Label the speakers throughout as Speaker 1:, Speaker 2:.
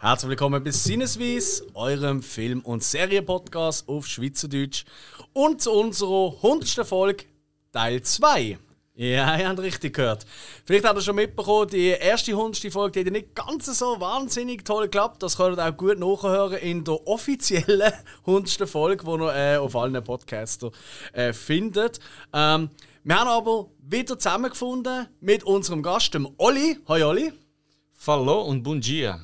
Speaker 1: Herzlich willkommen bei Sinneswiss, eurem Film- und Serie-Podcast auf Schweizerdeutsch und zu unserer 100. Folge, Teil 2. Ja, ihr habt richtig gehört. Vielleicht habt ihr schon mitbekommen, die erste 100. Folge die hat ja nicht ganz so wahnsinnig toll geklappt. Das könnt ihr auch gut nachhören in der offiziellen 100. Folge, die ihr äh, auf allen Podcastern äh, findet. Ähm, wir haben aber wieder zusammengefunden mit unserem Gast, dem Olli. Hoi Olli.
Speaker 2: Fallo und Bungia.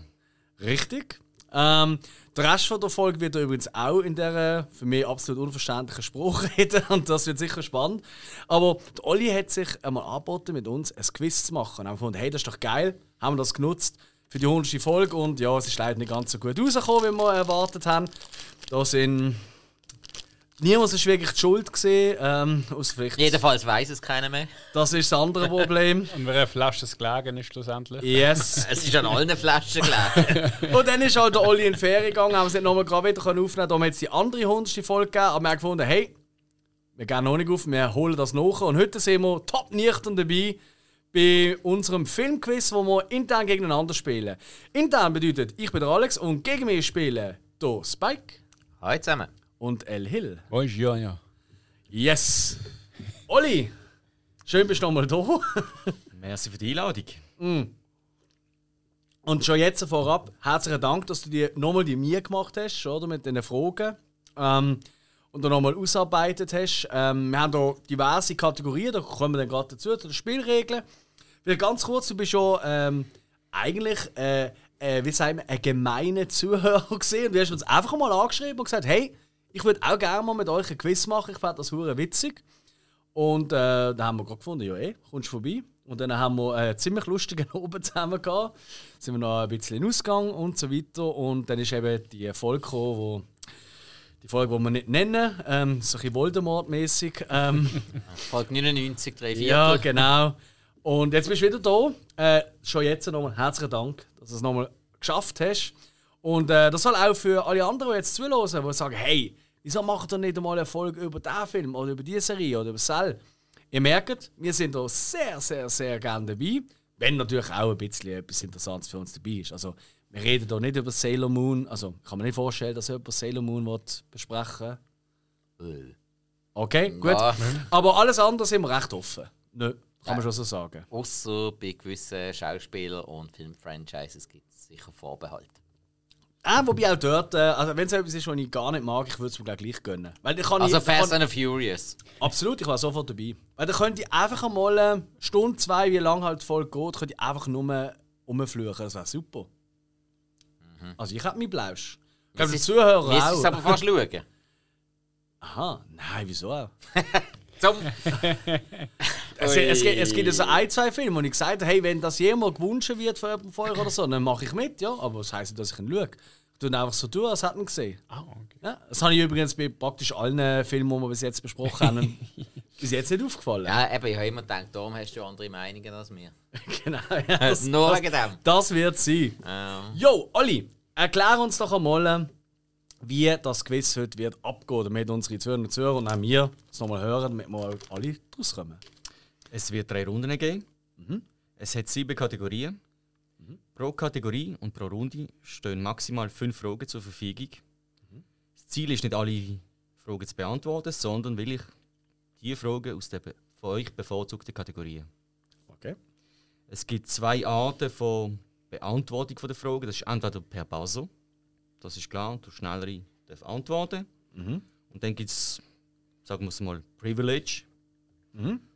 Speaker 1: Richtig. Ähm, der Rest von der Folge wird er übrigens auch in dieser für mich absolut unverständlichen Sprache reden und das wird sicher spannend. Aber die Olli hat sich einmal angeboten, mit uns ein Quiz zu machen. Wir haben gefunden, hey, das ist doch geil, haben wir das genutzt für die 100. Folge und ja, es ist leider nicht ganz so gut rausgekommen, wie wir erwartet haben. Da sind... Niemand ist wirklich die Schuld gesehen, ähm, außer vielleicht...
Speaker 3: Jedenfalls weiß es keiner mehr.
Speaker 1: Das ist das andere Problem.
Speaker 4: Und wer eine Flasche es gelegen ist schlussendlich.
Speaker 1: Yes.
Speaker 3: Es ist an allen Flaschen gelegen.
Speaker 1: Und dann ist halt der Olli in die Ferien gegangen, haben wir es nicht nochmal gerade wieder können aufnehmen können. Da haben wir jetzt die andere 100. Folge gegeben, aber wir haben gefunden, hey, wir gehen noch nicht auf, wir holen das nach. Und heute sind wir top nüchtern dabei bei unserem Filmquiz, wo wir intern gegeneinander spielen. Intern bedeutet, ich bin der Alex und gegen mich spielen hier Spike
Speaker 3: Hallo zusammen.
Speaker 1: und El Hill.
Speaker 4: Wo ist ja, ja.
Speaker 1: Yes! Olli, schön bist du nochmal da.
Speaker 2: Merci für die Einladung.
Speaker 1: Und schon jetzt vorab, herzlichen Dank, dass du dir nochmal die Mühe gemacht hast, oder, mit diesen Fragen. Ähm, und da nochmal ausarbeitet hast. Ähm, wir haben hier diverse Kategorien, da kommen wir dann gerade dazu, zu den Spielregeln. Vielleicht ganz kurz, du bist ja ähm, eigentlich, äh, äh, wie sagen wir, ein gemeiner Zuhörer gesehen. Du hast uns einfach mal angeschrieben und gesagt, hey, ich würde auch gerne mal mit euch ein Quiz machen, ich fände das hure witzig. Und äh, dann haben wir gerade gefunden, ja eh, kommst vorbei. Und dann haben wir einen ziemlich lustigen Oben zusammen gehabt. Sind wir noch ein bisschen in Ausgang und so weiter. Und dann ist eben die Folge gekommen, wo die Folge, die wir nicht nennen, ähm, so ein bisschen Voldemort-mäßig. Ähm,
Speaker 3: Folge 99, 3, 4.
Speaker 1: ja, genau. Und jetzt bist du wieder da. Äh, schon jetzt nochmal herzlichen Dank, dass du es nochmal geschafft hast. Und äh, das soll auch für alle anderen, die jetzt zuhören, die sagen, hey, wieso macht ihr nicht einmal eine Folge über diesen Film oder über diese Serie oder über Cell? Ihr merkt, wir sind da sehr, sehr, sehr gerne dabei. Wenn natürlich auch ein bisschen etwas Interessantes für uns dabei ist. Also, wir reden hier nicht über Sailor Moon. Also, kann man nicht vorstellen, dass jemand Sailor Moon will besprechen will. Okay, gut.
Speaker 3: Äh,
Speaker 1: Mhm.
Speaker 3: Ja.
Speaker 1: Aber alles andere sind wir recht offen. Nö, kann man schon so sagen.
Speaker 3: Außer bei gewissen Schauspielern und Filmfranchises gibt es sicher Vorbehalte.
Speaker 1: Ah, wobei auch dort, äh, also wenn es etwas ist, was ich gar nicht mag, ich würde es mir gleich, gleich gönnen. Weil ich kann
Speaker 3: Also
Speaker 1: ich,
Speaker 3: Fast
Speaker 1: kann,
Speaker 3: and Furious.
Speaker 1: absolut, ich war sofort dabei. Weil dann könnte ich einfach einmal eine Stunde, zwei, wie lange halt voll geht, könnte ich einfach nur rumfluchen. Das wäre super. Also ich hätte mich blausch. Ich glaube, die
Speaker 3: ist-
Speaker 1: Zuhörer
Speaker 3: Müsstest du
Speaker 1: auch.
Speaker 3: es aber fast schauen.
Speaker 1: Aha, nein, wieso auch?
Speaker 3: Zum
Speaker 1: Es,
Speaker 3: Ui.
Speaker 1: es, gibt- es gibt so ein, zwei Filme, wo ich gesagt habe, hey, wenn das jemand gewünscht wird von jemandem vorher oder so, dann mache ich mit, ja. Aber das heisst nicht, dass ich ihn schaue. Ich tue ihn einfach so durch, als hätte ich ihn gesehen.
Speaker 4: Ah, okay.
Speaker 1: Ja, das habe ich übrigens bei praktisch allen Filmen, die wir bis jetzt besprochen haben, bis jetzt nicht aufgefallen.
Speaker 3: ja, eben, ich habe immer gedacht, darum hast du andere Meinungen als mir.
Speaker 1: Genau, ja, das,
Speaker 3: Äh, Nur
Speaker 1: das,
Speaker 3: wegen dem.
Speaker 1: das wird sein.
Speaker 3: Ähm,
Speaker 1: Jo, Olli, erklär uns doch einmal, ähm, wie das Quiz heute wird abgehen, damit unsere Zuhörer und Zuhörer und auch wir es nochmal hören, damit wir auch alle draus kommen.
Speaker 2: Es wird drei Runden geben. Es hat sieben Kategorien. Pro Kategorie und pro Runde stehen maximal fünf Fragen zur Verfügung. Das Ziel ist nicht alle Fragen zu beantworten, sondern will ich die Fragen aus den be- von euch bevorzugten Kategorien.
Speaker 1: Okay.
Speaker 2: Es gibt zwei Arten von Beantwortung der Fragen. Das ist entweder per Buzzer, das ist klar, du schnellere darf antworten. Und dann gibt es, sagen wir es mal, Privilege.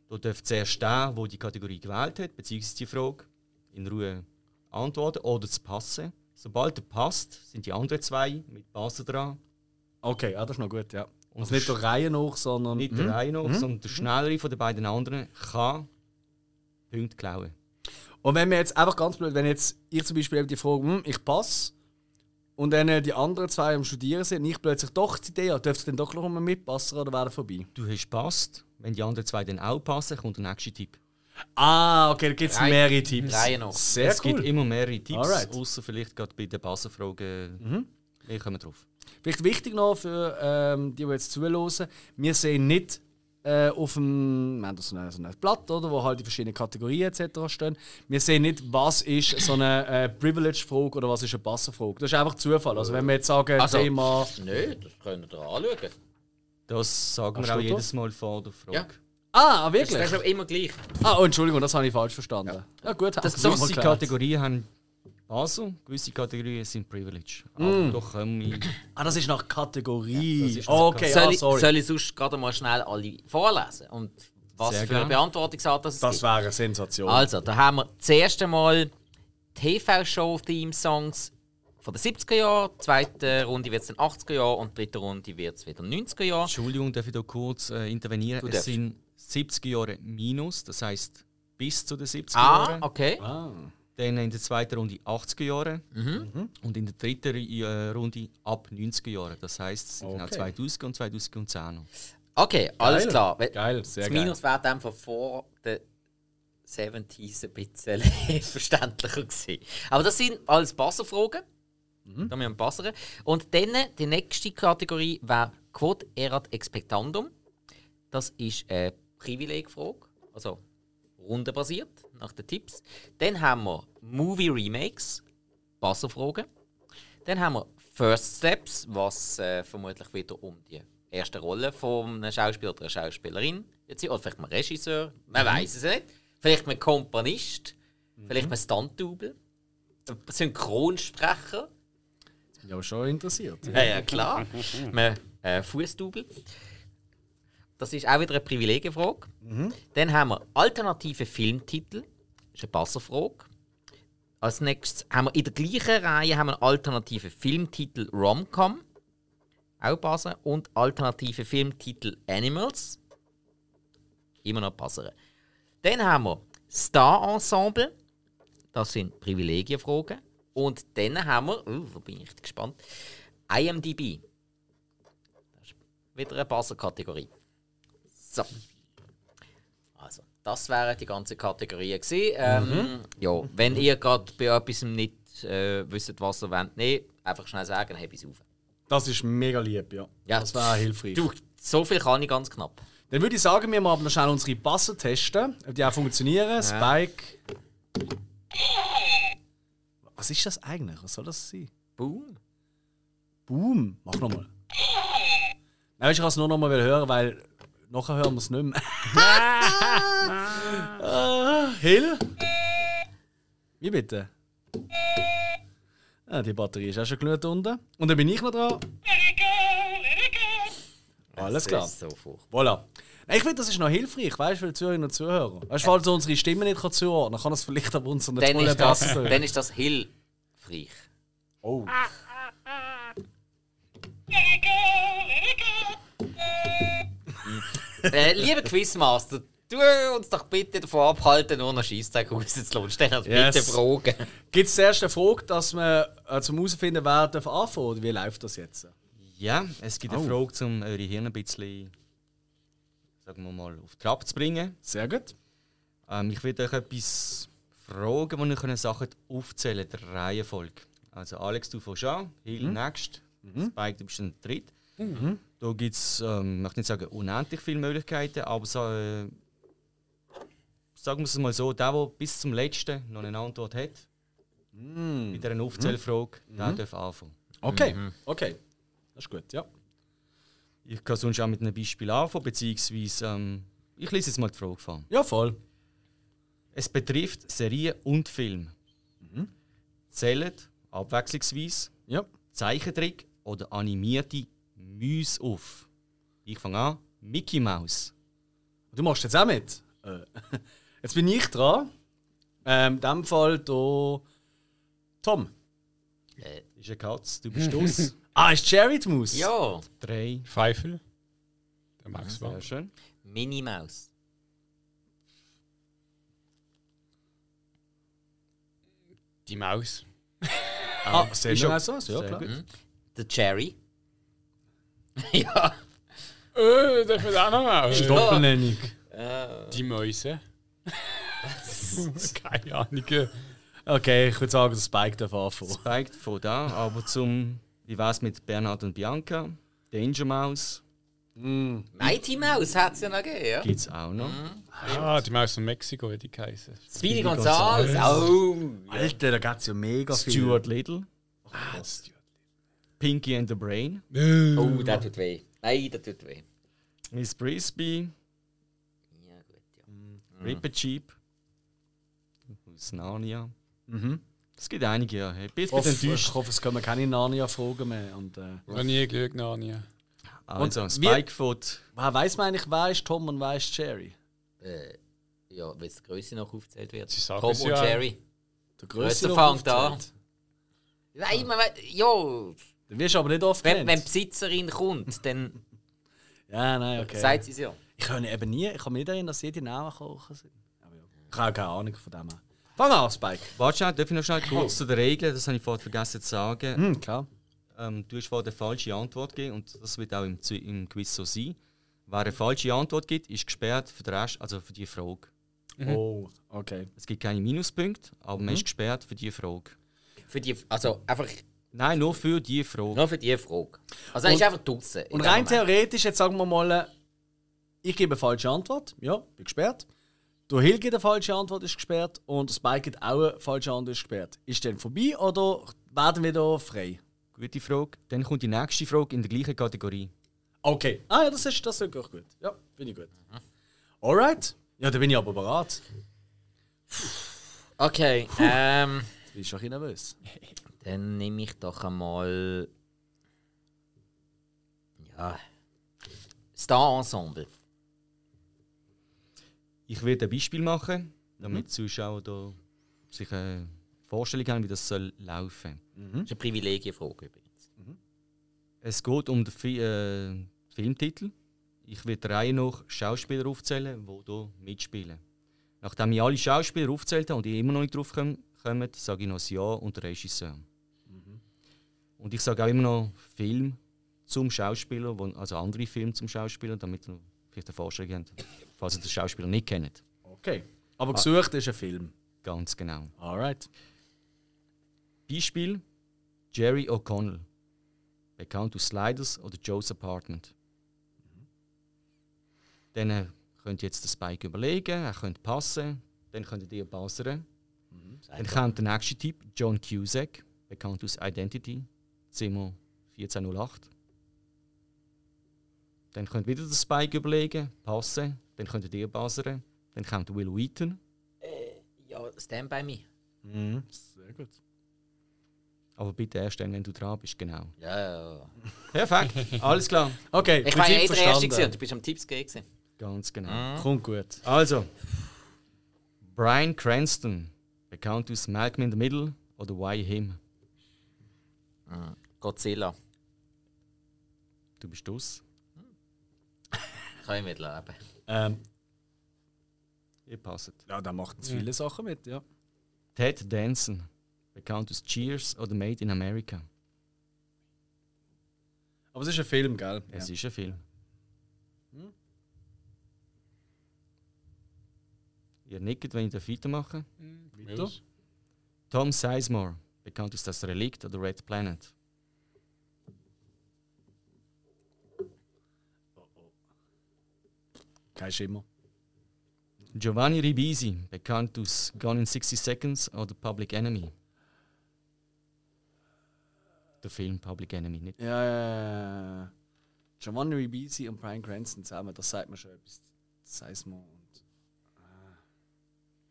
Speaker 2: Da darf zuerst der, der die Kategorie gewählt hat, beziehungsweise die Frage, in Ruhe antworten oder zu passen. Sobald er passt, sind die anderen zwei mit Passen dran.
Speaker 1: Okay, ja, das ist noch gut, ja.
Speaker 2: Und
Speaker 1: Also nicht der Reihe nach, sondern. Mhm.
Speaker 2: nicht der eine noch, sondern der schnellere von den beiden anderen kann Punkte klauen.
Speaker 1: Und wenn wir jetzt einfach ganz blöd, wenn jetzt ich zum Beispiel eben die Frage, hm, ich passe, und dann äh, die anderen zwei am Studieren sind, und ich plötzlich doch die Idee habe, dürfte ich dann doch noch mal mitpassen oder wäre er vorbei?
Speaker 2: Du hast passt. Wenn die anderen zwei dann auch passen, kommt der nächste Tipp.
Speaker 1: Ah, okay, da gibt es
Speaker 3: Drei-
Speaker 1: mehrere Tipps.
Speaker 3: Reihe nach.
Speaker 1: Sehr
Speaker 2: es gibt
Speaker 1: cool.
Speaker 2: immer mehrere Tipps,
Speaker 1: Alright. Mhm.
Speaker 2: außer vielleicht gerade bei den Passenfragen. Wir kommen drauf.
Speaker 1: Vielleicht wichtig noch für ähm, die, die jetzt zuhören, wir sehen nicht äh, auf dem, wir haben da so ein, so ein Blatt, oder, wo halt die verschiedenen Kategorien etc. stehen. Wir sehen nicht, was ist so eine äh, Privilege-Frage oder was ist eine Passenfrage. Das ist einfach Zufall. Also wenn wir jetzt sagen,
Speaker 3: Also-
Speaker 1: Thema...
Speaker 3: Nö, das könnt ihr anschauen.
Speaker 2: Das sagen
Speaker 1: Hast
Speaker 2: wir auch
Speaker 1: du da?
Speaker 2: jedes Mal vor der Frage.
Speaker 3: Ja.
Speaker 1: Ah,
Speaker 3: Das
Speaker 1: wirklich?
Speaker 3: ist aber immer gleich.
Speaker 1: Ah, oh, Entschuldigung, das habe ich falsch verstanden. Ja, gut,
Speaker 2: Das
Speaker 1: haben wir
Speaker 2: gewisse
Speaker 1: geklärt.
Speaker 2: Kategorien haben Basel, gewisse Kategorien sind Privilege. Aber
Speaker 1: Mm.
Speaker 2: doch ähm, komme ich.
Speaker 1: Ah, das ist nach Kategorie.
Speaker 2: das ist nach
Speaker 1: okay,
Speaker 3: soll,
Speaker 1: ah,
Speaker 3: ich,
Speaker 1: sorry.
Speaker 3: soll ich sonst gerade mal schnell alle vorlesen? Und was
Speaker 2: Sehr
Speaker 3: für
Speaker 2: gerne.
Speaker 3: eine Beantwortungsart das, es
Speaker 1: das
Speaker 3: gibt?
Speaker 1: wäre eine Sensation.
Speaker 3: Also, da haben wir das erste Mal TV-Show-Theme-Songs von den 70er Jahren, zweite Runde wird es dann 80er Jahre und dritte Runde wird es wieder 90er Jahre.
Speaker 2: Entschuldigung, darf ich da kurz äh, intervenieren?
Speaker 3: Du
Speaker 2: es
Speaker 3: darfst.
Speaker 2: sind 70 Jahre minus, das heißt bis zu den 70
Speaker 3: Ah,
Speaker 2: Jahren.
Speaker 3: okay.
Speaker 1: Ah.
Speaker 2: Dann in der zweiten Runde 80er Jahre
Speaker 1: Mhm.
Speaker 2: Mhm. und in der dritten äh, Runde ab 90er Jahre. Das heißt, es sind genau
Speaker 1: Okay.
Speaker 2: 2000 und 2010.
Speaker 3: Okay, alles
Speaker 1: Geil.
Speaker 3: klar. Weil
Speaker 1: Geil, sehr
Speaker 3: Das
Speaker 1: geil.
Speaker 3: Minus wäre dann von vor den 70s ein bisschen verständlicher gewesen. Aber das sind alles Passerfragen.
Speaker 1: Mhm.
Speaker 3: Da müssen wir passen. Und dann die nächste Kategorie wäre Quod erat expectandum. Das ist eine Privilegfrage, also rundenbasiert, nach den Tipps. Dann haben wir Movie Remakes, Passerfragen. Dann haben wir First Steps, was äh, vermutlich wieder um die erste Rolle von einem Schauspieler oder einer Schauspielerin wird sein. Oder vielleicht mal Regisseur, man weiß es nicht. Vielleicht mal Komponist, vielleicht mal Stunt-Double, ein Synchronsprecher.
Speaker 1: Ich bin aber schon interessiert.
Speaker 3: Ja, ja klar. Man, äh, Fußdouble. Das ist auch wieder eine Privilegienfrage. Dann haben wir alternative Filmtitel. Das ist eine Passerfrage. Als nächstes haben wir in der gleichen Reihe haben wir alternative Filmtitel Rom-Com. Auch passen. Und alternative Filmtitel Animals. Immer noch passen. Dann haben wir Star-Ensemble. Das sind Privilegienfragen. Und dann haben wir, uh, da bin ich richtig gespannt, IMDb. Das ist wieder eine Buzzer-Kategorie. So. Also, das wären die ganzen Kategorien gewesen. Ähm, Ja, wenn ihr gerade bei etwas nicht äh, wisst, was ihr wollt, nee, einfach schnell sagen, dann heb ich es auf.
Speaker 1: Das ist mega lieb, ja.
Speaker 3: Ja.
Speaker 1: Das wäre hilfreich.
Speaker 3: Du, so viel kann ich ganz knapp.
Speaker 1: Dann würde ich sagen, wir machen noch schnell unsere Passen testen, ob die auch funktionieren. Spike. Was ist das eigentlich? Was soll das sein?
Speaker 3: Boom.
Speaker 1: Boom. Mach nochmal. Nein, ich kann es nur nochmal hören, weil nachher hören wir es nicht mehr. ah, Hill? Wie bitte? Ah, die Batterie ist auch schon genug unten. Und dann bin ich noch dran. Alles
Speaker 3: Das
Speaker 1: klar.
Speaker 3: ist So furchtbar.
Speaker 1: Voilà. Nein, Ich finde, das ist noch hilfreich, weißt du, für die Zuhörerinnen und Zuhörer. Weißt du, falls du unsere Stimmen nicht kann zuordnen kann, kann das vielleicht ab unseren
Speaker 3: Dann
Speaker 1: tollen
Speaker 3: ist, das,
Speaker 1: Bass hören.
Speaker 3: dann ist das hilfreich.
Speaker 1: Oh.
Speaker 3: äh, lieber Quizmaster, tu uns doch bitte davon abhalten, nur noch Scheißzeug rauszuholen. Stell uns
Speaker 1: Yes.
Speaker 3: bitte Fragen.
Speaker 1: Gibt es zuerst eine Frage, dass wir äh, zum herausfinden, wer darf anfangen oder wie läuft das jetzt?
Speaker 2: Ja, es gibt eine Frage, um eure Hirn ein bisschen, sagen wir mal, auf Trab zu bringen.
Speaker 1: Sehr gut.
Speaker 2: Ähm, ich würde euch etwas fragen, wo ihr könnt Sachen aufzählen könnt, der Reihenfolge. Also Alex, du fängst an, Hill next, Spike, du bist dann dritt. Da gibt es, ähm, ich möchte nicht sagen unendlich viele Möglichkeiten, aber so, äh, sagen wir es mal so, der, der bis zum letzten noch eine Antwort hat, mit einer Aufzählfrage, der darf anfangen.
Speaker 1: Okay,
Speaker 2: Mhm.
Speaker 1: okay. Das ist gut, ja.
Speaker 2: Ich kann sonst auch mit einem Beispiel anfangen, beziehungsweise, ähm, ich lese jetzt mal die Frage vor.
Speaker 1: Ja, voll.
Speaker 2: Es betrifft Serien und Film.
Speaker 1: Mhm.
Speaker 2: Zählen abwechslungsweise
Speaker 1: Ja.
Speaker 2: Zeichentrick oder animierte Müs auf. Ich fange an. Mickey Mouse.
Speaker 1: Du machst jetzt auch mit. Äh, Jetzt bin ich dran. Ähm, in dem Fall hier. Tom.
Speaker 2: Äh. Ist eine Katze, du bist aus.
Speaker 1: Ah, ist Cherry die Maus?
Speaker 3: Ja,
Speaker 2: Drei.
Speaker 4: Pfeifel. Der Max war.
Speaker 2: Sehr schön.
Speaker 3: Minimaus.
Speaker 4: Die Maus.
Speaker 1: Ah, sehr
Speaker 2: Ist
Speaker 1: schön.
Speaker 2: ja-
Speaker 1: Ja, ja,
Speaker 2: Sehr
Speaker 1: klar. Mhm.
Speaker 2: gut.
Speaker 3: Der Cherry. ja.
Speaker 4: Äh, darf man auch noch Maus?
Speaker 1: Doppelnennung.
Speaker 4: Die Mäuse. Keine Ahnung.
Speaker 1: Okay, ich würde sagen, der Spike darf anfangen.
Speaker 2: Zeigt von da, aber zum. Wie wär's mit Bernhard und Bianca? Danger Mouse.
Speaker 3: Mighty Mouse hat es ja noch gegeben, ja?
Speaker 2: Gibt es auch noch.
Speaker 1: Mhm.
Speaker 4: Ah, die Maus von Mexiko, hat die geheißen.
Speaker 3: Speedy Gonzales, au!
Speaker 1: Alter, da geht es ja mega viel.
Speaker 2: Stuart Little. Pinky and the Brain.
Speaker 3: Oh, das tut weh. Nein, das tut weh.
Speaker 2: Miss Brisby. Mm,
Speaker 3: Ja, gut, ja. Mhm.
Speaker 2: Ripper Cheap. Aus Narnia.
Speaker 1: Mhm.
Speaker 2: Es gibt einige, ja. Ich bin jetzt ein
Speaker 1: Off-
Speaker 2: bisschen enttäuscht.
Speaker 1: Ich hoffe, es kommen keine Narnia-Fragen mehr. Und, äh,
Speaker 4: Noch nie geschaut, noch nie.
Speaker 2: Also,
Speaker 1: Und wir-
Speaker 2: Spikefoot.
Speaker 1: woher weiss man eigentlich, wer ist Tom und wer ist Jerry?
Speaker 3: Äh, ja, wenn die Größe noch aufgezählt wird.
Speaker 4: Sie sagen
Speaker 3: Tom
Speaker 4: es
Speaker 3: und
Speaker 4: ja.
Speaker 3: Jerry.
Speaker 1: Der
Speaker 3: Größe
Speaker 1: noch
Speaker 3: fängt an.
Speaker 1: aufzählt.
Speaker 3: Nein, man weiß, ja,
Speaker 1: Du wirst aber nicht oft
Speaker 3: wenn,
Speaker 1: genannt.
Speaker 3: wenn die Besitzerin kommt, dann
Speaker 1: Ja, nein, okay.
Speaker 3: sagt sie es ja.
Speaker 1: Ich kann eben nie, ich kann mir nicht erinnern, dass jede Namen kochen sind. Aber ja. Ich habe auch keine Ahnung von dem. her. Fang an, Spike.
Speaker 2: Warte, schnell, darf ich noch schnell kurz zu den Regeln? Das habe ich vorhin vergessen zu sagen.
Speaker 1: Hm, klar.
Speaker 2: ähm, du hast vorhin eine falsche Antwort gegeben und das wird auch im, Zwi- im Quiz so sein. Wer eine falsche Antwort gibt, ist gesperrt für den Rest, also für die Frage.
Speaker 1: Oh, okay.
Speaker 2: Es gibt keine Minuspunkte, aber
Speaker 1: Mhm.
Speaker 2: man ist gesperrt für die Frage.
Speaker 3: Für die, also einfach
Speaker 2: Nein, nur für die Frage.
Speaker 3: nur für die Frage. Also er ist einfach draußen.
Speaker 1: Und rein theoretisch, jetzt sagen wir mal, äh, ich gebe eine falsche Antwort. Ja, bin gesperrt. Du Hill gibt eine falsche Antwort, ist gesperrt. Und Spike gibt auch eine falsche Antwort, ist gesperrt. Ist dann vorbei oder werden wir da frei?
Speaker 2: Gute Frage. Dann kommt die nächste Frage in der gleichen Kategorie.
Speaker 1: Okay. Mhm. Ah ja, das ist, das ist auch gut. Ja, finde ich gut. Alright. Ja, da bin ich aber bereit.
Speaker 3: Okay, ähm,
Speaker 1: Jetzt bin ich schon ein bisschen nervös.
Speaker 3: dann nehme ich doch einmal. Ja. Star Ensemble.
Speaker 2: Ich werde ein Beispiel machen, damit die Zuschauer da sich eine Vorstellung haben, wie das soll laufen
Speaker 3: Das ist eine Privilegienfrage übrigens.
Speaker 2: Es geht um den Fi äh, Filmtitel. Ich werde der Reihe nach Schauspieler aufzählen, die hier mitspielen. Nachdem ich alle Schauspieler aufzählt habe und ich immer noch nicht drauf komme, sage ich noch das Ja und der Regisseur. Und ich sage auch immer noch Film zum Schauspieler, wo- also andere Filme zum Schauspieler, damit ihr vielleicht eine Vorstellung habt, falls ihr den Schauspieler nicht kennt.
Speaker 1: Okay. Ah. Aber gesucht ist ein Film.
Speaker 2: Ganz genau.
Speaker 1: Alright.
Speaker 2: Beispiel: Jerry O'Connell, bekannt aus Sliders oder Joe's Apartment. Dann äh, könnt ihr jetzt den Spike überlegen, er könnte passen, dann könntet ihr passen. Dann kommt der nächste Typ, John Cusack, bekannt aus Identity, Zimmer 1408. Dann könnt wieder den Spike überlegen, passen, dann könntet ihr passen. Dann kommt Will Wheaton,
Speaker 3: Ja, Stand by Me.
Speaker 1: Sehr gut.
Speaker 2: aber bitte erst dann, wenn du dran bist, genau.
Speaker 3: Ja, ja, ja.
Speaker 2: Perfekt, alles klar.
Speaker 1: Okay,
Speaker 3: Ich war ja eh der Erste
Speaker 1: verstanden.
Speaker 3: gewesen und du bist am Tipps gewesen.
Speaker 2: Ganz genau.
Speaker 1: Kommt gut.
Speaker 2: Also, Brian Cranston, bekannt aus Malcolm in the Middle oder Why Him?
Speaker 3: Godzilla.
Speaker 2: Du bist aus.
Speaker 3: Kann ich mitleben.
Speaker 1: Ähm,
Speaker 2: Ihr passt.
Speaker 1: ja, da macht es viele Sachen mit, ja.
Speaker 2: Ted Danson, bekannt aus Cheers oder Made in America.
Speaker 1: Aber es ist ein Film, gell?
Speaker 2: Es ist ein Film. Ihr nickt, wenn ich darf weitermachen
Speaker 1: Weiter.
Speaker 2: Tom Sizemore, bekannt aus Das Relikt oder Red Planet.
Speaker 1: Kein Schimmer.
Speaker 2: Giovanni Ribisi, bekannt aus Gone in 60 Seconds oder Public Enemy. Der Film Public Enemy, nicht?
Speaker 1: Ja, ja, ja. Giovanni Ribisi und Brian Cranston zusammen, das sagt mir schon etwas. Seismo und.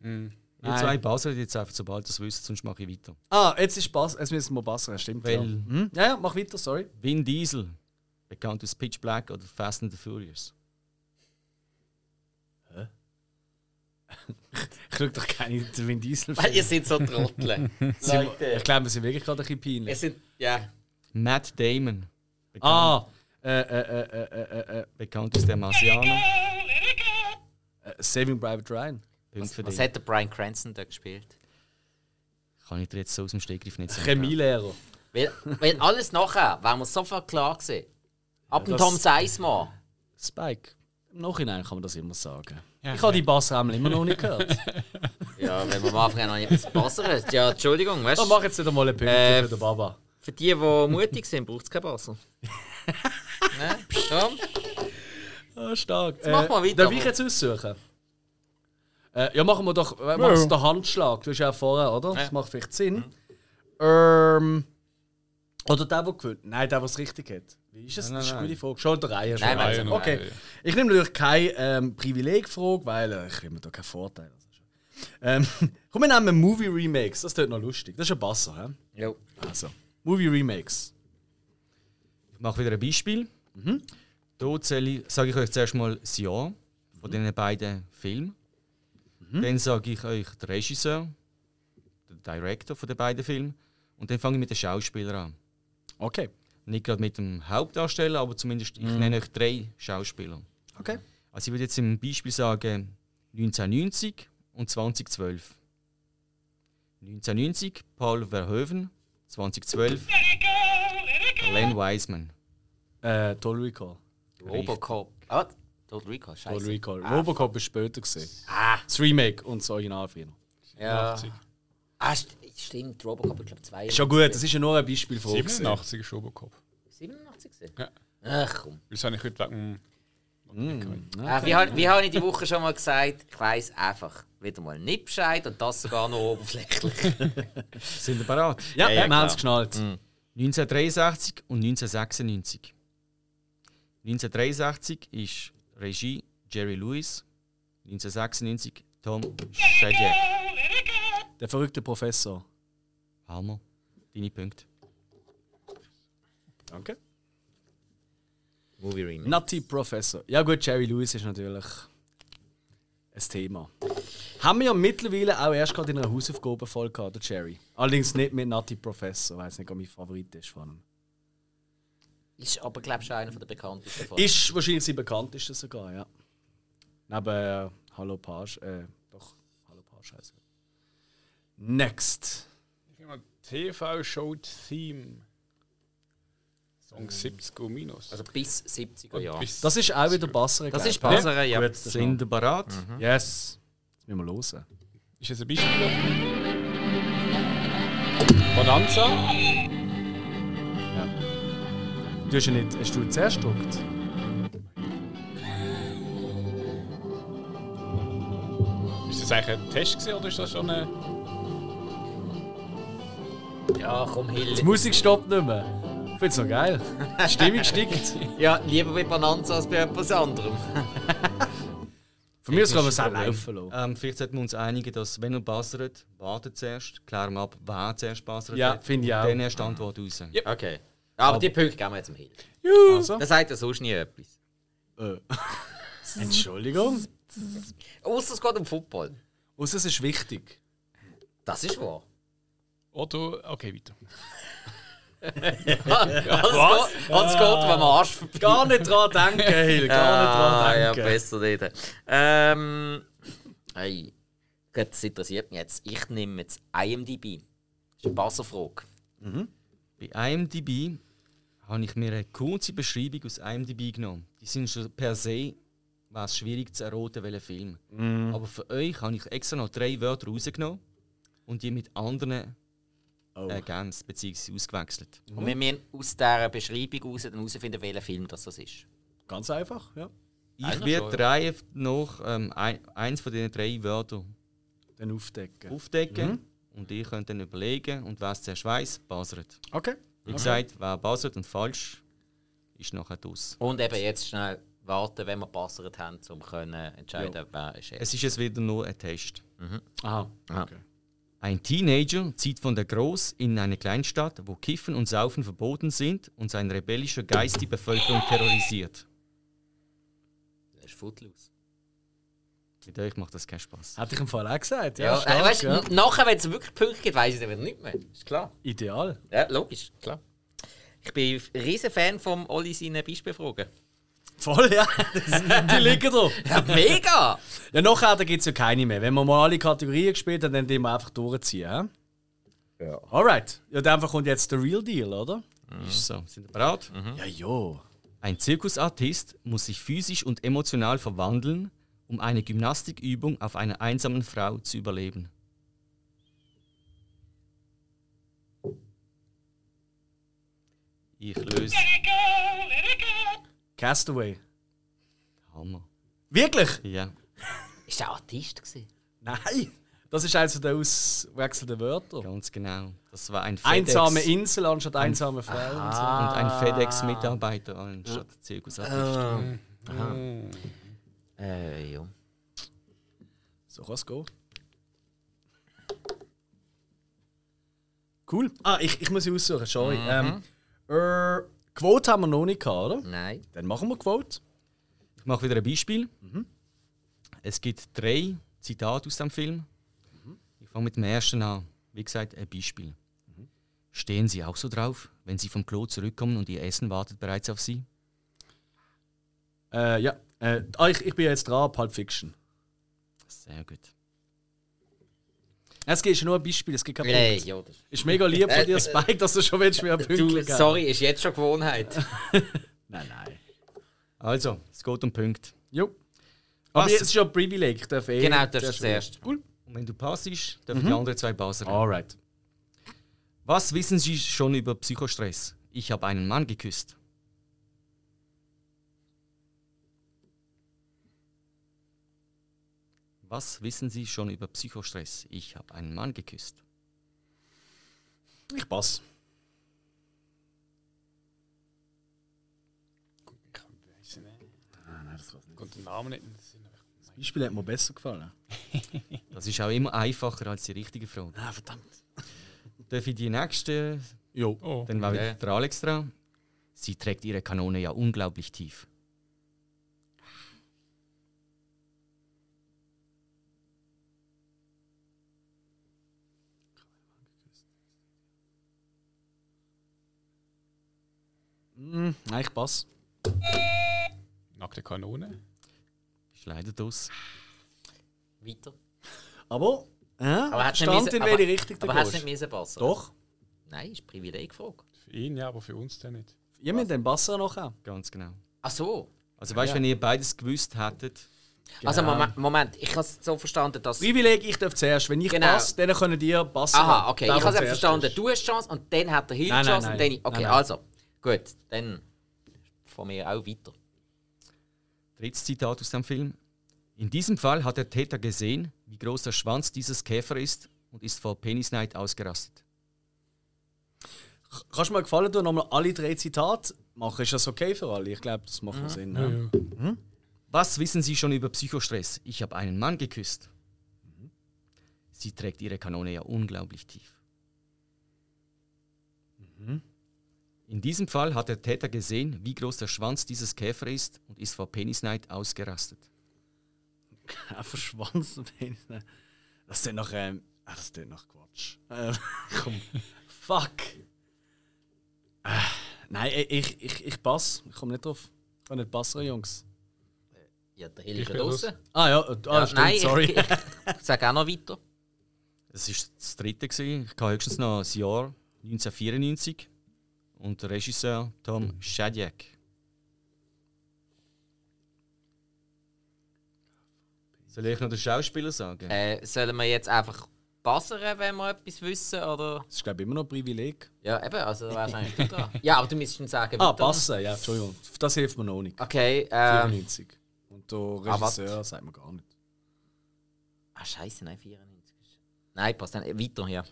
Speaker 2: Ihr
Speaker 1: Nein.
Speaker 2: zwei Basler jetzt einfach, sobald ihr es wisst, sonst mache ich weiter.
Speaker 1: Ah, jetzt ist Bass. Jetzt müssen wir Bass rein, stimmt.
Speaker 2: Weil-
Speaker 1: ja. Hm? ja, ja, mach weiter, sorry.
Speaker 2: Vin Diesel, bekannt aus Pitch Black oder Fast and the Furious.
Speaker 1: Ich schaue doch keine Vin Diesel.
Speaker 3: Weil Ah, ihr seid so Trottel.
Speaker 1: Ich
Speaker 3: Leute.
Speaker 1: glaube, wir sind wirklich gerade ein bisschen
Speaker 3: Ihr
Speaker 1: peinlich.
Speaker 3: sind, ja.
Speaker 2: Matt Damon, bekannt,
Speaker 1: Ah! Äh, äh, äh, äh, äh, äh,
Speaker 2: bekannt aus Der Marsianer.
Speaker 1: äh, Saving Private Ryan.
Speaker 2: Punkt für
Speaker 3: Was
Speaker 2: dich.
Speaker 3: hat der Brian Cranston da gespielt?
Speaker 2: Kann ich dir jetzt so aus dem Stegreif nicht sagen.
Speaker 1: Chemielehrer.
Speaker 3: Weil, weil alles nachher wäre mir sofort klar gewesen. Ab dem
Speaker 1: das-
Speaker 3: Tom Sizemore.
Speaker 1: Spike. Im Nachhinein kann man das immer sagen. ich habe die Bassrämmel immer noch nicht gehört.
Speaker 3: Ja, wenn wir am Anfang noch nicht etwas Passer hat. Ja, Entschuldigung, weißt
Speaker 1: Dann mach jetzt wieder mal einen Punkt
Speaker 3: Äh,
Speaker 1: für den Baba.
Speaker 3: Für die, die mutig sind, braucht es kein Passer. ne? Tom?
Speaker 1: Ah, stark.
Speaker 3: machen wir weiter,
Speaker 1: Darf ich
Speaker 3: aber-
Speaker 1: jetzt aussuchen? Äh, ja, machen wir doch äh, machen wir den Handschlag. Du hast ja auch vorher, oder? Das
Speaker 3: Ja. Mhm.
Speaker 1: macht vielleicht Sinn. Ähm, oder der, der gewinnt. Nein, der, der es richtig hat. Wie ist es?
Speaker 2: Nein,
Speaker 1: das ist
Speaker 2: nein,
Speaker 1: eine
Speaker 2: nein.
Speaker 1: gute Frage. Schon der Reihe.
Speaker 3: Nein,
Speaker 1: schon. Also,
Speaker 3: nein, nein,
Speaker 1: okay.
Speaker 4: nein.
Speaker 1: Ich nehme natürlich keine ähm, Privilegfrage, weil äh, ich will mir da keinen Vorteil. Also schon. Ähm, komm, wir nehmen Movie Remakes. Das tut noch lustig. Das ist ein Basser, hä?
Speaker 3: Jo.
Speaker 1: Also, Movie Remakes.
Speaker 2: Ich mache wieder ein Beispiel. Da zähle ich, sage ich euch zuerst mal das Jahr von diesen beiden Filmen. Dann sage ich euch den Regisseur, den Director von den beiden Filmen. Und dann fange ich mit den Schauspielern an.
Speaker 1: Okay.
Speaker 2: Nicht gerade mit dem Hauptdarsteller, aber zumindest ich nenne euch drei Schauspieler.
Speaker 1: Okay.
Speaker 2: Also ich würde jetzt im Beispiel sagen 1990 und 2012. 1990 Paul Verhoeven, 2012 Len Wiseman.
Speaker 1: Äh, Toll Recall.
Speaker 3: Robocop. Ah, was? Total Recall,
Speaker 1: Toll
Speaker 3: scheiße.
Speaker 1: Recall. Robocop war später. Gewesen.
Speaker 3: Ah,
Speaker 1: Das Remake und das Originalfilm.
Speaker 3: ja. Ah, st stimmt, Robocop, ich glaube, zwei.
Speaker 1: Ist ja gut, das ist ja nur ein Beispiel von
Speaker 4: 87 ist Robocop.
Speaker 3: 87 gesehen?
Speaker 4: Ja.
Speaker 3: Ach komm.
Speaker 4: Das habe ich heute wegen
Speaker 1: Mhm.
Speaker 4: dem.
Speaker 3: Ah, wie, hab- wie habe ich die Woche schon mal gesagt? Ich weiss einfach wieder mal nicht Bescheid und das sogar noch oberflächlich.
Speaker 2: Sind ihr bereit?
Speaker 1: Ja, ja,
Speaker 3: Ja,
Speaker 1: Mhm.
Speaker 3: ja,
Speaker 1: wir haben es
Speaker 3: klar.
Speaker 1: geschnallt.
Speaker 2: 1963 und 1996. 1963 ist Regie Jerry Lewis, 1996 Tom Shadyac.
Speaker 1: Der verrückte Professor.
Speaker 2: Hammer, deine Punkte.
Speaker 1: Danke.
Speaker 3: Movie Remake.
Speaker 1: Nutty Professor. Ja gut, Jerry Lewis ist natürlich ein Thema. Haben wir ja mittlerweile auch erst gerade in einer Hausaufgabe voll gehabt, der Jerry. Allerdings nicht mit Nutty Professor, weil es nicht gerade mein Favorit ist von ihm.
Speaker 3: Ist aber, glaube ich, schon einer der bekanntesten von
Speaker 1: Ist wahrscheinlich sein bekanntester sogar, ja. Neben äh, Hallo Page, äh, doch, Hallo Page heißt er. Next.
Speaker 4: TV-Show-Theme. Song 70 und minus.
Speaker 3: Also bis 70er Jahre.
Speaker 4: bis
Speaker 1: Das ist auch wieder Basser.
Speaker 3: Das
Speaker 1: glaub
Speaker 3: ist
Speaker 1: ich.
Speaker 3: Basere, ja.
Speaker 2: Gut, sind ihr bereit?
Speaker 1: Mhm. Yes. Jetzt müssen wir hören.
Speaker 4: Ist es ein Beispiel? Bonanza?
Speaker 1: Du hast ja nicht. Hast du zuerst gedruckt?
Speaker 4: Ist das eigentlich ein Test gewesen, oder ist das schon ein.
Speaker 3: Ja, komm,
Speaker 1: Die
Speaker 3: Hill.
Speaker 1: Musik stoppt nicht mehr. Ich find's noch geil. Die Stimmung stinkt.
Speaker 3: Ja, lieber bei Bonanza als bei etwas anderem.
Speaker 1: Von mir aus kann man es
Speaker 2: Technisches
Speaker 1: auch
Speaker 2: Problem.
Speaker 1: laufen lassen.
Speaker 2: Ähm, vielleicht sollten wir uns einigen, dass wenn er bassert, wartet zuerst, klären wir ab, wer zuerst bassert.
Speaker 1: Ja,
Speaker 2: hat,
Speaker 1: finde ich
Speaker 2: und
Speaker 1: auch.
Speaker 2: Dann erst die Antwort raus.
Speaker 3: Okay. Aber, die Punkte geben wir jetzt dem Hill.
Speaker 1: Also.
Speaker 3: Da sagt er sonst nie etwas.
Speaker 1: Äh. Entschuldigung.
Speaker 3: Außer es geht um Football.
Speaker 1: Außer es ist wichtig.
Speaker 3: Das ist wahr.
Speaker 4: Oder. Okay, weiter.
Speaker 3: Alles geht, alles geht, wenn man Arsch verpasst.
Speaker 1: Gar nicht dran denken, Hill. Gar
Speaker 3: Ah,
Speaker 1: nicht
Speaker 3: ja,
Speaker 1: dran denken.
Speaker 3: besser nicht. Ähm. Hey. Gut, das interessiert mich jetzt. Ich nehme jetzt IMDb. Das ist eine Passerfrage.
Speaker 2: Bei IMDb habe ich mir eine kurze Beschreibung aus IMDb genommen. Die sind schon per se war es schwierig zu erraten, welcher Film. Aber für euch habe ich extra noch drei Wörter rausgenommen und die mit anderen ergänzt bzw. ausgewechselt.
Speaker 1: Mhm.
Speaker 3: Und wir müssen aus dieser Beschreibung raus dann herausfinden, welcher Film das, das ist.
Speaker 1: Ganz einfach, ja.
Speaker 2: Ich werde drei noch ähm, ein, eins von diesen drei Wörtern
Speaker 1: Dann aufdecken.
Speaker 2: aufdecken und ihr könnt dann überlegen und wer es zuerst weiss, buzzert.
Speaker 1: Okay.
Speaker 2: Wie gesagt, wer buzzert und falsch, ist nachher draus.
Speaker 3: Und eben jetzt schnell warten, wenn wir passert haben, um können entscheiden, wer ist jetzt.
Speaker 2: Es ist jetzt wieder nur ein Test.
Speaker 1: Aha.
Speaker 2: Ein Teenager zieht von der Groß in eine Kleinstadt, wo Kiffen und Saufen verboten sind und sein rebellischer Geist die Bevölkerung terrorisiert.
Speaker 3: Das ist Footloose.
Speaker 2: Mit euch macht das keinen Spaß.
Speaker 1: Hätte ich im Fall auch gesagt. Ja,
Speaker 3: Ja,
Speaker 1: stark,
Speaker 3: äh, weißt,
Speaker 1: ja.
Speaker 3: n- Nachher, wenn es wirklich Punkte gibt, weiss ich dann wieder nicht mehr. Ist klar.
Speaker 1: Ideal.
Speaker 3: Ja, logisch, klar. Ich bin ein riesen Fan von Olli seinen Beispielfragen.
Speaker 1: Voll, ja. Das, die liegen da.
Speaker 3: Ja, mega!
Speaker 1: Ja, nachher gibt es ja keine mehr. Wenn wir mal alle Kategorien gespielt haben, dann die wir einfach durchziehen. hä?
Speaker 3: Ja.
Speaker 1: Alright. Ja, dann kommt jetzt der Real Deal, oder?
Speaker 2: Ist so. Sind ihr bereit?
Speaker 1: Ja, jo.
Speaker 2: Ein Zirkusartist muss sich physisch und emotional verwandeln, um eine Gymnastikübung auf einer einsamen Frau zu überleben. Ich löse.
Speaker 1: Castaway.
Speaker 2: Hammer.
Speaker 1: Wirklich?
Speaker 2: Ja.
Speaker 3: Ist der Artist gewesen?
Speaker 1: Nein! Das ist eines der auswechselnden Wörter.
Speaker 2: Ganz genau. Das war ein FedEx.
Speaker 1: Einsame Insel anstatt einsame Frau. und
Speaker 3: Ah.
Speaker 1: so.
Speaker 2: und ein FedEx-Mitarbeiter anstatt
Speaker 1: Ah.
Speaker 2: Zirkusartist.
Speaker 3: Hm. Äh, ja.
Speaker 1: So kann's gehen. Cool. Ah, ich, ich muss sie aussuchen, sorry.
Speaker 3: Mhm.
Speaker 1: Ähm, äh, Quote haben wir noch nicht gehabt, oder?
Speaker 3: Nein.
Speaker 1: Dann machen wir Quote.
Speaker 2: Ich mache wieder ein Beispiel.
Speaker 1: Mhm.
Speaker 2: Es gibt drei Zitate aus dem Film. Ich fange mit dem ersten an. Wie gesagt, ein Beispiel.
Speaker 1: Mhm.
Speaker 2: Stehen Sie auch so drauf, wenn Sie vom Klo zurückkommen und Ihr Essen wartet bereits auf Sie?
Speaker 1: Äh, ja. Äh, ah, ich, ich bin jetzt dran, Pulp Fiction.
Speaker 2: Sehr gut.
Speaker 1: Es gibt ja nur ein Beispiel, es gibt kein
Speaker 3: Äh,
Speaker 1: Punkt.
Speaker 3: ja. Das
Speaker 1: Ist mega lieb von dir, Spike, dass du schon willst, mir ein Pünktchen
Speaker 3: du,
Speaker 1: geben.
Speaker 3: sorry, ist jetzt schon Gewohnheit.
Speaker 1: Nein, nein.
Speaker 2: Also, es geht um Punkte.
Speaker 1: Jo. Aber
Speaker 2: Was?
Speaker 1: jetzt ist ja ein Privileg, ich darf eh
Speaker 3: Genau, das ist zuerst.
Speaker 1: Cool.
Speaker 2: Und wenn du passest, dürfen
Speaker 1: Mhm.
Speaker 2: die anderen zwei passen.
Speaker 1: Alright.
Speaker 2: Was wissen Sie schon über Psychostress? Ich habe einen Mann geküsst. Was wissen Sie schon über Psychostress? Ich habe einen Mann geküsst.
Speaker 1: Ich passe.
Speaker 4: Ich weiß nicht. Kommt der Name nicht in den Sinn.
Speaker 1: Das Beispiel hat mir besser gefallen.
Speaker 2: Das ist auch immer einfacher als die richtige Frage.
Speaker 1: Ah, verdammt.
Speaker 2: Darf ich die nächste?
Speaker 1: Jo.
Speaker 4: Oh.
Speaker 2: Dann war wieder
Speaker 3: Ja.
Speaker 2: der Alex dran. Sie trägt ihre Kanone ja unglaublich tief.
Speaker 1: Mm, nein, ich passe.
Speaker 4: Nackte Kanone.
Speaker 2: Ist leider das.
Speaker 3: Weiter.
Speaker 1: Aber, äh, aber
Speaker 3: hat's
Speaker 1: stand
Speaker 3: müssen-
Speaker 1: in
Speaker 3: aber-
Speaker 1: welche Richtung du
Speaker 3: Aber hast
Speaker 1: gehst.
Speaker 3: nicht müssen passen?
Speaker 1: Doch.
Speaker 3: Nein, ist Privilegfrage.
Speaker 4: Für ihn ja, aber für uns dann nicht.
Speaker 1: Ihr müsst den Basser nachher.
Speaker 2: Ganz genau.
Speaker 3: Ach so.
Speaker 2: Also weißt, wenn ihr beides gewusst hättet,
Speaker 3: Also Moment, Moment, ich habe es so verstanden, dass...
Speaker 1: Genau. Privileg, ich darf zuerst. Wenn ich
Speaker 3: Genau.
Speaker 1: passe, dann können die passen.
Speaker 3: Aha, okay,
Speaker 1: Der,
Speaker 3: ich habe
Speaker 1: der
Speaker 3: es
Speaker 1: zuerst
Speaker 3: verstanden.
Speaker 1: ist.
Speaker 3: Du hast die Chance und dann hat der Hill
Speaker 1: Nein,
Speaker 3: die
Speaker 1: nein,
Speaker 3: Chance
Speaker 1: nein.
Speaker 3: und dann... ich. Okay,
Speaker 1: Nein, nein.
Speaker 3: also, gut, dann von mir auch weiter.
Speaker 2: drittes Zitat aus dem Film. In diesem Fall hat der Täter gesehen, wie groß der Schwanz dieses Käfer ist und ist vor Penisneid ausgerastet.
Speaker 1: Kannst du mir gefallen, du nochmal alle drei Zitate machen? Ist das okay für alle? Ich glaube, das
Speaker 3: Mhm.
Speaker 1: macht Sinn. ne? Ja.
Speaker 2: Was wissen Sie schon über Psychostress? Ich habe einen Mann geküsst. Sie trägt ihre Kanone ja unglaublich tief. In diesem Fall hat der Täter gesehen, wie groß der Schwanz dieses Käfer ist und ist vor Penisneid ausgerastet.
Speaker 1: Einfach Schwanz und Penis. ne? Das ist noch. Ähm, ah, das ist noch Quatsch. Äh, komm. Fuck. Äh, nein, ich, ich, ich, ich passe. Ich komme nicht drauf. Ich kann nicht passen, Jungs.
Speaker 3: Ja, der Hill ist
Speaker 4: Ich
Speaker 3: ja
Speaker 4: bin
Speaker 3: draußen.
Speaker 1: Ah ja, äh, ah,
Speaker 3: Ja,
Speaker 1: stimmt,
Speaker 3: Oh, nein, ich-
Speaker 1: sorry.
Speaker 3: Ich sage auch noch weiter.
Speaker 2: Es ist das dritte. Gewesen. Ich kann höchstens noch das Jahr 1994 und der Regisseur Tom Shadyac. Soll ich noch den Schauspieler sagen?
Speaker 3: Äh, sollen wir jetzt einfach passen, wenn wir etwas wissen, oder?
Speaker 1: Das ist, glaube ich, immer noch ein Privileg.
Speaker 3: Ja, eben, also da wärst eigentlich du dran. Ja, aber du müsstest schon sagen,
Speaker 1: Ah,
Speaker 3: weiter.
Speaker 1: passen, ja, Entschuldigung. Das hilft mir noch nicht.
Speaker 3: Okay, ähm...
Speaker 1: 94. Und der Regisseur sagt mir gar nicht.
Speaker 3: Ah, scheiße, nein, 94. Nein, passt dann äh, weiter, ja.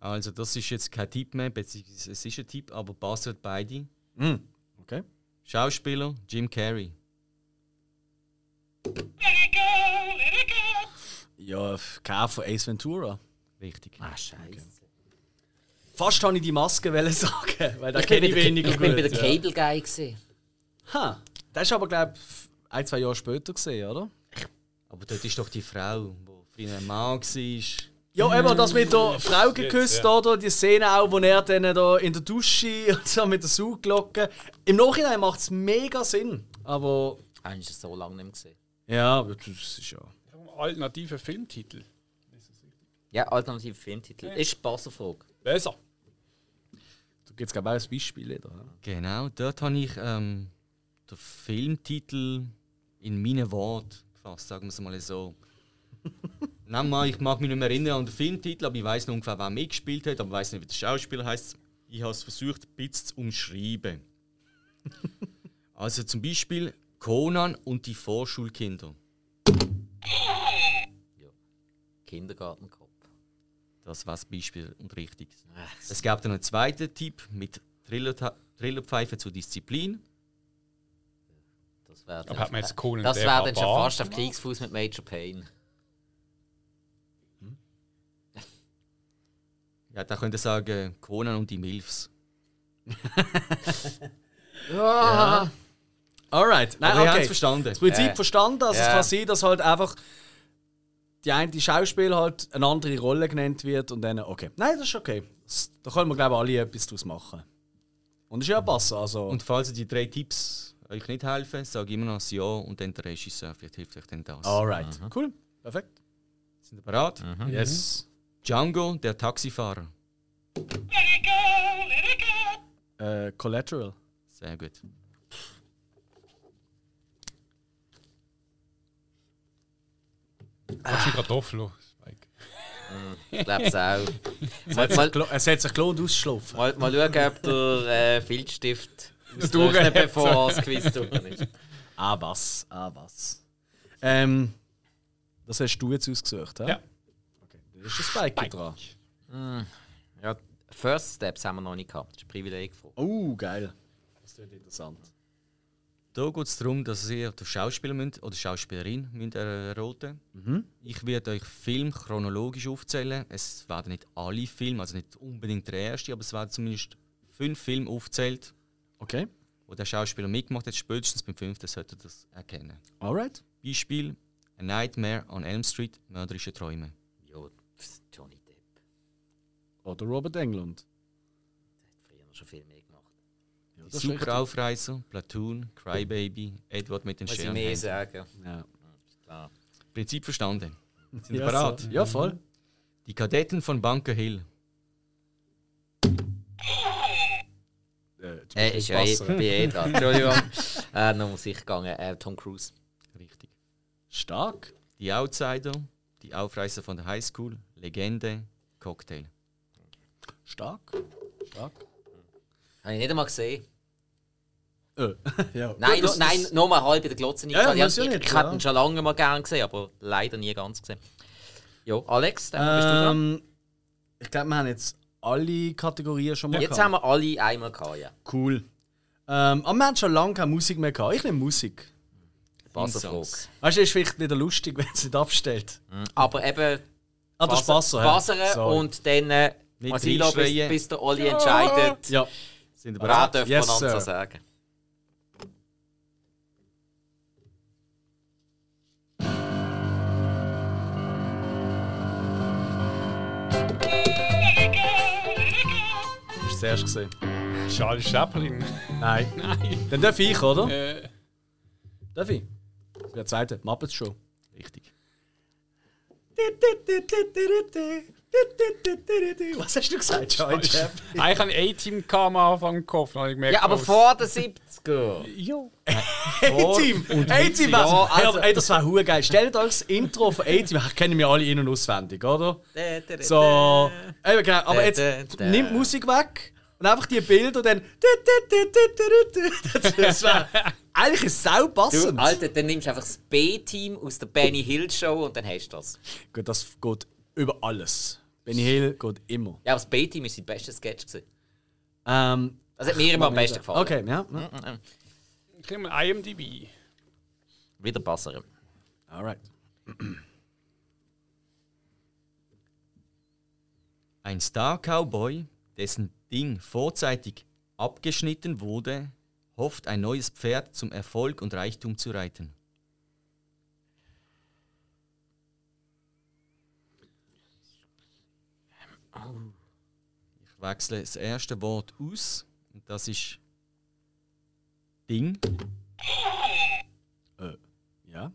Speaker 2: Also, das ist jetzt kein Tipp mehr, beziehungsweise es ist ein Tipp, aber passen beide.
Speaker 1: Hm, okay.
Speaker 2: Schauspieler Jim Carrey.
Speaker 1: Ja, K von Ace Ventura.
Speaker 2: Richtig.
Speaker 3: Ah, scheiße.
Speaker 1: Fast habe ich die Maske wollen sagen, weil da
Speaker 3: Ich
Speaker 1: kenne
Speaker 3: bin bei
Speaker 1: ich
Speaker 3: der,
Speaker 1: weniger
Speaker 3: ich bin bei der
Speaker 1: gut, ja.
Speaker 3: Cable Guy gewesen.
Speaker 1: Ha, das ist aber, glaube ich, ein, zwei Jahre später gesehen, oder?
Speaker 2: Aber dort ist doch die Frau, die früher ein Mann war.
Speaker 1: Ja, eben, das mit der Frau geküsst,
Speaker 4: ja.
Speaker 1: oder? Die Szene auch, wo er dann da in der Dusche und so mit der Sauglocke. Im Nachhinein macht es mega Sinn, aber.
Speaker 3: Ah, ich habe so lange nicht mehr gesehen.
Speaker 1: Ja, aber das ist ja.
Speaker 4: Alternativer Filmtitel.
Speaker 3: Ja, alternative Filmtitel. Ist Passerfrage.
Speaker 4: Besser.
Speaker 1: Da gibt es, glaube ich, auch ein Beispiel. Oder?
Speaker 2: Genau, dort habe ich ähm, den Filmtitel in meinen Worten gefasst, sagen wir es mal so. Nehmen wir, ich mag mich nicht mehr erinnern an den Filmtitel, aber ich weiß noch ungefähr, wer mitgespielt hat, aber ich weiß nicht, wie der Schauspieler heißt. Ich habe es versucht, ein bisschen zu umschreiben. also zum Beispiel Conan und die Vorschulkinder.
Speaker 3: Kindergartenkopf.
Speaker 2: Das war das Beispiel und richtig. Es gab dann einen zweiten Tipp mit Trillerta- Trillerpfeife zur Disziplin.
Speaker 3: Das wäre
Speaker 4: Aber hat man jetzt Conan
Speaker 3: das
Speaker 4: der
Speaker 3: wär dann schon
Speaker 4: Barbar
Speaker 3: fast auf Kriegsfuß mit Major Payne.
Speaker 2: Ja, da könnt ihr sagen, Conan und die Milfs.
Speaker 3: Ja.
Speaker 1: Alright, nein,
Speaker 2: Aber ihr habt
Speaker 1: okay.
Speaker 2: es verstanden.
Speaker 1: Das Prinzip
Speaker 3: Äh.
Speaker 1: verstanden, also es
Speaker 3: Ja.
Speaker 1: kann sein, dass halt einfach die eine Schauspiel halt eine andere Rolle genannt wird und dann, okay. Nein, das ist okay. Das, da können wir, glaube ich, alle etwas draus machen. Und es ist ja passend, also...
Speaker 2: Und falls ihr die drei Tipps euch nicht helfen, sag immer noch das Ja und dann der Regisseur. Vielleicht hilft euch dann das.
Speaker 1: Alright, cool, perfekt. Mhm.
Speaker 2: Sind ihr bereit?
Speaker 1: Yes.
Speaker 2: Django, der Taxifahrer.
Speaker 1: Äh, collateral.
Speaker 2: Sehr gut.
Speaker 4: Hast du Kartoffeln? Spike?
Speaker 3: Ich glaube es auch. mal,
Speaker 1: Es hat
Speaker 3: mal,
Speaker 1: sich gelo- Es hat sich gelohnt, auszuschlafen.
Speaker 3: mal, mal schauen, ob der äh, Filzstift ausdrückt, bevor das Quiz durch ist.
Speaker 1: Ah, was, ah, was. Ähm, das hast du jetzt ausgesucht, hä?
Speaker 4: Ja.
Speaker 1: Okay, dann ist der Spike, dran.
Speaker 3: Ja, First Steps haben wir noch nicht gehabt. Das ist ein Privileg von.
Speaker 1: Oh, geil. Das wird interessant.
Speaker 2: Da geht es darum, dass ihr den Schauspieler müsst, oder Schauspielerin müsst erraten Ich werde euch Film chronologisch aufzählen. Es werden nicht alle Filme, also nicht unbedingt der erste, aber es werden zumindest fünf Filme aufgezählt,
Speaker 1: Okay,
Speaker 2: wo der Schauspieler mitgemacht hat. Spätestens beim fünften solltet ihr das erkennen.
Speaker 1: alright.
Speaker 2: Beispiel: A Nightmare on Elm Street, mörderische Träume.
Speaker 3: Ja, pff, Johnny Depp
Speaker 1: Oder Robert Englund.
Speaker 3: hat früher schon viel mehr gemacht.
Speaker 1: Ja, das ist richtig.
Speaker 2: Super Aufreißer, Platoon, Crybaby, Edward mit den
Speaker 3: Muss ich
Speaker 2: Scherenhänden.
Speaker 3: mehr sagen?
Speaker 1: Ja.
Speaker 3: Klar.
Speaker 2: Prinzip verstanden. Sind ihr
Speaker 1: ja,
Speaker 2: bereit? Mhm.
Speaker 1: So. Ja, voll.
Speaker 2: Die Kadetten von Bunker Hill.
Speaker 3: Äh, ist ja eh, bin eh dran. Entschuldigung. äh, noch muss ich gegangen. Äh, Tom Cruise.
Speaker 2: Richtig.
Speaker 1: Stark.
Speaker 2: Die Outsider, die Aufreißer von der Highschool, Legende, Cocktail.
Speaker 1: Stark. Stark.
Speaker 3: Habe ich nicht einmal gesehen.
Speaker 1: Äh, ja.
Speaker 3: Nein,
Speaker 1: Gut, das-
Speaker 3: no, nein
Speaker 1: das-
Speaker 3: noch mal halb in der Glotze nicht.
Speaker 1: Ja,
Speaker 3: gesehen.
Speaker 1: muss ja
Speaker 3: ich
Speaker 1: nicht,
Speaker 3: ich
Speaker 1: ja.
Speaker 3: hätte ihn schon lange mal gern gesehen, aber leider nie ganz gesehen. Jo, Alex, dann bist du dran.
Speaker 1: Ähm, ich glaube, wir haben jetzt alle Kategorien schon mal
Speaker 3: Jetzt haben
Speaker 1: gehabt.
Speaker 3: wir alle einmal gehabt, ja.
Speaker 1: Cool. Ähm, aber wir haben schon lange keine Musik mehr gehabt. Ich nehme Musik.
Speaker 3: Wasserfrog.
Speaker 1: Weißt du, ist vielleicht wieder lustig, wenn es nicht abstellt.
Speaker 3: Aber eben
Speaker 1: Ah, das ist Wasser. hä?
Speaker 3: Wasser
Speaker 1: Sorry.
Speaker 3: und dann äh,
Speaker 2: Nicht
Speaker 3: Asilo, bis,
Speaker 2: reinschreien.
Speaker 3: bis der Oli entscheidet,
Speaker 1: Ja.
Speaker 2: Sind ihr
Speaker 3: wer
Speaker 2: bereit?
Speaker 3: darf
Speaker 1: Yes,
Speaker 3: Bonanza
Speaker 1: sir.
Speaker 3: sagen.
Speaker 1: Hast du zuerst gesehen?
Speaker 4: Charles Chaplin.
Speaker 1: Nein. Nein. Dann darf ich, oder?
Speaker 4: Äh,
Speaker 1: Darf ich? Das wäre die zweite. Muppets Show.
Speaker 2: Richtig.
Speaker 1: Was hast du gesagt, Joy Chap?
Speaker 4: Eigentlich hatte ich A-Team gehabt am Anfang im Kopf. Dann habe ich gemerkt,
Speaker 3: Ja, aber
Speaker 4: oh,
Speaker 3: vor den 70er.
Speaker 4: Ja.
Speaker 1: A-Team! A-Team!
Speaker 3: Ja,
Speaker 1: Ja,
Speaker 3: also-
Speaker 1: Ey, das war hure geil. Stellt euch das Intro von A-Team, ich kennen wir alle in- und auswendig, oder? So. Eben, genau. Aber jetzt nimmt die Musik weg und einfach die Bilder und dann. Das war eigentlich ist sau
Speaker 3: Du,
Speaker 1: passend.
Speaker 3: Alter, dann nimmst du einfach das B-Team aus der Benny Hill Show und dann hast du das.
Speaker 1: Gut, das geht über alles. Benny Hill geht immer.
Speaker 3: Ja, aber das B-Team war sein bester Sketch. Gewesen.
Speaker 1: Ähm,
Speaker 3: Das hat mir immer am besten gefallen.
Speaker 1: okay, ja. ja.
Speaker 4: Ich nehme einen IMDb.
Speaker 3: Wieder Passer.
Speaker 1: Alright.
Speaker 2: Ein Star-Cowboy, dessen Ding vorzeitig abgeschnitten wurde, hofft ein neues Pferd zum Erfolg und Reichtum zu reiten. Ich wechsle das erste Wort aus und das ist Ding.
Speaker 1: Ja.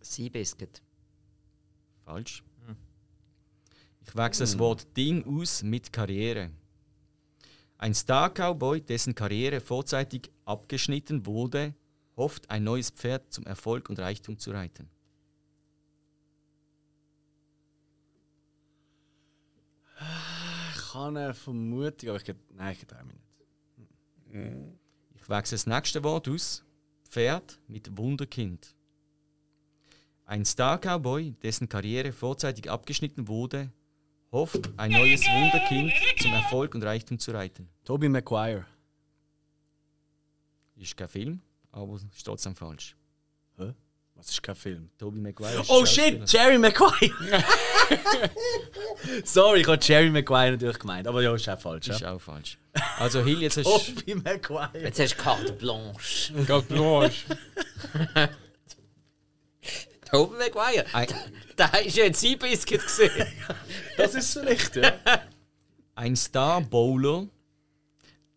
Speaker 3: Seabiscuit.
Speaker 2: Falsch. Hm. Ich wechsle
Speaker 1: Hm.
Speaker 2: das Wort Ding aus mit Karriere. Ein Star-Cowboy, dessen Karriere vorzeitig abgeschnitten wurde, hofft, ein neues Pferd zum Erfolg und Reichtum zu reiten.
Speaker 1: Ich habe eine Vermutung, aber ich. glaub- Nein, ich traue mich nicht.
Speaker 2: Ich wechsle das nächste Wort aus. Pferd mit Wunderkind. Ein Star-Cowboy, dessen Karriere vorzeitig abgeschnitten wurde, hofft, ein neues Wunderkind zum Erfolg und Reichtum zu reiten.
Speaker 1: Toby Maguire.
Speaker 2: Ist kein Film, aber ist trotzdem falsch.
Speaker 1: Hä? Was ist kein Film?
Speaker 2: Toby Maguire ist
Speaker 1: Oh
Speaker 2: Schauspieler.
Speaker 1: shit, Jerry Maguire! Sorry, ich habe Jerry Maguire natürlich gemeint, aber ja, ist auch falsch.
Speaker 2: Ist
Speaker 1: Ja.
Speaker 2: auch falsch. Also Hill, jetzt hast
Speaker 3: Oh.
Speaker 2: du...
Speaker 1: Toby Maguire.
Speaker 3: Jetzt hast du Carte Blanche.
Speaker 4: Geht los.
Speaker 3: Tobey Maguire.
Speaker 2: Ein,
Speaker 3: Da ist ja ein Seabiscuit gesehen.
Speaker 1: Das ist vielleicht, ja.
Speaker 2: ein Star-Bowler,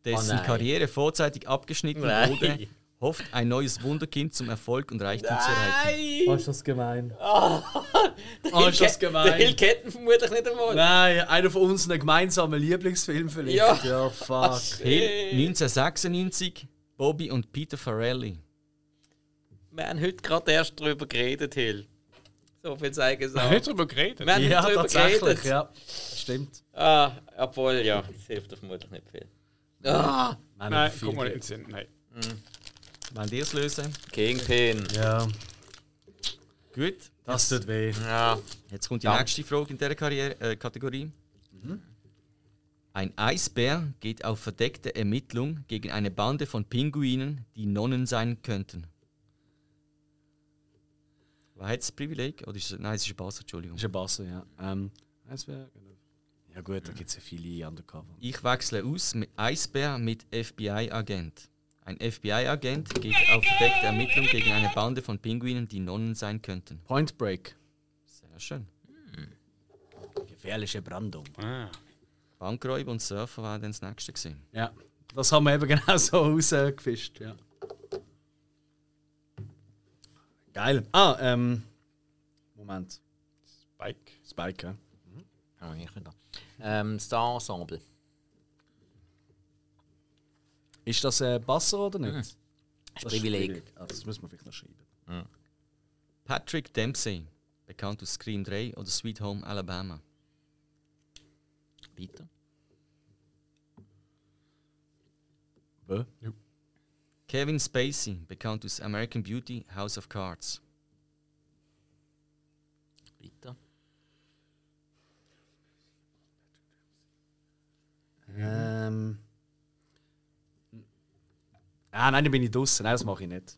Speaker 2: dessen
Speaker 3: Oh nein.
Speaker 2: Karriere vorzeitig abgeschnitten
Speaker 3: Nein.
Speaker 2: wurde, hofft, ein neues Wunderkind zum Erfolg und Reichtum zu reiten.
Speaker 1: Oh, ist das gemein.
Speaker 3: Der
Speaker 1: Oh, ist das
Speaker 3: Hill- Der Hill
Speaker 1: gemein.
Speaker 3: kennt ihn vermutlich nicht einmal.
Speaker 1: Nein, einer von unseren gemeinsamen Lieblingsfilmen vielleicht.
Speaker 3: Ja.
Speaker 1: ja fuck.
Speaker 2: Hill, 1996, Bobby und Peter Farrelly.
Speaker 3: Wir haben heute gerade erst drüber geredet, Hill. So viel sei
Speaker 4: Haben
Speaker 3: gesagt.
Speaker 4: wir darüber geredet?
Speaker 3: Wir haben
Speaker 1: Ja,
Speaker 3: darüber
Speaker 1: tatsächlich,
Speaker 3: geredet.
Speaker 1: ja. Stimmt.
Speaker 3: Ah, obwohl, ja, das hilft dir vermutlich nicht viel. Ah,
Speaker 1: Nein,
Speaker 4: Nein,
Speaker 1: viel
Speaker 4: guck mal in den
Speaker 1: geht.
Speaker 4: Sinn. Nein.
Speaker 2: Wollt ihr es lösen?
Speaker 3: Kingpin.
Speaker 1: Ja,
Speaker 2: Gut.
Speaker 1: das tut weh.
Speaker 3: Ja.
Speaker 2: Jetzt kommt die
Speaker 3: Ja.
Speaker 2: nächste Frage in dieser Karriere, äh, Kategorie.
Speaker 1: Mhm.
Speaker 2: Ein Eisbär geht auf verdeckte Ermittlung gegen eine Bande von Pinguinen, die Nonnen sein könnten. Wer hat das Privileg? Oder ist es, nein, es ist Basel, Entschuldigung.
Speaker 1: Das ist ein Basser, ja. Ähm, eins wäre- ja gut, da gibt es ja viele Undercover.
Speaker 2: Ich wechsle aus mit Eisbär mit FBI-Agent. Ein FBI-Agent geht auf verdeckte Ermittlung gegen eine Bande von Pinguinen, die Nonnen sein könnten.
Speaker 1: Point Break.
Speaker 2: Sehr schön.
Speaker 1: Gefährliche Brandung.
Speaker 4: Ah.
Speaker 2: Bankräuber und Surfer waren dann das nächste gesehen.
Speaker 1: Ja, das haben wir eben genau so rausgefischt. Ja. Geil. Ah, ähm. Moment.
Speaker 4: Bike.
Speaker 1: Spike, ja.
Speaker 3: Ah, ich bin da. Ähm, Star Ensemble.
Speaker 1: Ist das ein Basser oder nicht? Das
Speaker 3: Das
Speaker 1: ist
Speaker 3: Privileg.
Speaker 1: schwierig. Ah, das müssen wir vielleicht noch schreiben.
Speaker 2: Patrick Dempsey, bekannt aus Scream 3 oder Sweet Home Alabama.
Speaker 3: Weiter.
Speaker 1: Bö?
Speaker 2: Kevin Spacey, bekannt aus American Beauty, House of Cards.
Speaker 3: Weiter.
Speaker 1: Ähm. Hm. Ah, nein, da bin ich draußen. Nein, das mache ich nicht.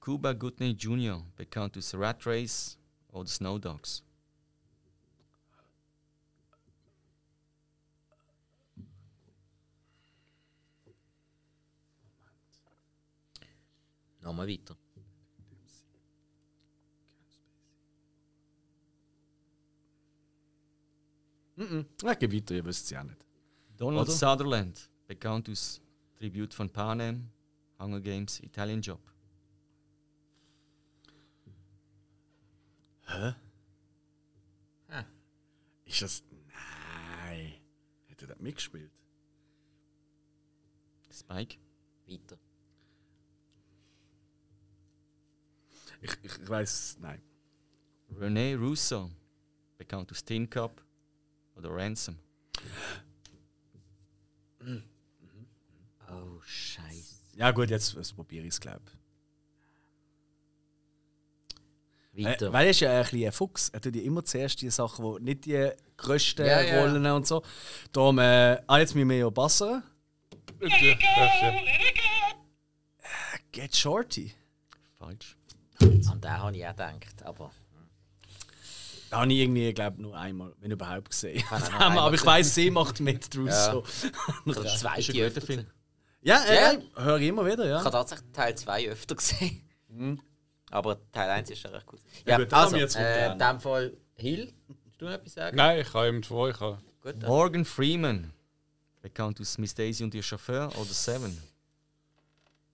Speaker 2: Cuba Goodney Jr., bekannt aus Rat Race oder Snow Dogs.
Speaker 3: Nochmal weiter.
Speaker 1: Mhm. Ja, geh weiter, ihr wisst es ja nicht.
Speaker 2: Donald
Speaker 1: Oder?
Speaker 2: Sutherland, bekannt aus Tribute von Panem, Hunger Games, Italian Job.
Speaker 1: Ist das. Nein. Hätte das mitgespielt?
Speaker 2: Spike.
Speaker 3: Weiter.
Speaker 1: Ich, ich, ich weiß Nein.
Speaker 2: Rene Russo, bekannt aus Tin Cup oder Ransom.
Speaker 3: Oh, Scheiße.
Speaker 1: Ja, gut, jetzt, jetzt probiere ich es, glaube ich.
Speaker 3: Weiter.
Speaker 1: Äh, weil er ist ja ein bisschen ein Fuchs. Er tut ja immer zuerst die Sachen, die nicht die grössten
Speaker 3: Ja, ja.
Speaker 1: Rollen und so. Darum, äh, ah, jetzt müssen wir ja passen.
Speaker 4: Ja, das ist
Speaker 1: Get Shorty.
Speaker 2: Falsch.
Speaker 3: An den habe ich auch gedacht, aber.
Speaker 1: Da habe ich irgendwie, glaube nur einmal, wenn überhaupt, gesehen.
Speaker 3: Kann auch nur
Speaker 1: Aber
Speaker 3: einmal
Speaker 1: ich weiß, sie macht mit draus.
Speaker 3: Ja.
Speaker 1: So.
Speaker 3: Also zwei
Speaker 2: Ist ein
Speaker 3: öfter
Speaker 2: guter Film.
Speaker 1: Ja, äh,
Speaker 3: Ja.
Speaker 1: nein, höre ich immer wieder,
Speaker 3: Ich
Speaker 1: ja.
Speaker 3: habe tatsächlich Teil 2 öfter gesehen. Aber Teil 1 ist ja recht gut.
Speaker 1: Ja,
Speaker 3: Mhm. Ja,
Speaker 1: gut, das haben
Speaker 3: also,
Speaker 1: wir jetzt gut
Speaker 3: äh, in
Speaker 1: gelernt.
Speaker 3: dem Fall, Hill, willst du noch etwas sagen?
Speaker 4: Nein, ich habe ihm zwei. Ich habe
Speaker 3: Gut, dann.
Speaker 2: Morgan Freeman, bekannt aus Miss Daisy und ihr Chauffeur oder Seven.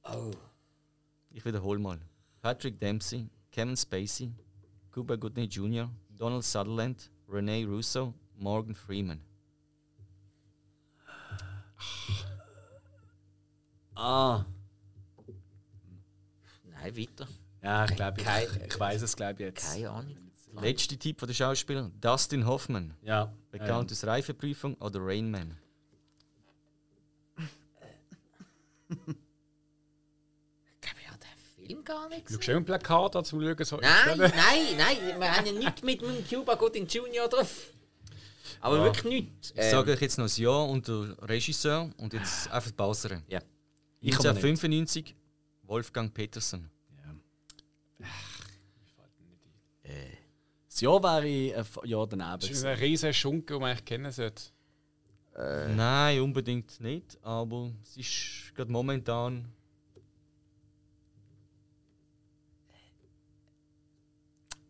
Speaker 3: Oh.
Speaker 2: Ich wiederhole mal. Patrick Dempsey, Kevin Spacey, Cuba Goodney Jr., Donald Sutherland, Rene Russo, Morgan Freeman.
Speaker 1: Ah.
Speaker 3: Nein, weiter.
Speaker 1: Ja, ich glaube,
Speaker 3: Kein-
Speaker 1: ich, ich weiß es, glaube ich, jetzt.
Speaker 3: Keine Ahnung.
Speaker 2: Letzter Tipp von der Schauspieler, Dustin Hoffman,
Speaker 1: Ja,
Speaker 2: bekannt aus Reifeprüfung oder Rain Man.
Speaker 3: Ich glaube, ich habe den Film gar nichts.
Speaker 4: Du schön Plakat an zum Schauen. So
Speaker 3: Nein,
Speaker 4: einstellen.
Speaker 3: nein, nein, wir haben ja nichts mit dem Cuba Gooding Jr. drauf. Aber wirklich nichts.
Speaker 2: Ich sage euch jetzt noch ein Jahr und der Regisseur und jetzt einfach pausern.
Speaker 3: Ähm, ja.
Speaker 1: Ich kann nicht.
Speaker 2: 1995, Wolfgang Petersen.
Speaker 1: äh, Das Jahr wäre ich ein F- Jahr daneben.
Speaker 4: Das ist
Speaker 1: gewesen.
Speaker 4: ein riesen Schunke, den man eigentlich kennen sollte.
Speaker 2: Nein, unbedingt nicht, aber es ist gerade momentan.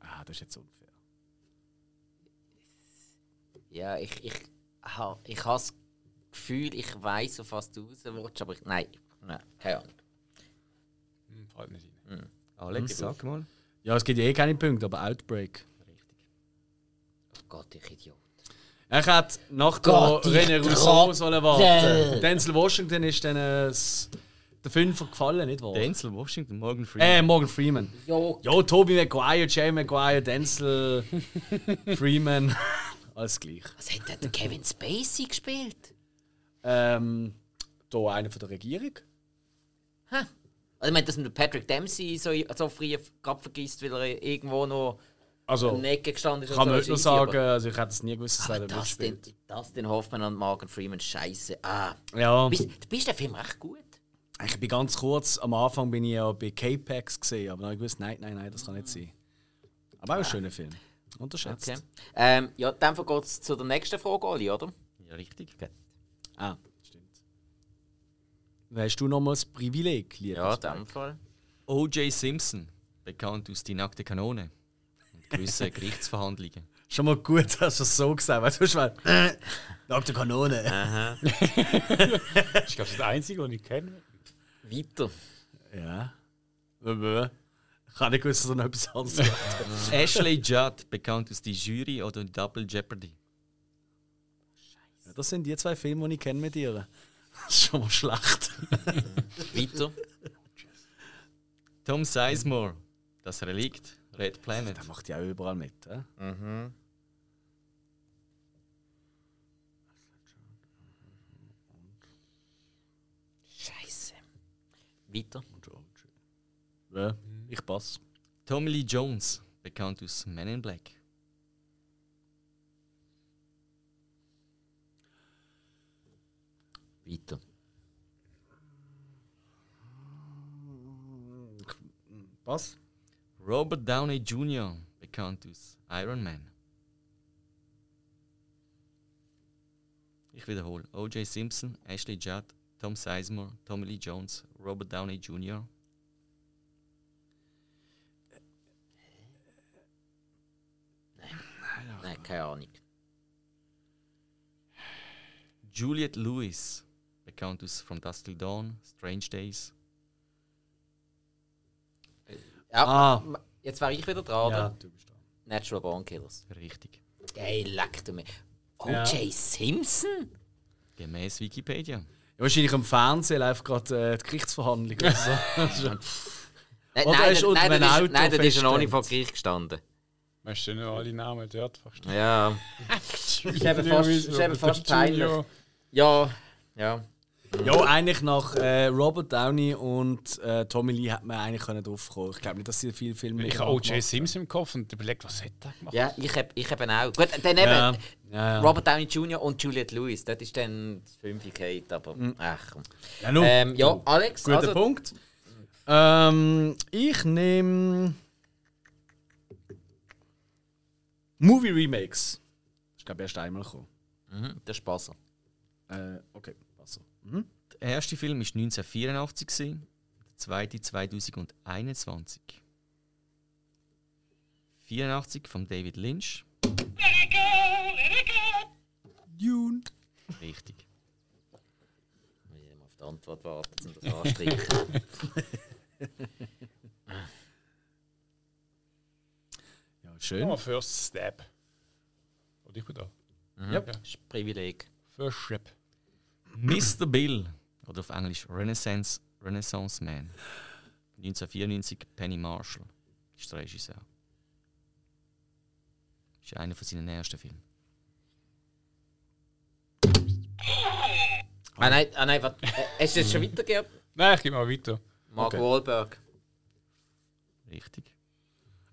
Speaker 1: Ah, das ist jetzt unfair.
Speaker 3: ja, ich, ich, ha, ich habe das Gefühl, ich weiß, auf was du raus willst, aber ich, nein, nein, keine Ahnung.
Speaker 4: Hm, fällt nicht rein.
Speaker 2: Alex, Hm, sag mal.
Speaker 1: Ja, es gibt eh keine Punkte, aber Outbreak.
Speaker 3: Oh Gott, ich Idiot.
Speaker 1: Er hat nach
Speaker 3: Gott,
Speaker 1: der
Speaker 3: ich
Speaker 1: René Rousseau
Speaker 3: trottel.
Speaker 1: sollen warten. Denzel Washington ist dann äh, s- der Fünfer gefallen, nicht wahr?
Speaker 2: Denzel Washington, Morgan Freeman.
Speaker 1: äh, Morgan Freeman.
Speaker 3: Jo,
Speaker 1: Ja, Toby Maguire, Jay Maguire, Denzel, Freeman. Alles gleich.
Speaker 3: was hat denn der Kevin Spacey gespielt?
Speaker 1: Ähm, da einer von der Regierung.
Speaker 3: Hä? Also, ich meine, dass man den Patrick Dempsey so, so früh gerade vergisst, weil er irgendwo noch
Speaker 1: Also,
Speaker 3: in der Ecke gestanden ist.
Speaker 1: ich
Speaker 3: und
Speaker 1: kann
Speaker 3: so,
Speaker 1: man
Speaker 3: ist
Speaker 1: nur
Speaker 3: easy,
Speaker 1: sagen,
Speaker 3: aber-
Speaker 1: also ich hätte es nie gewusst, dass er
Speaker 3: Aber
Speaker 1: da
Speaker 3: das den,
Speaker 1: mitspielt.
Speaker 3: das den Hoffmann und Morgan Freeman, scheiße. Ah,
Speaker 1: Ja,
Speaker 3: bist, du bist der Film recht gut.
Speaker 1: ich bin ganz kurz, am Anfang bin ich ja bei K-Pax gesehen, aber dann habe ich gewusst, nein, nein, nein, das kann nicht sein. Aber auch ein schöner Film. Unterschätzt.
Speaker 3: Ah. Okay. Ähm, ja, dann geht es zu der nächsten Frage, Oli, oder?
Speaker 2: Ja, richtig.
Speaker 1: Ah, stimmt. Dann hast du nochmal das Privileg, lieber
Speaker 3: Ja, in
Speaker 1: Spike.
Speaker 3: dem Fall.
Speaker 2: O.J. Simpson, bekannt aus Die nackte Kanone und gewissen Gerichtsverhandlungen.
Speaker 1: Schon mal gut, dass du es so gesagt hast. Sonst wäre äh, nach der Kanone.
Speaker 4: Ich glaube, das ist der einzige, den ich kenne.
Speaker 3: Weiter. Äh.
Speaker 1: Ja. Bäh, bäh. Ich habe nicht gewusst, dass er noch etwas anderes macht.
Speaker 2: Ashley Judd, bekannt aus Die Jury oder Double Jeopardy.
Speaker 1: Ja, Das sind die zwei Filme, die ich kenne mit ihr. Das ist schon mal schlecht.
Speaker 3: Weiter.
Speaker 2: Tom Sizemore, das Relikt, Red Planet.
Speaker 1: Der macht ja auch überall mit. Äh?
Speaker 3: Scheiße. Weiter.
Speaker 1: Ja, ich passe.
Speaker 2: Tommy Lee Jones, bekannt aus Men in Black.
Speaker 3: Weiter.
Speaker 1: Was?
Speaker 2: Robert Downey Jr., bekannt aus Iron Man. Ich wiederhole: O.J. Simpson, Ashley Judd, Tom Sizemore, Tommy Lee Jones, Robert Downey Jr.
Speaker 3: Nein, keine Ahnung.
Speaker 2: Juliette Lewis, bekannt aus From Dusk Till Dawn, Strange Days.
Speaker 3: Ja,
Speaker 1: Ah.
Speaker 3: m- Jetzt wäre ich wieder dran, oder?
Speaker 1: Ja, du bist dran.
Speaker 3: Natural Born Killers.
Speaker 2: Richtig.
Speaker 3: Ey, leck du mir. O.J. Simpson?
Speaker 2: Gemäß Wikipedia.
Speaker 1: Ja, wahrscheinlich am Fernsehen läuft gerade äh, die Gerichtsverhandlung. oder so. Oder
Speaker 3: Nein,
Speaker 1: er ist
Speaker 3: nein, nein,
Speaker 1: unter
Speaker 3: nein,
Speaker 1: einem
Speaker 3: das ist,
Speaker 1: Auto
Speaker 3: nein, das ist ja noch
Speaker 1: festgeklemmt.
Speaker 3: nicht vor Gericht gestanden.
Speaker 4: Weißt du noch alle Namen dort? Fast.
Speaker 3: Ja. Ich habe fast- ich habe fast peinlich. Ja. Ja.
Speaker 1: Ja, eigentlich nach äh, Robert Downey und äh, Tommy Lee hat man eigentlich können draufkommen. Ich glaube nicht, dass sie viele Filme
Speaker 4: Ich habe O.J. Simpson im Kopf und überlegt, was hat er gemacht?
Speaker 3: Ja, ich habe ich hab ihn auch. Gut, dann eben
Speaker 1: Ja, ja, ja.
Speaker 3: Robert Downey Jr. und Juliette Lewis. Das ist dann die Fünfigkeit, aber ach komm.
Speaker 1: Ja, nur,
Speaker 3: Ähm, ja, Alex,
Speaker 1: Mm. guter
Speaker 3: also,
Speaker 1: Punkt. Ähm, ich nehme Movie Remakes. Ich glaube, erst einmal gekommen.
Speaker 3: mhm, der Spaß.
Speaker 1: Äh, okay, also.
Speaker 2: Der erste Film war 1984, gewesen, der zweite 2021. 84 von David Lynch.
Speaker 1: Dune.
Speaker 2: Richtig.
Speaker 3: Ich muss immer auf die Antwort warten, um das anstreichen.
Speaker 1: Ja, schön.
Speaker 4: Oh, First Step. Und ich bin da. Mhm.
Speaker 1: Ja.
Speaker 3: das ist ein Privileg. Ah,
Speaker 4: First Step.
Speaker 2: Mr. Bill, oder auf Englisch Renaissance, Renaissance Man. 1994, Penny Marshall ist der Regisseur. Ist einer von seinen ersten Filmen.
Speaker 3: Ah nein, ah, nein warte. Äh, hast du jetzt schon weitergegeben?
Speaker 4: Nein, ich gehe mal weiter.
Speaker 3: Mark
Speaker 1: Mm. Okay.
Speaker 3: Wahlberg.
Speaker 2: Richtig.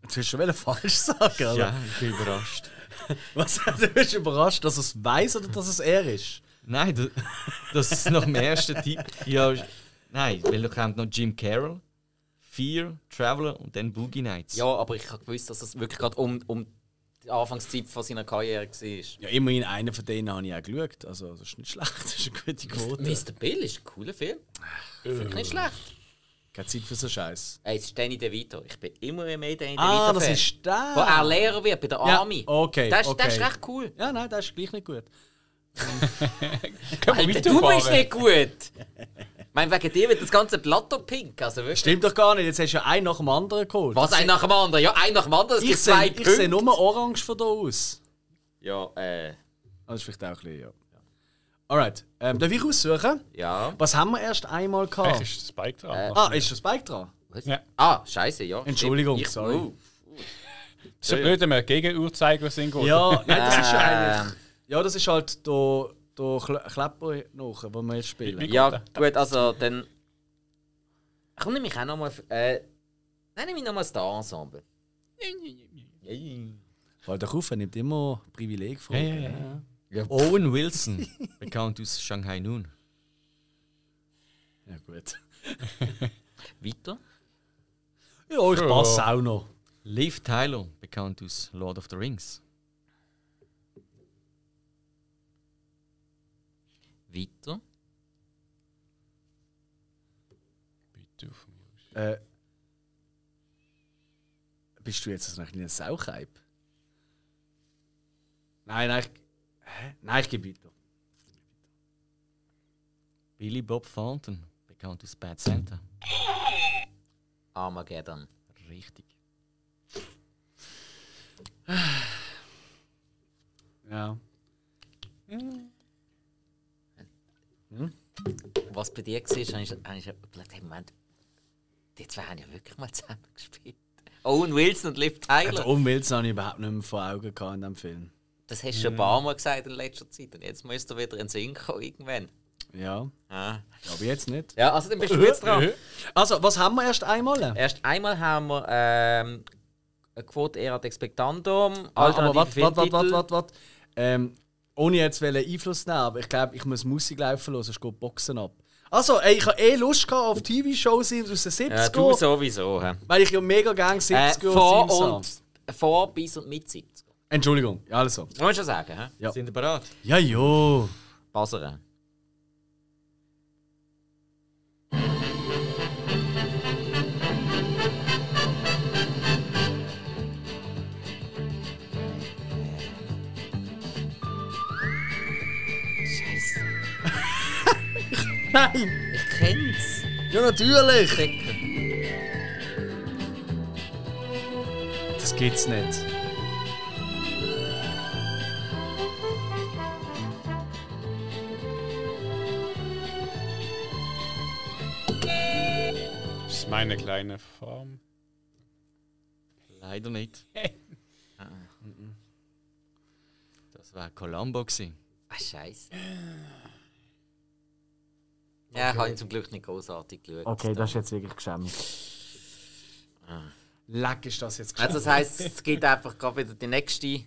Speaker 1: Du hast schon wieder falsch sagen, oder?
Speaker 2: Ja, ich bin überrascht.
Speaker 1: Was? Du bist überrascht, dass es weiß oder dass es er ist?
Speaker 2: Nein, das, das ist nach dem ersten Tipp. Ja, ist- nein, weil da kommt noch Jim Carroll, Fear, Traveller und dann Boogie Nights.
Speaker 3: Ja, aber ich habe gewusst, dass es wirklich gerade um, um die Anfangszeit von seiner Karriere war.
Speaker 1: Ja, immerhin einen von denen habe ich auch geschaut. Also, das ist nicht schlecht, das ist eine gute Quote.
Speaker 3: Mr. Bill ist ein cooler Film.
Speaker 1: Äh.
Speaker 3: Nicht schlecht.
Speaker 1: Keine Zeit für so Scheiß.
Speaker 3: Hey, es ist Danny DeVito. Ich bin immer mehr Danny
Speaker 1: Ah, das
Speaker 3: DeVito-Fan.
Speaker 1: ist der!
Speaker 3: Wo er Lehrer wird bei der
Speaker 1: Ja,
Speaker 3: Army.
Speaker 1: okay,
Speaker 3: Das, ist- das ist
Speaker 1: okay.
Speaker 3: recht cool.
Speaker 1: Ja, nein, das ist gleich nicht gut.
Speaker 4: Können wir
Speaker 3: Alter, du bist
Speaker 4: weiterfahren?
Speaker 3: nicht gut. Ich meine, wegen dir wird das ganze Plateau pink. Also wirklich.
Speaker 1: Stimmt doch gar nicht, jetzt hast du ja einen nach dem anderen geholt.
Speaker 3: Was, ein nach dem anderen? Ja, ein nach dem anderen. Es
Speaker 1: Ich
Speaker 3: gibt zwei
Speaker 1: sehe ich
Speaker 3: Punkte.
Speaker 1: seh nur orange von da aus.
Speaker 3: Ja, äh,
Speaker 1: Das ist vielleicht auch ein bisschen, ja. Alright, ähm, darf ich aussuchen?
Speaker 3: ja.
Speaker 1: Was haben wir erst einmal gehabt?
Speaker 4: Vielleicht ist Spike dran.
Speaker 3: Äh.
Speaker 1: Ah, ist schon Spike dran?
Speaker 4: Ja.
Speaker 3: Ah, scheiße, ja. stimmt.
Speaker 1: Entschuldigung,
Speaker 3: Ich-
Speaker 1: sorry.
Speaker 3: Oh.
Speaker 4: Ist ja blöd, wenn wir gegen Uhr zeigen, was sind gut.
Speaker 1: Ja, nein, das ist ja
Speaker 3: Ähm.
Speaker 1: eigentlich. Ja, das ist halt der, der Kle- Klepper noch, den wir jetzt
Speaker 4: Wie-
Speaker 1: spielen.
Speaker 4: wie-
Speaker 3: Ja,
Speaker 4: Gut,
Speaker 3: gut, also dann. Komm, nehme ich auch nochmal. Äh, nein, nehme ich nochmal das Star-Ensemble.
Speaker 1: Weil der Kufen nimmt immer Privileg vor.
Speaker 4: Ja, ja, ja.
Speaker 2: Owen Wilson, bekannt aus Shanghai Noon.
Speaker 1: ja gut.
Speaker 3: Weiter.
Speaker 1: Ja, ich
Speaker 4: Ja.
Speaker 1: passe auch noch.
Speaker 2: Liv Tyler, bekannt aus Lord of the Rings.
Speaker 3: Weiter.
Speaker 4: Bitte auf mich.
Speaker 1: Äh, bist du jetzt noch ein Sauchhype? Nein, nein, ich, hä? nein, ich gebe weiter.
Speaker 2: Billy Bob Thornton, bekannt aus Bad Santa.
Speaker 3: Armageddon.
Speaker 2: Richtig.
Speaker 1: Ja.
Speaker 3: Was bei dir war, habe ich, habe ich gedacht, hey, Moment, die zwei haben ja wirklich mal zusammen gespielt. Owen Wilson und Liv
Speaker 1: Der
Speaker 3: Tyler.
Speaker 1: Umweltson habe ich überhaupt nicht mehr vor Augen gehabt in diesem Film.
Speaker 3: Das hast du schon ein paar Mal gesagt in letzter Zeit. Und jetzt müsst ihr wieder in den Sinn kommen, irgendwann.
Speaker 1: Ja,
Speaker 3: Ah.
Speaker 1: aber jetzt nicht.
Speaker 3: Ja, also dann bist du
Speaker 1: Äh,
Speaker 3: jetzt dran.
Speaker 1: Also, was haben wir erst einmal?
Speaker 3: Erst einmal haben wir ähm, eine Quote eher ad expectandum.
Speaker 1: Ah, aber warte, warte,
Speaker 3: alternative
Speaker 1: warte,
Speaker 3: Filmtitel.
Speaker 1: warte, warte, warte. Ähm, ohne jetzt wollen Einfluss nehmen, aber ich glaube, ich muss Musik laufen lassen, sonst geht die Boxen ab. Also, ey, ich habe eh Lust gehabt auf TV-Shows aus den 70ern,
Speaker 3: Ja, Äh, du sowieso. hä?
Speaker 1: weil ich ja mega gerne 70er
Speaker 3: Äh, vor und vor, bis und mit 70.
Speaker 1: Entschuldigung, ja, alles so.
Speaker 3: Das muss ich schon sagen. hä?
Speaker 1: Ja.
Speaker 2: Sind ihr bereit?
Speaker 1: Ja, jo.
Speaker 3: Basere. Scheiße.
Speaker 1: Nein!
Speaker 3: Ich kenn's.
Speaker 1: Ja, natürlich!
Speaker 3: Stecken.
Speaker 1: Das geht's nicht.
Speaker 4: Das ist meine kleine Farm.
Speaker 2: Leider nicht. Mhm. Das war Columbo gewesen.
Speaker 3: Ah, Scheiße. Ja, ich habe ihn zum Glück nicht großartig geschaut.
Speaker 1: das ist jetzt wirklich geschämt. Leck ist das jetzt geschämt.
Speaker 3: Also das heisst, es gibt einfach gerade wieder die nächste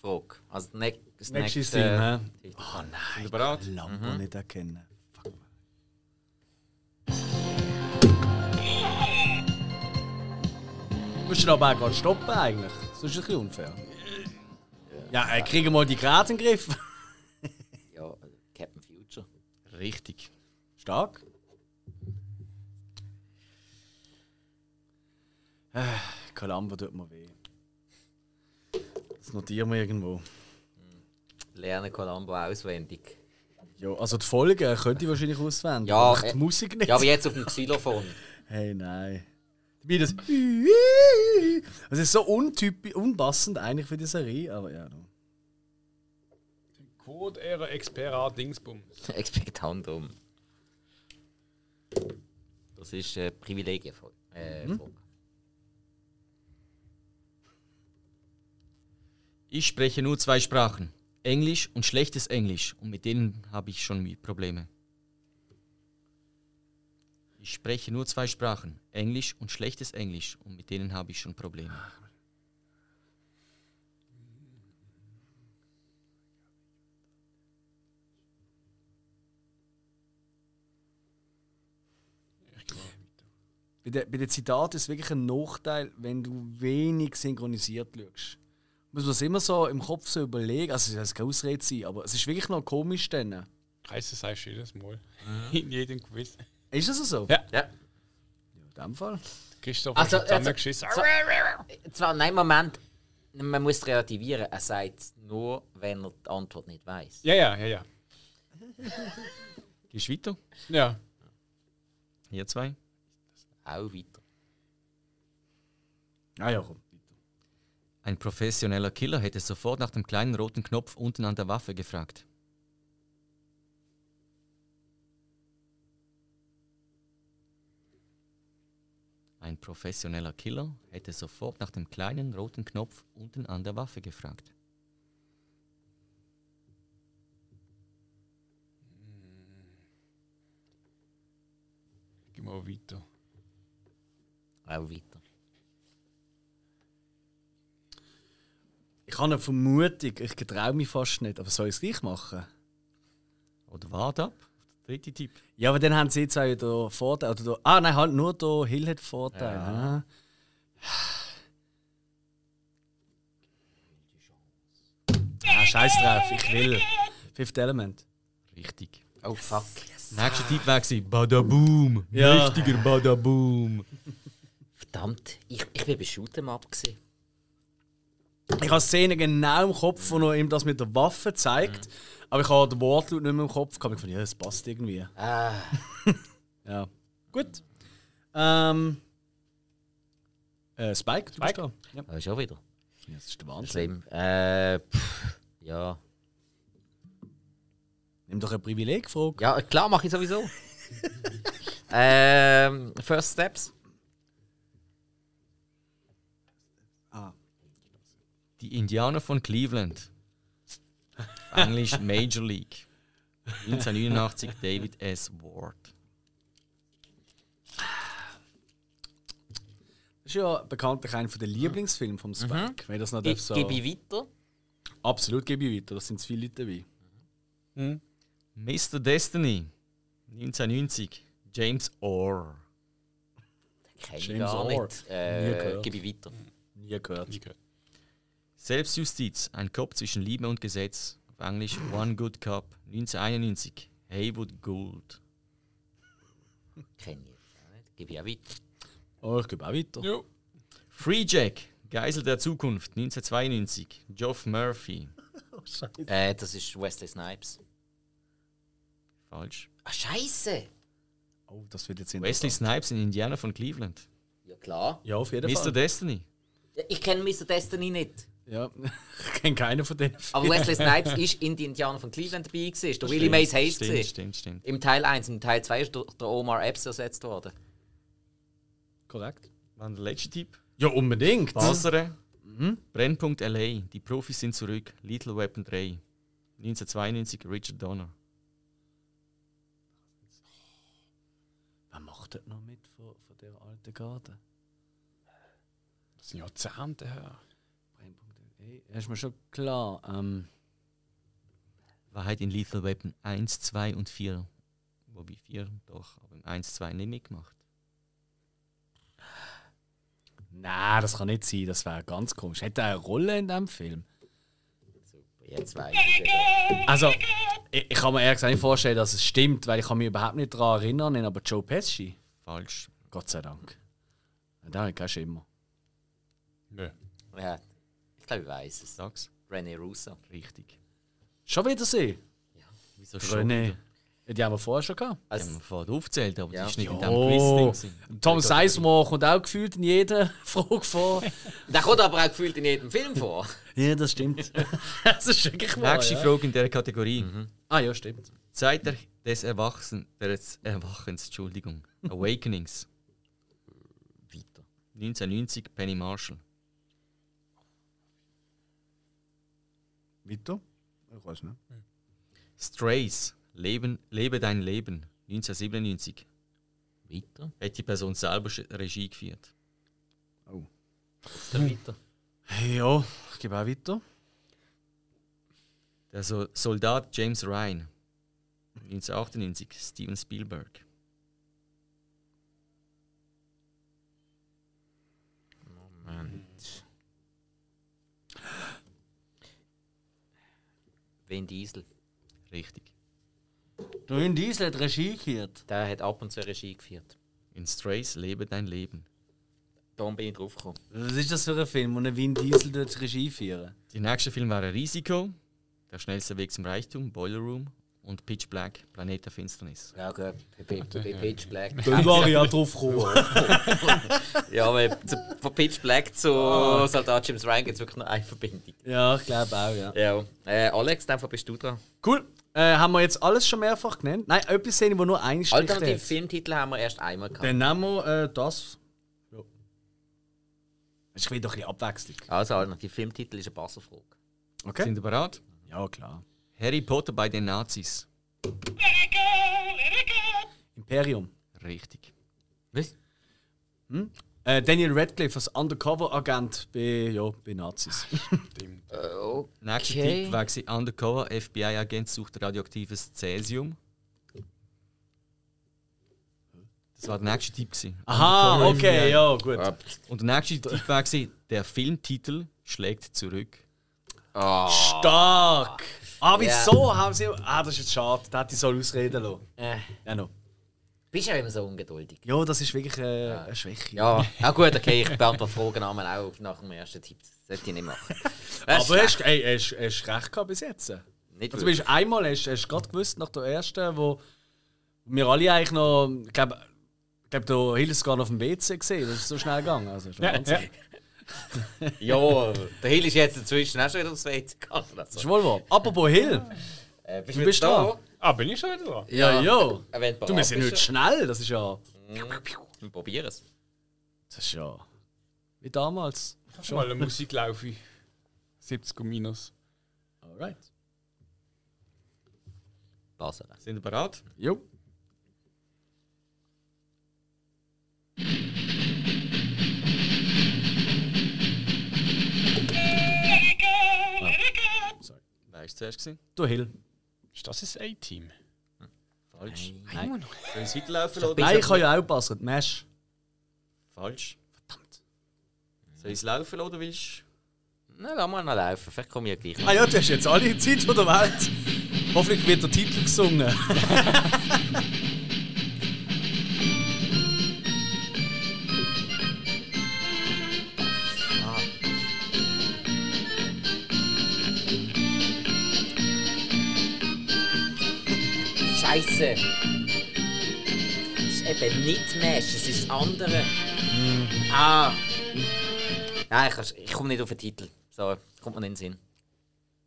Speaker 3: Frage. Also die näch- das
Speaker 1: Nächste
Speaker 3: nächste.
Speaker 1: Szene, hä? Oh
Speaker 2: Sind
Speaker 1: nein,
Speaker 2: ihr bereit?
Speaker 1: Lambo nicht erkennen. Du musst ihn aber auch gerade stoppen eigentlich. Sonst ist es ein bisschen unfair. Ja, äh, kriegen wir mal die Grad in den Griff.
Speaker 3: ja, also Captain Future.
Speaker 2: Richtig.
Speaker 1: Stark. Äh, Columbo tut mir weh. Das notieren wir irgendwo.
Speaker 3: Lernen Columbo auswendig.
Speaker 1: Ja, also die Folgen könnte ich wahrscheinlich auswählen.
Speaker 3: Ja,
Speaker 1: aber die
Speaker 3: äh,
Speaker 1: Musik nicht.
Speaker 3: Ja, aber jetzt auf dem Xylophon.
Speaker 1: Hey, nein. Wie das. Das ist so untypisch, unpassend eigentlich für die Serie, aber ja. no.
Speaker 4: Code Era Expera Dingsbum.
Speaker 3: Expectandum. um. Das ist äh, Privilegienfrage. Äh,
Speaker 1: Mhm.
Speaker 3: Frage.
Speaker 2: Ich spreche nur zwei Sprachen. Englisch und schlechtes Englisch. Und mit denen habe ich schon Mühe- Probleme. Ich Ich spreche nur zwei Sprachen, Englisch und schlechtes Englisch, und mit denen habe ich schon Probleme.
Speaker 1: Bei den, bei den Zitaten ist wirklich ein Nachteil, wenn du wenig synchronisiert schaust. Muss man es immer so im Kopf so überlegen. Also, es soll keine Ausrede sein, aber es ist wirklich noch komisch dann.
Speaker 4: Heißt das heißt jedes Mal. In jedem Quiz.
Speaker 1: Ist das so?
Speaker 4: Ja.
Speaker 3: Ja.
Speaker 1: In dem Fall.
Speaker 4: Christoph
Speaker 3: Also,
Speaker 4: also, hat
Speaker 3: also-
Speaker 4: zusammengeschissen.
Speaker 3: So- Zwar, nein, Moment, man muss relativieren. Er sagt es nur, wenn er die Antwort nicht weiß.
Speaker 4: Ja, ja, ja, ja.
Speaker 2: Gehst weiter?
Speaker 4: Ja.
Speaker 2: Ihr zwei?
Speaker 3: Auch weiter.
Speaker 1: Ah ja, komm.
Speaker 2: Ein professioneller Killer hätte sofort nach dem kleinen roten Knopf unten an der Waffe gefragt. Ein professioneller Killer hätte sofort nach dem kleinen roten Knopf unten an der Waffe gefragt.
Speaker 4: Gehen wir auch weiter.
Speaker 3: Auch weiter.
Speaker 1: Ich habe eine Vermutung, ich traue mich fast nicht, aber soll ich es gleich machen?
Speaker 2: Oder wart ab? Dritter Tipp.
Speaker 1: Ja, aber dann haben sie zwei wieder Vorteil. Oder der- ah, nein, halt nur der Hill hat Vorteil. Ja. Ah, scheiß drauf, ich will. Fifth Element.
Speaker 2: Richtig.
Speaker 3: Oh fuck.
Speaker 2: Nächster Tipp war gewesen, Badaboom.
Speaker 1: Ja.
Speaker 2: Richtiger Badaboom.
Speaker 3: Verdammt, ich, ich bin bei Shoot'em Up. gewesen.
Speaker 1: Ich habe Szenen genau im Kopf, wo er ihm das mit der Waffe zeigt. Aber ich habe den Wortlaut nicht mehr im Kopf. gehabt. Ich fand, ja, das passt irgendwie.
Speaker 3: Ah,
Speaker 1: Ja. Gut. Ähm. Äh, Spike, du bist da. Ja.
Speaker 3: aber schon Ah, wieder.
Speaker 1: Ja, das ist der Wahnsinn.
Speaker 3: Schlimm. Äh, pff, ja.
Speaker 1: Nimm doch eine Privilegfrage.
Speaker 3: Ja, klar, mache ich sowieso. ähm, First Steps.
Speaker 1: Ah.
Speaker 2: Die Indianer von Cleveland. Auf Englisch Major League. 1989 David S. Ward.
Speaker 1: Das ist ja bekanntlich einer der Lieblingsfilme vom Spike. Wenn das noch darf,
Speaker 3: Mhm. Ich
Speaker 1: so.
Speaker 3: gebe weiter.
Speaker 1: Absolut gebe ich weiter, da sind zu viele Leute dabei.
Speaker 2: Mr. Destiny. 1990 James Orr.
Speaker 3: Kenne ich
Speaker 1: James
Speaker 3: gar
Speaker 1: Orr.
Speaker 3: nicht. Äh,
Speaker 1: gehört.
Speaker 3: gebe ich weiter.
Speaker 1: Nie gehört.
Speaker 4: Nie gehört.
Speaker 2: Selbstjustiz. Ein Kopf zwischen Liebe und Gesetz. Auf Englisch One Good Cup. 1991 Haywood Gould.
Speaker 3: Kenne ich auch nicht. Gebe ich auch weiter.
Speaker 1: Oh, ich gebe auch weiter.
Speaker 4: Jo.
Speaker 2: Free Jack. Geisel der Zukunft. 1992 Geoff Murphy.
Speaker 3: Äh, das ist Wesley Snipes.
Speaker 2: Falsch.
Speaker 3: Ah, Scheiße!
Speaker 1: Oh, das wird jetzt interessant.
Speaker 2: Wesley Snipes, ein Indianer von Cleveland.
Speaker 3: Ja, klar.
Speaker 1: Ja, auf jeden
Speaker 2: Mr.
Speaker 1: Fall.
Speaker 2: Destiny.
Speaker 3: Ja, Ich kenne Mr. Destiny nicht.
Speaker 1: Ja, ich kenne keinen von denen.
Speaker 3: Aber Wesley Snipes ist in die Indianer von Cleveland dabei. Gewesen. Ist der Willie Mays Hayes.
Speaker 2: Stimmt,
Speaker 3: gewesen.
Speaker 2: stimmt, stimmt.
Speaker 3: Im Teil 1. Im Teil 2 ist der, der Omar Epps ersetzt worden.
Speaker 1: Korrekt.
Speaker 2: Wann der letzte Tipp?
Speaker 1: Ja, unbedingt.
Speaker 2: Basere.
Speaker 1: Mhm.
Speaker 2: Brennpunkt LA. Die Profis sind zurück. Little Weapon 3. 1992 Richard Donner.
Speaker 1: Wer macht das noch mit von, von der alten Garde?
Speaker 4: Das sind Jahrzehnte her.
Speaker 1: Brennpunkt.de. Das ist mir schon klar. Ähm,
Speaker 2: Wahrheit in Lethal Weapon 1, 2 und 4. Wobei 4 doch, aber im 1, 2 nicht mitgemacht.
Speaker 1: nein, das kann nicht sein. Das wäre ganz komisch. Hätte er eine Rolle in diesem Film?
Speaker 3: Jetzt weiß ich wieder.
Speaker 1: Also, ich, ich kann mir ehrlich gesagt nicht vorstellen, dass es stimmt, weil ich kann mich überhaupt nicht daran erinnern. Aber Joe Pesci,
Speaker 2: Falsch.
Speaker 1: Gott sei Dank. Da habe ich keinen Schimmer.
Speaker 4: Nö.
Speaker 3: Ja, ich glaube, ich weiß es.
Speaker 2: Sag's.
Speaker 3: René Russo.
Speaker 2: Richtig.
Speaker 1: Schon wieder sie?
Speaker 2: Wieso schon?
Speaker 1: René.
Speaker 2: wieder?
Speaker 1: Die haben wir vorher schon gehabt.
Speaker 2: Die haben
Speaker 3: Also,
Speaker 2: wir vorher aufgezählt, aber
Speaker 3: Ja.
Speaker 2: das ist nicht in diesem
Speaker 1: Oh,
Speaker 2: Quiz. drin gewesen.
Speaker 1: Tom Sizemore kommt auch gefühlt in jeder Frage vor.
Speaker 3: der kommt aber auch gefühlt in jedem Film vor.
Speaker 1: ja, das stimmt. das ist wirklich wahr.
Speaker 2: Nächste
Speaker 1: ja.
Speaker 2: Frage in dieser Kategorie.
Speaker 1: Ah ja, stimmt.
Speaker 2: Zeit der- des Erwachsen, des Erwachens, Entschuldigung. Awakenings.
Speaker 3: Weiter.
Speaker 2: 1990 Penny Marshall.
Speaker 1: Vito? Ich weiß nicht.
Speaker 3: Hm.
Speaker 2: Strays, Leben, Lebe dein Leben, 1997.
Speaker 3: Weiter.
Speaker 2: Hat die Person selber Sch- Regie geführt?
Speaker 3: Jetzt da weiter.
Speaker 1: Oh. Hm. Ja, ich gebe auch weiter.
Speaker 2: Der so Soldat James Ryan. 1998, Steven Spielberg.
Speaker 3: Moment. Vin Diesel.
Speaker 2: Richtig.
Speaker 1: Der Vin Diesel hat Regie geführt.
Speaker 3: Der hat ab und zu Regie geführt.
Speaker 2: In Strays Lebe dein Leben.
Speaker 3: Da bin ich drauf gekommen.
Speaker 1: Was ist das für ein Film, wo ein Vin Diesel dort Regie führen?
Speaker 2: Die nächsten Filme waren Risiko, Der schnellste Weg zum Reichtum, Boiler Room und Pitch Black, Planet der Finsternis.
Speaker 3: Ja, gut. Bei- bei- Bei Pitch Black.
Speaker 1: Da war ich ja drauf gekommen.
Speaker 3: Ja, aber zu, von Pitch Black zu Soldat James Ryan gibt es wirklich nur eine Verbindung.
Speaker 1: ja, ich glaube auch, ja.
Speaker 3: Ja. Äh, Alex, in dem Fall bist du dran.
Speaker 1: Cool. Äh, haben wir jetzt alles schon mehrfach genannt? Nein, etwas sehen, wo nur ein Strich
Speaker 3: Alternative
Speaker 1: steht.
Speaker 3: Filmtitel haben wir erst einmal gehabt.
Speaker 1: Dann nehmen wir äh, das. Ja. Ich will doch ein bisschen Abwechslung.
Speaker 3: Also, Alternative Filmtitel ist eine Passerfrage.
Speaker 1: Okay.
Speaker 2: Sind ihr bereit?
Speaker 1: Ja, klar.
Speaker 2: Harry Potter bei den Nazis.
Speaker 1: Imperium.
Speaker 2: Richtig.
Speaker 3: Was?
Speaker 1: Äh, Daniel Radcliffe als Undercover-Agent bei, ja, bei Nazis.
Speaker 2: Nächster
Speaker 3: Okay.
Speaker 2: Tipp war gewesen, Undercover, FBI-Agent sucht radioaktives Cäsium. Das war der nächste Tipp. gewesen.
Speaker 1: Ah. Aha, okay, ja, gut.
Speaker 2: Und der nächste Tipp war gewesen, der Filmtitel schlägt zurück.
Speaker 1: Stark! Ah, wieso haben sie. Ah, das ist jetzt schade. Da hätte ich soll ausreden lassen.
Speaker 3: Äh,
Speaker 1: Ja, no.
Speaker 3: bist ja immer so ungeduldig.
Speaker 1: ja, das ist wirklich äh, eine Schwäche.
Speaker 3: Ja, ja gut, okay, ich beantworte Fragen auch nach dem ersten Tipp. Das sollte ich nicht machen. Das
Speaker 1: Aber
Speaker 3: ist
Speaker 1: hast, ey, hast, hast recht gehabt bis jetzt. Also
Speaker 3: nicht
Speaker 1: du bist einmal, hast hast gerade gewusst, nach der ersten, wo wir alle eigentlich noch, ich glaube, ich glaube, der Hill ist gerade auf dem WC gesehen, das ist so schnell gegangen. Also, das ist Wahnsinn.
Speaker 4: Ja.
Speaker 3: wirklich. ja, der Hill ist jetzt inzwischen auch schon wieder aufs WC gegangen.
Speaker 1: Das
Speaker 3: Also.
Speaker 1: ist wohl wahr. Apropos Hill.
Speaker 3: Äh, bist
Speaker 1: Du bist da.
Speaker 4: Ah, bin ich schon wieder dran?
Speaker 1: Ja, ja.
Speaker 3: Äh, wenn
Speaker 1: Du, wir sind
Speaker 3: bereit
Speaker 1: nicht
Speaker 3: bist,
Speaker 1: schnell, das ist ja...
Speaker 3: Wir probieren es.
Speaker 1: Das ist ja... Wie damals.
Speaker 4: Schon mal eine Musik laufe ich. 70 und minus.
Speaker 1: Alright.
Speaker 3: Basel.
Speaker 2: Sind ihr bereit?
Speaker 1: Jo.
Speaker 2: Wer war zuerst? gewesen?
Speaker 1: Du Hill.
Speaker 4: Ist das ein A-Team?
Speaker 2: Falsch.
Speaker 1: Nein,
Speaker 2: Soll ich es weiterlaufen lassen?
Speaker 1: Nein ich kann ja auch passen. Mesh.
Speaker 2: Falsch. Verdammt. Soll ich es laufen lassen oder willst
Speaker 3: Na,
Speaker 1: Nou,
Speaker 3: lass mal noch laufen. Vielleicht komme ich ja gleich.
Speaker 1: Ah ja, du hast jetzt alle Zeit von der Welt. Hoffentlich wird der Titel gesungen.
Speaker 3: Scheiße. Dus Das ist eben nicht Mesh, es ist das andere.
Speaker 1: Hmm.
Speaker 3: Ah. Nein, ich, ich komme nicht auf den Titel. So, kommt mir nicht in den Sinn.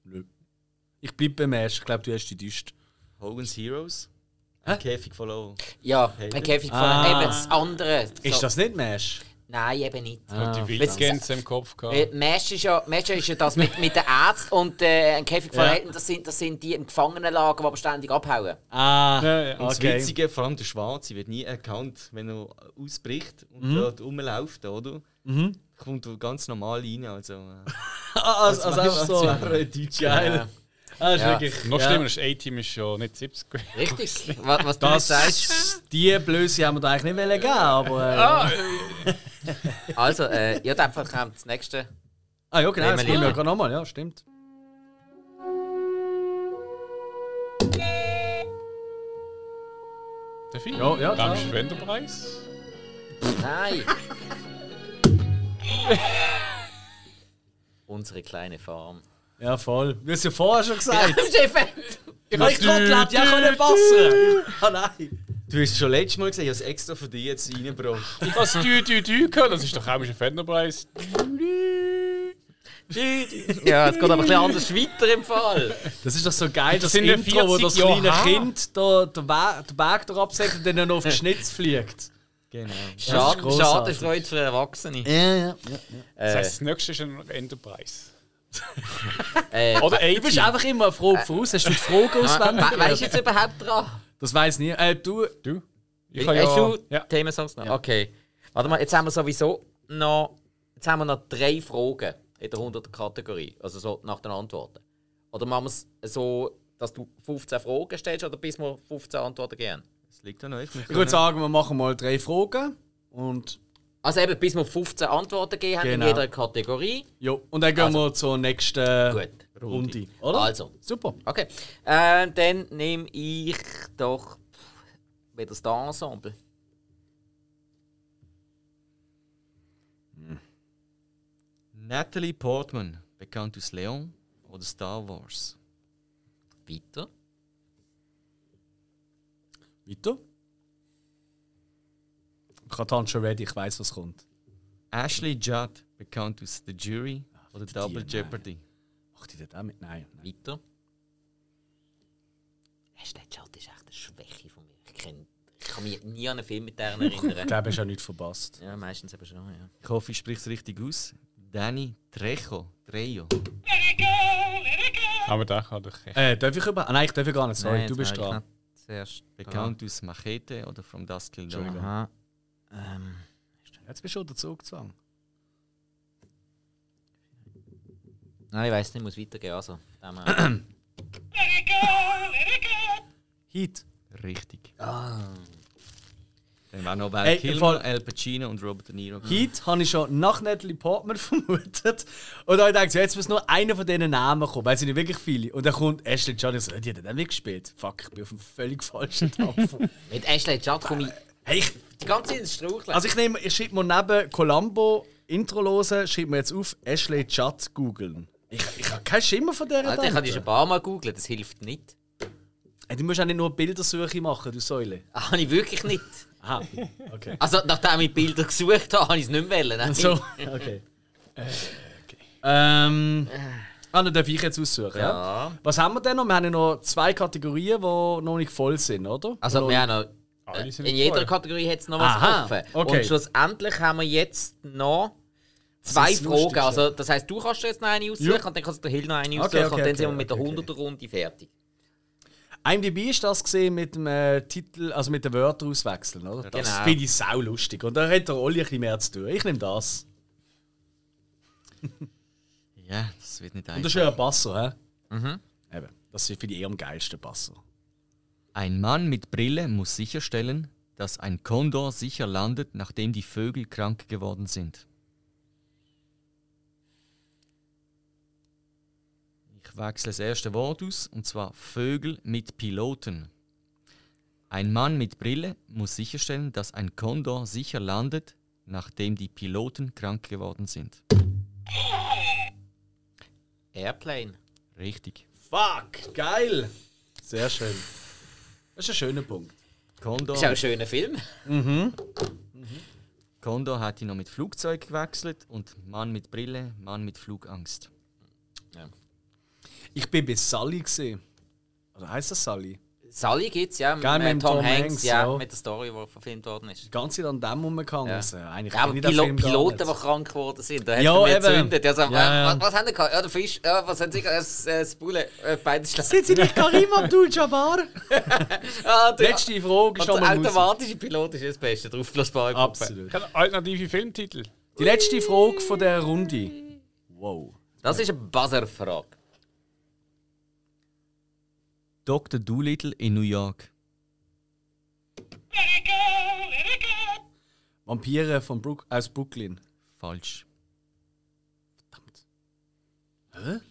Speaker 1: Nö. Ich bleib beim Mesh. Ich glaube, du hast die Düst.
Speaker 2: Hogan's Heroes? Ein Käfig verloren.
Speaker 3: Ja, ein Käfig von
Speaker 1: Ah.
Speaker 3: eben das andere. So.
Speaker 1: Ist das nicht Mesh?
Speaker 3: Nein, eben nicht.
Speaker 4: Ah, die Wildgänse im Kopf
Speaker 3: Äh,
Speaker 4: gehabt.
Speaker 3: Mesh ist ja, Mesh ist ja das mit, mit den Ärzten und äh, ein Käfig von
Speaker 1: Ja.
Speaker 3: Helden, das sind, das sind die im Gefangenenlager, die aber ständig abhauen.
Speaker 1: Ah,
Speaker 4: Ja, ja.
Speaker 2: Und das
Speaker 1: okay.
Speaker 2: Witzige, vor allem der Schwarze wird nie erkannt, wenn er ausbricht und
Speaker 1: Mhm.
Speaker 2: dort rumläuft, oder? Kommt er ganz normal rein. Also, äh,
Speaker 1: Ah, also, also einfach so.
Speaker 2: Deutsch.
Speaker 1: Geil. Ah, ist
Speaker 3: Ja.
Speaker 1: wirklich.
Speaker 4: Noch
Speaker 1: ja.
Speaker 4: schlimmer, das A-Team ist ja nicht 70. gewesen.
Speaker 3: Richtig. was, was du jetzt sagst.
Speaker 1: Das, die Blöße haben wir da eigentlich nicht wollen geben, aber. Äh, ah.
Speaker 3: Also, äh, ja, dann kommt das nächste.
Speaker 1: ja, genau, das
Speaker 3: Nehmen wir
Speaker 1: nehmen wir
Speaker 3: lieber.
Speaker 1: gerade nochmal, ja, stimmt.
Speaker 4: Der Film?
Speaker 1: Ja, ja,
Speaker 4: Beim
Speaker 1: klar.
Speaker 4: Schwenderpreis?
Speaker 3: Nein! Unsere kleine Farm.
Speaker 1: Ja, voll. Du hast ja vorher schon gesagt.
Speaker 3: Effekt!
Speaker 1: Ich habe gerade ja, ich kann nicht passen. Ah, nein.
Speaker 2: Du hast es schon letztes Mal gesehen, ich habe es extra für dich jetzt reingebracht.
Speaker 4: Ich hab's dü dü dü gehört, das ist doch auch ein Fenderpreis.
Speaker 3: Ja, es geht aber ein bisschen anders weiter im Fall.
Speaker 1: Das ist doch so geil, das,
Speaker 4: sind ja
Speaker 1: Intro, wo das
Speaker 4: 40 Jahre
Speaker 1: kleine
Speaker 4: her.
Speaker 1: Kind da, den, Wa- den Berg da absägt und dann noch auf den Schnitz fliegt.
Speaker 2: Genau.
Speaker 3: Schade,
Speaker 1: grossartig.
Speaker 3: Schadenfreude für Erwachsene.
Speaker 1: Ja, ja. Äh.
Speaker 4: Das heisst, das nächste ist ein Enterprise.
Speaker 3: Äh,
Speaker 4: Oder
Speaker 1: Du bist
Speaker 4: A-Team.
Speaker 1: einfach immer eine Frage voraus. Hast du die Frage
Speaker 3: we
Speaker 1: auswendig?
Speaker 3: weißt du jetzt überhaupt dran?
Speaker 1: Das weiß nie. Äh, du,
Speaker 4: Du? Ich kann
Speaker 3: Hast
Speaker 4: ja.
Speaker 3: du
Speaker 4: ja.
Speaker 3: Themensongs noch? Okay. Warte mal, jetzt haben wir sowieso noch. Jetzt haben wir noch drei Fragen in der 100er Kategorie. Also so nach den Antworten. Oder machen wir es so, dass du 15 Fragen stellst oder bis wir 15 Antworten geben?
Speaker 2: Das liegt an euch.
Speaker 1: Ich würde sagen, wir machen mal drei Fragen. Und,
Speaker 3: Also eben, bis wir 15 Antworten geben haben in
Speaker 1: Genau.
Speaker 3: jeder Kategorie.
Speaker 1: jo. und dann gehen wir zur nächsten
Speaker 3: Gut.
Speaker 1: Runde. Oder?
Speaker 3: Also.
Speaker 1: Super.
Speaker 3: Okay. Äh, dann nehme ich doch pff, wieder das Ensemble.
Speaker 2: Natalie Portman, bekannt aus Leon oder Star Wars.
Speaker 3: Weiter.
Speaker 1: Weiter. Katan schon ready, ich weiß, was kommt.
Speaker 2: Ashley Judd, bekannt aus The Jury oder Double
Speaker 1: nein.
Speaker 2: Jeopardy.
Speaker 1: Macht die das auch mit? Nein. nein.
Speaker 3: Weiter. Hashtag Chat ist echt eine Schwäche von mir. Ich, kenn, ich kann mich nie an einen Film mit deren
Speaker 1: Ich
Speaker 3: erinnern.
Speaker 1: glaube, hast du auch nichts verpasst.
Speaker 3: ja, meistens eben schon, ja.
Speaker 2: Ich hoffe, ich spreche es richtig aus. Danny Trejo. Trejo.
Speaker 4: Aber da kann ich. Ich
Speaker 1: Äh, darf ich über? Ah, nein, ich darf ja gar nicht. Sorry,
Speaker 3: Nein,
Speaker 1: du
Speaker 3: jetzt
Speaker 1: bist
Speaker 3: war ich
Speaker 1: dran.
Speaker 3: nicht Zuerst
Speaker 2: Bekannt aus Machete oder From Dusk Till
Speaker 3: dran.
Speaker 2: Dawn.
Speaker 3: Aha. Ähm,
Speaker 1: Jetzt bist du unter Zugzwang.
Speaker 3: nein, ich weiß nicht, muss weitergehen. Also, dann, äh,
Speaker 1: Heat.
Speaker 2: Richtig.
Speaker 3: ah,
Speaker 2: Dann war noch Val
Speaker 1: Ey, im Fall-
Speaker 2: Kilmer, Al Pacino und Robert De Niro.
Speaker 1: Heat habe ich schon nach Natalie Portman vermutet. Und dann dachte ich, so, jetzt muss nur einer von diesen Namen kommen, weil es sind nicht wirklich viele. Und dann kommt Ashley Judd und ich so, die hat ja dann mitgespielt. Fuck, ich bin auf dem völlig falschen Dampf.
Speaker 3: mit Ashley Chat komme ich
Speaker 1: hey, ich,
Speaker 3: die ganze Zeit ins Straucheln.
Speaker 1: also ich nehme, ich schreibe mir neben Columbo Intro losen, schreibe mir jetzt auf Ashley Judd googeln. Ich, ich habe keinen Schimmer von dieser
Speaker 3: Alter, ich habe
Speaker 1: Tante.
Speaker 3: die schon ein paar Mal googelt, das hilft nicht.
Speaker 1: Ey, Du musst auch nicht nur Bildersuche machen, du Säule.
Speaker 3: Ah, Habe ich wirklich nicht.
Speaker 1: Aha, Ah, okay.
Speaker 3: Also, nachdem ich Bilder gesucht habe, habe ich es nicht mehr wollen. nein.
Speaker 1: So, okay.
Speaker 3: Äh,
Speaker 1: Ähm. Ah, dann darf ich jetzt aussuchen. Ja.
Speaker 3: Ja.
Speaker 1: Was haben wir denn noch? Wir haben ja noch zwei Kategorien, die noch nicht voll sind, oder?
Speaker 3: Also,
Speaker 1: Noch-
Speaker 3: wir haben noch
Speaker 1: Äh,
Speaker 4: Alle sind
Speaker 3: In jeder
Speaker 4: voll.
Speaker 3: Kategorie hat es noch
Speaker 1: Aha,
Speaker 3: was offen.
Speaker 1: okay.
Speaker 3: Und schlussendlich haben wir jetzt noch zwei
Speaker 1: ist das
Speaker 3: Fragen.
Speaker 1: Lustigste.
Speaker 3: Also, das heisst, du kannst dir jetzt noch eine aussuchen
Speaker 1: Ja.
Speaker 3: und dann kannst du der Hill noch eine aussuchen
Speaker 1: okay,
Speaker 3: und dann sind wir
Speaker 1: okay,
Speaker 3: mit der
Speaker 1: okay,
Speaker 3: 100er Runde fertig.
Speaker 1: IMDb ist das gesehen mit dem äh, Titel, also mit den Wörtern auswechseln, oder? Das
Speaker 3: Genau.
Speaker 1: finde ich sau lustig. Und da hat der Olli ein bisschen mehr zu tun. Ich nehme das.
Speaker 2: Ja, das wird
Speaker 1: Und
Speaker 2: nicht
Speaker 1: das
Speaker 2: einfach.
Speaker 1: ist ja ein Basso, hä? Mhm. Eben. Das ist für die eher am geilsten Basso.
Speaker 2: Ein Mann mit Brille muss sicherstellen, dass ein Kondor sicher landet, nachdem die Vögel krank geworden sind. Ich wechsle das erste Wort aus, und zwar Vögel mit Piloten. Ein Mann mit Brille muss sicherstellen, dass ein Kondor sicher landet, nachdem die Piloten krank geworden sind.
Speaker 3: Airplane.
Speaker 2: Richtig.
Speaker 1: Fuck, geil! Sehr schön. Das ist ein schöner Punkt.
Speaker 2: Kondor,
Speaker 3: Ist auch ein schöner Film.
Speaker 2: Kondor hat ihn noch mit Flugzeug gewechselt und Mann mit Brille, Mann mit Flugangst.
Speaker 1: Ich bin bei Sully gesehen. Oder heißt das Sully?
Speaker 3: Sally gibt es ja, mit,
Speaker 1: Geil,
Speaker 3: äh, Tom, Hanks, ja,
Speaker 1: ja.
Speaker 3: mit der Story, die verfilmt worden ist.
Speaker 1: Die ganze Zeit an dem rumgehangen.
Speaker 3: Ja.
Speaker 1: Also, eigentlich
Speaker 3: Ja, aber
Speaker 1: kenn ich den
Speaker 3: Pilo
Speaker 1: Film gar
Speaker 3: Piloten,
Speaker 1: nicht.
Speaker 3: die krank geworden sind, da hat
Speaker 1: Ja,
Speaker 3: er mir
Speaker 1: eben.
Speaker 3: gezündet. Ja, so,
Speaker 1: Ja, ja.
Speaker 3: Was, was haben die gehabt? Ja, der Fisch, ja, was haben sie gehabt? Das, äh, das Bulle, äh, beides schlecht.
Speaker 1: Sind Sie nicht Karim Abdul-Jabbar?
Speaker 3: Ah, der,
Speaker 1: Letzte Frage
Speaker 3: und
Speaker 1: ist
Speaker 3: der
Speaker 1: nochmal Musik.
Speaker 3: automatische Pilot ist das Beste, der aufblasbare Puppe.
Speaker 1: Absolut.
Speaker 4: Ich habe alternative Filmtitel.
Speaker 1: Die letzte Frage von dieser Runde. Wow.
Speaker 3: Das ist eine Buzzer-Frage.
Speaker 2: Dr. Doolittle in New York.
Speaker 1: Vampire von Brook aus Brooklyn.
Speaker 2: Falsch.
Speaker 1: Verdammt. Hä?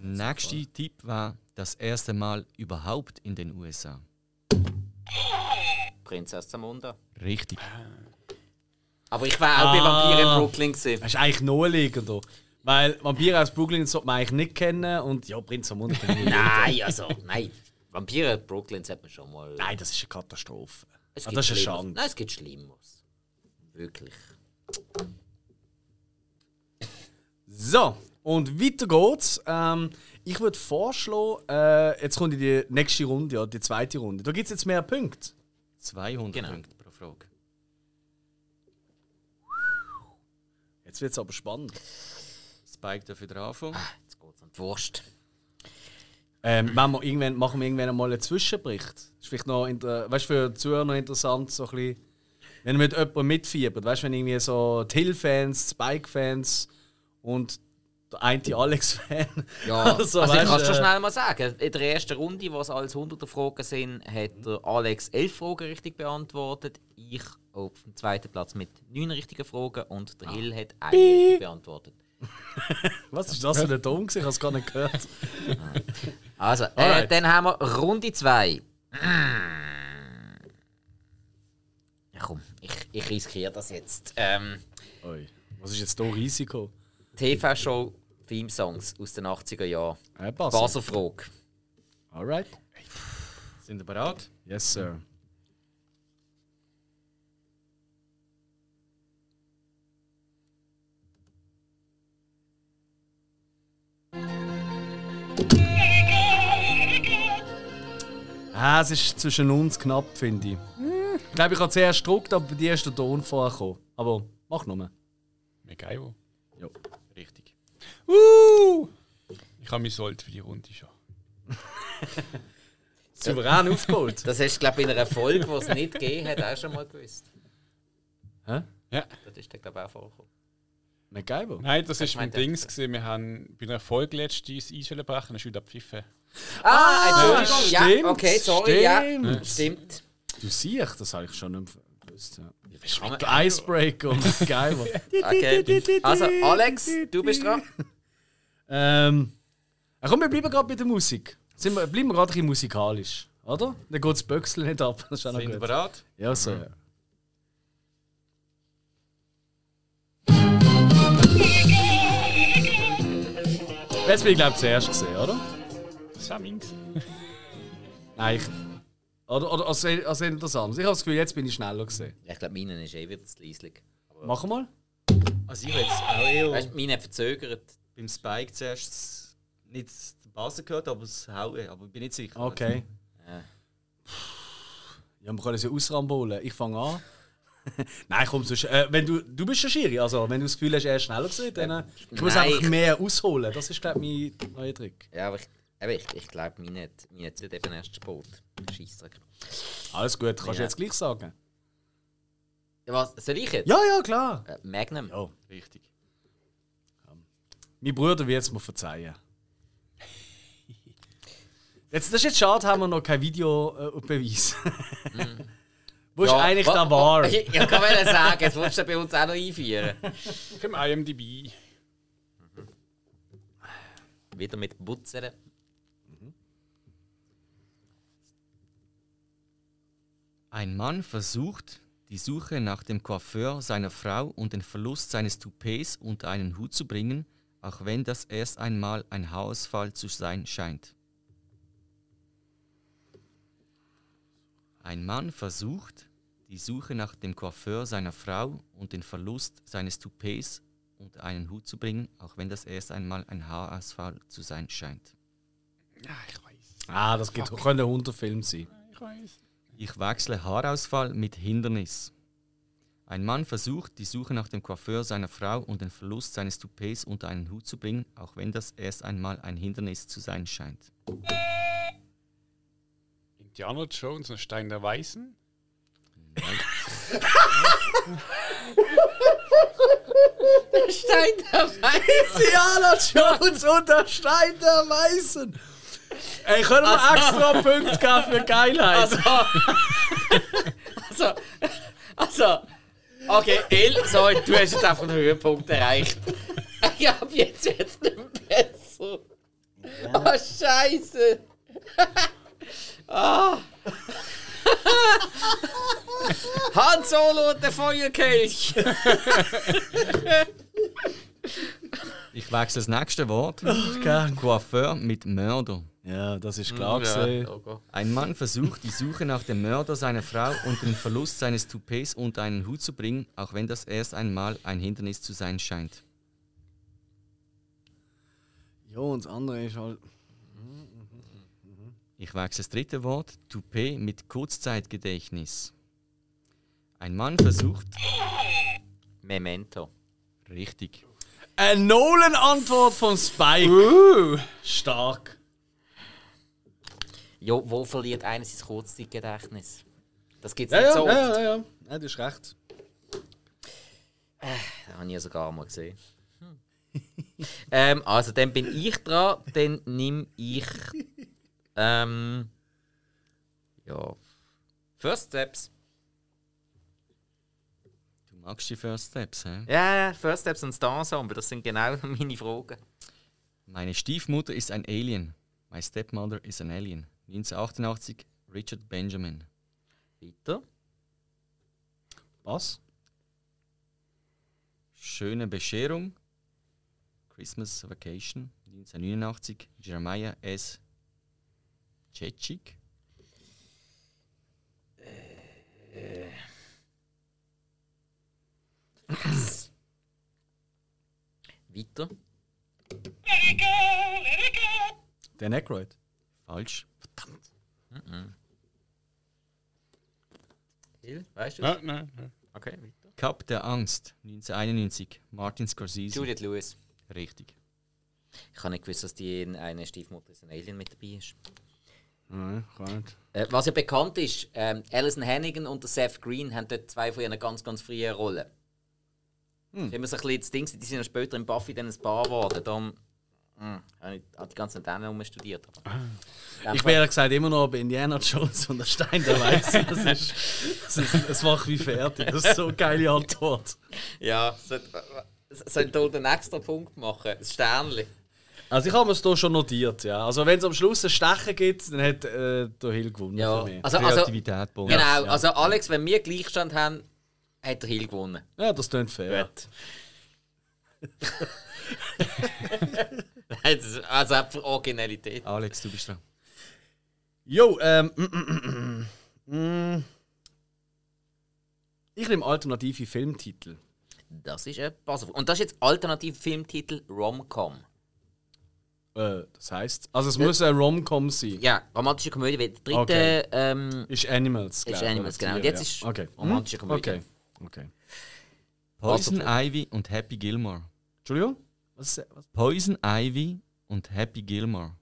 Speaker 2: Nächster Tipp war das erste Mal überhaupt in den USA.
Speaker 3: Prinzessin Zamunda.
Speaker 2: Richtig.
Speaker 3: Aber ich war auch bei
Speaker 1: Ah.
Speaker 3: Vampire in Brooklyn. Gewesen.
Speaker 1: Das ist eigentlich naheliegender. Weil Vampire aus Brooklyn sollte man eigentlich nicht kennen. Und ja, Prinz am Mund.
Speaker 3: Nein, also, nein. Vampire in Brooklyn hat man schon mal.
Speaker 1: Nein, das ist eine Katastrophe.
Speaker 3: es
Speaker 1: Ah, das ist eine
Speaker 3: Schlimmeres.
Speaker 1: Schande.
Speaker 3: Nein, es gibt Schlimmeres. Wirklich.
Speaker 1: So, und weiter geht's. Ähm, ich würde vorschlagen, äh, jetzt kommt in die nächste Runde, ja, die zweite Runde. Da gibt es jetzt mehr Punkte.
Speaker 2: 200
Speaker 3: Genau.
Speaker 2: Punkte pro Frage.
Speaker 1: Jetzt wird es aber spannend.
Speaker 3: Ah.
Speaker 2: Spike dafür drauf.
Speaker 3: Jetzt geht's um die Wurst.
Speaker 1: Ähm, wenn wir irgendwann, machen wir irgendwann mal einen Zwischenbericht. Ist vielleicht noch inter weißt, für die Zuhörer noch interessant, so ein bisschen, wenn ihr mit jemandem mitfiebert. Weißt du, wenn irgendwie so Till-Fans, Spike-Fans und der eine Alex-Fan.
Speaker 3: Ja,
Speaker 1: Also,
Speaker 3: also, ich
Speaker 1: weißt,
Speaker 3: kann es schon
Speaker 1: äh,
Speaker 3: schnell mal sagen. In der ersten Runde, wo es alles 100 Fragen sind, hat der Alex 11 Fragen richtig beantwortet. Ich auf dem zweiten Platz mit 9 richtigen Fragen und
Speaker 1: Ah.
Speaker 3: der Hill hat eine richtig beantwortet.
Speaker 1: äh, Was ist das für ein Ton? gewesen? Ich habe es gar nicht gehört.
Speaker 3: Also, äh,
Speaker 1: Alright.
Speaker 3: dann haben wir Runde 2. Ja, komm, ich, ich riskiere das jetzt. Ähm,
Speaker 1: Oi. Was ist jetzt hier Risiko?
Speaker 3: TV-Show Theme Songs aus den 80er Jahren.
Speaker 1: Äh, passt.
Speaker 3: Basel Frage.
Speaker 1: Alright.
Speaker 2: Sind ihr bereit?
Speaker 1: Yes, sir. Ah, es ist zwischen uns knapp, finde ich. Ich glaube, ich habe zuerst gedruckt, aber bei dir ist der Ton vorher gekommen. Aber mach nochmal.
Speaker 4: Megaivo.
Speaker 1: Jo.
Speaker 2: Richtig.
Speaker 4: Uh! Ich habe mich sollt für die Runde schon.
Speaker 1: Souverän aufgeholt.
Speaker 3: Das hast du, glaube ich, in einer Folge, die es nicht gegeben hat, auch schon mal gewusst.
Speaker 1: Hä?
Speaker 4: Ja.
Speaker 3: Das ist dann, glaube ich, auch vorgekommen.
Speaker 1: MacGyver?
Speaker 4: Nein, das ist mein
Speaker 3: meinte-
Speaker 4: Dings. Gewesen. Wir haben bei einer Folge letztens das Eis brechen und heute abpfiffen.
Speaker 3: Ah, Entschuldigung, ja,
Speaker 1: stimmt,
Speaker 3: okay, sorry, ja, Hm,
Speaker 1: stimmt.
Speaker 3: stimmt.
Speaker 1: Du siehst, das habe ich schon nicht gewusst. Ja.
Speaker 3: Kann man-
Speaker 1: Der Icebreaker und MacGyver.
Speaker 3: Okay. Also, Alex, du bist dran.
Speaker 1: Ähm, ah, komm, wir bleiben gerade bei der Musik. Sind wir, bleiben wir gerade ein bisschen musikalisch, oder? Dann geht das Böchsel nicht ab. Das ist auch noch
Speaker 2: Sind ihr
Speaker 1: gut.
Speaker 2: bereit?
Speaker 1: Ja, so. ja. Jetzt bin ich glaube ich zuerst gesehen, oder?
Speaker 4: Das war meins.
Speaker 1: Nein, ich, oder, oder als, als interessant. Ich habe das Gefühl, jetzt bin ich schneller gesehen.
Speaker 3: Ja, Ich glaube, meine ist eh wieder zu leislich.
Speaker 1: Machen wir mal.
Speaker 2: Also ich will jetzt auch eher
Speaker 3: Weißt du, meine hat verzögert.
Speaker 2: beim Spike zuerst s- nicht die Basen gehört, aber das Hauen. Aber ich bin nicht sicher.
Speaker 1: Okay.
Speaker 3: Ja.
Speaker 1: Ja, wir können es ja ausrambolen. Ich fange an. Nein, komm, sonst, äh, wenn du, du bist der Schiri, also wenn du das Gefühl hast, er ist schneller gewesen, dann äh, ich muss
Speaker 3: Nein,
Speaker 1: einfach
Speaker 3: ich-
Speaker 1: mehr ausholen. Das ist, glaube ich, mein neuer Trick.
Speaker 3: Ja, aber ich, aber ich, ich glaube, meine hat, meine hat nicht eben erst Sport. Scheissdreck.
Speaker 1: Alles gut, kannst du
Speaker 3: Ja.
Speaker 1: jetzt gleich sagen.
Speaker 3: Ja, was, soll ich jetzt?
Speaker 1: Ja, ja, klar.
Speaker 3: Äh, Magnum.
Speaker 1: Ja.
Speaker 2: Richtig.
Speaker 1: Mein Bruder wird es mir verzeihen. Jetzt, das ist jetzt schade, haben wir noch kein Videobeweis. Wo ist
Speaker 3: Mhm. Ja,
Speaker 1: eigentlich
Speaker 3: wa-
Speaker 1: der War?
Speaker 3: Ich, ich kann mal sagen, das willst du bei uns auch noch einführen.
Speaker 4: Ich habe IMDb.
Speaker 3: Wieder mit Butzern.
Speaker 2: Ein Mann versucht, die Suche nach dem Coiffeur seiner Frau und den Verlust seines Toupets unter einen Hut zu bringen, auch wenn das erst einmal ein Haarausfall zu sein scheint. Ein Mann versucht, die Suche nach dem Coiffeur seiner Frau und den Verlust seines Toupets unter einen Hut zu bringen, auch wenn das erst einmal ein Haarausfall zu sein scheint.
Speaker 4: Ja, ich weiß.
Speaker 1: Ah, das gibt, könnte ein Hunderfilm sein.
Speaker 4: Ich weiß.
Speaker 2: Ich wechsle Haarausfall mit Hindernis. Ein Mann versucht, die Suche nach dem Coiffeur seiner Frau und den Verlust seines Toupets unter einen Hut zu bringen, auch wenn das erst einmal ein Hindernis zu sein scheint.
Speaker 4: Indiana Jones und Stein der Weißen.
Speaker 3: Stein dabei!
Speaker 1: Indiana Jones und der Stein der Weißen. Ey, können wir extra Punkte geben für Geilheit?
Speaker 3: Also. also. Also. Okay, El, sorry, du hast jetzt einfach den Höhepunkt erreicht. Ich hab jetzt jetzt nicht besser. Oh, Scheiße. Ah. Han Solo und der Feuerkelch.
Speaker 2: Ich wechsle das nächste Wort. Coiffeur mit Mörder.
Speaker 1: Mm, ja, das ist klar gesehen.
Speaker 2: Ein Mann versucht, die Suche nach dem Mörder seiner Frau und den Verlust seines Toupets unter einen Hut zu bringen, auch wenn das erst einmal ein Hindernis zu sein scheint.
Speaker 1: Ja, und das andere ist halt.
Speaker 2: Ich wechsle das dritte Wort, Toupet mit Kurzzeitgedächtnis. Ein Mann versucht,
Speaker 3: Memento.
Speaker 2: richtig.
Speaker 1: Uh. Eine Nolan-Antwort von Spike. Stark.
Speaker 3: ja, wo verliert einer sein Kurzzeitgedächtnis? Das gibt es
Speaker 1: Ja,
Speaker 3: nicht
Speaker 1: ja,
Speaker 3: so oft.
Speaker 1: ja, ja, ja. ja. Du hast recht.
Speaker 3: Das habe ich ja sogar mal gesehen. ähm, also, dann bin ich dran, dann nehme ich. Ähm, ja. First Steps.
Speaker 2: Du magst die First Steps, hä?
Speaker 3: Ja, ja, First Steps und Star Ensemble, das sind genau meine Fragen.
Speaker 2: Meine Stiefmutter ist ein Alien. My Stepmother is an Alien. 1988, Richard Benjamin.
Speaker 3: Weiter.
Speaker 1: Was?
Speaker 2: Schöne Bescherung. Christmas Vacation 1989. Jeremiah S. Cechik.
Speaker 3: Weiter.
Speaker 1: Der Necroid.
Speaker 2: Falsch.
Speaker 3: Hill, weißt du?
Speaker 4: Nein, nein, nein.
Speaker 3: Okay, weiter.
Speaker 2: Cup der Angst 1991. Martin Scorsese.
Speaker 3: Juliet Lewis.
Speaker 2: Richtig.
Speaker 3: Ich habe nicht gewusst, dass die in einer Stiefmutter ist ein Alien mit dabei ist.
Speaker 1: Nein, gar nicht.
Speaker 3: Äh, was ja bekannt ist, ähm, Alison Hannigan und der Seth Green haben dort zwei von ihren ganz, ganz frühen Rollen. Das ist immer so ein bisschen das Ding, die sind ja später im Buffy dann ein Paar geworden. Darum hm, habe ich auch die ganzen Namen umstudiert. Aber
Speaker 1: Ich bin ehrlich gesagt immer noch bei Indiana Jones und der Stein der Weißen. Das ist, das ist das macht mich fertig. Das ist so eine geile Antwort.
Speaker 3: ja, sollte da den extra Punkt machen, das Sternchen.
Speaker 1: Also ich habe es hier schon notiert, ja. Also wenn es am Schluss ein Stechen gibt, dann hat äh, der Hill gewonnen
Speaker 3: Ja,
Speaker 1: für mich.
Speaker 3: also, also, genau,
Speaker 2: Kreativität, Bonus.
Speaker 3: also Alex, wenn wir Gleichstand haben, hat der Hill gewonnen.
Speaker 1: Ja, das klingt fair.
Speaker 3: Gut. Nein, das ist- also auch für Originalität.
Speaker 2: Alex, du bist dran.
Speaker 1: Jo, ähm... mm, mm, mm, mm. Ich nehme alternative Filmtitel.
Speaker 3: Das ist ein Passover. Und das ist jetzt alternativ Filmtitel Rom-Com.
Speaker 1: Äh, das heißt, also es muss ein Rom-Com sein.
Speaker 3: Ja, romantische Komödie wird dritte.
Speaker 1: Okay.
Speaker 3: Ähm,
Speaker 1: Ist Animals,
Speaker 3: Ist
Speaker 1: glaub ich,
Speaker 3: Animals,
Speaker 1: oder
Speaker 3: genau. Und
Speaker 1: Tiere,
Speaker 3: jetzt
Speaker 1: ja.
Speaker 3: ist
Speaker 1: okay.
Speaker 3: romantische
Speaker 1: Hm?
Speaker 3: Komödie.
Speaker 1: Okay. okay.
Speaker 2: Poison
Speaker 3: Wasserfall.
Speaker 2: Ivy und Happy Gilmore.
Speaker 1: Entschuldigung? Was ist, was?
Speaker 2: Poison Ivy und Happy Gilmore.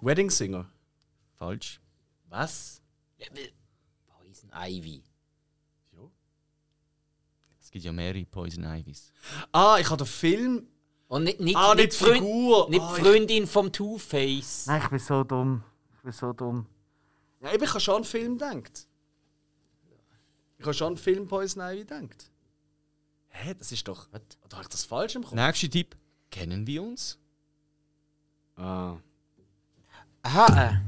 Speaker 1: Wedding Singer.
Speaker 2: Falsch.
Speaker 1: Was?
Speaker 3: Poison Ivy.
Speaker 2: Es gibt ja mehrere Poison Ivys.
Speaker 1: Ah, ich habe den Film.
Speaker 3: Und nicht, nicht,
Speaker 1: Ah, nicht die
Speaker 3: Freund-
Speaker 1: Figur.
Speaker 3: Nicht
Speaker 1: Ah,
Speaker 3: die
Speaker 1: ich-
Speaker 3: Freundin vom Two-Face.
Speaker 1: Nein, ich bin so dumm. Ich bin so dumm. Ja, eben, ich habe schon an Film gedacht. Ich habe schon an Film Poison Ivy gedacht. Hä, das ist doch. Oder habe ich das falsch im Kopf?
Speaker 2: Nächster Tipp. Kennen wir uns?
Speaker 1: Ah.
Speaker 3: Aha. Äh.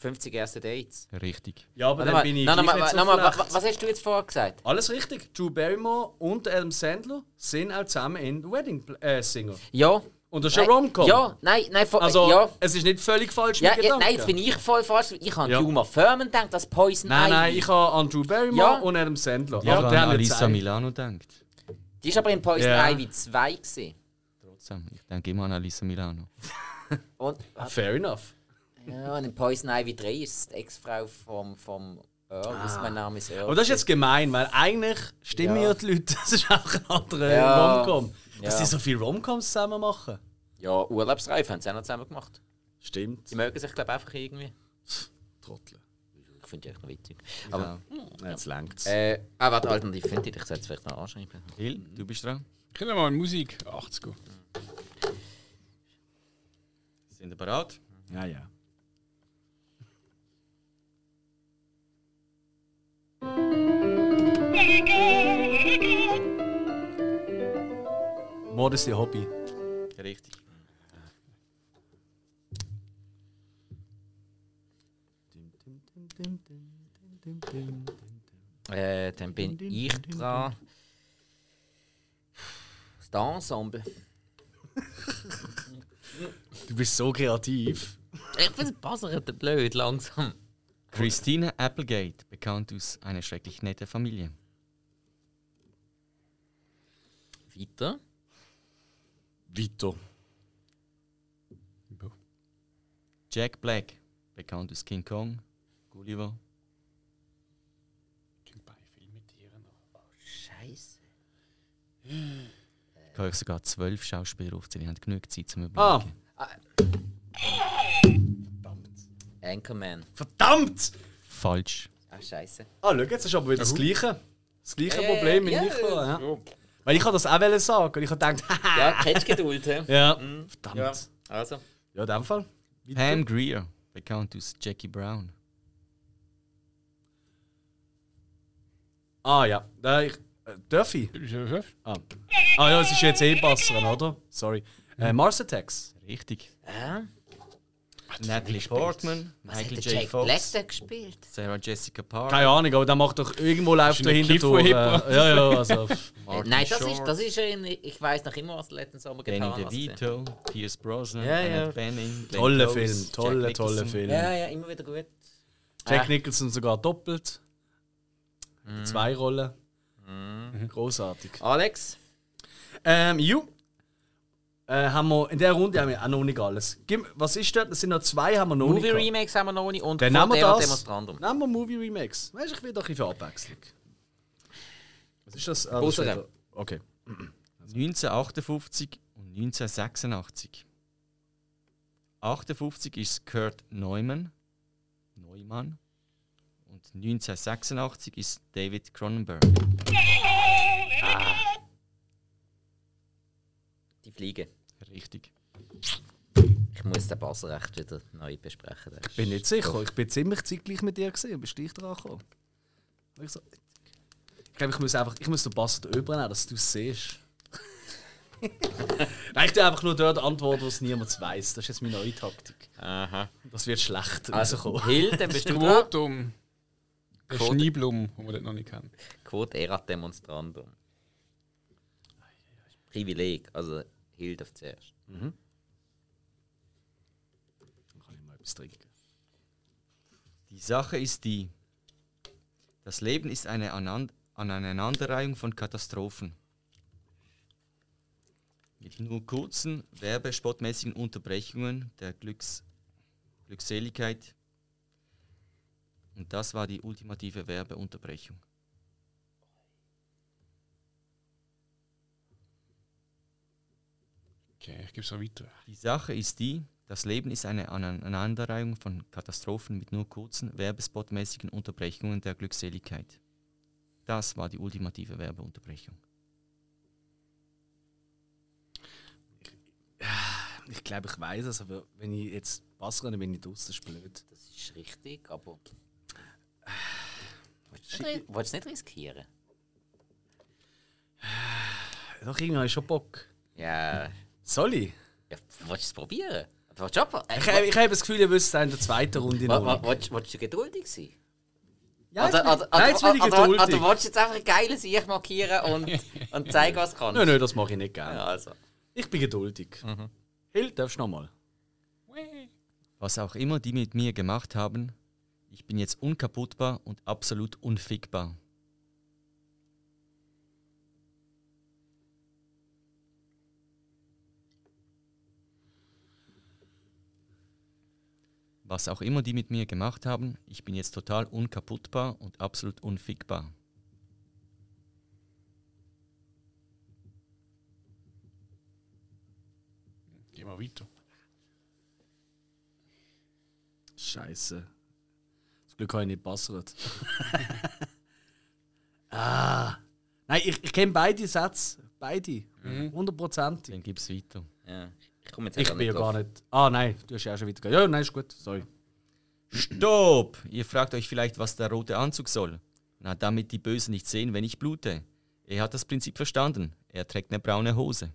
Speaker 3: 50 erste Dates.
Speaker 2: Richtig.
Speaker 1: Ja, aber
Speaker 3: Warte
Speaker 1: dann
Speaker 3: mal,
Speaker 1: bin ich.
Speaker 3: nein,
Speaker 1: gleich
Speaker 3: nochmal,
Speaker 1: nicht so
Speaker 3: nochmal, wa-
Speaker 1: schlecht.
Speaker 3: wa- was hast du jetzt vorher gesagt?
Speaker 1: Alles richtig. Drew Barrymore und Adam Sandler sind auch zusammen in Wedding äh, Singer.
Speaker 3: Ja.
Speaker 1: Und das ist ein
Speaker 3: Nein,
Speaker 1: Romcom.
Speaker 3: Ja, nein, nein, von,
Speaker 1: Also,
Speaker 3: ja.
Speaker 1: es ist nicht völlig falsch.
Speaker 3: Ja,
Speaker 1: mein
Speaker 3: ja, nein,
Speaker 1: Gedanke.
Speaker 3: jetzt bin ich voll falsch. Ich habe
Speaker 1: Ja.
Speaker 3: an Uma Thurman gedacht, das Poison
Speaker 1: Nein,
Speaker 3: Ivy.
Speaker 1: nein, ich habe an Drew Barrymore
Speaker 3: Ja.
Speaker 1: und Adam Sandler.
Speaker 2: Ja,
Speaker 1: aber
Speaker 2: aber
Speaker 1: der
Speaker 2: an
Speaker 1: hat
Speaker 2: Alisa
Speaker 1: Zeit.
Speaker 2: Milano denkt.
Speaker 3: Die ist aber in Poison
Speaker 1: Ja.
Speaker 3: Ivy 2 gesehen.
Speaker 2: Trotzdem, ich denke immer an Alisa Milano.
Speaker 3: Und,
Speaker 1: Fair enough.
Speaker 3: ja, und in Poison Ivy 3 ist die Ex-Frau vom, vom Earl. Ah. Mein Name ist Earl.
Speaker 1: Aber das ist jetzt gemein, weil eigentlich stimmen ja,
Speaker 3: Ja.
Speaker 1: die Leute, das ist einfach ein anderer
Speaker 3: Ja.
Speaker 1: Romcom. Dass
Speaker 3: Ja.
Speaker 1: die so viele Romcoms zusammen machen.
Speaker 3: Ja, Urlaubsreif haben sie auch noch zusammen gemacht.
Speaker 1: Stimmt.
Speaker 3: Sie mögen sich, glaube ich, einfach irgendwie.
Speaker 1: Trottel.
Speaker 3: Ich finde die echt noch witzig. Aber,
Speaker 2: Aber
Speaker 1: Ja, Jetzt längt's.
Speaker 3: äh, ah, warte, alternativ finde ich, ich sollte es vielleicht noch anschreiben.
Speaker 2: Hill, du bist dran.
Speaker 4: Ich will mal Musik 80er.
Speaker 2: Sind ihr bereit?
Speaker 1: Ja, ja. Mord ist ihr Hobby.
Speaker 2: Richtig.
Speaker 3: Äh, dann bin ich dran. Das Ensemble.
Speaker 1: Du bist so kreativ.
Speaker 3: Ich finde es passend blöd langsam.
Speaker 2: Christina Applegate, bekannt aus einer schrecklich netten Familie.
Speaker 3: Weiter.
Speaker 1: Vito.
Speaker 2: Jack Black, bekannt aus King Kong, Gulliver.
Speaker 4: Typ bei Filmtieren.
Speaker 3: Scheiße.
Speaker 2: Ich habe euch sogar zwölf Schauspieler aufzählen. Ihr habt genug Zeit zum Überlegen.
Speaker 1: Ah,
Speaker 3: Anchorman.
Speaker 1: verdammt!
Speaker 2: Falsch.
Speaker 3: Ah, scheiße.
Speaker 1: Ah, schau, jetzt ist aber wieder das gleiche. Das gleiche
Speaker 3: Ja, ja,
Speaker 1: Problem mit
Speaker 3: ja.
Speaker 1: Nico. Äh, Ja.
Speaker 4: Oh.
Speaker 1: Weil ich kann das auch wollen sagen und ich habe gedacht, haha.
Speaker 3: Ja, kennst Geduld, hä?
Speaker 1: Ja, verdammt.
Speaker 3: Ja,
Speaker 1: Ja,
Speaker 3: also.
Speaker 1: in dem Fall.
Speaker 2: Pam Greer, bekannt aus Jackie Brown.
Speaker 1: Ah ja, äh, ich, äh, darf ich? Ah. ah ja, es ist jetzt eh passend, oder? Sorry. Äh, Mars Attacks.
Speaker 2: Richtig.
Speaker 3: Ah,
Speaker 2: Natalie Portman,
Speaker 3: was hat
Speaker 2: Michael
Speaker 3: der
Speaker 2: J.
Speaker 3: Jack
Speaker 2: Fox,
Speaker 3: Black da gespielt?
Speaker 2: Sarah Jessica Parker,
Speaker 1: Keine Ahnung, aber der macht doch irgendwo läuft
Speaker 4: Ist
Speaker 1: der
Speaker 4: ein
Speaker 1: Hintertour. Äh,
Speaker 4: Kiffo-Hip-Hop.
Speaker 1: ja, ja, also. pff.
Speaker 3: Äh,
Speaker 2: Martin
Speaker 3: Nein, das
Speaker 2: Short,
Speaker 3: ist, das ist er in, ich weiß noch immer, was du letzten Sommer getan
Speaker 2: Danny
Speaker 3: hast.
Speaker 2: DeVito, Pierce Brosnan,
Speaker 3: Ja,
Speaker 2: Annette
Speaker 3: ja.
Speaker 2: Bening, Glenn
Speaker 1: Toller
Speaker 2: Close,
Speaker 1: Film,
Speaker 2: Jack
Speaker 1: toller,
Speaker 2: Nicholson.
Speaker 1: toller Film.
Speaker 3: Ja, ja, immer wieder gut.
Speaker 1: Jack
Speaker 3: Ah.
Speaker 1: Nicholson sogar doppelt. In Zwei Rollen. Großartig.
Speaker 3: Alex?
Speaker 1: Ähm, ju. Äh, haben wir, in der Runde haben wir auch noch nicht alles. Gib, was ist dort? Es sind noch zwei, haben wir noch
Speaker 3: Movie
Speaker 1: nicht. gehabt.
Speaker 3: Remakes haben wir noch nicht und
Speaker 1: Dann
Speaker 3: von
Speaker 1: nehmen wir
Speaker 3: Deo
Speaker 1: das.
Speaker 3: Demonstrandum.
Speaker 1: Nehmen wir Movie Remakes. Weißt du, ich will doch ein bisschen für Abwechslung. Was ist das? Ah, das
Speaker 3: Bussere.
Speaker 1: ist wieder- okay.
Speaker 2: 1958 und 1986. 58 ist Kurt Neumann. Neumann. Und 1986 ist David Cronenberg.
Speaker 3: Die Fliege.
Speaker 2: Richtig.
Speaker 3: Ich muss den Bassrecht wieder neu besprechen. Das ist-
Speaker 1: Ich bin nicht sicher. Ich bin ziemlich zeitgleich mit dir gesehen. Bist gleich dran gekommen? Ich, so, ich glaube, ich muss einfach, ich muss den Bass übernehmen, dass du es siehst. Nein, ich tue einfach nur dort antworten, was niemand weiß. Das ist jetzt meine neue Taktik.
Speaker 3: Aha.
Speaker 1: Das wird schlecht
Speaker 3: Also,
Speaker 1: rauskommen.
Speaker 3: Hill, dann bist du dran.
Speaker 4: Quotum. Der
Speaker 3: Quote.
Speaker 4: Schneeblum, den wir dort noch nicht kennen.
Speaker 3: Quod erat demonstrandum. Privileg, also Hill darf zuerst.
Speaker 1: Kann ich mal etwas trinken?
Speaker 2: Die Sache ist die. Das Leben ist eine Anan Aneinanderreihung von Katastrophen. Mit nur kurzen, werbespottmäßigen Unterbrechungen der Glücks Glückseligkeit. Und das war die ultimative Werbeunterbrechung.
Speaker 4: Okay, ich gebe es weiter.
Speaker 2: Die Sache ist die, das Leben ist eine Aneinanderreihung von Katastrophen mit nur kurzen, werbespotmäßigen Unterbrechungen der Glückseligkeit. Das war die ultimative Werbeunterbrechung.
Speaker 1: Ich glaube, ich weiß es, aber wenn ich jetzt Bass renne, bin ich draußen, das ist blöd.
Speaker 3: Das ist richtig, aber. Willst du es nicht- willst du es nicht riskieren?
Speaker 1: Doch, irgendwie habe ich schon Bock.
Speaker 3: Ja. ja
Speaker 1: Soll ich?
Speaker 3: willst du es probieren? Willst du Äh, aber.
Speaker 1: Ich, ich habe das Gefühl, ihr wisst es in der zweiten Runde noch. nicht.
Speaker 3: Willst willst du geduldig sein? Also,
Speaker 1: Ja,
Speaker 3: Oder,
Speaker 1: jetzt bin-
Speaker 3: oder, oder,
Speaker 1: Nein, jetzt bin ich
Speaker 3: oder, oder,
Speaker 1: geduldig.
Speaker 3: willst also, du jetzt einfach ein geiles Ich markieren und, und zeigen, was du kannst?
Speaker 1: Nein, nein, das mache ich nicht gerne.
Speaker 3: Ja, also.
Speaker 1: Ich bin geduldig. Hill, darfst du nochmal?
Speaker 2: Was auch immer die mit mir gemacht haben, ich bin jetzt unkaputtbar und absolut unfickbar. Was auch immer die mit mir gemacht haben, ich bin jetzt total unkaputtbar und absolut unfickbar.
Speaker 4: Gehen wir weiter.
Speaker 1: Scheiße. Das Glück habe ich nicht passiert. ah. Nein, ich, ich kenne beide Sätze. Beide. Hundertprozentig.
Speaker 2: Dann gib's weiter.
Speaker 3: Ja. Ich komme jetzt
Speaker 1: Ich
Speaker 3: auch
Speaker 1: bin Mhm. ja
Speaker 3: drauf.
Speaker 1: gar nicht. Ah, nein, du hast ja auch schon weitergegangen. Ja, nein, ist gut. Sorry.
Speaker 2: Stopp! Ihr fragt euch vielleicht, was der rote Anzug soll. Na, damit die Bösen nicht sehen, wenn ich blute. Er hat das Prinzip verstanden. Er trägt eine braune Hose.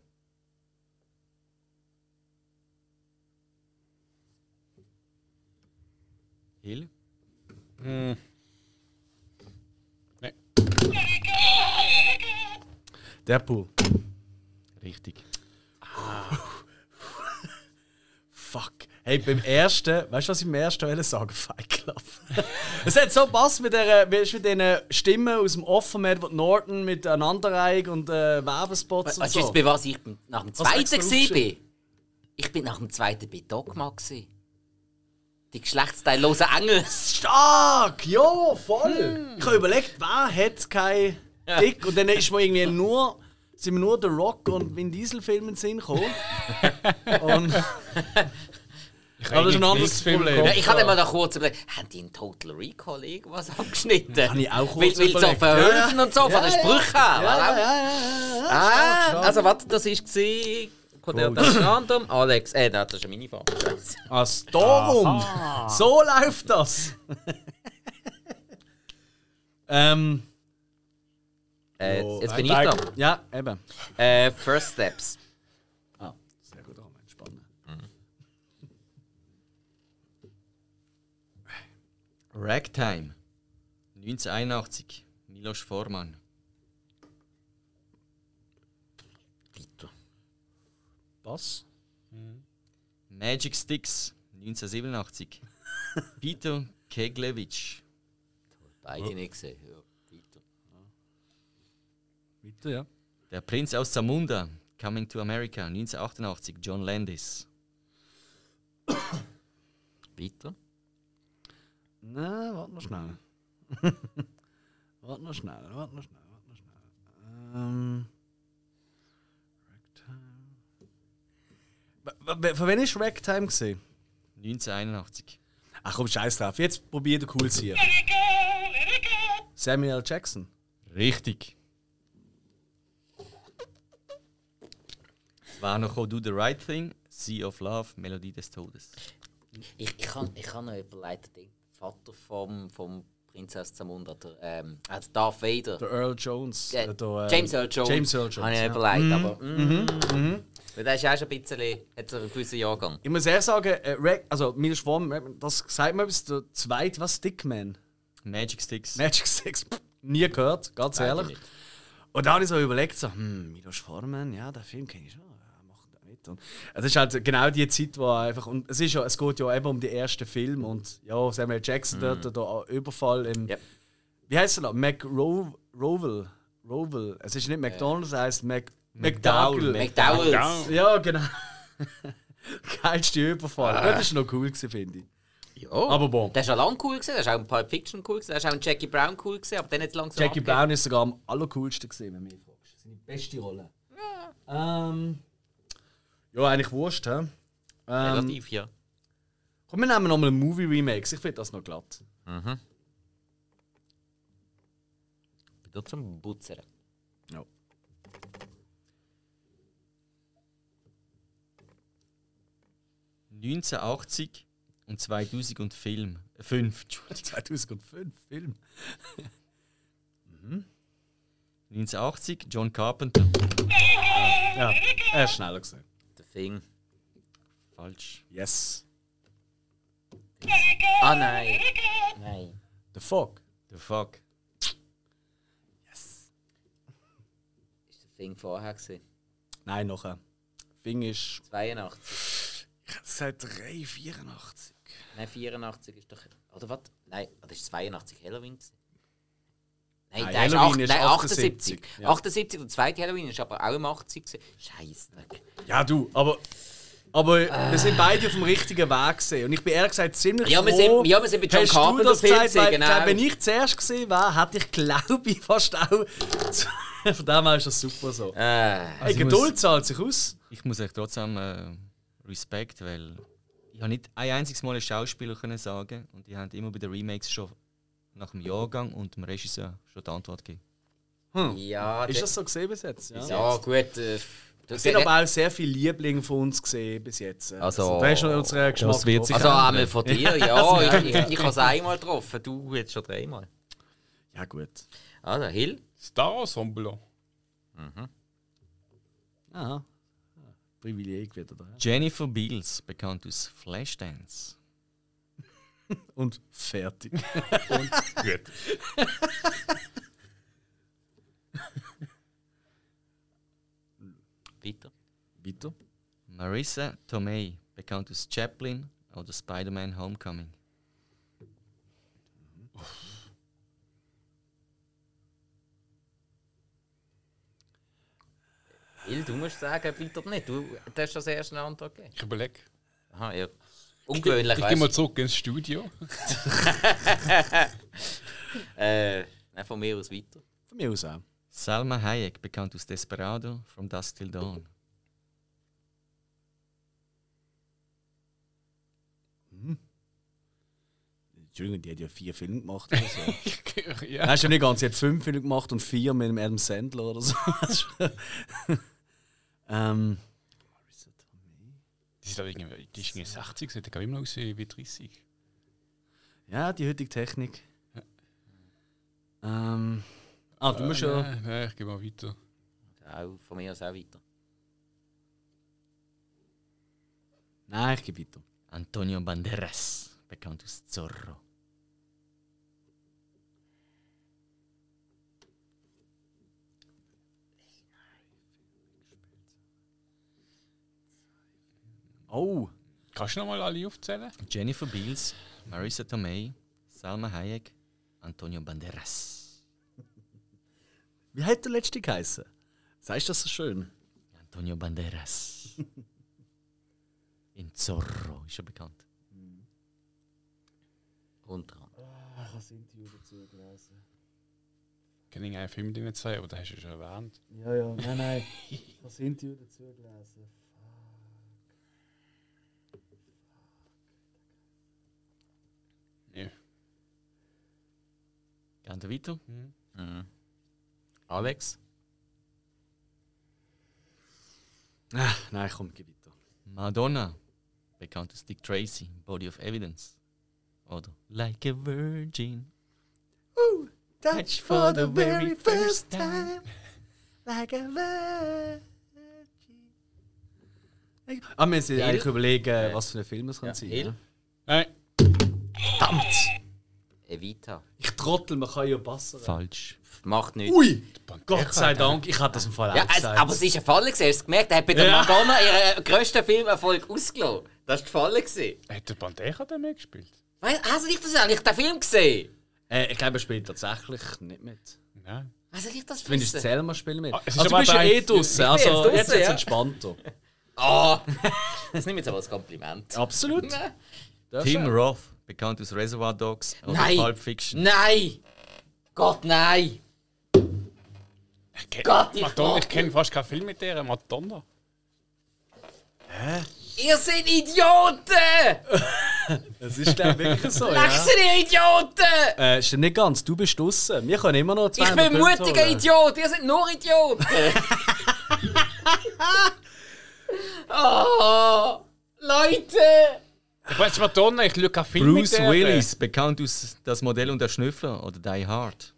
Speaker 2: Hill?
Speaker 1: Der Pool. Ah.
Speaker 2: Richtig.
Speaker 1: Fuck. Hey, beim ersten, weißt du, was ich beim ersten wollte sagen? Fight Club. es hat so Bass mit, der, weißt du, mit diesen Stimmen aus dem Offenmeer, wo die Norton mit Aneinanderreihung und äh, Werbespots und
Speaker 3: Weißt du,
Speaker 1: so.
Speaker 3: jetzt, bei Also, was ich bin nach dem
Speaker 1: hast du
Speaker 3: zweiten
Speaker 1: extra
Speaker 3: gewesen bin? Ich bin nach dem zweiten bei Dogma. Gewesen. Die geschlechtsteillosen Engel.
Speaker 1: Stark!
Speaker 3: Hm.
Speaker 1: Ja, voll! Ich habe überlegt, wer hat kein Dick? Und dann ist mir irgendwie nur sind mir nur The Rock und Vin Diesel Filme in den Sinn gekommen. und
Speaker 4: Ich
Speaker 1: Aber das ist ein
Speaker 4: eigentlich
Speaker 1: anderes
Speaker 4: nichts Film
Speaker 1: Problem.
Speaker 4: geguckt.
Speaker 3: Ja, ich hatte mal da kurz überlegt, haben die in Total Recall irgendwas abgeschnitten?
Speaker 1: Habe ich auch
Speaker 3: Weil,
Speaker 1: kurz
Speaker 3: weil so
Speaker 1: überlegt.
Speaker 3: verhöfen und so, von den Sprüchen her.
Speaker 1: ja, ja,
Speaker 3: oder?
Speaker 1: ja, ja.
Speaker 3: Ah,
Speaker 1: klar.
Speaker 3: also warte, das war Cordell das Random, Alex, äh, nein, das ist eine Minifahrt.
Speaker 1: Also darum! So läuft das! ähm,
Speaker 3: Äh, jetzt- jetzt bin ich
Speaker 4: nein,
Speaker 3: da.
Speaker 1: ja, eben.
Speaker 3: Äh, First Steps.
Speaker 1: Ah, sehr gut, auch entspannen.
Speaker 2: Ragtime. 1981. Milos Forman.
Speaker 3: Weiter.
Speaker 1: Was?
Speaker 2: Magic Sticks. 1987. Peter Keglevich.
Speaker 3: Beide nicht gesehen. Ja, weiter.
Speaker 1: Weiter, ja.
Speaker 2: Der Prinz aus Zamunda. Coming to America. 1988. John Landis.
Speaker 3: Weiter.
Speaker 1: Na, warte noch schnell. warte noch schnell, warte noch schnell, warte noch schnell. Ähm. Ragtime. W- w- Von wem ist Ragtime gesehen?
Speaker 2: 1981.
Speaker 1: Ach komm, scheiß drauf. Jetzt probier den cool hier. Samuel Jackson.
Speaker 2: Richtig. Es war noch Do the Right Thing, Sea of Love, Melodie des Todes.
Speaker 3: Ich, ich kann, ich kann noch überleiten, den Vater vom, vom Prinzess Zamunda, der, ähm, äh, der Darth Vader.
Speaker 1: Der Earl Jones.
Speaker 3: Ja,
Speaker 1: äh, der, äh,
Speaker 3: James Earl Jones.
Speaker 1: James Earl Jones,
Speaker 3: Habe ich
Speaker 1: ja.
Speaker 3: mir überlegt, aber. Mm, Weil der ist ja auch schon ein bisschen. hat so einen gewissen Jahrgang.
Speaker 1: Ich muss ehrlich sagen, äh, Rag, also mir ist vorhin, das sagt mir etwas, der zweite, was? Dickman?
Speaker 2: Magic Sticks.
Speaker 1: Magic Six, pff, nie gehört, ganz ehrlich. Und da habe ich so überlegt, so, hm, Milos Forman, ja, den Film kenne ich schon, ja, macht da mit. Und es ist halt genau die Zeit, wo einfach, und es ist ja, es geht ja eben um den ersten Film und ja, Samuel Jackson dort, der Überfall im,
Speaker 3: Yep.
Speaker 1: wie heißt er noch? McRovel, Rovel, Rovel. Es ist nicht McDonalds, es heißt Mac,
Speaker 2: McDowell.
Speaker 1: McDowell.
Speaker 3: McDowells.
Speaker 1: Ja, genau. Geilste Überfall. Ja, Das war noch cool, gewesen, finde ich.
Speaker 3: Ja.
Speaker 1: Aber bon.
Speaker 3: Der ist schon lange cool gewesen, der ist auch in Pulp Fiction cool gewesen, der ist auch in Jackie Brown cool gewesen, aber dann jetzt langsam.
Speaker 1: Jackie
Speaker 3: abgegeben.
Speaker 1: Brown ist sogar am allercoolsten gesehen, wenn du mich fragst. Seine beste Rolle. Ja. Ähm, ja, eigentlich wurscht, hä? Ähm,
Speaker 3: Relativ, ja.
Speaker 1: komm, wir nehmen nochmal einen Movie Remake. Ich finde das noch glatt.
Speaker 3: Wieder zum Putzen.
Speaker 1: Ja.
Speaker 2: Sticks. 1980 und 2000 und Film. äh, fünf, Entschuldigung.
Speaker 1: 2005 Film.
Speaker 2: 1980, John Carpenter.
Speaker 1: Ja, er ist schneller gesehen.
Speaker 3: Der Thing.
Speaker 2: Falsch.
Speaker 1: Yes.
Speaker 3: Ah nein. Nein.
Speaker 1: The Fog.
Speaker 2: The fuck.
Speaker 3: Ist der Thing vorher gewesen.
Speaker 1: Nein, nachher. Fing ist.
Speaker 3: 82.
Speaker 1: Ich hätte gesagt 384.
Speaker 3: Nein, 84 ist doch. Oder was? Nein, das ist 82 Halloween. gewesen. Nein,
Speaker 1: Nein,
Speaker 3: der ist,
Speaker 1: Halloween
Speaker 3: acht,
Speaker 1: ist
Speaker 3: nein, 78.
Speaker 1: 78,
Speaker 3: 78,
Speaker 1: ja.
Speaker 3: der zweite Halloween ist aber auch im 80. gewesen. Scheiße.
Speaker 1: Ja, du, aber. Aber wir sind beide auf dem richtigen Weg gesehen. Und ich bin ehrlich gesagt ziemlich
Speaker 3: Äh. Ja, wir
Speaker 1: froh,
Speaker 3: sind- ja, wir sind bei John
Speaker 1: hast du
Speaker 3: Carpenter
Speaker 1: das
Speaker 3: Film
Speaker 1: gesagt,
Speaker 3: gesehen,
Speaker 1: weil,
Speaker 3: genau.
Speaker 1: glaub, Wenn ich zuerst gesehen wäre, hätte ich, glaube ich, fast auch. Von dem her ist das super so.
Speaker 3: Äh,
Speaker 1: Ey,
Speaker 2: Also ich
Speaker 1: Geduld zahlt sich aus.
Speaker 2: Ich muss euch trotzdem äh, Respekt, weil ich habe nicht ein einziges Mal einen Schauspieler können sagen und die haben immer bei den Remakes schon nach dem Jahrgang und dem Regisseur schon die Antwort gegeben.
Speaker 3: ja,
Speaker 1: Ist
Speaker 3: der-
Speaker 1: das so gesehen bis jetzt? Ja.
Speaker 3: ja, gut. Äh, das
Speaker 1: Es sind aber auch sehr viele Lieblinge von uns gesehen bis jetzt.
Speaker 3: Also-
Speaker 1: da ist schon unsere Geschmack.
Speaker 2: Das wird sich
Speaker 1: drauf.
Speaker 3: also einmal von dir, ja. ich ich, ich habe es einmal getroffen, du jetzt schon dreimal.
Speaker 1: Ja, gut.
Speaker 3: Also, Hill.
Speaker 4: Star Ensemble.
Speaker 1: Aha. Privileg wieder da.
Speaker 2: Jennifer Beals, bekannt aus Flashdance.
Speaker 1: Und fertig.
Speaker 4: Gut.
Speaker 3: Weiter.
Speaker 1: Bitte.
Speaker 2: Marissa Tomei, bekannt aus Chaplin oder Spider-Man Homecoming.
Speaker 3: Hill, du musst sagen, weiter nicht. Du, du hast schon das erste Antwort gegeben.
Speaker 4: Ich überlege.
Speaker 3: Aha, ja. Ungewöhnlich,
Speaker 4: Ich gehe
Speaker 3: weißt
Speaker 4: mal
Speaker 3: du.
Speaker 4: zurück ins Studio.
Speaker 3: Äh, nein, von mir aus weiter.
Speaker 1: Von mir aus auch.
Speaker 2: Salma Hayek, bekannt aus Desperado, From Dusk Till Dawn.
Speaker 1: Entschuldigung, die hat ja vier Filme gemacht. Oder so.
Speaker 4: ja.
Speaker 1: Hast du nicht ganz, sie hat fünf Filme gemacht und vier mit dem Adam Sandler oder so. ähm.
Speaker 4: Die ist doch irgendwie, die ist irgendwie 60, sieht gar immer aus wie 30.
Speaker 1: Ja, die heutige Technik. Ähm. Ah, du musst ja.
Speaker 4: Nein, nein, ich gehe mal weiter.
Speaker 3: Auch von mir aus auch weiter.
Speaker 1: Nein, ich gebe weiter.
Speaker 2: Antonio Banderas, bekannt aus Zorro.
Speaker 1: Oh!
Speaker 4: Kannst du nochmal alle aufzählen?
Speaker 2: Jennifer Beals, Marisa Tomei, Salma Hayek, Antonio Banderas.
Speaker 1: Wie hat der letzte geheißen? Sagst du das so schön?
Speaker 2: Antonio Banderas. In Zorro ist er bekannt.
Speaker 3: Unter anderem.
Speaker 4: Ich kenne irgendeinen Film, den wir zeigen, aber den hast du schon erwähnt.
Speaker 5: Ja, ja, nein, nein. Das Interview dazu gelesen.
Speaker 4: Ja.
Speaker 2: Gehen wir weiter?
Speaker 3: Alex?
Speaker 1: Ah, nein, komm, gib weiter.
Speaker 2: Madonna, bekannt aus Dick Tracy, Body of Evidence. Oder Like a Virgin.
Speaker 1: Touch for the very first time, like a virgin. Ah, wir müssen eigentlich überlegen, was für ein Film es kann sein
Speaker 3: Hill?
Speaker 1: kann.
Speaker 4: Nein,
Speaker 1: Verdammt!
Speaker 3: Evita.
Speaker 1: Ich trottel, man kann ja bessern.
Speaker 2: Falsch.
Speaker 3: Macht nichts.
Speaker 1: Ui! Gott sei Dank, ich hatte das im Fall auch
Speaker 3: Ja, es,
Speaker 1: gesagt.
Speaker 3: aber es ist ein Fall, gewesen, hast du es gemerkt? Er hat bei der
Speaker 1: Ja.
Speaker 3: Madonna ihren äh, grössten Filmerfolg ausgelassen. Das war die Falle. gewesen.
Speaker 4: hat der Bandera den mitgespielt?
Speaker 3: Weißt, hast du nicht persönlich den Film gesehen?
Speaker 1: äh, ich glaube, er spielt tatsächlich nicht mit.
Speaker 4: Nein.
Speaker 3: Also ich das
Speaker 1: Zumindest
Speaker 3: wissen?
Speaker 1: Selma spielt mit.
Speaker 4: Ah, es ist
Speaker 1: also, du
Speaker 4: aber
Speaker 1: bist ja
Speaker 4: eins-
Speaker 1: eh draußen,
Speaker 3: Ich bin
Speaker 1: also jetzt
Speaker 3: jetzt draussen,
Speaker 1: ist es
Speaker 3: ja.
Speaker 1: entspannter.
Speaker 3: Ah! das nehme ich jetzt aber als Kompliment.
Speaker 1: Absolut.
Speaker 2: Tim Roth, bekannt aus Reservoir Dogs oder
Speaker 3: Nein.
Speaker 2: Pulp Fiction.
Speaker 3: Nein! Gott, nein!
Speaker 4: Ich kenn-
Speaker 3: Gott, ich
Speaker 4: Madonna, ich
Speaker 3: mag-
Speaker 4: kenne fast keinen Film mit der Madonna.
Speaker 3: Ihr seid Idioten!
Speaker 1: Es ist glaube wirklich so,
Speaker 3: Ach, seid ihr Idioten!
Speaker 1: Äh, stimmt nicht ganz, du bist draußen. Wir können immer noch 200
Speaker 3: Ich bin
Speaker 1: Punkte
Speaker 3: mutiger
Speaker 1: holen.
Speaker 3: Idiot, ihr seid nur Idioten! oh, Leute!
Speaker 4: Ich weiß Madonna, ich schaue keinen Film
Speaker 2: Bruce
Speaker 4: mit der.
Speaker 2: Willis, bekannt aus Das Modell und der Schnüffler oder Die Hard.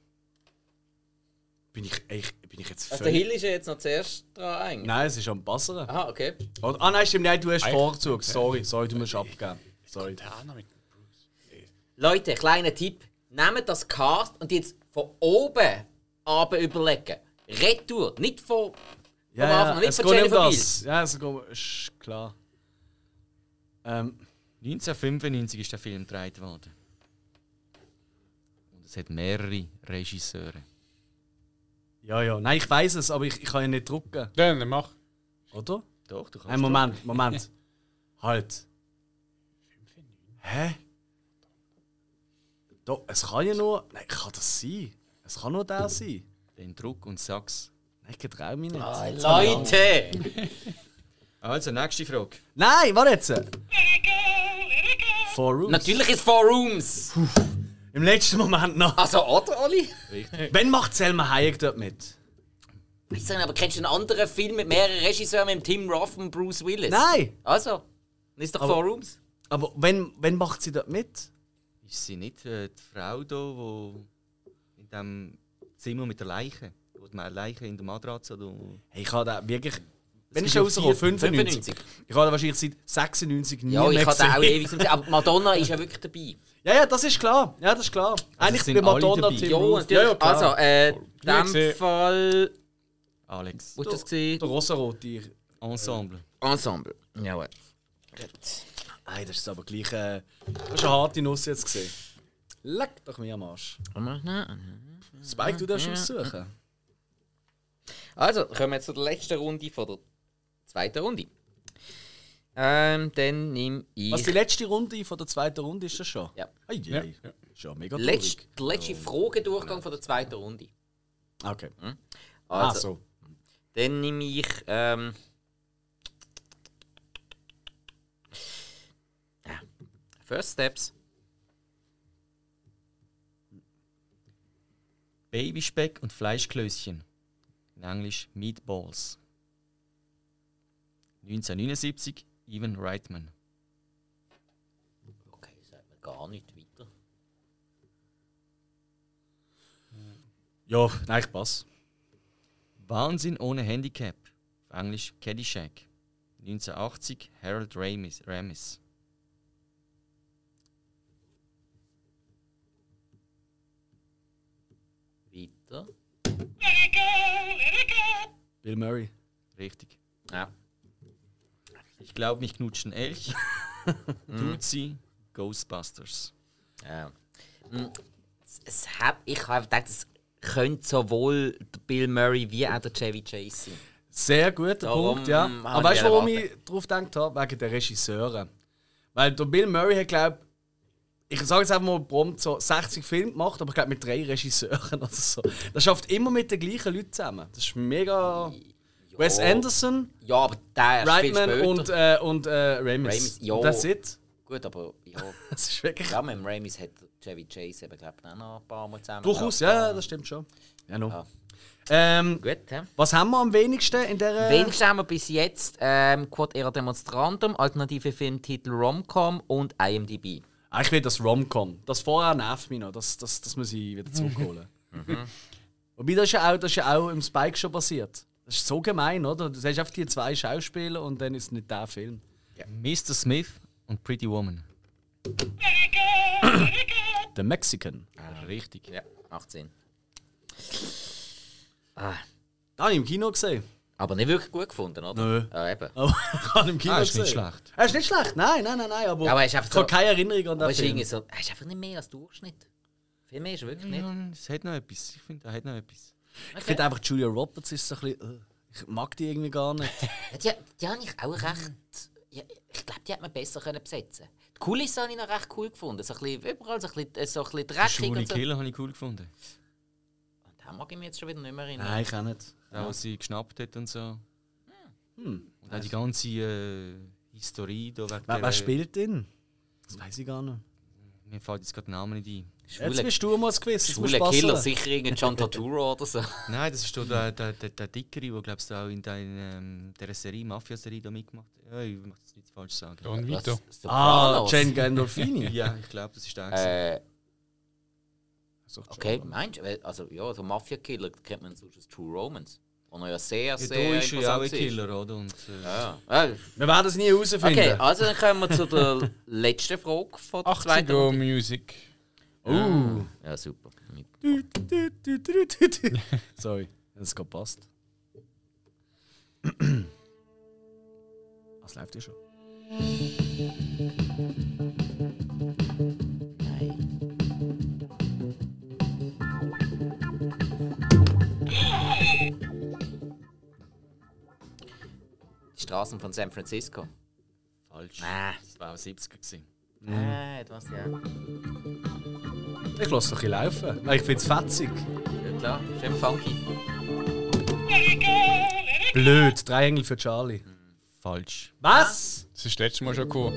Speaker 1: Bin ich, ich, bin ich jetzt
Speaker 3: Also der
Speaker 1: völlig...
Speaker 3: Hill ist ja jetzt noch zuerst dran eigentlich.
Speaker 1: Äh, Nein, es ist am Basseren.
Speaker 3: Aha, okay.
Speaker 1: Oder- Ah nein, stimmt, nein, du hast
Speaker 4: Eigentlich-
Speaker 1: Vorzug. Sorry, sorry, du musst abgeben. Sorry.
Speaker 4: Der andere Ah, mit Bruce.
Speaker 3: Leute, kleiner Tipp. Nehmt das Cast und jetzt von oben aber überlegen. Retour, nicht von...
Speaker 1: Ja,
Speaker 3: Am Anfang,
Speaker 1: ja,
Speaker 3: nicht
Speaker 1: es
Speaker 3: von
Speaker 1: geht nicht um
Speaker 3: Jennifer
Speaker 1: das. Ja, es geht... Ist klar. Ähm,
Speaker 2: 1995 ist der Film gedreht worden. Und es hat mehrere Regisseure.
Speaker 1: ja, ja. Nein, ich weiß es, aber ich, ich kann ja nicht drucken.
Speaker 4: Dann dann mach.
Speaker 1: Oder?
Speaker 2: Doch, du kannst.
Speaker 1: Nein, Moment, Moment. halt. Hä? Doch, es kann ja nur... Nein, kann das sein? Es kann nur der sein.
Speaker 2: Den Druck und Sachs.
Speaker 1: Nein, ich trau mich nicht.
Speaker 3: Leute!
Speaker 2: Also, nächste Frage.
Speaker 1: Nein, warte jetzt! Four Rooms.
Speaker 3: Natürlich ist Four Rooms!
Speaker 1: Im letzten Moment noch.
Speaker 3: Also, oder, Oli?
Speaker 1: Wann macht Selma Hayek dort mit?
Speaker 3: Weißt du, aber kennst du einen anderen Film mit mehreren Regisseuren, mit dem Tim Roth und Bruce Willis?
Speaker 1: Nein!
Speaker 3: Also, dann ist doch
Speaker 1: Aber-
Speaker 3: Four Rooms.
Speaker 1: Aber wenn, wenn macht sie dort mit?
Speaker 2: Ist sie nicht äh, die Frau da, wo in dem Zimmer mit der Leiche, wo die Leiche in der Matratze oder
Speaker 1: Hey, ich habe da wirklich. Wenn
Speaker 2: gibt
Speaker 1: ich
Speaker 2: ja
Speaker 1: schon rausgekommen,
Speaker 2: vier-
Speaker 1: 95.
Speaker 3: 95.
Speaker 1: Ich habe da wahrscheinlich seit 96 nie
Speaker 3: Ja,
Speaker 1: mehr
Speaker 3: ich hatte
Speaker 1: gesehen.
Speaker 3: auch ewig gesehen. Aber Madonna ist ja wirklich dabei.
Speaker 1: Ja, ja, das ist klar. Ja, das ist klar. Eigentlich
Speaker 2: Also, sind
Speaker 1: bei
Speaker 2: alle
Speaker 1: Madonna
Speaker 2: dabei.
Speaker 1: Tim
Speaker 3: Ja,
Speaker 1: Roth.
Speaker 3: natürlich.
Speaker 1: Ja, ja, klar.
Speaker 3: also, äh,
Speaker 4: Ja,
Speaker 3: in dem
Speaker 4: gesehen.
Speaker 3: Fall.
Speaker 2: Alex?
Speaker 3: Wo ist das gesehen?
Speaker 1: Der rosarote.
Speaker 2: Ensemble.
Speaker 3: Ensemble. Jawohl.
Speaker 1: Nein, das ist aber gleich. Äh, das ist eine harte Nuss jetzt gesehen. Leck doch mir am Arsch. Spike, du darfst aussuchen.
Speaker 3: Also, kommen wir jetzt zur letzten Runde von der zweiten Runde. Ähm, dann nehme ich.
Speaker 1: Was die letzte Runde von der zweiten Runde ist das schon?
Speaker 3: Ja.
Speaker 1: Ai,
Speaker 4: Ja.
Speaker 1: ja. Schon mega
Speaker 3: Letz-
Speaker 1: traurig.
Speaker 3: der letzte Fragedurchgang von der zweiten Runde.
Speaker 1: Okay.
Speaker 3: Also,
Speaker 1: ah, so.
Speaker 3: Dann nehme ich. Ähm, ja, First Steps.
Speaker 2: Babyspeck und Fleischklößchen. In Englisch Meatballs. 1979, Ivan Reitman.
Speaker 3: Okay, sagt mir gar nicht weiter.
Speaker 1: Ja, nein, ich passe.
Speaker 2: Wahnsinn ohne Handicap. Auf Englisch Caddyshack. 1980, Harold Ramis. Ramis.
Speaker 3: Weiter.
Speaker 1: Bill Murray.
Speaker 2: Richtig.
Speaker 3: Ja.
Speaker 2: Ich glaube, mich knutschen Elch. Tutsi, Ghostbusters.
Speaker 3: ja. Mm, Es, es hat, ich habe gedacht, es könnte sowohl der Bill Murray wie auch der Chevy Chase sein.
Speaker 1: Sehr guter
Speaker 3: Darum
Speaker 1: Punkt, ja.
Speaker 3: habe
Speaker 1: Aber
Speaker 3: ich
Speaker 1: weißt du, warum ich
Speaker 3: erwartet.
Speaker 1: drauf gedacht habe? Wegen der Regisseure. Weil der Bill Murray hat, glaube ich, ich sage jetzt einfach mal prompt so 60 Filme gemacht, aber ich glaube mit drei Regisseuren oder so. Das schafft immer mit den gleichen Leuten zusammen. Das ist mega. Wes Anderson,
Speaker 3: Ja, aber der spielt
Speaker 1: Reitman
Speaker 3: später.
Speaker 1: und, äh, und äh, Ramis.
Speaker 3: Ramis, ja.
Speaker 1: That's it.
Speaker 3: Gut, aber ja,
Speaker 1: Das ist wirklich.
Speaker 3: ja mit dem Ramis hat Chevy Chase eben, glaube ich, auch noch ein paar Mal zusammen.
Speaker 1: Durchaus, ja, ja, das stimmt schon. Ja, no.
Speaker 3: Ja.
Speaker 1: Ähm,
Speaker 3: Gut, hä?
Speaker 1: was haben wir am wenigsten in der.
Speaker 3: Wenigstens haben wir bis jetzt ähm, Quod Era Demonstrandum, alternative Filmtitel Romcom und IMDb.
Speaker 1: Ah, ich will das Romcom. Das vorher nervt mich noch. Das, das, das muss ich wieder zurückholen. Wobei das ist, ja auch, das ist ja auch im Spike schon passiert. Das ist so gemein, oder? Du hast einfach die zwei Schauspieler und dann ist es nicht der Film.
Speaker 2: Mr. Smith und Pretty Woman.
Speaker 1: The Mexican.
Speaker 2: Richtig.
Speaker 3: Ja, 18.
Speaker 1: Da habe ich im Kino gesehen.
Speaker 3: Ah, Aber nicht wirklich gut gefunden, oder?
Speaker 1: Nö.
Speaker 3: Ja, eben.
Speaker 1: Oh, ich habe ihn im Kino
Speaker 2: Ah, ist
Speaker 1: gesehen.
Speaker 2: nicht schlecht.
Speaker 1: Er ist nicht schlecht, nein, nein, nein, nein. Aber,
Speaker 3: Aber er ist einfach
Speaker 1: ich habe
Speaker 3: so-
Speaker 1: keine Erinnerung an
Speaker 3: Aber
Speaker 1: den
Speaker 3: es ist irgendwie
Speaker 1: Film.
Speaker 3: so, er ist einfach nicht mehr als Durchschnitt. Viel mehr ist er wirklich nicht.
Speaker 2: Ja, es hat noch etwas. Ich finde, er hat noch etwas.
Speaker 1: Ich finde einfach, Julia Roberts ist so ein bisschen... äh, Ich mag die irgendwie gar nicht.
Speaker 3: Ja, die, die habe ich auch recht. Ja, ich glaube, die hätte man besser können besetzen können. Die Kulisse habe ich noch recht cool gefunden. So ein bisschen überall, so ein bisschen, äh, so ein bisschen dreckig
Speaker 2: Schwule
Speaker 3: und so. Und
Speaker 2: Killer habe ich cool gefunden.
Speaker 3: den mag ich mir jetzt schon wieder nicht mehr erinnern.
Speaker 1: Nein, ich auch nicht.
Speaker 2: Da, was sie geschnappt hat und so. Und auch die ganze äh, Historie da wegen
Speaker 1: Wer,
Speaker 2: der-
Speaker 3: Äh,
Speaker 1: wer spielt ihn? Das weiß ich gar nicht.
Speaker 2: Mir fällt jetzt gerade der Name nicht ein.
Speaker 1: Jetzt
Speaker 3: Schwule,
Speaker 1: bist du mal gewiss. Jetzt musst du
Speaker 3: schwule Killer,
Speaker 1: passen.
Speaker 3: sicher irgendein John Turturro oder so.
Speaker 2: Nein, das ist doch der, der, der, der Dickere, der glaubst du auch in dein, ähm, dieser Serie, Mafia-Serie da mitgemacht hat. Ja, ich möchte es nicht falsch sagen.
Speaker 4: Don Vito.
Speaker 1: Ah,
Speaker 3: Sopranos.
Speaker 1: Jane Gandolfini.
Speaker 2: Ja, ich glaube, das ist der. gewesen.
Speaker 3: Äh,
Speaker 1: So,
Speaker 3: okay, meinst du? Weil, Also, ja, so Mafia-Killer kennt man sonst als True Romans. Und er ja sehr,
Speaker 2: ja,
Speaker 3: sehr
Speaker 2: da ist er ja auch ein
Speaker 3: interessant ist.
Speaker 2: Killer, oder? Und, äh,
Speaker 3: Ja. Äh,
Speaker 1: Wir werden es nie herausfinden.
Speaker 3: Okay, also dann kommen wir zu der letzten Frage von der zweiten
Speaker 4: 80er
Speaker 3: Runde.
Speaker 4: Music.
Speaker 1: Uh.
Speaker 3: Ja, super. Mit-
Speaker 1: Sorry, das ist gepasst. Was läuft ja schon?
Speaker 3: Nein. Die Straßen von San Francisco.
Speaker 2: Falsch.
Speaker 3: Nein.
Speaker 2: Das war auch 70er. Gewesen.
Speaker 3: Nein, etwas, ja.
Speaker 1: Ich lasse doch ein bisschen laufen. Nein, Ich finde es fetzig.
Speaker 3: Ja, klar, schön funky.
Speaker 1: Blöd, drei Engel für Charlie.
Speaker 2: Falsch.
Speaker 1: Was?
Speaker 4: Das ist das letzte Mal schon gekommen.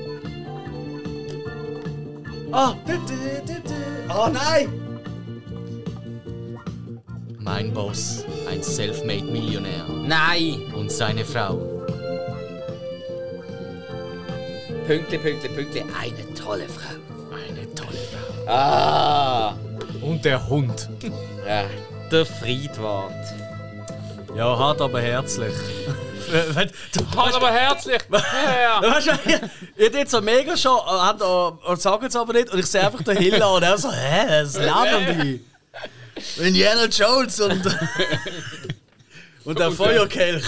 Speaker 1: Ah! Du, du, du, du. Oh nein!
Speaker 2: Mein Boss, ein Selfmade-Millionär.
Speaker 3: Nein!
Speaker 2: Und seine Frau.
Speaker 3: Pünktli, pünktli, pünktli. Eine tolle Frau.
Speaker 2: Eine tolle Frau.
Speaker 3: Ah!
Speaker 1: Und der Hund.
Speaker 3: Ja, der Friedwart.
Speaker 1: Ja, hart aber herzlich. Wenn- du-
Speaker 4: Hallo, aber herzlich!
Speaker 1: Ja, Weißt du, ihr- ihr tut so mega schon, äh, habt auch- und sagt es aber nicht. Und ich sehe einfach den Hill an und er so, hä, das lernen die. Indiana Jones und. und der Feuerkelch.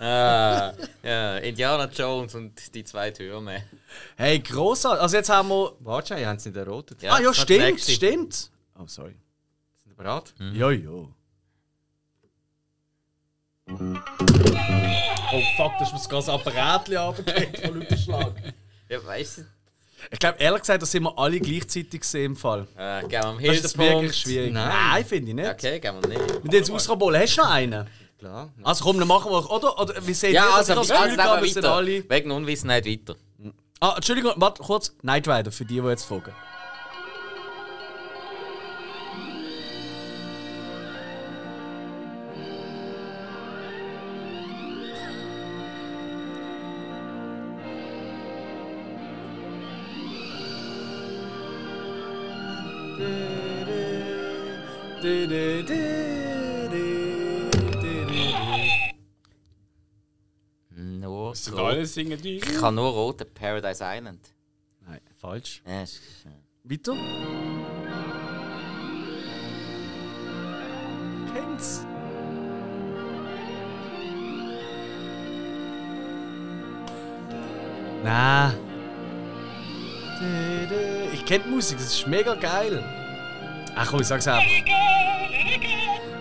Speaker 3: Ah, ja, Indiana Jones und die zwei Türme.
Speaker 1: Hey, großartig. Also jetzt haben wir.
Speaker 2: Wahrscheinlich haben sie nicht errotet.
Speaker 1: ah, ja,
Speaker 3: das war die
Speaker 1: stimmt,
Speaker 3: nächste.
Speaker 1: stimmt. Oh, sorry.
Speaker 2: Sind sie bereit?
Speaker 1: Ja, ja. Oh, fuck, das ist mir das ganze Apparat abgekriegt von Lüterschlag.
Speaker 3: Ja, weißt du,
Speaker 1: Ich glaube, ehrlich gesagt, das sind wir alle gleichzeitig gesehen im Fall.
Speaker 3: Äh, geben wir am
Speaker 1: Das ist
Speaker 3: Hildepunkt.
Speaker 1: wirklich schwierig.
Speaker 2: Nein.
Speaker 1: finde ich nicht.
Speaker 3: Okay, geben wir nicht.
Speaker 1: Mit jetzt ausrabollen, hast du noch einen?
Speaker 2: Klar.
Speaker 1: Also komm, dann machen wir, oder? oder wie seht
Speaker 3: Ja,
Speaker 1: ihr,
Speaker 3: also,
Speaker 1: dass
Speaker 3: also,
Speaker 1: ich das Gefühl habe, wir
Speaker 3: also
Speaker 1: sind
Speaker 3: weiter.
Speaker 1: alle...
Speaker 3: Wegen Unwissenheit weiter.
Speaker 1: Ah, Entschuldigung, warte kurz. Knight Rider, für die, die jetzt folgen.
Speaker 3: Nur
Speaker 4: Das sind
Speaker 3: rot.
Speaker 4: alle singen die.
Speaker 3: Ich kann nur rote Paradise Island.
Speaker 2: Falsch.
Speaker 3: Ja, ist- äh, ist-
Speaker 1: Weiter. Kennt's. Na. Ich kenn die Musik, das ist mega geil. Ach komm, ich sag's einfach.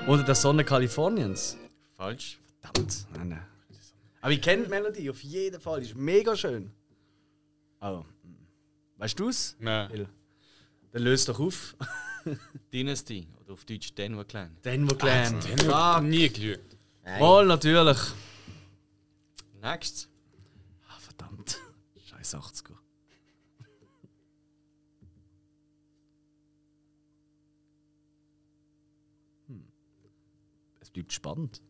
Speaker 1: Unter der Sonne Kaliforniens.
Speaker 2: Falsch.
Speaker 1: Verdammt. Nein, nein. Aber ich kenn die Melodie, auf jeden Fall. Ist mega schön. Also, weißt du's?
Speaker 4: Nein.
Speaker 1: Dann löst doch auf.
Speaker 2: Dynasty. Oder auf Deutsch Denver Clan.
Speaker 1: Denver Clan.
Speaker 4: Ah, nie gelügt.
Speaker 1: Wohl, natürlich.
Speaker 2: Next.
Speaker 1: Ah, verdammt. Scheiß 80er. Hm. Es bleibt spannend.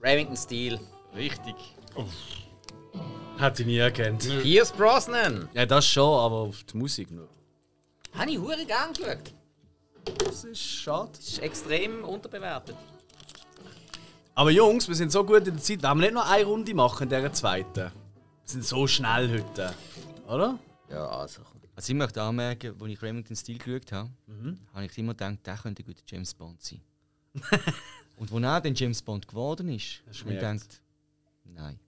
Speaker 3: Remington Steel.
Speaker 2: Richtig.
Speaker 1: Hätte ich nie erkannt.
Speaker 3: Pierce Brosnan.
Speaker 1: Ja, das schon, aber auf die Musik nur.
Speaker 3: Habe ich hure gern angeschaut.
Speaker 1: Das ist schade.
Speaker 3: Das ist extrem unterbewertet.
Speaker 1: Aber Jungs, wir sind so gut in der Zeit. Wollen wir nicht noch eine Runde machen in dieser zweiten? Wir sind so schnell heute. Oder?
Speaker 3: Ja, also.
Speaker 2: Also ich möchte anmerken, als ich Remington Steel geschaut habe, habe ich immer gedacht, der könnte ein guter James Bond sein. Und als er dann James Bond geworden ist, habe ich
Speaker 1: gemerkt.
Speaker 2: gedacht, nein.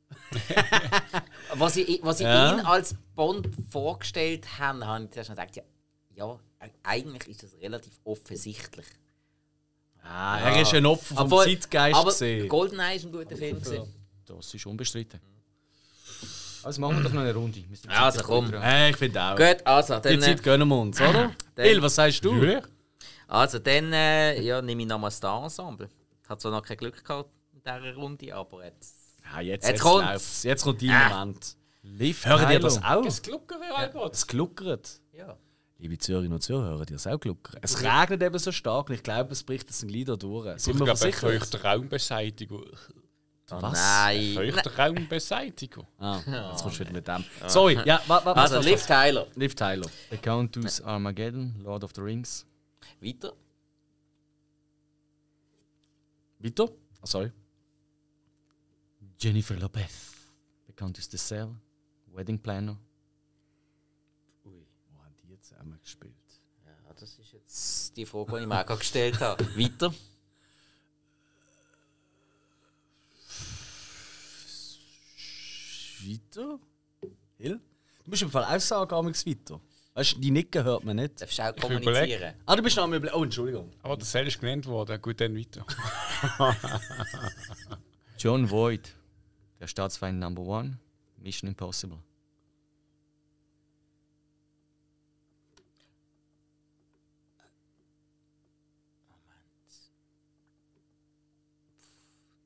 Speaker 3: Was ich, was ich
Speaker 1: Ja.
Speaker 3: ihn als Bond vorgestellt habe, habe ich zuerst noch gedacht, ja, ja, eigentlich ist das relativ offensichtlich.
Speaker 1: Ah, er ist ein Opfer vom
Speaker 3: Obwohl-
Speaker 1: Zeitgeist.
Speaker 3: aber
Speaker 1: gewesen.
Speaker 3: Goldeneye ist ein guter Film. gewesen.
Speaker 2: Das ist unbestritten. Also machen wir doch noch eine Runde. Wir sind
Speaker 3: Also
Speaker 2: jetzt
Speaker 3: komm.
Speaker 2: dran.
Speaker 1: Hey, ich finde auch.
Speaker 3: Gut, also
Speaker 1: Die
Speaker 3: dann, äh,
Speaker 1: Zeit gönnen wir uns, oder?
Speaker 3: Dann-
Speaker 1: Il, was sagst du?
Speaker 3: also, dann äh, ja, nehme ich nochmal Star Ensemble. Hat zwar noch kein Glück gehabt in dieser Runde, aber jetzt.
Speaker 1: Ja, Ah, jetzt,
Speaker 3: Jetzt
Speaker 1: jetzt,
Speaker 3: kommt's.
Speaker 1: läuft's. Jetzt kommt dein
Speaker 3: Ah.
Speaker 1: Moment.
Speaker 2: Lift
Speaker 1: Hören dir
Speaker 2: Tyler.
Speaker 1: das auch?
Speaker 4: Das Gluckere, Albert.
Speaker 1: Es gluckert.
Speaker 3: Ja.
Speaker 1: Liebe Zürcher und Zürcher, hören dir das auch gluckern? Es regnet eben so stark und ich glaube, es bricht uns ein Glieder durch.
Speaker 4: Ich
Speaker 1: Sind wir
Speaker 4: glaube, eine
Speaker 1: versichert?
Speaker 4: Feuchtraumbeseitigung.
Speaker 3: Oh,
Speaker 1: Was?
Speaker 3: Nein.
Speaker 4: Feuchtraumbeseitigung.
Speaker 1: Ah, jetzt kommst du wieder mit dem. Sorry, ja, warte, warte.
Speaker 3: Also,
Speaker 1: warte,
Speaker 3: Liv Tyler.
Speaker 1: warte. Liv Tyler.
Speaker 2: The Count aus Armageddon, Lord of the Rings.
Speaker 3: Weiter.
Speaker 1: Weiter? Ah, sorry.
Speaker 2: Jennifer Lopez. Bekannt aus The Cell. Wedding Planner.
Speaker 1: Wo haben die jetzt einmal gespielt?
Speaker 3: Ja, das ist jetzt die Frage, die ich mir auch gerade gestellt habe. Weiter.
Speaker 1: Weiter? Il? Du musst im Fall auch sagen, amigs weiter. Weißt du, die Nicken hört man nicht.
Speaker 3: Darfst du auch
Speaker 4: will
Speaker 3: kommunizieren?
Speaker 1: Ah, du bist noch am Überle- Oh, Entschuldigung.
Speaker 4: Aber das Seil ist genannt worden. Gut, dann weiter.
Speaker 2: John Voight. Der Staatsfeind Number One. Mission Impossible.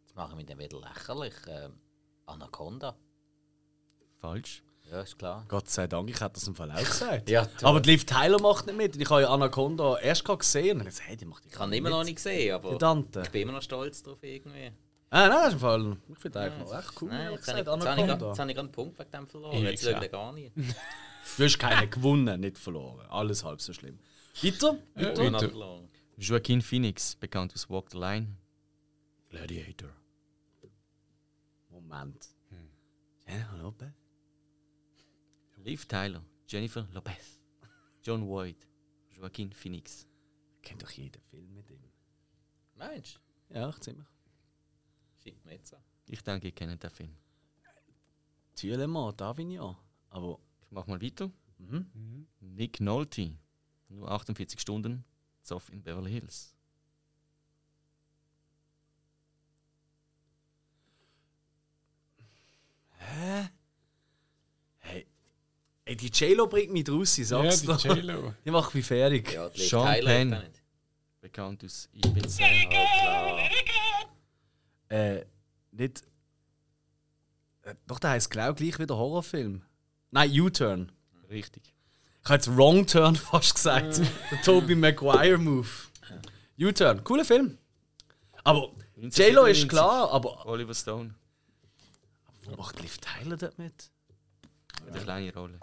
Speaker 3: Jetzt machen wir den wieder lächerlich. Ähm, Anaconda.
Speaker 2: Falsch.
Speaker 3: Ja, ist klar.
Speaker 1: Gott sei Dank, ich hätte das im Fall auch gesagt.
Speaker 3: Ja, toll.
Speaker 1: aber die Liv Tyler macht nicht mit. Und Ich habe ja Anaconda erst gerade gesehen und habe gesagt, hey, die macht die
Speaker 3: Ich habe ihn immer noch nicht gesehen, aber
Speaker 1: Dante.
Speaker 3: ich bin immer noch stolz drauf irgendwie.
Speaker 1: Ah, nein, das ist im Fall. Ich finde eigentlich echt cool.
Speaker 3: Nein,
Speaker 1: ehrlich
Speaker 3: jetzt habe ich,
Speaker 1: gesagt,
Speaker 3: jetzt habe ich, grad-
Speaker 1: Anaconda.
Speaker 3: jetzt habe ich gerade einen Punkt wegen dem verloren.
Speaker 4: Ja,
Speaker 3: Jetzt schaue ich
Speaker 4: klar.
Speaker 3: den gar nicht.
Speaker 1: Du hast keinen gewonnen, nicht verloren. Alles halb so schlimm. Weiter?
Speaker 3: Ich habe noch
Speaker 4: Weiter.
Speaker 3: verloren.
Speaker 2: Joaquin Phoenix. Bekannt aus Walk the Line.
Speaker 1: Gladiator. Moment.
Speaker 3: Hm.
Speaker 1: Hä, hallo, Ben?
Speaker 2: Liv Tyler. Jennifer Lopez. John Voight. Joaquin Phoenix.
Speaker 1: Kennt doch jeden Film mit ihm.
Speaker 3: Meinst du?
Speaker 1: Ja, ziemlich.
Speaker 3: Schickt mir jetzt an.
Speaker 2: Ich denke, ihr kennt den Film.
Speaker 1: Thülemann, Davignon. Aber
Speaker 2: Mhm. Ich mach mal weiter. Nick Nolte. Nur 48 Stunden. Zoff in Beverly Hills.
Speaker 1: Ey, die Cello bringt mich raus, ich
Speaker 4: Ja,
Speaker 1: sag's
Speaker 4: die
Speaker 1: dir. Die,
Speaker 4: Cello.
Speaker 1: macht mich fertig.
Speaker 3: Ja, die
Speaker 2: Sean
Speaker 3: Tyler
Speaker 2: Penn.
Speaker 3: hat er nicht.
Speaker 2: Bekannt aus Ibiza.
Speaker 1: Äh, nicht. Äh, Doch, der heißt genau gleich wie der Horrorfilm. Nein, U-Turn.
Speaker 2: Richtig.
Speaker 1: Ich habe jetzt Wrong Turn fast gesagt.
Speaker 3: Mm.
Speaker 1: der Tobey Maguire Move. U-Turn, cooler Film. Aber J-Lo ist klar, aber
Speaker 2: Oliver Stone.
Speaker 1: macht Liv Tyler dort mit?
Speaker 2: Mit einer kleinen Rolle.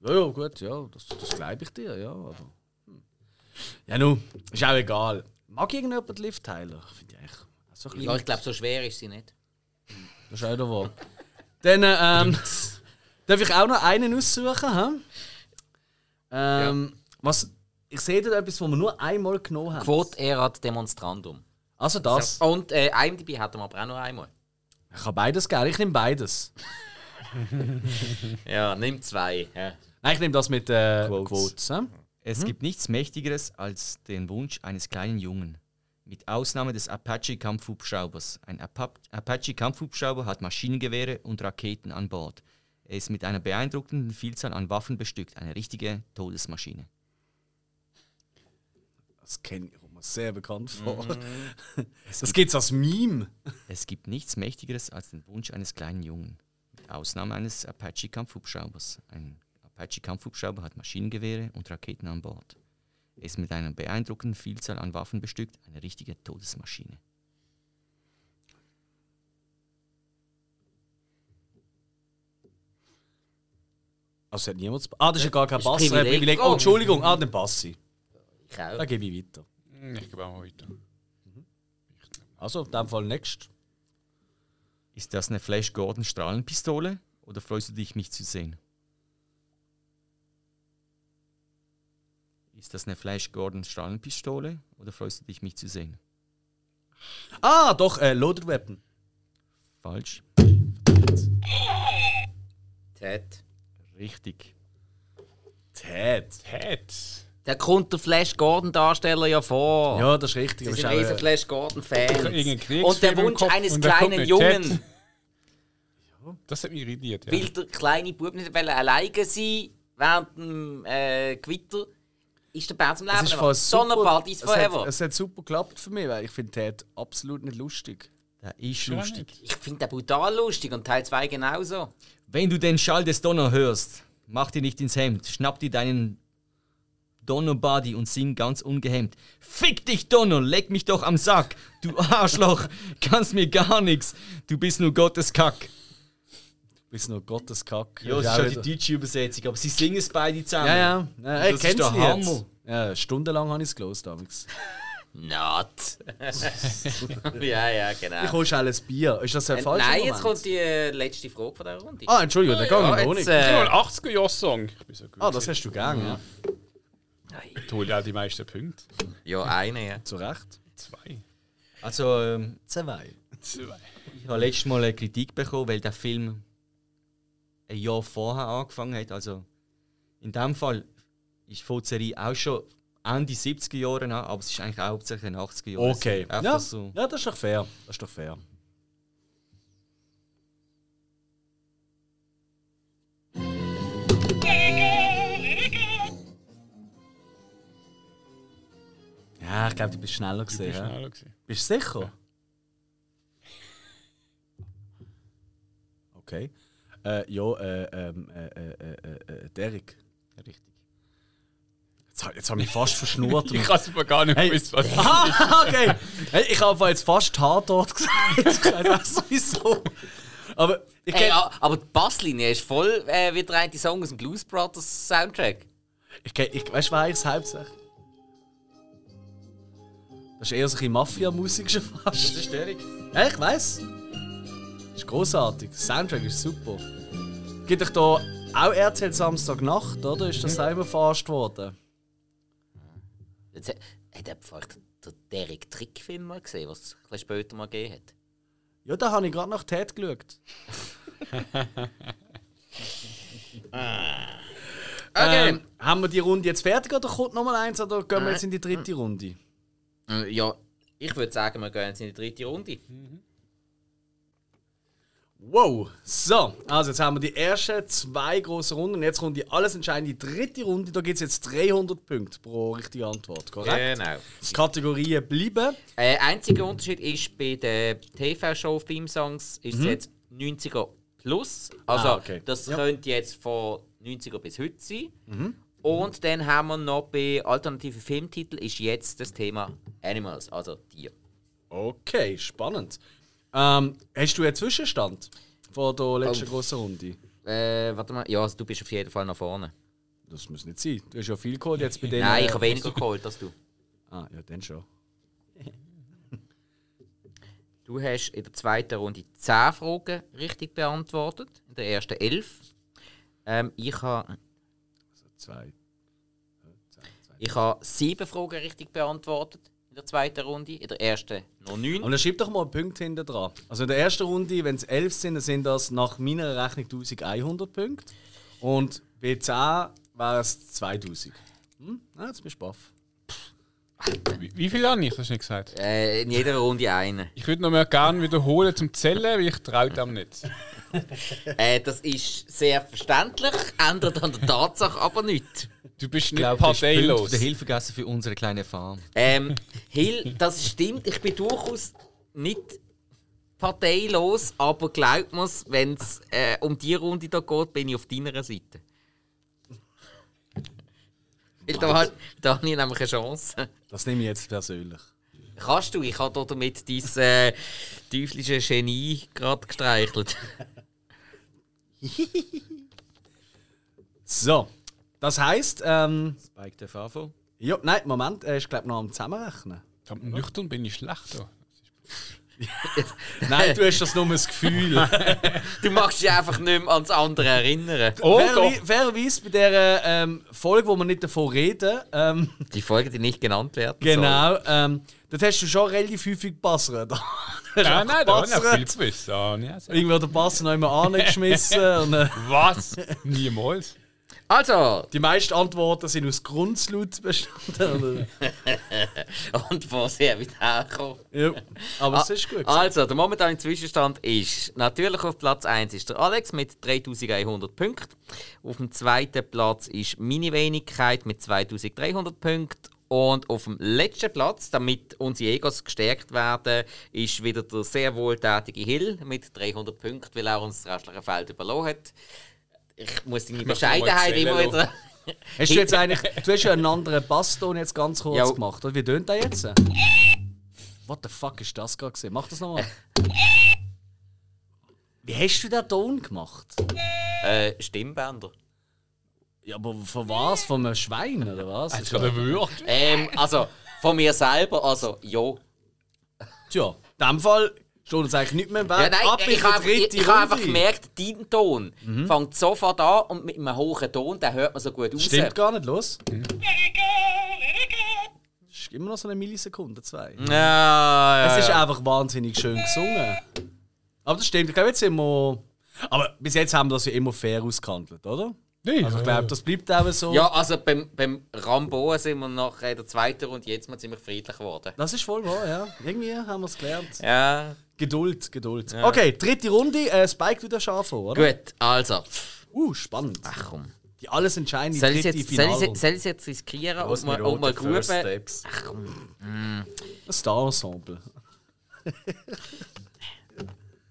Speaker 1: Ja, ja, gut, ja, das, das glaube ich dir, ja. Aber, hm. Ja, nun, ist auch egal. Mag irgendjemand Liv Tyler? Ich finde die eigentlich auch so ein
Speaker 3: Ja, ich glaube, so schwer ist sie nicht.
Speaker 1: Das ist auch noch wahr. Dann ähm, darf ich auch noch einen aussuchen. Hm? Ähm, was, ich sehe dort etwas, was wir nur einmal genommen haben.
Speaker 3: Quod erat demonstrandum.
Speaker 1: Also das.
Speaker 3: Und äh, IMDb hat er aber auch noch einmal.
Speaker 1: Ich kann beides gerne, ich nehme beides.
Speaker 3: Ja, nimm zwei. Ja.
Speaker 1: Nein, ich nehme das mit äh, Quotes.
Speaker 2: Quotes.
Speaker 1: hm?
Speaker 2: Es gibt nichts Mächtigeres als den Wunsch eines kleinen Jungen. Mit Ausnahme des Apache-Kampfhubschraubers. Ein Apa Apache-Kampfhubschrauber hat Maschinengewehre und Raketen an Bord. Er ist mit einer beeindruckenden Vielzahl an Waffen bestückt. Eine richtige Todesmaschine.
Speaker 1: Das kenne ich mir sehr bekannt vor. Das gibt's als Meme.
Speaker 2: Es gibt nichts Mächtigeres als den Wunsch eines kleinen Jungen. Mit Ausnahme eines Apache-Kampfhubschraubers. Ein Apache-Kampfhubschrauber hat Maschinengewehre und Raketen an Bord. Er ist mit einer beeindruckenden Vielzahl an Waffen bestückt. Eine richtige Todesmaschine.
Speaker 1: Also hat niemand. Ah, das ist ja gar kein
Speaker 3: Das ist
Speaker 1: Pass. äh,
Speaker 3: Privileg.
Speaker 1: Privileg.
Speaker 3: Oh.
Speaker 1: Oh, Entschuldigung, ah, den Pass.
Speaker 3: Ich auch.
Speaker 1: Da gebe ich weiter.
Speaker 4: Hm, Ich gebe auch mal weiter.
Speaker 1: Also, in dem Fall next.
Speaker 2: Ist das eine Flash Gordon Strahlenpistole oder freust du dich, mich zu sehen? Ist das eine Flash Gordon Strahlenpistole oder freust du dich, mich zu sehen?
Speaker 1: Ah, doch, äh, Loaded Weapon.
Speaker 2: Falsch.
Speaker 3: Ted.
Speaker 2: Richtig.
Speaker 1: Ted.
Speaker 4: Ted.
Speaker 3: Da kommt der Flash Gordon-Darsteller ja vor.
Speaker 1: Ja, das ist richtig.
Speaker 3: Sie
Speaker 1: aber ist
Speaker 3: sind
Speaker 1: auch, äh,
Speaker 3: riesen Flash Gordon-Fans.
Speaker 4: Irgendein Kriegsfilm
Speaker 3: Und der
Speaker 4: im
Speaker 3: Wunsch
Speaker 4: Kopf
Speaker 3: eines
Speaker 4: und er kommt
Speaker 3: kleinen
Speaker 4: mit
Speaker 3: Jungen,
Speaker 4: Ted. Das hat mich irritiert. Ja.
Speaker 3: weil der kleine Bub nicht wollte alleine sein während dem äh, Gewitter, ist der Bär zum Leben.
Speaker 1: Es ist
Speaker 3: gekommen.
Speaker 1: voll super.
Speaker 3: Donnerpartys
Speaker 1: es
Speaker 3: forever.
Speaker 1: hat, es hat super geklappt für mich, weil ich finde Ted absolut nicht lustig.
Speaker 2: Da ist lustig.
Speaker 3: ich finde den brutal lustig und Teil 2 genauso.
Speaker 2: Wenn du den Schall des Donner hörst, mach dir nicht ins Hemd, schnapp dir deinen Donnerbody und sing ganz ungehemmt. Fick dich, Donner, leck mich doch am Sack. Du Arschloch, kannst mir gar nichts. Du bist nur Gottes Kack.
Speaker 1: Bis nur Gottes Kack.
Speaker 2: Ja, das ist schon die deutsche Übersetzung, aber sie singen es beide zusammen.
Speaker 1: ja, ja. ja ey,
Speaker 2: Das ist
Speaker 1: kennst
Speaker 2: der
Speaker 1: du die jetzt?
Speaker 2: Hammer.
Speaker 1: Ja, stundenlang habe ich es gelesen damals.
Speaker 3: Not. ja, ja,
Speaker 1: Ich
Speaker 3: genau.
Speaker 1: hole schnell ein Bier. Ist das der
Speaker 3: Äh,
Speaker 1: falsche
Speaker 3: Nein,
Speaker 1: Moment?
Speaker 3: jetzt kommt die äh, letzte Frage von dieser Runde.
Speaker 1: Ah, Entschuldigung, der
Speaker 3: Ja,
Speaker 1: Gang in
Speaker 3: jetzt,
Speaker 1: Honig.
Speaker 4: Ich habe
Speaker 3: äh,
Speaker 4: einen 80er-Jahr-Song. Ich bin so gut.
Speaker 1: Ah, das hast du gern, ja.
Speaker 4: Ich hole ja die meisten Punkte.
Speaker 3: ja, eine, ja.
Speaker 1: Zu Recht.
Speaker 4: Zwei.
Speaker 2: Also, ähm,
Speaker 1: Zwei.
Speaker 4: Zwei.
Speaker 2: ich habe letztes Mal eine Kritik bekommen, weil der Film ein Jahr vorher angefangen hat. Also, in dem Fall ist die Serie auch schon Ende 70er Jahre an, aber es ist eigentlich hauptsächlich ein 80er Jahre.
Speaker 1: Okay.
Speaker 2: Einfach
Speaker 1: Ja,
Speaker 2: so.
Speaker 1: ja, das ist doch fair. Das ist doch fair. Ja, ich glaube, du bist schneller
Speaker 4: Ich bin
Speaker 1: gesehen. ja?
Speaker 4: schneller gewesen.
Speaker 1: Bist du sicher? Okay. Äh, ja, äh, ähm, äh, äh, äh, äh, Derek.
Speaker 2: Richtig.
Speaker 1: Jetzt, hab- jetzt habe ich mich fast verschnurrt.
Speaker 4: Ich kann es aber gar nicht
Speaker 1: Hey.
Speaker 4: wissen, was
Speaker 1: Aha, okay. Hey, ich habe jetzt fast Tatort gesagt. Ich weiß wieso. Aber ich
Speaker 3: Ey,
Speaker 1: kenne
Speaker 3: a- ah, aber die Basslinie ist voll äh, wie der eine Song aus dem Blues Brothers Soundtrack.
Speaker 1: Ich, kenn- ich weißt du, was eigentlich das Hauptsache? Das ist eher so ein bisschen Mafia-Musik schon fast.
Speaker 2: ist Derek.
Speaker 1: Ja, ich weiß. Ist großartig. Der Soundtrack ist super. Gibt euch da auch RTL Samstagnacht, oder? Ist das auch immer verarscht worden?
Speaker 3: Jetzt hat hat er vielleicht den Derek Trickfilm mal gesehen, was es ein bisschen später mal gegeben hat.
Speaker 1: Ja, da habe ich gerade nach Ted geschaut.
Speaker 3: Okay.
Speaker 1: Ähm, Haben wir die Runde jetzt fertig oder kommt noch mal eins oder gehen wir jetzt in die dritte Runde?
Speaker 3: Äh, Ja, ich würde sagen, wir gehen jetzt in die dritte Runde.
Speaker 1: Wow! So, also jetzt haben wir die ersten zwei grossen Runden und jetzt kommt die alles entscheidende dritte Runde. Da gibt es jetzt 300 Punkte pro richtige Antwort, korrekt?
Speaker 3: Genau.
Speaker 1: Die Kategorien bleiben.
Speaker 3: Äh, einziger Unterschied ist bei der TV-Show Theme Songs ist es jetzt 90er plus. Also
Speaker 1: Ah, okay.
Speaker 3: das
Speaker 1: Ja.
Speaker 3: könnte jetzt von 90er bis heute sein. Und dann haben wir noch bei alternativen Filmtiteln ist jetzt das Thema Animals, also Tier.
Speaker 1: Okay, spannend. Ähm, hast du einen Zwischenstand von der
Speaker 3: Oh.
Speaker 1: letzten grossen Runde?
Speaker 3: Äh, warte mal, ja, also du bist auf jeden Fall nach vorne.
Speaker 1: Das muss nicht sein. Du hast ja viel geholt jetzt bei denen. Äh,
Speaker 3: Nein, ich eh habe weniger geholt als äh, du.
Speaker 1: Ah, ja, dann schon.
Speaker 3: Du hast in der zweiten Runde 10 Fragen richtig beantwortet, in der ersten 11. Ähm, ich habe
Speaker 1: Zwei.
Speaker 3: ich ha 7 Fragen richtig beantwortet in der zweiten Runde, in der ersten noch 9.
Speaker 1: Und dann schreib doch mal einen Punkt hinten dran. Also in der ersten Runde, wenn es 11 sind, dann sind das nach meiner Rechnung 1100 Punkte. Und bei 10 wäre es 2000. Hm? Ah, jetzt bist du baff.
Speaker 4: Wie, wie viel habe ich? Das hast du nicht gesagt.
Speaker 3: Äh, in jeder Runde einen.
Speaker 4: Ich würde noch mal gerne wiederholen zum Zählen, weil ich traue dem nicht.
Speaker 3: Äh, das ist sehr verständlich, ändert an der Tatsache aber nichts.
Speaker 4: Du bist nicht
Speaker 2: glaube, du hast
Speaker 1: eh
Speaker 2: Punkte auf
Speaker 4: parteilos.
Speaker 2: der Hilfe vergessen für unsere kleine Farm.
Speaker 3: Ähm, Hill, das stimmt, ich bin durchaus nicht parteilos, aber glaubt mir's, wenn es äh, um die Runde da geht, bin ich auf deiner Seite. Weil da, hat- da habe ich nämlich eine Chance.
Speaker 1: Das nehme ich jetzt persönlich.
Speaker 3: Kannst du, ich habe da damit dein äh, teuflische Genie gerade gestreichelt.
Speaker 1: So, das heisst, ähm,
Speaker 2: Spike der Favo.
Speaker 1: ja, nein, Moment, er ist glaube noch am Zusammenrechnen.
Speaker 4: Verdammt, Nüchtern bin ich schlecht. Da.
Speaker 1: Nein, du hast das nur das Gefühl.
Speaker 3: Du machst dich einfach nicht mehr ans andere erinnern.
Speaker 4: Oh
Speaker 1: Wer,
Speaker 4: doch!
Speaker 1: wei- wer weiß bei dieser ähm, Folge, wo wir nicht davon reden, ähm,
Speaker 3: Die Folgen, die nicht genannt werden.
Speaker 1: genau, ähm, dort hast du schon relativ häufig Bassern. Da
Speaker 4: Nein, nein, da habe ich noch viel
Speaker 1: Bassern.
Speaker 4: zu wissen. Ah, nee, also-
Speaker 1: Irgendwo hat der Bass noch einmal angeschmissen. und, äh,
Speaker 4: Was? Niemals.
Speaker 3: sollen. Also,
Speaker 1: die meisten Antworten sind aus Grundslut bestanden.
Speaker 3: und wo sehr weit herkommen.
Speaker 1: ja, aber es ist gut.
Speaker 3: Also, der momentane Zwischenstand ist, natürlich auf Platz 1 ist der Alex mit 3100 Punkten. Auf dem zweiten Platz ist meine Wenigkeit mit 2300 Punkten. Und auf dem letzten Platz, damit unsere Egos gestärkt werden, ist wieder der sehr wohltätige Hill mit 300 Punkten, weil er uns das restliche Feld überlassen hat. Ich muss deine
Speaker 4: möchte noch mal
Speaker 3: Bescheidenheit
Speaker 4: zählen
Speaker 3: immer wieder.
Speaker 1: Hast du jetzt eigentlich, du hast ja einen anderen Basston jetzt ganz kurz
Speaker 3: Ja.
Speaker 1: gemacht. Oder? Wie tönt der jetzt? What the fuck ist das gerade? gewesen? Mach das nochmal. Wie hast du den Ton gemacht?
Speaker 3: äh, Stimmbänder.
Speaker 1: Ja, aber von was? Von einem Schwein oder was?
Speaker 4: Das ist
Speaker 3: Also,
Speaker 4: gerade eine Würge.
Speaker 3: Ähm, also, von mir selber, also, ja.
Speaker 1: Tja, in dem Fall steht uns eigentlich nicht mehr im Weg.
Speaker 3: Ja, nein,
Speaker 1: Ab in
Speaker 3: ich
Speaker 1: die
Speaker 3: habe einfach, ich,
Speaker 1: dritte
Speaker 3: ich habe einfach
Speaker 1: Runde. Mhm.
Speaker 3: gemerkt, dein Ton fängt sofort an und mit einem hohen Ton, den hört man so gut raus.
Speaker 1: Stimmt gar nicht, los. Das ist immer noch so eine Millisekunde, zwei.
Speaker 3: Ja,
Speaker 1: Es
Speaker 3: ja,
Speaker 1: ist
Speaker 3: ja.
Speaker 1: einfach wahnsinnig schön gesungen. Aber das stimmt, ich glaube, jetzt sind wir. Aber bis jetzt haben wir das ja immer fair ausgehandelt, oder?
Speaker 4: Nein,
Speaker 1: Also ich glaube, das bleibt auch so.
Speaker 3: ja, also beim, beim Rambo sind wir nach der zweiten Runde jetzt mal ziemlich friedlich geworden.
Speaker 1: Das ist voll wahr, ja. Irgendwie haben wir es gelernt.
Speaker 3: Ja.
Speaker 1: Geduld, Geduld. Okay, dritte Runde. Äh, Spike wieder scharf, oder?
Speaker 3: Gut, also.
Speaker 1: Uh, spannend.
Speaker 3: Ach komm.
Speaker 1: Die alles entscheidende
Speaker 3: Soll ich
Speaker 1: dritte
Speaker 3: jetzt, soll
Speaker 1: Finalrunde.
Speaker 3: ich, soll ich jetzt riskieren und mal, und mal gruben?
Speaker 1: Das Star-Ensemble.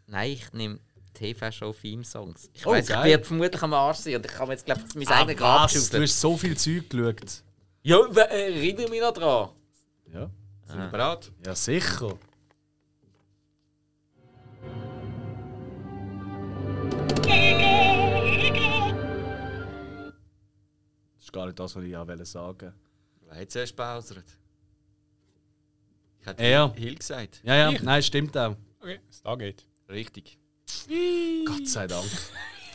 Speaker 3: Nein, ich nehme TV-Show Theme-Songs. Ich
Speaker 1: Oh,
Speaker 3: weiß, ich
Speaker 1: geil.
Speaker 3: werde vermutlich am Arsch sein und ich kann mir jetzt, glaube ich, mein eigenes Grab
Speaker 1: Was? Du
Speaker 3: schaufeln.
Speaker 1: hast so viel Zeug geschaut.
Speaker 3: Ja, w- äh, erinnere mich noch dran.
Speaker 1: Ja.
Speaker 2: Sind wir bereit?
Speaker 1: Ja, sicher. Das ist gar nicht das, was ich auch wollte sagen.
Speaker 2: Wer hat zuerst behausert? Ich hätte
Speaker 1: Er.
Speaker 2: Hill gesagt.
Speaker 1: Ja, ja, nein, stimmt auch.
Speaker 4: Okay, Stargate.
Speaker 2: Richtig.
Speaker 1: Gott sei Dank.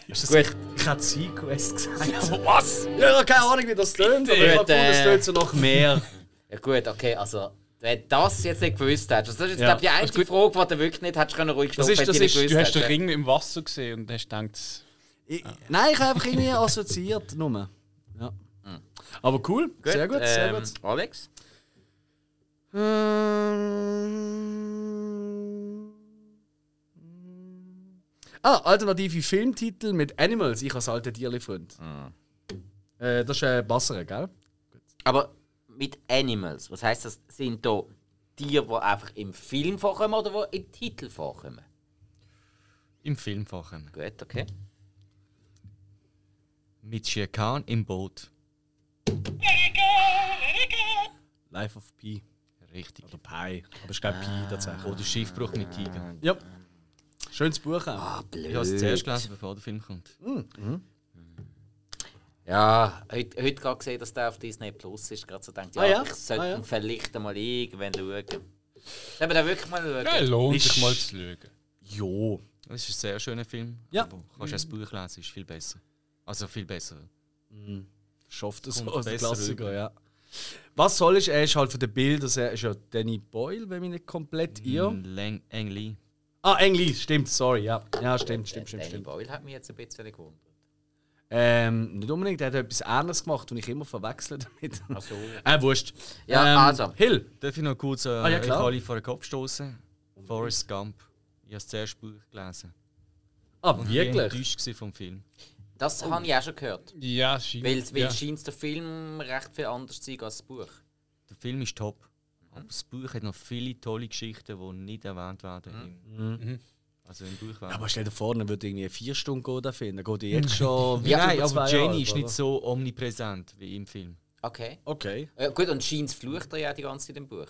Speaker 1: Ist das
Speaker 3: Gut.
Speaker 1: Ich hätte Sequest gesagt. Was? Ja, ich habe keine Ahnung, wie das tönt, aber ich
Speaker 3: Gut,
Speaker 1: habe gefunden, es
Speaker 3: äh.
Speaker 1: tönt so noch mehr.
Speaker 3: Ja gut, okay, also wenn du das jetzt nicht gewusst hättest, das ist jetzt
Speaker 1: Ja.
Speaker 3: glaub ich, die einzige Frage, die du wirklich nicht hättest können ruhig
Speaker 4: Das
Speaker 3: stoppen,
Speaker 4: ist, das
Speaker 3: wenn
Speaker 4: ist,
Speaker 3: du nicht
Speaker 4: du hast den
Speaker 3: gewusst hättest.
Speaker 4: Ring im Wasser gesehen und hast gedacht,
Speaker 1: Ich, nein, ich habe einfach irgendwie assoziiert. Nur. Ja. Aber cool, sehr gut, sehr
Speaker 3: ähm,
Speaker 1: gut.
Speaker 3: Alex?
Speaker 1: Ähm, Ah, alternative Filmtitel mit Animals, ich als alter Tierli-Freund. Äh, das ist äh, Bassere, gell?
Speaker 3: Aber mit Animals, was heisst das? Sind da Tiere, die einfach im Film vorkommen oder die im Titel vorkommen?
Speaker 2: Im Film vorkommen.
Speaker 3: Gut, okay.
Speaker 2: Mit Shere Khan im Boot.
Speaker 1: Life of Pi.
Speaker 2: Richtig.
Speaker 1: Oder Pi. Aber es ist kein Pi tatsächlich.
Speaker 2: Oder Schiffbruch mit Tiger.
Speaker 1: Ja. Schönes Buch auch.
Speaker 3: Ah, blöd.
Speaker 2: Ich habe es zuerst gelesen, bevor der Film kommt.
Speaker 3: Ja, heute, heute gerade gesehen, dass der auf Disney Plus ist. Gerade so denkt, ja,
Speaker 1: Ah, ja?
Speaker 3: ich sollte
Speaker 1: Ah, ja.
Speaker 3: ihn vielleicht mal irgendwann schauen. Sollen wir den wirklich mal schauen?
Speaker 4: Ja, lohnt
Speaker 1: Ist-
Speaker 4: sich mal zu schauen.
Speaker 1: Jo.
Speaker 2: Es ist ein sehr schöner Film.
Speaker 1: Ja.
Speaker 2: Aber kannst du das Buch lesen, ist viel besser. Also viel besser.
Speaker 1: Schafft es
Speaker 2: Kommt
Speaker 1: so als der
Speaker 2: besser
Speaker 1: Klassiker,
Speaker 2: rüber.
Speaker 1: ja. Was soll ich? Er ist halt von den Bildern, er ist ja Danny Boyle, wenn mich nicht komplett irre.
Speaker 2: Lang, Ang Lee.
Speaker 1: Ah, Englisch, stimmt, sorry, ja. Ja, stimmt, stimmt, stimmt,
Speaker 3: Danny
Speaker 1: stimmt.
Speaker 3: Boyle hat mich jetzt ein bisschen gewundert.
Speaker 1: Ähm, nicht unbedingt, er hat etwas anderes gemacht und ich immer verwechsel damit.
Speaker 3: Ach so.
Speaker 1: äh, wurscht.
Speaker 3: Ja,
Speaker 1: ähm,
Speaker 3: also.
Speaker 1: Hill.
Speaker 2: Darf ich noch kurz äh,
Speaker 1: Ah, ja,
Speaker 2: euch
Speaker 1: klar.
Speaker 2: alle vor den Kopf stoßen? Forrest Gump. Ich habe das zuerst Buch gelesen.
Speaker 1: Ah,
Speaker 2: Und Ich war
Speaker 1: wirklich?
Speaker 2: enttäuscht gewesen vom Film.
Speaker 3: Das
Speaker 1: Oh.
Speaker 3: habe ich auch schon gehört.
Speaker 4: Ja, scheint.
Speaker 3: Weil, weil
Speaker 4: ja.
Speaker 3: scheint der Film recht viel anders zu sein als das Buch.
Speaker 2: Der Film ist top. Aber das Buch hat noch viele tolle Geschichten, die nicht erwähnt werden. Im, also im Buch werden.
Speaker 1: Aber stell dir vor, dann würde irgendwie vier Stunden gehen, der Film. Dann geht er jetzt schon. Also weit
Speaker 2: Nein,
Speaker 1: über
Speaker 2: aber
Speaker 1: zwei
Speaker 2: Jenny
Speaker 1: Jahre,
Speaker 2: ist
Speaker 1: oder?
Speaker 2: nicht so omnipräsent wie im Film.
Speaker 3: Okay.
Speaker 1: Okay.
Speaker 3: Äh, gut, und scheint flucht er ja die ganze Zeit im Buch.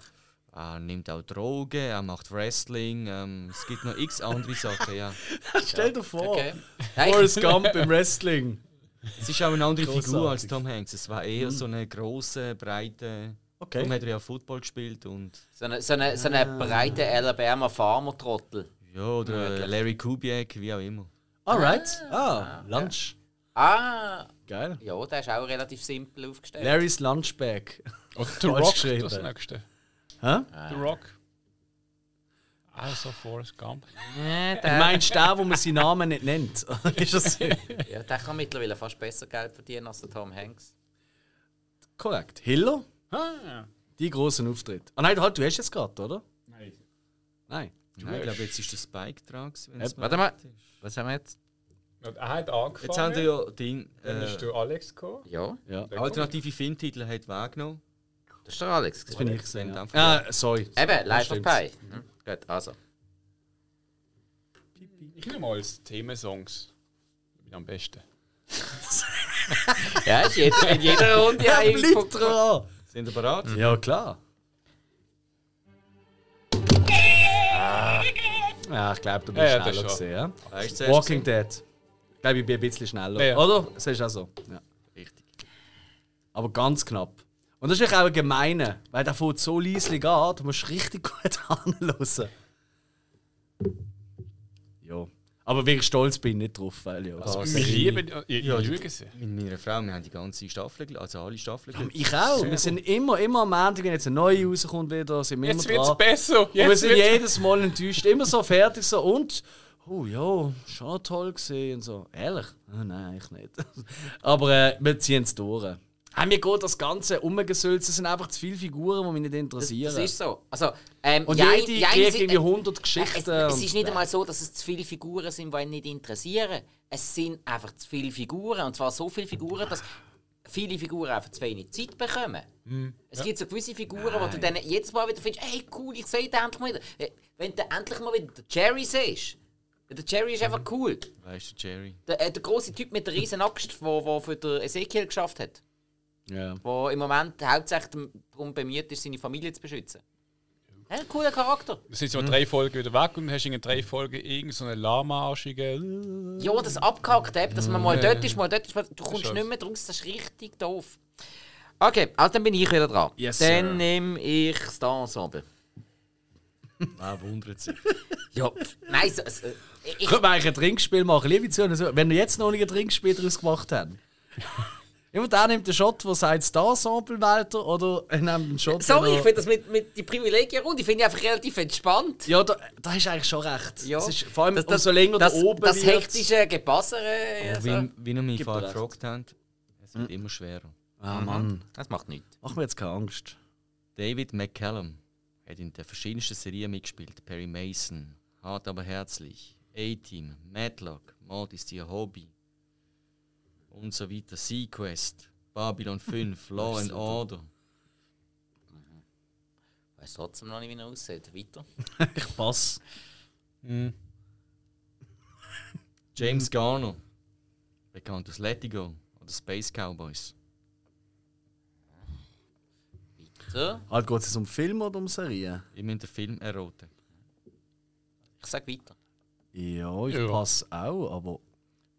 Speaker 2: Er nimmt auch Drogen, er macht Wrestling, ähm, es gibt noch x andere Sachen. Ja.
Speaker 1: stell dir vor,
Speaker 3: Okay. Nein, ich-
Speaker 1: Forrest Gump im Wrestling.
Speaker 2: Es ist auch eine andere
Speaker 1: Grossartig.
Speaker 2: Figur als Tom Hanks. Es war eher so eine große, breite.
Speaker 1: Okay.
Speaker 2: Tom hat er ja Football gespielt und
Speaker 3: So eine, so eine, so eine breite Alabama Farmer-Trottel.
Speaker 2: ja oder äh, Larry Kubiak, wie auch immer.
Speaker 1: Alright. Ah, Lunch.
Speaker 3: Ah,
Speaker 1: Geil.
Speaker 3: ja, der ist auch relativ simpel aufgestellt.
Speaker 1: Larry's Lunchbag.
Speaker 4: Oder The
Speaker 1: Falsch
Speaker 4: Rock,
Speaker 1: geschrieben.
Speaker 4: das nächste.
Speaker 1: Hä?
Speaker 4: The Rock. Also Forrest Gump.
Speaker 3: Äh, der,
Speaker 1: Meinst du den, wo man seinen Namen nicht nennt? ist das
Speaker 3: ja, der kann mittlerweile fast besser Geld verdienen als der Tom Hanks.
Speaker 1: korrekt? Hiller?
Speaker 4: Ah,
Speaker 1: Die großen Auftritt. Ah nein, halt, du hast jetzt gerade, oder?
Speaker 5: Nein.
Speaker 1: Nein.
Speaker 2: Nein, ich glaube, jetzt ist der Spike dran. gewesen, wenn's
Speaker 1: Eben.
Speaker 2: mir
Speaker 3: Warte mal.
Speaker 2: recht ist.
Speaker 3: Was haben wir jetzt?
Speaker 4: und er hat angefangen.
Speaker 2: Jetzt haben wir ja Ding.
Speaker 4: Dann bist
Speaker 2: Äh,
Speaker 4: du Alex gekommen.
Speaker 3: Ja,
Speaker 1: Ja. Jetzt
Speaker 2: alternative Filmtitel hat wahrgenommen.
Speaker 3: das ist der Alex.
Speaker 1: bin
Speaker 3: gewesen.
Speaker 1: ich gesehen.
Speaker 2: Wenn
Speaker 1: Ah, sorry.
Speaker 3: Eben, Life of
Speaker 1: stimmt.
Speaker 3: Pi. Mhm. Gut, also.
Speaker 4: Ich nehme mal als Themensongs. Ich bin am besten.
Speaker 3: Ja, ist jetzt in jeder Runde ja, irgendwo-
Speaker 1: Bleib dran!
Speaker 2: Sind ihr bereit?
Speaker 1: Ja, klar. Ah. Ja, ich glaube, du bist
Speaker 4: Ja, ja, das
Speaker 1: schneller
Speaker 4: schon.
Speaker 1: gesehen. Ja?
Speaker 2: Weißt du,
Speaker 1: Walking Dead. Ich glaube, ich bin ein bisschen schneller.
Speaker 4: Ja, ja.
Speaker 1: Oder? Das ist auch so. Ja.
Speaker 2: Richtig.
Speaker 1: Aber ganz knapp. Und das ist eigentlich auch ein gemeiner, weil der fährt so leislich an, du musst richtig gut anhören. Ja. Aber wirklich stolz bin ich nicht drauf, weil ja. das-
Speaker 4: Wir lieben ja, ich schaue sie.
Speaker 2: Mit meiner Frau, wir haben die ganze Staffel, gel- also alle Staffeln. gel-
Speaker 1: ich auch. Wir sind immer, immer am Ende, wenn jetzt eine neue rauskommt, wieder, sind wir
Speaker 4: Jetzt
Speaker 1: immer
Speaker 4: wird
Speaker 1: dran.
Speaker 4: es besser.
Speaker 1: Und wir
Speaker 4: Jetzt
Speaker 1: sind
Speaker 4: wird's
Speaker 1: jedes Mal enttäuscht. Immer so fertig so und oh ja, schon toll gesehen und so. Ehrlich? Ah, nein, ich nicht. Aber äh, wir ziehen es durch. Haben mir geht das Ganze umgesülzt. Es sind einfach zu viele Figuren, die mich nicht
Speaker 3: Das,
Speaker 1: interessieren.
Speaker 3: das ist so. Also, ähm,
Speaker 1: und
Speaker 3: jein-
Speaker 1: jede
Speaker 3: jein
Speaker 1: kriegt
Speaker 3: sind-
Speaker 1: irgendwie 100
Speaker 3: Es,
Speaker 1: Geschichten.
Speaker 3: es
Speaker 1: und-
Speaker 3: ist nicht einmal so, dass es zu viele Figuren sind, die ihn nicht interessieren. Es sind einfach zu viele Figuren. Und zwar so viele Figuren, dass viele Figuren einfach zu wenig Zeit bekommen. Es gibt so gewisse Figuren, wo du dann jedes Mal wieder findest, hey cool, ich sehe den endlich mal wieder. Äh, Wenn du endlich mal wieder den Jerry siehst. Der Jerry ist einfach cool.
Speaker 2: Weißt du, Jerry?
Speaker 3: Der, äh, der große Typ mit der riesen Axt, der, der für den Ezekiel geschafft hat.
Speaker 1: Ja.
Speaker 3: Der im Moment hauptsächlich darum bemüht ist, seine Familie zu beschützen. Ja, ein cooler Charakter.
Speaker 4: Du sitzt mal drei Folgen wieder weg und hast in drei Folgen irgendeine Lama-arschige.
Speaker 3: Ja, das abgehackte eben, dass man mal dort ist, mal dort ist, mal- du kommst
Speaker 4: Scheiße.
Speaker 3: nicht mehr raus, das ist richtig doof. Okay, also dann bin ich wieder dran.
Speaker 1: Yes, sir.
Speaker 3: dann nehme ich das Ensemble.
Speaker 2: Ah, wundert sich.
Speaker 3: Ja, nein, so, so, ich,
Speaker 1: Können wir eigentlich ein Trinkspiel machen? Liebe Zuhörer, so- wenn wir jetzt noch nicht ein Trinkspiel daraus gemacht haben. Immer der nimmt den Shot, der sagt Star-Sample weiter oder er nimmt einen Shot.
Speaker 3: sorry,
Speaker 1: der-
Speaker 3: ich finde das mit, mit die Privilegienrunde, finde ich einfach relativ entspannt.
Speaker 1: Ja, da, da hast du eigentlich schon recht.
Speaker 3: Ja.
Speaker 1: Es ist, vor allem
Speaker 3: das,
Speaker 1: umso länger
Speaker 3: das,
Speaker 1: da oben
Speaker 3: Das
Speaker 1: wird- Oh,
Speaker 3: hektische Gebassere. Also.
Speaker 2: Wie, wie ihr mich
Speaker 1: Gibt
Speaker 2: vorher
Speaker 1: recht. Mhm.
Speaker 2: gefragt habt, es wird immer schwerer.
Speaker 1: Ah, Mann.
Speaker 3: Mhm. Das macht nichts.
Speaker 1: Mach mir jetzt keine Angst.
Speaker 2: David McCallum hat in den verschiedensten Serien mitgespielt. Perry Mason, Hart aber herzlich, A-Team, Matlock, Mord ist ihr Hobby und so weiter. Sequest, Babylon 5, Law and Order.
Speaker 3: Weiß trotzdem noch nicht, wie er aussieht. Weiter.
Speaker 1: Ich pass.
Speaker 2: James Garner, bekannt aus Letigo oder Space Cowboys.
Speaker 3: Weiter.
Speaker 1: Halt, geht es um Film oder um Serien?
Speaker 2: Ihr müsst den Film erraten.
Speaker 3: Ich sag weiter.
Speaker 1: Ja, ich
Speaker 4: Ja.
Speaker 1: pass auch, aber.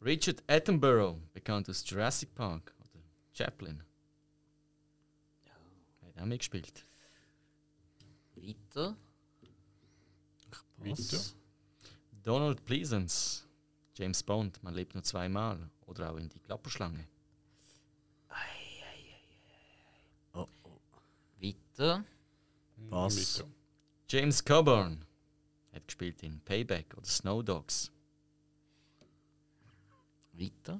Speaker 2: Richard Attenborough, bekannt aus Jurassic Park oder Chaplin. Hat auch mitgespielt.
Speaker 3: Weiter.
Speaker 4: Weiter.
Speaker 2: Donald Pleasance, James Bond, man lebt nur zweimal. Oder auch in die Klapperschlange.
Speaker 3: Weiter.
Speaker 1: Was?
Speaker 4: Weiter.
Speaker 2: James Coburn hat gespielt in Payback oder Snow Dogs.
Speaker 3: Weiter.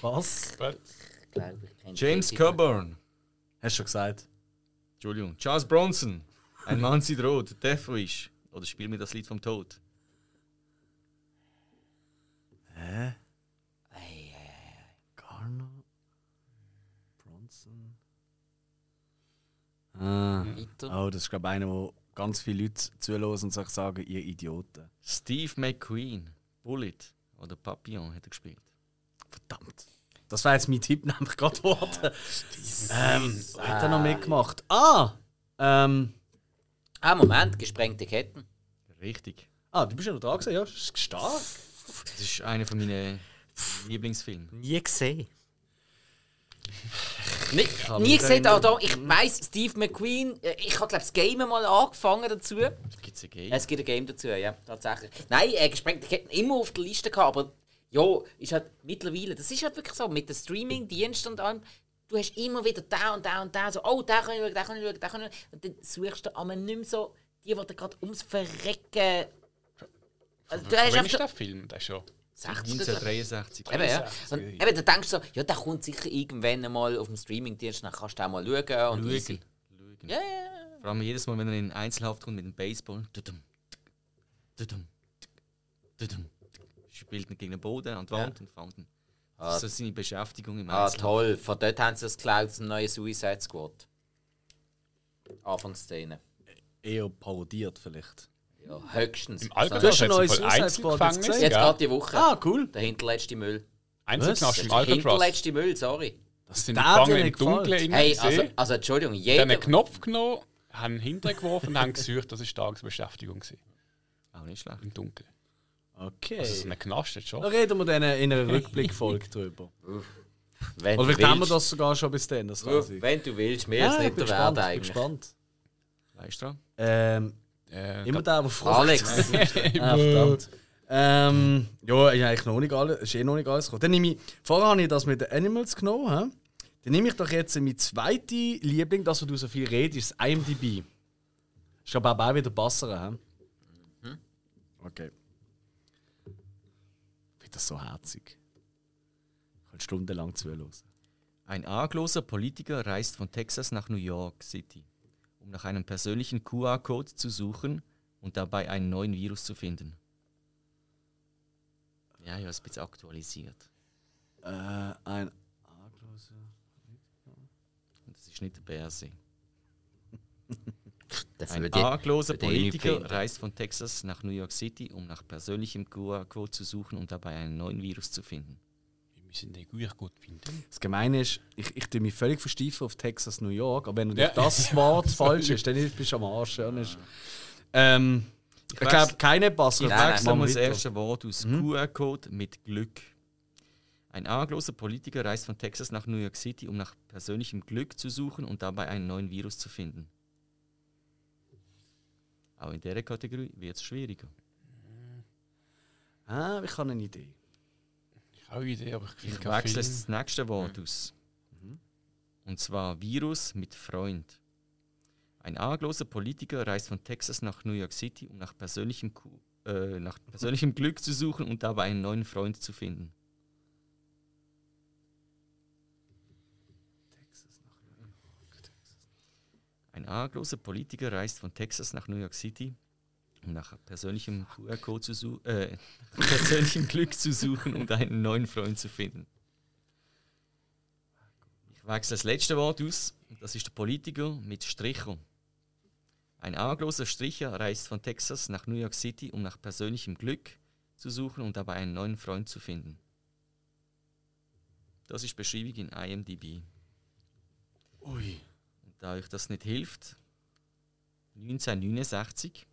Speaker 1: Was?
Speaker 4: Was?
Speaker 3: Ich glaube, ich kenne
Speaker 2: James
Speaker 3: die-
Speaker 2: Coburn,
Speaker 1: Hast du schon gesagt?
Speaker 2: Entschuldigung, Charles Bronson, Ein Mann sieht rot, Death Wish oder Spiel mir das Lied vom Tod.
Speaker 1: Garner. Bronson. Ah.
Speaker 3: Weiter.
Speaker 1: Oh, das ist, glaube ich, einer, wo ganz viele Leute zuhören und sich sagen, ihr Idioten.
Speaker 2: Steve McQueen, Bullet oder Papillon hat er gespielt.
Speaker 1: Verdammt. Das war jetzt mein Tipp, nämlich gerade geworden. ähm, wer hat er noch mitgemacht? Ah! Ähm,
Speaker 3: Ah, Moment, gesprengte Ketten.
Speaker 2: Richtig.
Speaker 1: ah, du bist ja noch dran gewesen, ja? Das ist stark.
Speaker 2: Das ist einer von meinen Lieblingsfilmen.
Speaker 3: Nie gesehen. nie gesehen, da, da, ich weiss, Steve McQueen, äh, ich habe glaube das Game mal angefangen dazu.
Speaker 2: Gibt es ein Game?
Speaker 3: Es gibt ein Game dazu, ja, tatsächlich. Nein, äh, gesprengte Ketten immer auf der Liste gehabt, aber ja, ist halt mittlerweile, das ist halt wirklich so, mit den Streaming-Diensten und allem, du hast immer wieder da und da und da, so, oh, da kann ich schauen, da kann ich schauen, da kann ich schauen. Und dann suchst du aber nicht mehr so, die, die dir gerade ums Verrecken. Also, du hast
Speaker 4: Wann ist
Speaker 3: einfach
Speaker 4: der Film? Der ist schon.
Speaker 3: 60 oder
Speaker 2: 1963.
Speaker 3: Eben, ja. Und eben, dann denkst du so, ja, der kommt sicher irgendwann mal auf dem Streamingdienst, dann kannst du auch mal schauen. Und easy.
Speaker 2: Schauen. Schauen.
Speaker 3: Ja, ja, ja.
Speaker 2: Vor allem jedes Mal, wenn er in Einzelhaft kommt mit dem Baseball. Tudum, tuk, tudum, tuk, tudum, tuk. Spielt ihn gegen den Boden, an die Wand und fängt ihn. Das ist so seine Beschäftigung im
Speaker 3: Ah,
Speaker 2: Einzelhaft.
Speaker 3: toll. Von dort haben sie das geklaut zum neuen Suicide Squad. Anfangsszene.
Speaker 1: Eher parodiert vielleicht.
Speaker 3: Ja, höchstens.
Speaker 4: Im
Speaker 3: Also,
Speaker 4: Alcatraz
Speaker 1: hast ein
Speaker 4: hat
Speaker 1: neues
Speaker 4: es voll
Speaker 1: Suicide Squad
Speaker 4: Einzelgefängnis.
Speaker 1: gesehen?
Speaker 3: jetzt
Speaker 4: gell?
Speaker 3: gerade die Woche.
Speaker 1: Ah, cool.
Speaker 3: Der hinterletzte Müll.
Speaker 4: Einzelgefängnis
Speaker 3: Der
Speaker 4: im Alcatraz.
Speaker 3: hinterletzte Müll, sorry.
Speaker 4: Das sind
Speaker 1: Der
Speaker 4: die gefangen
Speaker 1: hat dir
Speaker 4: im
Speaker 1: nicht gefallen.
Speaker 4: Dunkeln.
Speaker 3: Hey, also,
Speaker 4: gesehen,
Speaker 3: also Entschuldigung,
Speaker 4: Dann
Speaker 3: jeder.
Speaker 4: einen Knopf genommen, haben ihn hintergeworfen und haben gesucht. Das war Tagesbeschäftigung gewesen,
Speaker 2: Auch Ah, nicht schlecht.
Speaker 4: im Dunkeln.
Speaker 1: Okay.
Speaker 4: Also, so einen Knast jetzt
Speaker 1: Da
Speaker 4: schon.
Speaker 1: reden wir dann in einer Rückblickfolge drüber. Äh,
Speaker 3: wenn
Speaker 1: Oder
Speaker 3: du
Speaker 1: vielleicht haben wir
Speaker 3: willst-
Speaker 1: das sogar schon bis dann. Das weiß ich.
Speaker 3: Wenn du willst, mir ist
Speaker 1: Ah,
Speaker 3: nicht
Speaker 1: bin gespannt,
Speaker 3: der Wert
Speaker 1: bin
Speaker 3: eigentlich.
Speaker 1: gespannt.
Speaker 2: Weißt du dran?
Speaker 1: Ähm,
Speaker 4: Äh,
Speaker 1: immer der, der fragt.
Speaker 3: Alex,
Speaker 1: Ah, verdammt. Ähm, ja, ist eigentlich noch nicht alles, ist eh noch nicht alles gekommen. Dann nehme ich, vorher habe ich das mit den Animals genommen. He? Dann nehme ich doch jetzt mein zweite Liebling, das, wo du so viel redest, ist das IMDb. Ist aber auch wieder besser. He? Mhm. Okay. Ich finde das so herzig. Ich kann stundenlang zuhören.
Speaker 2: Ein argloser Politiker reist von Texas nach New York City, um nach einem persönlichen QR-Code zu suchen und dabei einen neuen Virus zu finden. Ja, ja, ist ein bisschen aktualisiert.
Speaker 1: Äh, ein argloser.
Speaker 2: Und Das ist nicht der BRC.
Speaker 3: das
Speaker 2: Ein
Speaker 3: würde
Speaker 2: argloser
Speaker 3: würde ich nicht
Speaker 2: Politiker
Speaker 3: finden.
Speaker 2: reist von Texas nach New York City, um nach persönlichem QR-Code zu suchen und dabei einen neuen Virus zu finden.
Speaker 4: Wir müssen den gut, gut finden.
Speaker 1: Das Gemeine ist, ich, ich tue mich völlig versteifen auf Texas, New York, aber wenn natürlich
Speaker 4: Ja.
Speaker 1: das Wort falsch ist, dann bist du am Arsch. Ja, nicht? ähm, ich
Speaker 2: weiss-
Speaker 1: glaube, keine bessere
Speaker 2: Ich
Speaker 3: Nein, nein, Mhm.
Speaker 2: wechsle
Speaker 1: Machen
Speaker 2: mal das
Speaker 1: wir weiter.
Speaker 2: erste Wort aus QR-Code mit Glück. Ein argloser Politiker reist von Texas nach New York City, um nach persönlichem Glück zu suchen und dabei einen neuen Virus zu finden. Auch in dieser Kategorie wird es schwieriger.
Speaker 1: Ah, ich habe eine Idee.
Speaker 4: Ich habe eine Idee, aber ich finde
Speaker 2: Ich
Speaker 4: keinen
Speaker 2: wechsle
Speaker 4: Film.
Speaker 2: das nächste Wort aus. Und zwar Virus mit Freund. Ein argloser Politiker reist von Texas nach New York City, um nach persönlichem, Ku äh, nach persönlichem Glück zu suchen und dabei einen neuen Freund zu finden. USA-großer Politiker reist von Texas nach New York City, um nach persönlichem QR-Code zu suchen, äh, nach persönlichem Glück zu suchen und einen neuen Freund zu finden. Ich wechsle das letzte Wort aus. und Das ist der Politiker mit Stricher. Ein argloser Stricher reist von Texas nach New York City, um nach persönlichem Glück zu suchen und dabei einen neuen Freund zu finden. Das ist die Beschreibung in IMDb.
Speaker 1: Ui.
Speaker 2: Und da euch das nicht hilft, 1969,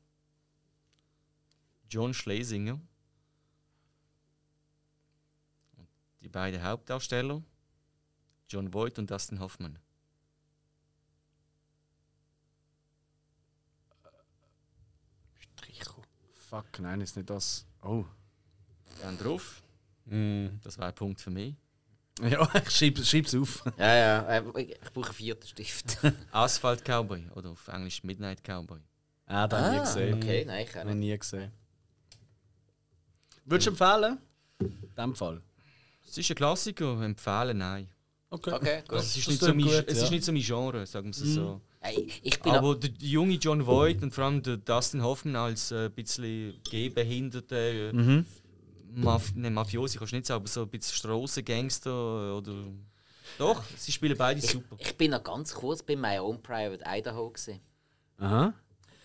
Speaker 2: John Schlesinger und die beiden Hauptdarsteller, John Voight und Dustin Hoffman.
Speaker 1: Stricho. Fuck, nein, ist nicht das. Oh.
Speaker 2: Dann drauf,
Speaker 4: Hm.
Speaker 2: das war ein Punkt für mich.
Speaker 1: Ja, ich schreib, schreib's auf.
Speaker 3: Ja, ja, äh, ich ich brauche einen vierten Stift.
Speaker 2: Asphalt Cowboy oder auf Englisch Midnight Cowboy.
Speaker 1: Ah, das hab ich nie gesehen.
Speaker 3: Okay, nein, ich auch
Speaker 1: Noch
Speaker 3: nicht.
Speaker 1: nie gesehen. Würdest du empfehlen? In dem Fall.
Speaker 2: Es ist ein Klassiker, empfehlen nein. Also
Speaker 1: Okay.
Speaker 3: Okay, gut.
Speaker 2: Es ist,
Speaker 1: Das
Speaker 2: nicht so,
Speaker 1: klingt
Speaker 2: mein,
Speaker 1: gut,
Speaker 2: es
Speaker 1: ja. Mhm. Genau.
Speaker 2: ist nicht so mein Genre, sagen wir es so.
Speaker 3: Ey, ich bin
Speaker 2: Aber der junge John Voight und vor allem der Dustin Hoffman als äh, ein bisschen gehbehinderte, äh,
Speaker 1: Mhm.
Speaker 2: Maf ne, Mafiosi kannst du nicht sagen, aber so ein bisschen Strassengangster äh, oder... Doch, sie spielen beide super.
Speaker 3: Ich bin noch ganz kurz bei My Own Private Idaho. Gewesen.
Speaker 1: Aha.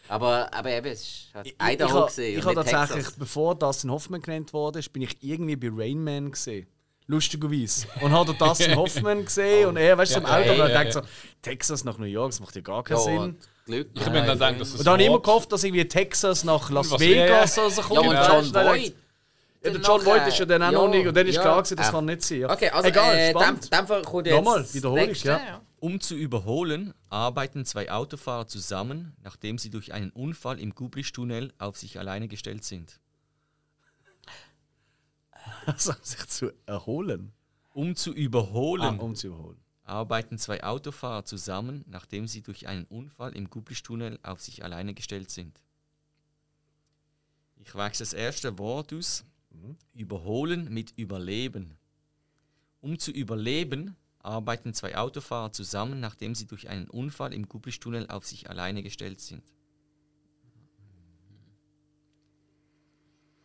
Speaker 3: Aber, aber eben, es war halt
Speaker 1: Ich, ich,
Speaker 3: Idaho.
Speaker 1: ha-
Speaker 3: gewesen
Speaker 1: ich
Speaker 3: und
Speaker 1: habe
Speaker 3: nicht
Speaker 1: tatsächlich,
Speaker 3: Texas.
Speaker 1: bevor Dustin Hoffman genannt wurde, ist, bin ich irgendwie bei Rain Man gesehen. Lustigerweise. Und habe den Dustin Hoffman gesehen und er, weißt du, im
Speaker 4: Ja,
Speaker 1: Auto
Speaker 4: ja,
Speaker 1: und
Speaker 4: ja,
Speaker 1: denkt
Speaker 4: ja.
Speaker 1: so, Texas nach New York, das macht ja gar
Speaker 3: Ja,
Speaker 1: keinen Sinn.
Speaker 3: und Glück.
Speaker 4: Ich habe mir dann gedacht, dass es
Speaker 1: Und dann habe ich immer
Speaker 4: Wort-
Speaker 1: gehofft, dass irgendwie Texas nach Las
Speaker 4: Was-
Speaker 1: Vegas
Speaker 4: ja,
Speaker 1: oder so kommt.
Speaker 3: Ja,
Speaker 1: Weißt du,
Speaker 3: und John
Speaker 1: dann
Speaker 3: Boyd.
Speaker 1: denkst du, ja, der John Boyd ist ja dann auch noch nicht. Und dann ist
Speaker 3: ja.
Speaker 1: klar gewesen, das
Speaker 3: Ah.
Speaker 1: kann nicht sein. Ja.
Speaker 3: Okay, also
Speaker 1: Egal,
Speaker 3: äh, dem,
Speaker 1: spannend.
Speaker 3: dem Fall kommt jetzt
Speaker 1: Nochmal,
Speaker 3: das
Speaker 1: Wiederholung,
Speaker 3: nächste,
Speaker 1: ja.
Speaker 2: Um zu überholen, arbeiten zwei Autofahrer zusammen, nachdem sie durch einen Unfall im Gubrisch-Tunnel auf sich alleine gestellt sind.
Speaker 1: Also, sich zu erholen.
Speaker 2: Um zu überholen,
Speaker 1: Ah, um zu überholen.
Speaker 2: arbeiten zwei Autofahrer zusammen, nachdem sie durch einen Unfall im Gublisch-Tunnel auf sich alleine gestellt sind. Ich wechsle das erste Wort aus. Überholen mit Überleben. Um zu überleben, arbeiten zwei Autofahrer zusammen, nachdem sie durch einen Unfall im Gublisch-Tunnel auf sich alleine gestellt sind.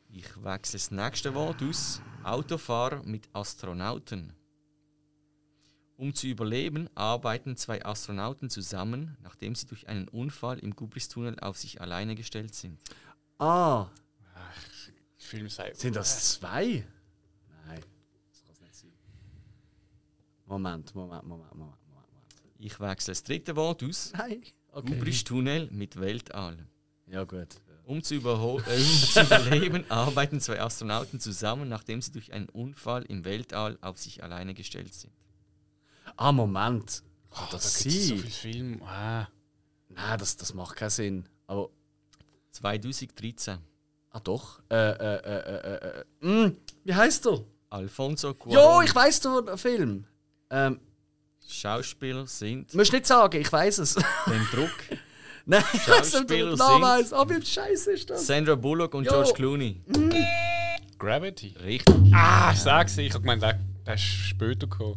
Speaker 2: Ich wechsle das nächste Wort aus. Autofahrer mit Astronauten. Um zu überleben, arbeiten zwei Astronauten zusammen, nachdem sie durch einen Unfall im Gubristunnel auf sich alleine gestellt sind.
Speaker 1: Ah,
Speaker 4: Der Film sei.
Speaker 1: sind das zwei? Äh. Nein, das kann es nicht sein. Moment, Moment, Moment, Moment, Moment. Moment.
Speaker 2: Ich wechsle das dritte Wort aus.
Speaker 1: Nein. Hm? Okay.
Speaker 2: Gubristunnel mit Weltall.
Speaker 1: Ja, gut.
Speaker 2: Um zu, überho- äh, um zu überleben, arbeiten zwei Astronauten zusammen, nachdem sie durch einen Unfall im Weltall auf sich alleine gestellt sind.
Speaker 1: Ah, Moment. Kann
Speaker 4: Da
Speaker 1: das
Speaker 4: gibt's so
Speaker 1: sein?
Speaker 4: viele Filme. Ah.
Speaker 1: Nein, das, das macht keinen Sinn. Aber,
Speaker 2: 2013.
Speaker 1: ah doch. Äh, äh, äh, äh, äh, äh. Mm, wie heißt der?
Speaker 2: Alfonso
Speaker 1: Jo,
Speaker 2: Cuarón.
Speaker 1: ich weiß den Film. Ähm,
Speaker 2: Schauspieler sind
Speaker 1: musst nicht sagen, ich weiß es.
Speaker 2: dem Druck.
Speaker 1: Nein, ich weiß nicht,
Speaker 2: Schauspieler
Speaker 1: den Namen heißt.
Speaker 2: sind-
Speaker 1: Ah, wie scheiße ist das?
Speaker 2: Sandra Bullock und
Speaker 1: Jo.
Speaker 2: George Clooney.
Speaker 4: Gravity.
Speaker 2: Richtig.
Speaker 4: Ah, ich sag's, ich habe gemeint, der, der ist später gekommen.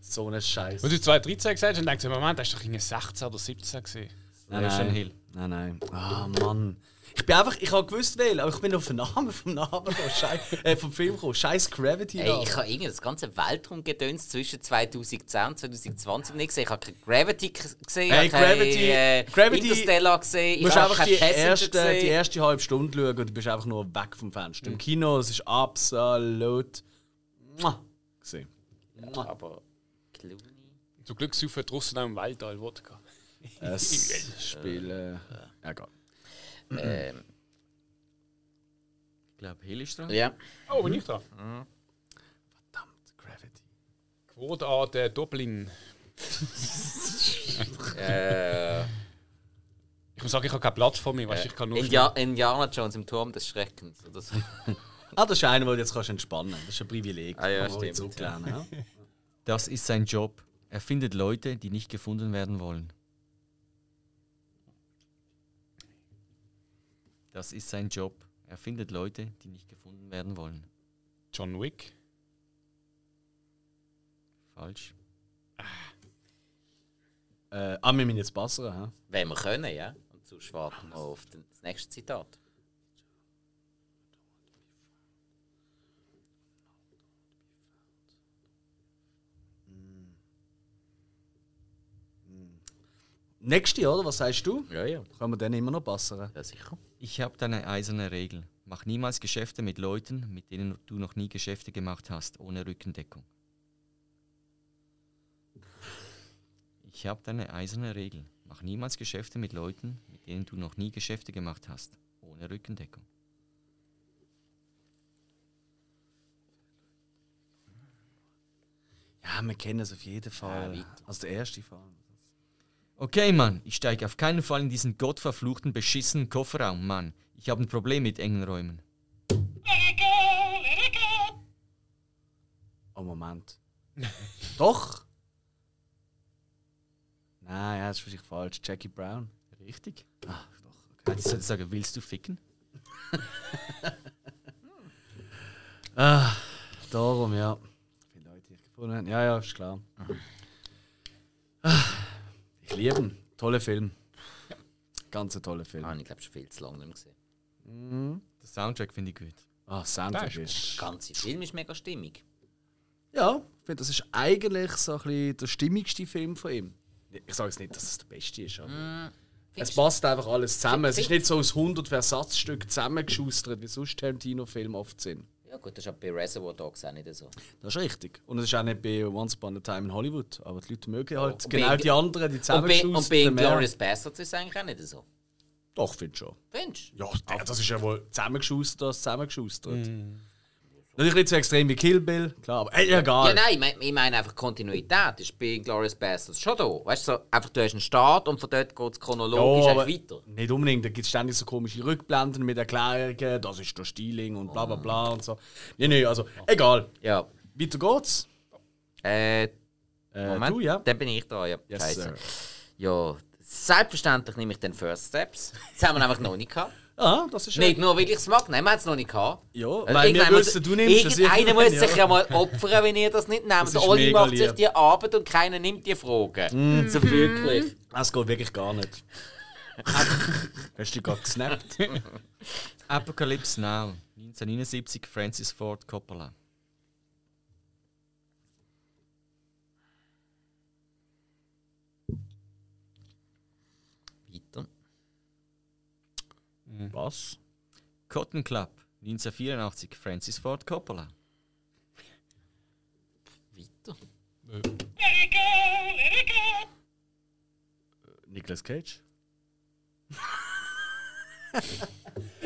Speaker 1: So eine Scheiße.
Speaker 4: Wenn du 2013 gesagt hast, dann denkst du, Moment, der ist doch irgendwie 16 oder 17 gewesen.
Speaker 1: Nein,
Speaker 2: Rachel
Speaker 1: nein.
Speaker 2: Hill.
Speaker 1: Nein, nein. Ah, Mann. Ich bin einfach, ich habe gewusst wählen, aber ich bin auf den Namen vom Namen gekommen, Schei- äh, vom Film gekommen. Scheiß Gravity.
Speaker 3: Ey, ich habe irgendwie das ganze Weltraumgedöns zwischen 2010 und 2020 nicht gesehen. Ich habe keine Gravity k- gesehen, ich
Speaker 1: Hey,
Speaker 3: habe keine,
Speaker 1: Gravity-
Speaker 3: äh,
Speaker 1: Gravity-
Speaker 3: Interstellar gesehen,
Speaker 1: Du musst
Speaker 3: ich habe
Speaker 1: einfach
Speaker 3: keine
Speaker 1: die
Speaker 3: Passenger
Speaker 1: erste, die
Speaker 3: gesehen.
Speaker 1: erste halbe Stunde schauen und du bist einfach nur weg vom Fenster. Im Kino, das ist absolut. Mua. Gesehen. Mua.
Speaker 3: Aber Clooney.
Speaker 4: Zum Glück saufen die Russen auch im Weltall Wodka.
Speaker 1: Es spielen. Egal.
Speaker 3: Ähm,
Speaker 2: Ich glaube, Hill ist dran.
Speaker 3: ja.
Speaker 4: Oh, bin ich da?
Speaker 1: Verdammt, Gravity.
Speaker 4: Quote an der Dublin.
Speaker 3: Äh,
Speaker 4: Ich muss sagen, ich habe keine Plattform mehr, weißt, du, ich kann nur.
Speaker 3: India Indiana Jones im Turm des Schreckens. Oder so.
Speaker 1: Ah, das ist einer, wo du jetzt kannst entspannen kannst. Das ist ein Privileg.
Speaker 3: Ah, ja,
Speaker 1: Kann man
Speaker 3: stimmt.
Speaker 1: zurücklernen, ja.
Speaker 2: Das ist sein Job. Er findet Leute, die nicht gefunden werden wollen. Das ist sein Job. Er findet Leute, die nicht gefunden werden wollen.
Speaker 4: John Wick.
Speaker 2: Falsch.
Speaker 1: Äh, ah, wir müssen jetzt passen. hä?
Speaker 3: Wenn wir können, ja. Und sonst warten wir auf den, das nächste Zitat.
Speaker 1: Nächste, oder? Was sagst du?
Speaker 3: Ja, ja.
Speaker 1: Können wir dann immer noch passen?
Speaker 3: Ja, sicher.
Speaker 2: Ich habe deine eiserne Regel. Mach niemals Geschäfte mit Leuten, mit denen du noch nie Geschäfte gemacht hast, ohne Rückendeckung. Ich habe deine eiserne Regel. Mach niemals Geschäfte mit Leuten, mit denen du noch nie Geschäfte gemacht hast, ohne Rückendeckung.
Speaker 1: Ja, wir kennen es auf jeden Fall.
Speaker 3: Ja,
Speaker 1: also der erste Fall.
Speaker 2: Okay, Mann, ich steige auf keinen Fall in diesen gottverfluchten, beschissenen Kofferraum, Mann. Ich habe ein Problem mit engen Räumen.
Speaker 1: Oh, Moment. Doch! Nein, ja, das ist wahrscheinlich falsch. Jackie Brown.
Speaker 2: Richtig? Ach, doch. Okay. Ich sollte sagen, willst du ficken?
Speaker 1: Darum, ja. Viele Leute, die ich gefunden habe. Ja, ja, ist klar. Ich liebe ihn. Toller Film. Ganz ein toller Film.
Speaker 3: Ah, ich glaube, schon viel zu lange nicht mehr gesehen.
Speaker 2: Der Soundtrack finde ich gut.
Speaker 1: Ah, Soundtrack ist...
Speaker 3: Der ganze Film ist mega stimmig.
Speaker 1: Ja, ich finde, das ist eigentlich so ein bisschen der stimmigste Film von ihm. Ich sage jetzt nicht, dass es der beste ist, aber... Es
Speaker 3: Mm, Findest
Speaker 1: passt einfach alles zusammen. Es ist
Speaker 3: Findest-
Speaker 1: nicht so aus 100 Versatzstücken zusammengeschustert, wie sonst Tarantino-Filme oft sind.
Speaker 3: Ja, gut, das ist aber bei Reservoir Dogs auch nicht so.
Speaker 1: Das ist richtig. Und es ist auch nicht bei Once Upon a Time in Hollywood. Aber die Leute mögen halt
Speaker 3: Und bei-
Speaker 1: genau die anderen, die
Speaker 3: Oh, Und bei, und bei
Speaker 1: zusammengeschusterten. mehr.
Speaker 3: Inglourious Bastards ist es eigentlich auch nicht so.
Speaker 1: Doch, finde schon.
Speaker 3: Findest du?
Speaker 1: Ja, der- das ist ja wohl zusammengeschustert, das zusammengeschustert. Natürlich nicht so extrem wie Kill Bill, klar, aber ey, egal.
Speaker 3: Ja, nein, ich meine ich mein einfach Kontinuität ist bei Glorious Bastards schon da. Weißt du, so, einfach du hast einen Start und von dort geht es chronologisch
Speaker 1: Ja,
Speaker 3: einfach
Speaker 1: aber
Speaker 3: weiter.
Speaker 1: Nicht unbedingt, da gibt es ständig so komische Rückblenden mit Erklärungen, das ist der Stiling und bla bla bla und so. Nee, nee, also egal.
Speaker 3: Ja.
Speaker 1: Weiter geht's.
Speaker 3: Äh,
Speaker 1: Äh,
Speaker 3: Moment,
Speaker 1: Du, ja?
Speaker 3: dann bin ich da, ja.
Speaker 1: Yes,
Speaker 3: Scheisse.
Speaker 1: sir.
Speaker 3: Ja, selbstverständlich nehme ich den First Steps. Das haben wir einfach noch nicht gehabt.
Speaker 1: Ah, das ist
Speaker 3: Nicht nur, weil ich es mag, nein, wir haben es noch nicht gehabt.
Speaker 1: Ja,
Speaker 3: Also
Speaker 1: weil wir
Speaker 3: irgendeiner
Speaker 1: wissen,
Speaker 3: muss-
Speaker 1: du nimmst es.
Speaker 3: Irgendeiner
Speaker 1: Ich-
Speaker 3: muss sich ja mal opfern, wenn ihr das nicht nehmt.
Speaker 1: ist
Speaker 3: Der Olli
Speaker 1: mega
Speaker 3: macht sich
Speaker 1: lieb. Hm.
Speaker 3: die Arbeit und keiner nimmt die Fragen. So wirklich.
Speaker 1: Das geht wirklich gar nicht. Hast du gerade gesnappt?
Speaker 2: Apocalypse Now, 1979, Francis Ford Coppola.
Speaker 3: Weiter.
Speaker 1: Was?
Speaker 2: Cotton Club, 1984, Francis Ford Coppola.
Speaker 3: Weiter.
Speaker 1: Nicolas Cage?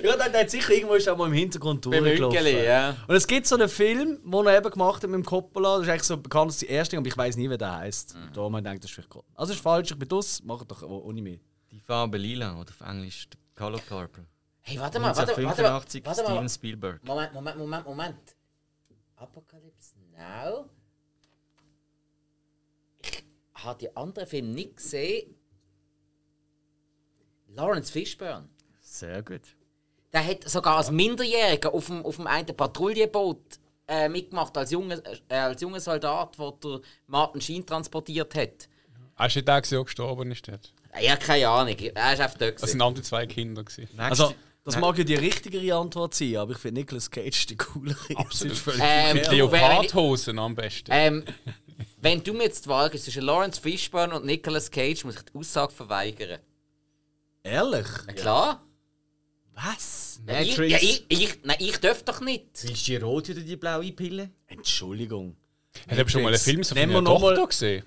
Speaker 1: ja, der, der hat sicher irgendwo ist auch mal im Hintergrund
Speaker 3: Beim Hügeli, ja.
Speaker 1: Und es gibt so einen Film, den er eben gemacht hat mit dem Coppola. Das ist eigentlich so bekannt als die erste, aber ich weiß nie, wie der heißt. Da haben wir gedacht, das ist vielleicht Cotton. Also ist falsch, ich bin das, mach doch o- ohne mich.
Speaker 2: Die Farbe Lila oder auf Englisch The Color Purple.
Speaker 3: Hey, warte mal, Ah, warte, warte, warte,
Speaker 2: 1985,
Speaker 3: warte mal.
Speaker 2: Steven Spielberg.
Speaker 3: Moment, Moment, Moment, Moment. Apocalypse Now? Ich habe die anderen Filme nicht gesehen. Lawrence Fishburne.
Speaker 2: Sehr gut.
Speaker 3: Der hat sogar als Minderjähriger auf dem, auf dem einen Patrouillenboot äh, mitgemacht, als junger äh, als junger Soldat, wo der Martin Sheen transportiert hat.
Speaker 4: Hast du den gesehen, Ah, der gestorben ist? Dort?
Speaker 3: Ja, keine Ahnung. Er ist einfach dort.
Speaker 2: Also
Speaker 4: Das
Speaker 3: gewesen.
Speaker 4: sind andere zwei Kinder. Gewesen.
Speaker 2: Next,
Speaker 1: Also, das mag ja die richtigere Antwort sein, aber ich finde Nicolas Cage die coolere. Absolut. Das ist völlig
Speaker 3: Ähm,
Speaker 1: verkehrt.
Speaker 4: Leopardhosen am besten.
Speaker 3: Ähm, wenn du mir jetzt die Wahl gibst zwischen Lawrence Fishburne und Nicolas Cage, muss ich die Aussage verweigern.
Speaker 1: Ehrlich?
Speaker 3: Na klar.
Speaker 1: Was?
Speaker 3: Ja, ich, ja, ich, ich, nein, ich darf doch nicht.
Speaker 2: willst du die rote oder die blaue Pille?
Speaker 1: Entschuldigung.
Speaker 4: Hast du schon mal einen Film so von
Speaker 1: Nehmen wir
Speaker 4: meiner
Speaker 1: noch mal-
Speaker 4: Tochter gesehen?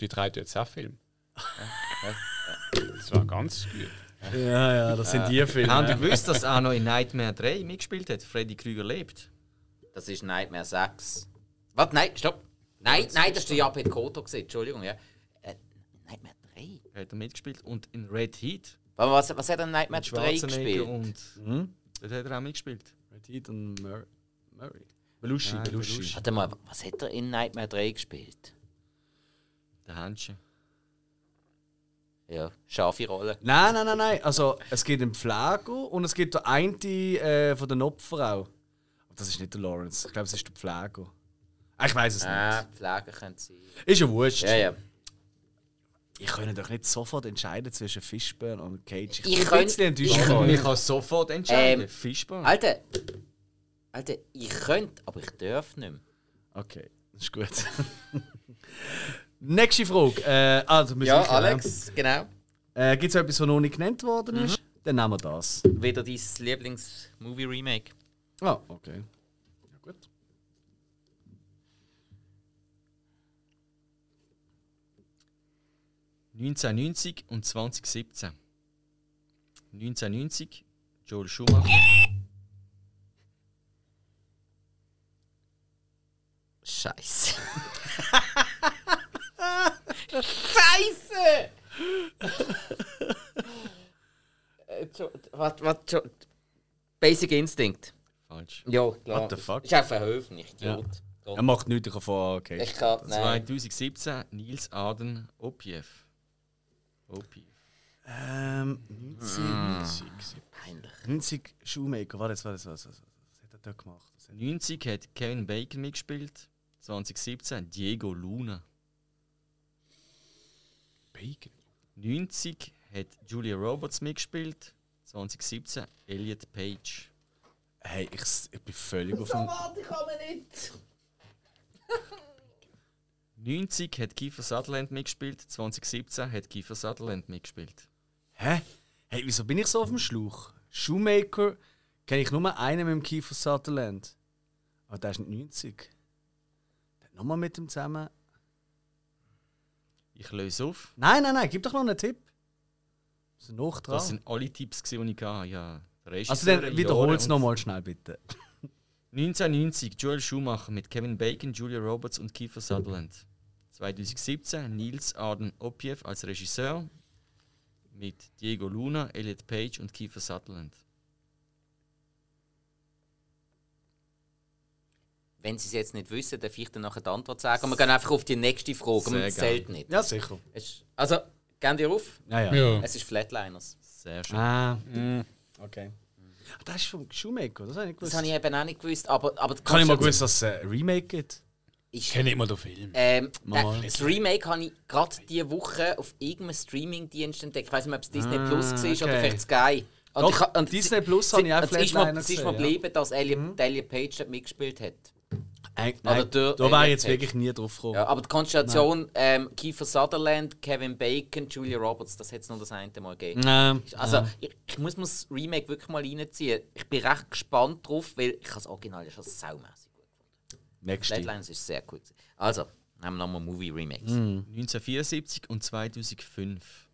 Speaker 4: Die drei tun jetzt auch Film. Das war ganz gut.
Speaker 1: Ja, ja, das sind die Filme.
Speaker 2: Haben die gewusst, dass auch noch in Nightmare 3 mitgespielt hat? Freddy Krüger lebt.
Speaker 3: Das ist Nightmare 6. Warte, nein, stopp. Nenein, nein, das war der Japet Koto. gewesen. Entschuldigung, ja. Äh, Nightmare 3?
Speaker 2: Hat er mitgespielt. Und in Red Heat.
Speaker 3: Aber Was, was hat er in Nightmare
Speaker 2: Mit
Speaker 3: 3 gespielt?
Speaker 2: Schwarzenegger und... Hm? Dort hat er auch mitgespielt.
Speaker 1: Brad Pitt und Mur- Murray. Belushi,
Speaker 2: Nein,
Speaker 1: Belushi.
Speaker 2: Belushi.
Speaker 3: Warte mal, was hat er in Nightmare 3 gespielt?
Speaker 2: Der Händchen.
Speaker 3: Ja, scharfe Rolle.
Speaker 1: Nein, nein, nein, nein. Also, es gibt einen Pfleger und es gibt den einen äh, von den Opfern auch. Aber das ist nicht der Lawrence. Ich glaube, es ist der Pfleger. Ah, Ich weiß es
Speaker 3: Ah, Pfleger könnte sein.
Speaker 1: nicht. Ist ja wurscht.
Speaker 3: Ja, ja.
Speaker 1: Ich könnte doch nicht sofort entscheiden zwischen Fischböen und Cage.
Speaker 3: Ich
Speaker 1: bin
Speaker 3: könnt-
Speaker 1: ein bisschen enttäuscht.
Speaker 3: ich
Speaker 1: von
Speaker 2: Ich
Speaker 1: euch.
Speaker 2: kann sofort entscheiden.
Speaker 3: Ähm,
Speaker 2: Fischbar.
Speaker 3: Alter! Alter, ich könnte, aber ich darf nicht mehr.
Speaker 1: Okay, das ist gut. Nächste Frage. Äh, also, müssen
Speaker 3: Ja,
Speaker 1: wir-
Speaker 3: Alex, genau.
Speaker 1: Äh, Gibt es etwas, was noch nicht genannt worden ist?
Speaker 3: Mhm.
Speaker 1: Dann nehmen wir das.
Speaker 3: Wieder dein Lieblings-Movie-Remake.
Speaker 1: Ah, okay. Ja, gut.
Speaker 2: Äh, 1990 und 2017. 1990 Joel Schumacher.
Speaker 3: Scheiße. Scheiße! Äh, Jo- was, was, Jo- Basic Instinct.
Speaker 2: Falsch.
Speaker 3: Ja, klar.
Speaker 1: What the fuck?
Speaker 3: Ist auch verhöfen, ich
Speaker 1: Ja.
Speaker 3: Idiot.
Speaker 1: Er macht nichts, ich kann von Cage.
Speaker 3: Oh. Ich kann, nein.
Speaker 2: 2017 Nils Aden Opiev. Opiev.
Speaker 1: Ähm, 90, 90,
Speaker 3: Peinlich.
Speaker 1: 90 Shoemaker, warte, was, was, was, was, was hat er da gemacht? Was hat-
Speaker 2: 90 hat Kevin Bacon mitgespielt. 2017 Diego Luna.
Speaker 4: Bacon.
Speaker 2: 90 hat Julia Roberts mitgespielt. 2017 Elliot Page.
Speaker 1: Hey, ich, s- ich bin völlig auf dem...
Speaker 3: Warte, ich kann mir nicht.
Speaker 2: 90 hat Kiefer Sutherland mitgespielt. 2017 hat Kiefer Sutherland mitgespielt.
Speaker 1: Hä? Hey, wieso bin ich so auf dem Schlauch? Shoemaker kenne ich nur einen mit dem Kiefer Sutherland. Aber der ist nicht 90. Der hat nochmal mit dem zusammen...
Speaker 2: Ich löse auf.
Speaker 1: Nein, nein, nein, gib doch noch einen Tipp. So noch dran.
Speaker 2: Das sind alle Tipps, gewesen, die ich hatte. Ja, der Rest
Speaker 1: Also
Speaker 2: ist
Speaker 1: dann
Speaker 2: durch.
Speaker 1: wiederhol es
Speaker 2: Ja, und
Speaker 1: nochmal schnell, bitte.
Speaker 2: 1990 Joel Schumacher mit Kevin Bacon, Julia Roberts und Kiefer Sutherland. 2017 Nils Arden Opiev als Regisseur mit Diego Luna, Elliot Page und Kiefer Sutherland.
Speaker 3: Wenn sie es jetzt nicht wissen, darf ich dann nachher die Antwort sagen. Wir gehen einfach auf die nächste Frage.
Speaker 2: Sehr
Speaker 3: Man zählt nicht.
Speaker 1: Ja, sicher.
Speaker 3: Es ist- Also, gehen wir auf.
Speaker 1: Ja, ja.
Speaker 4: Ja.
Speaker 3: Es ist Flatliners.
Speaker 2: Sehr schön.
Speaker 1: Ah. Okay. Das ist vom Shoemaker, das habe ich nicht
Speaker 3: Das
Speaker 1: gewusst.
Speaker 3: habe ich eben auch nicht gewusst, aber... aber
Speaker 1: Kann ich mal gewusst, dass es ein Remake gibt?
Speaker 4: Ich
Speaker 3: Ich,
Speaker 4: kenne immer den Film.
Speaker 3: ähm,
Speaker 1: Mal.
Speaker 3: das Remake habe ich gerade diese Woche auf irgendeinem Streaming-Dienst entdeckt. Ich weiß nicht, ob es Disney Plus war oder
Speaker 1: Ah, okay.
Speaker 3: vielleicht Sky. Und
Speaker 1: Doch,
Speaker 3: ich ha- und
Speaker 1: Disney
Speaker 3: es-
Speaker 1: Plus habe ich auch
Speaker 3: es ist mir-
Speaker 1: Flatliners
Speaker 3: Es ist mir
Speaker 1: gesehen, ja. Mhm.
Speaker 3: geblieben, dass Elliot, Elliot Page dort mitgespielt hat.
Speaker 1: Nein,
Speaker 3: Aber der-
Speaker 1: da wäre
Speaker 3: äh,
Speaker 1: ich jetzt
Speaker 3: Text.
Speaker 1: wirklich nie drauf gekommen.
Speaker 3: Ja, aber die Konstellation ähm, Kiefer Sutherland, Kevin Bacon, Julia Roberts, das hat es noch das eine Mal gegeben.
Speaker 1: Nein.
Speaker 3: Also, ich, ich muss mir das Remake wirklich mal reinziehen. Ich bin recht gespannt drauf, weil ich das Original ist schon saumässig gut.
Speaker 1: Nächste.
Speaker 3: Deadlines ist sehr gut. Also, haben wir nochmal Movie Remakes.
Speaker 2: 1974 und 2005.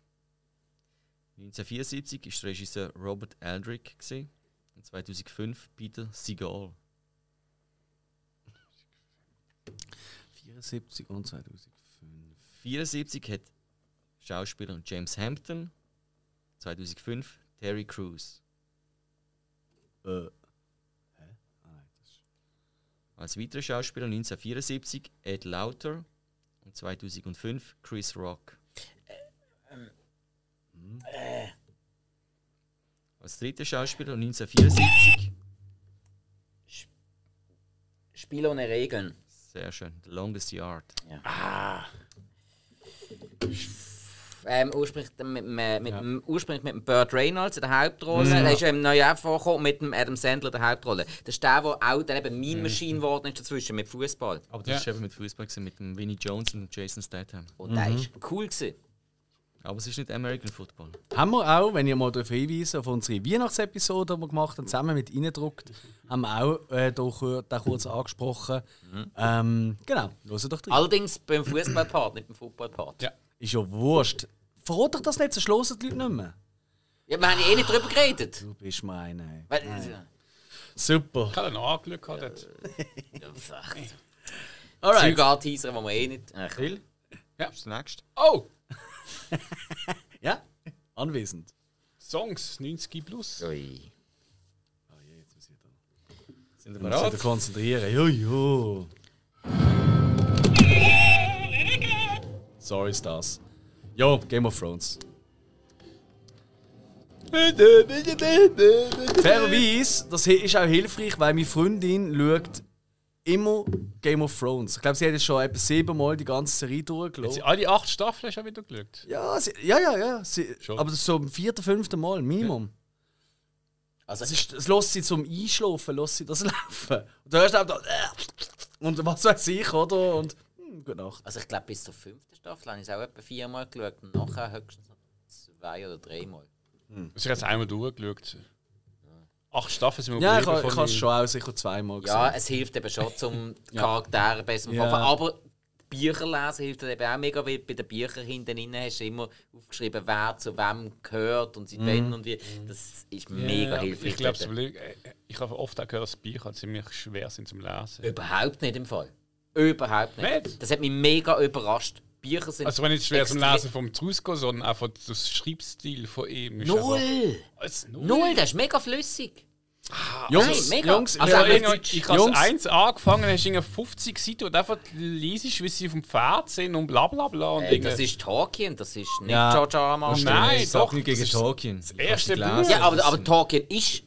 Speaker 2: 1974 ist Regisseur Robert Aldrich gewesen und 2005 Peter Seagal.
Speaker 1: 74 und 2005.
Speaker 2: 1974 hat Schauspieler James Hampton, 2005 Terry Crews.
Speaker 1: Äh.
Speaker 2: Als weiterer Schauspieler 1974 Ed Lauter und 2005 Chris Rock. Als dritter Schauspieler 1974,
Speaker 3: Spiel ohne Regeln.
Speaker 2: sehr schön, The Longest Yard.
Speaker 3: Ähm, ursprünglich mit, mit, mit, dem- ursprünglich mit dem Burt Reynolds in der Hauptrolle. Der ist ja im neuen vorgekommen mit dem Adam Sandler in der Hauptrolle. Das ist der, der auch dann eben Mean Machine geworden ist dazwischen mit Fußball.
Speaker 2: Aber das ist eben mit Fußball gewesen, mit dem Vinnie Jones und Jason Statham.
Speaker 3: Und der ist cool gewesen.
Speaker 2: Aber es ist nicht American Football.
Speaker 1: Haben wir auch, wenn ihr mal darauf hinweisen, auf unsere Weihnachtsepisode, die wir gemacht haben, zusammen mit reindruckt, haben wir auch äh, da kur- da kurz angesprochen. Ähm, genau, los doch drin.
Speaker 3: Allerdings beim Fußballpart, nicht beim Footballpart. Ja.
Speaker 4: Ja.
Speaker 1: Ist ja wurscht. Verrat doch das nicht, sonst hören die Leute nicht mehr.
Speaker 3: wir haben ja eh nicht drüber geredet.
Speaker 1: Du bist mir einer.
Speaker 3: Weil,
Speaker 1: Super.
Speaker 4: Ich habe noch Glück gehabt.
Speaker 1: Alright.
Speaker 3: Züge anteasern, die wir eh nicht. Ach,
Speaker 2: Will?
Speaker 4: Ja.
Speaker 2: Ist der nächste?
Speaker 4: Oh!
Speaker 1: Ja, anwesend.
Speaker 4: Songs 90 plus.
Speaker 3: ui.
Speaker 2: Sind wir
Speaker 1: Wir müssen
Speaker 2: bereit?
Speaker 1: uns konzentrieren. Jo, jo. Sorry, Stars. Jo, Game of Thrones. Fairerweise, das hi- ist auch hilfreich, weil meine Freundin schaut immer Game of Thrones. Ich glaube, sie hat jetzt schon etwa siebenmal die ganze Serie
Speaker 4: Jetzt sind
Speaker 1: durchgelaufen.
Speaker 4: alle acht Staffeln schon wieder geglückt.
Speaker 1: Ja, sie, ja, ja, ja. Sie,
Speaker 4: Schon.
Speaker 1: aber das ist so im vierten, fünften Mal, Minimum. Also, es, ist, es lässt sie zum Einschlafen, lässt sie das laufen. Und du hörst einfach da, äh, und was weiß ich, oder? Und hm, gute Nacht.
Speaker 3: Also ich glaube, bis zur fünften Staffel habe ich es auch etwa viermal geschaut und nachher höchstens noch zwei oder dreimal.
Speaker 4: Also Ich habe jetzt einmal durchgeschaut. Acht Staffeln sind wir
Speaker 1: Ja, ich,
Speaker 4: geblieben
Speaker 1: ha- ich
Speaker 4: von
Speaker 1: habe es
Speaker 4: den-
Speaker 1: schon auch sicher zweimal gesehen.
Speaker 3: Ja, es hilft eben schon, um die Charaktere besser zu
Speaker 1: Ja.
Speaker 3: verkaufen. Aber Bücher lesen hilft eben auch mega, weil bei den Büchern hinten drin hast du immer aufgeschrieben, wer zu wem gehört und seit wann und wie. Das ist mega hilfreich.
Speaker 4: Mhm. Ich glaube, das
Speaker 3: dort.
Speaker 4: Problem- äh, ich habe oft auch gehört, dass Bücher ziemlich schwer sind zum Lesen.
Speaker 3: Überhaupt nicht im Fall. Überhaupt nicht.
Speaker 4: Nicht?
Speaker 3: Das hat mich mega überrascht. Bücher sind.
Speaker 4: Also wenn nicht schwer zum
Speaker 3: extrem-
Speaker 4: Lesen vom Trusko, sondern einfach der Schreibstil von ihm. ist einfach-
Speaker 3: Null!
Speaker 4: Es- null.
Speaker 3: Null, das ist mega flüssig.
Speaker 4: Ah,
Speaker 1: Jungs,
Speaker 3: Nein, mega.
Speaker 1: Jungs,
Speaker 3: Also,
Speaker 1: ich-
Speaker 4: Ja,
Speaker 3: aber-
Speaker 4: irgendwann- ich habe
Speaker 1: Jungs.
Speaker 4: eins angefangen, hast irgendwie 50 Seiten und einfach liest, wie sie auf dem Pferd sind und bla bla bla. Und
Speaker 3: Ey,
Speaker 4: irgendwie-
Speaker 3: Äh, das ist Tolkien, das ist nicht
Speaker 2: Ja.
Speaker 3: George R. R. Martin.
Speaker 4: Nein,
Speaker 2: Ich sag
Speaker 4: doch,
Speaker 2: nicht
Speaker 4: das
Speaker 2: gegen
Speaker 4: ist
Speaker 2: Tolkien. Ich hab's
Speaker 4: erste
Speaker 2: gelesen,
Speaker 4: Buch.
Speaker 2: das
Speaker 4: Ja,
Speaker 3: Ja, aber,
Speaker 2: sind-
Speaker 3: aber Tolkien ist.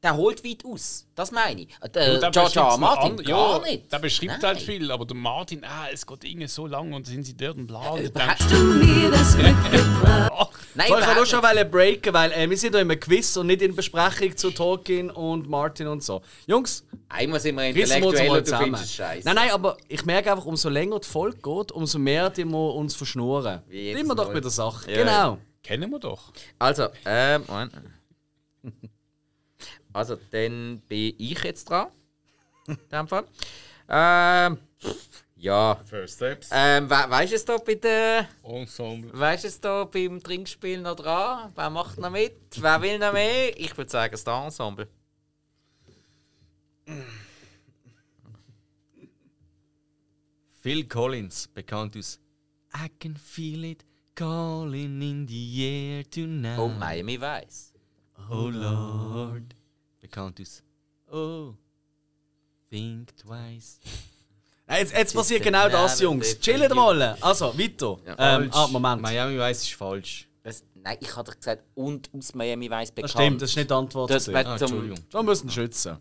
Speaker 3: Der holt weit aus. Das meine ich. Der
Speaker 4: der
Speaker 3: George R. R.
Speaker 4: beschreibt's noch
Speaker 3: äh, Martin,
Speaker 4: an-
Speaker 3: gar
Speaker 4: ja,
Speaker 3: nicht.
Speaker 4: Der beschreibt
Speaker 3: Nein.
Speaker 4: halt viel, aber der Martin, ah, es geht irgendwie so lang und sind sie dort und bla. Und dann
Speaker 3: Überhaupt- Nein,
Speaker 1: Voll, ich wollte auch
Speaker 3: überhaupt
Speaker 1: schon
Speaker 3: nicht.
Speaker 1: wollen breaken, weil äh, wir sind hier im Quiz und nicht in Besprechung zu Tolkien und Martin und so. Jungs,
Speaker 3: Einmal sind wir
Speaker 1: rissen wir uns
Speaker 3: intellektuell
Speaker 1: mal
Speaker 3: und du
Speaker 1: zusammen.
Speaker 3: findest es scheiße.
Speaker 1: Nein, nein, aber ich merke einfach, umso länger die Folge geht, umso mehr die wir uns verschnurren.
Speaker 3: Wie jedes
Speaker 1: Immer doch
Speaker 3: Mal.
Speaker 1: bei der Sache.
Speaker 3: Ja.
Speaker 1: Genau.
Speaker 4: kennen wir doch.
Speaker 3: Also, ähm, Moment. Also, dann bin ich jetzt dran. In dem Fall. Ähm, ja.
Speaker 2: First Steps.
Speaker 3: Ähm, we weißt du es da bei der.
Speaker 2: Ensemble.
Speaker 3: Weißt du es da beim Trinkspiel noch dran? Wer macht noch mit? Wer will noch mehr? Ich würde sagen, das Ensemble.
Speaker 2: Phil Collins, bekannt aus I can feel it calling in the air tonight.
Speaker 1: Mhm.
Speaker 3: Oh, Miami Vice.
Speaker 2: Oh Lord. Bekannt aus Oh, think twice.
Speaker 1: Nein, Jetzt, jetzt passiert
Speaker 3: Bitte
Speaker 1: genau das,
Speaker 3: nehmen
Speaker 1: Jungs.
Speaker 3: bitte
Speaker 1: Chillen
Speaker 3: die-
Speaker 1: mal. Also, weiter. ähm,
Speaker 2: Falsch.
Speaker 1: ah, Moment.
Speaker 2: Miami Vice ist falsch.
Speaker 3: Was? Nein, ich habe doch gesagt, und aus Miami Vice bekannt.
Speaker 1: Das stimmt, das ist nicht die Antwort.
Speaker 3: Das
Speaker 1: zu
Speaker 3: wär-
Speaker 1: dir.
Speaker 2: Ah,
Speaker 3: Zum-
Speaker 2: Entschuldigung.
Speaker 1: Wir müssen schützen.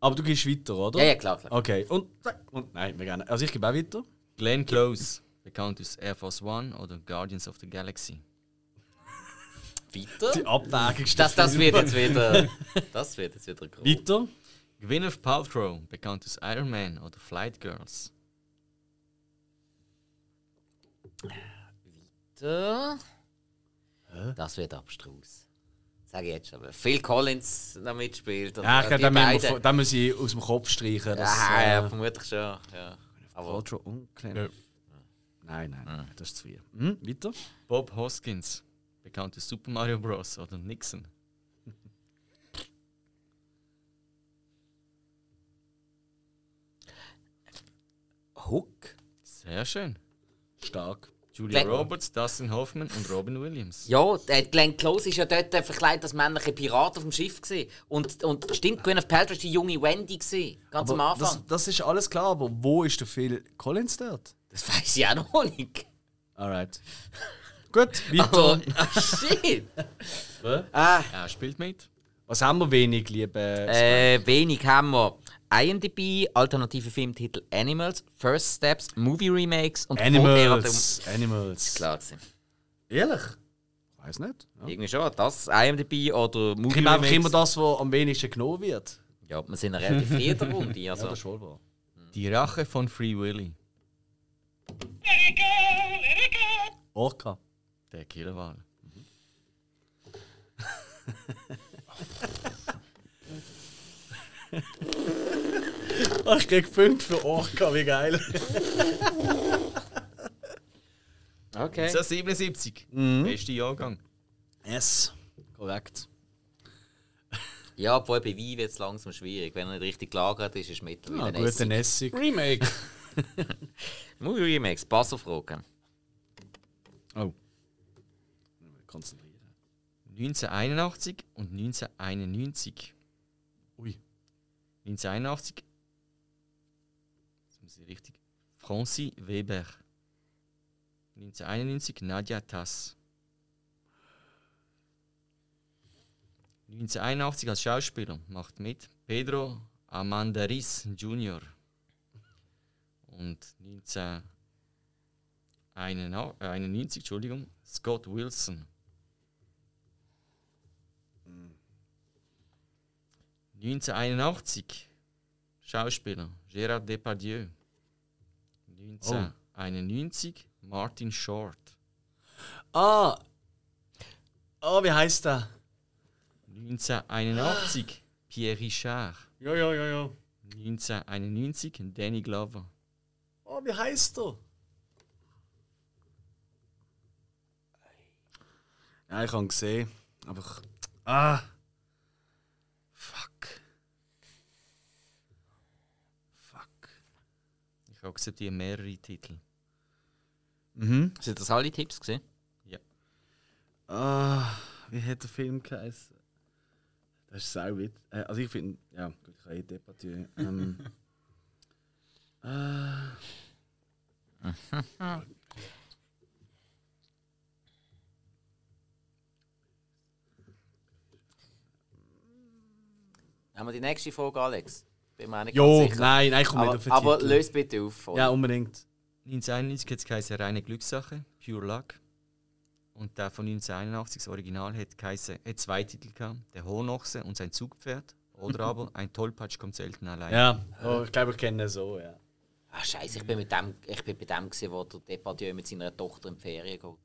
Speaker 1: Aber du gehst weiter, oder?
Speaker 3: Ja, ja, klar, klar.
Speaker 1: Okay, und, zack. und nein, wir gerne. Also ich gebe auch weiter.
Speaker 2: Glenn Close, bekannt aus Air Force One oder Guardians of the Galaxy.
Speaker 1: Die
Speaker 3: Weiter?
Speaker 1: Abwägung ist
Speaker 3: Das, das wird jetzt wieder. Das wird jetzt wieder groß.
Speaker 1: Weiter.
Speaker 2: Gwyneth Paltrow, bekannt aus Iron Man oder Flight Girls.
Speaker 3: Da. Das wird abstrus. Sag ich jetzt schon. aber. Phil Collins noch mitspielt. und
Speaker 1: Ja, ich
Speaker 3: die
Speaker 1: glaube, den, müssen wir
Speaker 3: beiden.
Speaker 1: von- den muss ich aus dem Kopf streichen. Das,
Speaker 3: Ah,
Speaker 1: äh,
Speaker 3: ja, vermutlich schon. Ja. Aber
Speaker 1: Ultra unclean. Nein, nein, nein, das ist zu viel. Hm, weiter?
Speaker 2: Bob Hoskins, bekannt aus Super Mario Bros. oder Nixon.
Speaker 3: Hook?
Speaker 2: Sehr schön.
Speaker 1: Stark.
Speaker 2: Julia
Speaker 3: Glenn-
Speaker 2: Roberts, Dustin Hoffman und Robin Williams.
Speaker 3: Ja, der Glenn Close ist ja dort äh, verkleidet als männlicher Pirat auf dem Schiff. Gewesen. Und, und stimmt, Gwyneth Paltrow war die junge Wendy. Gewesen, ganz am Anfang.
Speaker 1: Das, das ist alles klar, aber wo ist der Phil Collins dort?
Speaker 3: Das weiß ich auch noch nicht.
Speaker 1: Alright. Gut,
Speaker 3: Oh,
Speaker 1: weiter.
Speaker 3: oh shit! ah,
Speaker 2: Er spielt mit.
Speaker 1: Was haben wir wenig, liebe.
Speaker 3: äh, wenig haben wir. IMDb, alternative Filmtitel Animals, First Steps, Movie Remakes und
Speaker 1: Animals. Animals.
Speaker 3: um- Klar gewesen.
Speaker 1: um- Ehrlich? Weiß nicht. Ja.
Speaker 3: Irgendwie schon, das IMDb oder
Speaker 1: Ich
Speaker 3: Movie
Speaker 1: nehme einfach immer
Speaker 3: Remakes.
Speaker 1: das, was am wenigsten genommen wird.
Speaker 3: Ja, wir sind ja relativ früh der Runde.
Speaker 1: Ja,
Speaker 3: Also.
Speaker 1: das ist wohl wahr.
Speaker 2: Die Rache von Free Willy.
Speaker 1: Orca.
Speaker 2: Der Killerwahl.
Speaker 1: Ah, ich krieg 5 für Orca, wie geil.
Speaker 3: Okay.
Speaker 2: 1977. Beste Jahrgang.
Speaker 1: Yes. Korrekt.
Speaker 3: Ja, obwohl bei Wein wird es langsam schwierig. Wenn er nicht richtig gelagert ist, ist
Speaker 1: Ah,
Speaker 3: mittlerweile
Speaker 1: gut,
Speaker 3: Essig.
Speaker 1: dann Essig.
Speaker 4: Remake.
Speaker 3: Movie Remakes, pass auf Fragen.
Speaker 1: Oh. Konzentrieren.
Speaker 2: 1981 und 1991.
Speaker 1: Ui.
Speaker 2: 1981. Jetzt muss ich richtig. Francis Weber. 1991 Nadia Tass. 1981 als Schauspieler macht mit Pedro Amanda Riss Jr. Und 1991, Entschuldigung, Scott Wilson. 1981, Schauspieler Gérard Depardieu. 1991, Martin Short.
Speaker 1: Ah! Ah, wie heißt der?
Speaker 2: 1981, Pierre Richard.
Speaker 1: Ja, ja, ja, ja.
Speaker 2: 1991, Danny Glover.
Speaker 1: Ah, wie heißt er? Ja, ich habe ihn gesehen. Aber. Ich... Ah! Fuck. Fuck.
Speaker 2: Ich akzeptiere mehrere Titel.
Speaker 1: Mhm.
Speaker 3: Sind das alle Tipps gesehen?
Speaker 1: Ah, wie hat der Film geheißen? Das ist sau wit. äh, Also ich finde, ja, gut, ich kann eh debattieren. Ähm, ah,
Speaker 3: Haben wir die nächste Frage, Alex? Bin mir auch nicht
Speaker 1: jo,
Speaker 3: ganz sicher.
Speaker 1: nein, nein, komm
Speaker 3: aber,
Speaker 1: nicht auf den
Speaker 3: aber
Speaker 1: Titel.
Speaker 3: löse bitte auf. Voll.
Speaker 1: Ja, unbedingt.
Speaker 2: 1991 hat es geheißen reine Glückssache, Pure Luck. Und der von 1981, das Original, hat, geheißen, hat zwei Titel gehabt: Der Hohnochse und sein Zugpferd. Oder aber Ein Tollpatsch kommt selten allein.
Speaker 1: Ja, oh, ich glaube, ich kenne ihn so, ja.
Speaker 3: Ah, Scheiße, ich bin mit dem, ich bin bei dem gewesen, wo der Depardieu mit seiner Tochter in die Ferien geht.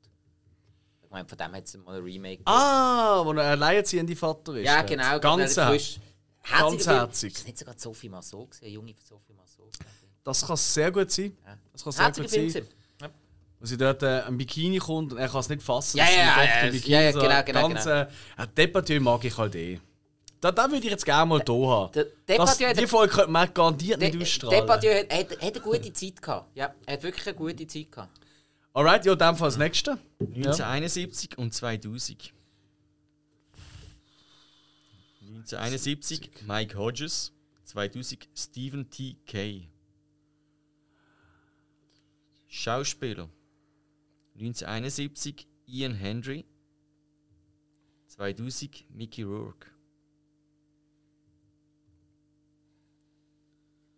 Speaker 3: Ich meine, von dem hat es mal ein Remake.
Speaker 1: Ah, wo er alleinerziehende Vater ist.
Speaker 3: ja,
Speaker 1: gell?
Speaker 3: genau.
Speaker 1: Ganz
Speaker 3: gerade
Speaker 1: herzig.
Speaker 3: frisch. Herziger
Speaker 1: Ganz
Speaker 3: Film.
Speaker 1: herzig.
Speaker 3: Ist das nicht sogar Sophie Massot gewesen? Eine junge Sophie Massot.
Speaker 1: Das kann sehr gut sein. Das kann sehr
Speaker 3: Herziger
Speaker 1: gut
Speaker 3: Film.
Speaker 1: sein.
Speaker 3: gewesen.
Speaker 1: Wo sie dort äh, ein Bikini kommt und er kann es nicht fassen.
Speaker 3: Ja,
Speaker 1: dass
Speaker 3: ja,
Speaker 1: seine
Speaker 3: ja,
Speaker 1: Tochter
Speaker 3: ja,
Speaker 1: im Bikini
Speaker 3: ja, ja,
Speaker 1: so
Speaker 3: genau, genau,
Speaker 1: Ganz, äh, ein Departieu mag ich halt eh. Da, da würde ich jetzt gerne mal hier haben.
Speaker 3: Der
Speaker 1: Das,
Speaker 3: Depardieu hat-
Speaker 1: die Folge könnte man garantiert
Speaker 3: De-
Speaker 1: nicht ausstrahlen.
Speaker 3: Depardieu hat, hat, hat eine gute Zeit gehabt. Ja, er hat wirklich eine gute Zeit gehabt.
Speaker 1: Alright, ja, in dem Fall das nächste.
Speaker 2: 1971 und 2000. 1971 Mike Hodges, 2000 Stephen T. Kay. Schauspieler. 1971 Ian Henry. 2000 Mickey Rourke.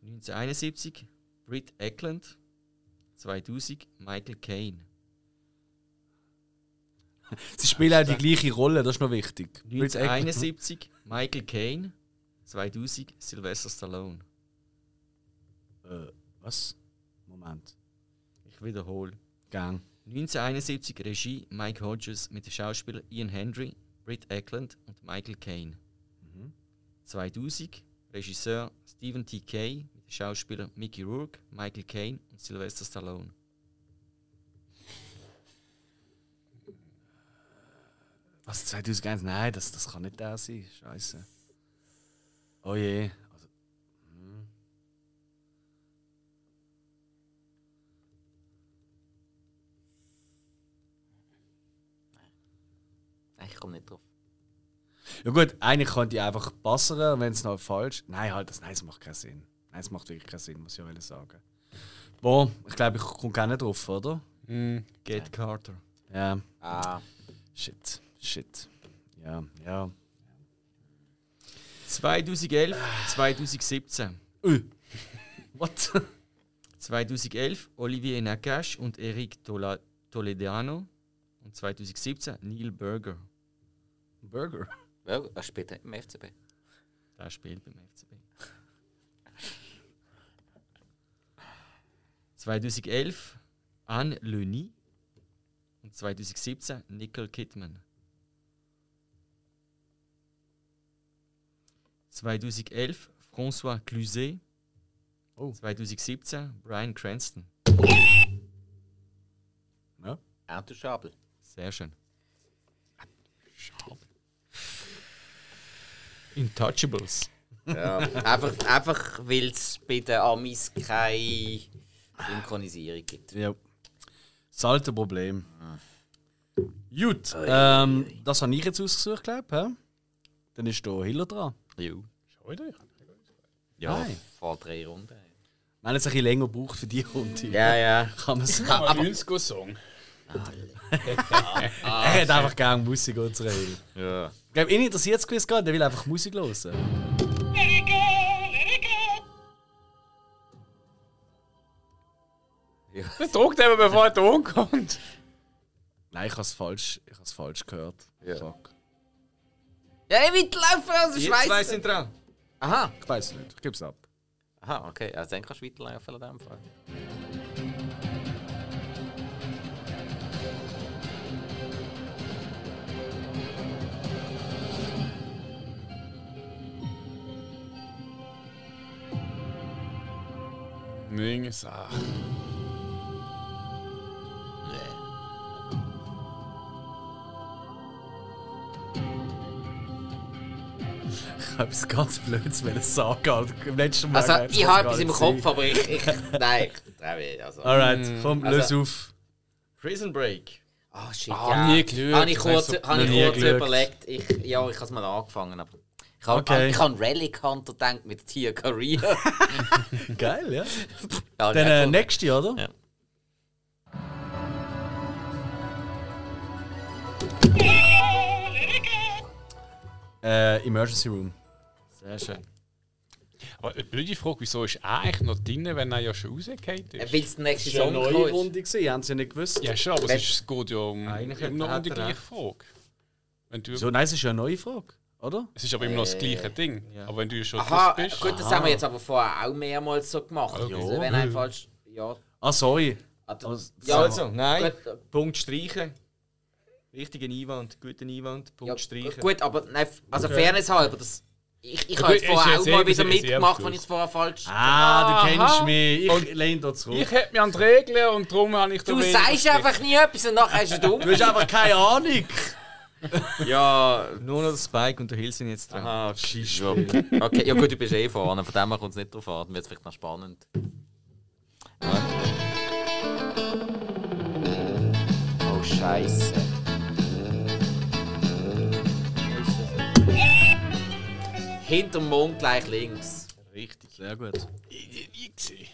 Speaker 2: 1971 Britt Eklund. 2000 Michael Caine.
Speaker 1: Sie spielen auch die gleiche Rolle, das ist noch wichtig. Will's eigentlich-
Speaker 2: 1971 Michael Caine, 2000 Sylvester Stallone.
Speaker 1: Äh, was? Moment.
Speaker 2: Ich wiederhole.
Speaker 1: Gang.
Speaker 2: 1971 Regie Mike Hodges mit den Schauspielern Ian Henry, Britt Eklund und Michael Caine. 2000 Regisseur Stephen T. Kay mit den Schauspielern Mickey Rourke, Michael Caine und Sylvester Stallone.
Speaker 1: Was, 2001? Nein, das, das kann nicht der sein. Scheiße. Oh je. Also, hm.
Speaker 3: Nein, ich komme nicht drauf.
Speaker 1: Ja gut, eigentlich könnte ich einfach bessern, wenn es noch falsch Nein, halt, das, nein, das macht keinen Sinn. Nein, es macht wirklich keinen Sinn, muss ich ja sagen. Boah, ich glaube, ich komme gar nicht drauf, oder?
Speaker 4: Hm.
Speaker 2: Get Carter.
Speaker 1: Ja.
Speaker 3: Ah,
Speaker 1: Shit. Shit. Ja, ja.
Speaker 2: 2011, 2017.
Speaker 1: Äh. What?
Speaker 2: 2011 Olivier Nakache und Eric Tola Toledano. Und 2017 Neil Berger.
Speaker 1: Burger.
Speaker 3: ja, er spielt im FCB.
Speaker 2: Der spielt beim FCB. 2011 Anne Leni und 2017 Nicole Kidman. 2011 François Cluzet.
Speaker 1: Oh.
Speaker 2: 2017 Brian Cranston.
Speaker 3: Entouchable.
Speaker 2: Sehr schön. Intouchables.
Speaker 3: Ja. Ähm, einfach, einfach weil es bei den Amis keine Synchronisierung gibt.
Speaker 1: Ja. Das alte Problem. Gut, ähm, das habe ich jetzt ausgesucht, glaube ich. Dann ist da Hiller dran.
Speaker 3: Jo.
Speaker 4: Oder?
Speaker 3: Ja,
Speaker 1: Nein.
Speaker 3: vor drei Runden.
Speaker 1: Wir haben jetzt ein bisschen länger gebraucht für die Runde.
Speaker 3: Ja, ja.
Speaker 1: Kann man sagen.
Speaker 4: Aber Song.
Speaker 1: er hat einfach gerne Musik, unserer Hiller.
Speaker 3: ja.
Speaker 1: Ich glaube, ihn interessiert es gewiss gar nicht, der will einfach Musik hören.
Speaker 6: Let it go, let it
Speaker 4: Das druckt eben, bevor der Ton kommt.
Speaker 1: Nein, ich habe es falsch, ich hab's falsch gehört.
Speaker 6: Ja.
Speaker 1: Fuck.
Speaker 3: Ja, ich will laufen, also
Speaker 2: Die zwei
Speaker 3: Schweiz.
Speaker 2: sind dran.
Speaker 3: Aha.
Speaker 1: Ich weiß nicht, ich gebe es ab.
Speaker 3: Aha, okay. Also dann kannst du weiterlaufen in dem Fall.
Speaker 4: Menge Sachen.
Speaker 1: Ich habe etwas ganz Blödes wollen sagen. Alter. Im letzten Mal.
Speaker 3: Also,
Speaker 1: wär's
Speaker 3: ich
Speaker 1: das
Speaker 3: habe
Speaker 1: gar
Speaker 3: etwas im
Speaker 1: nicht
Speaker 3: Kopf,
Speaker 1: gewesen.
Speaker 3: aber ich. ich nein, ich trau mich, also. Ah,
Speaker 1: Alright, komm,
Speaker 3: Also-
Speaker 1: löse auf.
Speaker 2: Prison Break.
Speaker 3: shit.
Speaker 4: Ah,
Speaker 3: ja.
Speaker 4: nie geschaut.
Speaker 3: Habe ich kurz,
Speaker 4: Also,
Speaker 3: habe ich
Speaker 1: nie
Speaker 3: kurz
Speaker 1: geschaut.
Speaker 3: überlegt. Ich, ja, ich habe es mal angefangen, aber. Ich habe
Speaker 1: Okay.
Speaker 3: ich habe Relic Hunter gedacht mit Tia Career.
Speaker 1: Geil, ja.
Speaker 3: ja,
Speaker 1: Dann äh,
Speaker 3: cool.
Speaker 1: nächste, oder?
Speaker 3: Ja.
Speaker 1: Äh, Emergency Room.
Speaker 2: Sehr schön.
Speaker 4: Aber eine blöde Frage, wieso ist er eigentlich noch drin, wenn er ja schon rausgekommen
Speaker 1: ne-
Speaker 4: ist?
Speaker 3: Weil es der nächste
Speaker 1: Das war
Speaker 3: Song
Speaker 1: eine
Speaker 3: gekommen
Speaker 1: neue
Speaker 3: ist.
Speaker 1: Runde, gewesen, haben sie nicht gewusst.
Speaker 4: Ja, schon, aber
Speaker 3: Wenn-
Speaker 4: es ist- es geht ja um,
Speaker 2: Eigentlich
Speaker 4: immer noch um die
Speaker 2: hat er
Speaker 4: gleiche
Speaker 2: recht.
Speaker 4: Frage. Wenn du,
Speaker 1: So, nein, es ist ja eine neue Frage, oder?
Speaker 4: es ist aber immer noch das
Speaker 1: Äh,
Speaker 4: gleiche Ding. Aber wenn du schon
Speaker 3: Aha,
Speaker 4: drauf bist.
Speaker 3: gut, das haben wir jetzt aber vorher auch mehrmals so gemacht.
Speaker 4: Okay.
Speaker 3: Also, wenn ein falsch. Ja,
Speaker 1: Ah, sorry.
Speaker 3: also,
Speaker 2: Ja,
Speaker 3: ja,
Speaker 2: also, nein.
Speaker 3: Gut, äh,
Speaker 2: Punkt streichen. Wichtigen Einwand, guten Einwand, Punkt
Speaker 3: ja,
Speaker 2: streichen.
Speaker 3: gut, aber nein, also Fairness halber, das, ich, ich
Speaker 4: Ja,
Speaker 3: habe
Speaker 4: gut,
Speaker 3: jetzt vorher
Speaker 4: ist
Speaker 3: auch
Speaker 4: jetzt
Speaker 3: mal
Speaker 4: eh
Speaker 3: wieder
Speaker 4: sehr- sehr
Speaker 3: mitgemacht,
Speaker 4: absurd.
Speaker 3: wenn ich es vorher falsch.
Speaker 1: Ah, du
Speaker 4: Aha.
Speaker 1: kennst mich. Ich
Speaker 4: Und-
Speaker 1: lehne da zurück.
Speaker 4: Ich hätte mich an die Regeln und darum habe ich da
Speaker 3: Du
Speaker 4: weniger
Speaker 3: sagst einfach nie etwas und nachher hast du
Speaker 1: Du hast einfach keine Ahnung.
Speaker 3: Ja,
Speaker 2: Nur noch der Spike und der Hill sind jetzt dran.
Speaker 3: ah, Okay, ja gut, du bist eh vorne, von dem her kommt es nicht drauf an, dann wird es vielleicht noch spannend. Oh, Scheiße. Hinterm Mond gleich links.
Speaker 1: Richtig. Sehr gut.
Speaker 4: gesehen.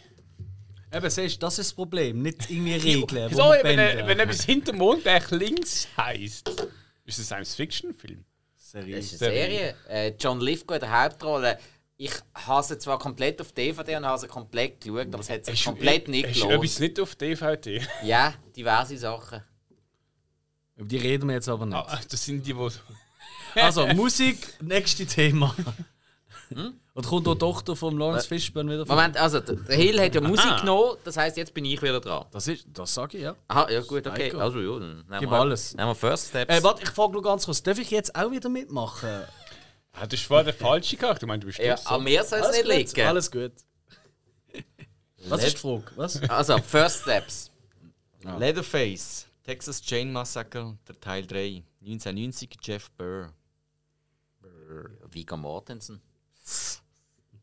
Speaker 1: Eben, siehst du, das ist das Problem. Nicht irgendwie Regeln.
Speaker 4: So,
Speaker 1: die
Speaker 4: wenn,
Speaker 1: bänden.
Speaker 4: er- wenn etwas hinter Mond gleich links heisst, ist es ein Science-Fiction-Film.
Speaker 1: Seriös.
Speaker 3: Das ist eine Serie. Äh, John Lithgow in der Hauptrolle. Ich habe sie zwar komplett auf DVD und habe sie komplett geschaut, aber es hat sich komplett nicht
Speaker 4: Hast du
Speaker 3: gelohnt.
Speaker 4: etwas nicht auf DVD?
Speaker 3: Ja, diverse Sachen.
Speaker 1: Über die reden wir jetzt aber nicht.
Speaker 4: Ah, Das sind die, die.
Speaker 1: Also, Musik, nächstes Thema. Und kommt auch die Tochter von Lawrence Fishburne wieder vor?
Speaker 3: Moment, also, der der Hill hat ja Musik
Speaker 4: Aha.
Speaker 3: genommen, das heisst, jetzt bin ich wieder dran.
Speaker 1: Das, ist, das sage ich, ja.
Speaker 3: Aha, ja gut, okay.
Speaker 1: Psycho.
Speaker 3: Also, ja, dann nehmen
Speaker 1: Gib
Speaker 3: wir,
Speaker 1: alles.
Speaker 3: Nehmen wir First Steps.
Speaker 1: Äh, warte, ich frage nur ganz kurz. Darf ich jetzt auch wieder mitmachen?
Speaker 4: Ah, das ist vorher der falsche Charakter. Ich meine, du bist
Speaker 3: ja, ah,
Speaker 4: das.
Speaker 3: an mir soll es nicht
Speaker 1: gut?
Speaker 3: liegen.
Speaker 1: Alles gut. Was ist die Frage? Was?
Speaker 3: Also, First Steps.
Speaker 2: Leatherface, Texas Chain Massacre, der Teil 3, 1990, Jeff Burr.
Speaker 3: Viggo Mortensen.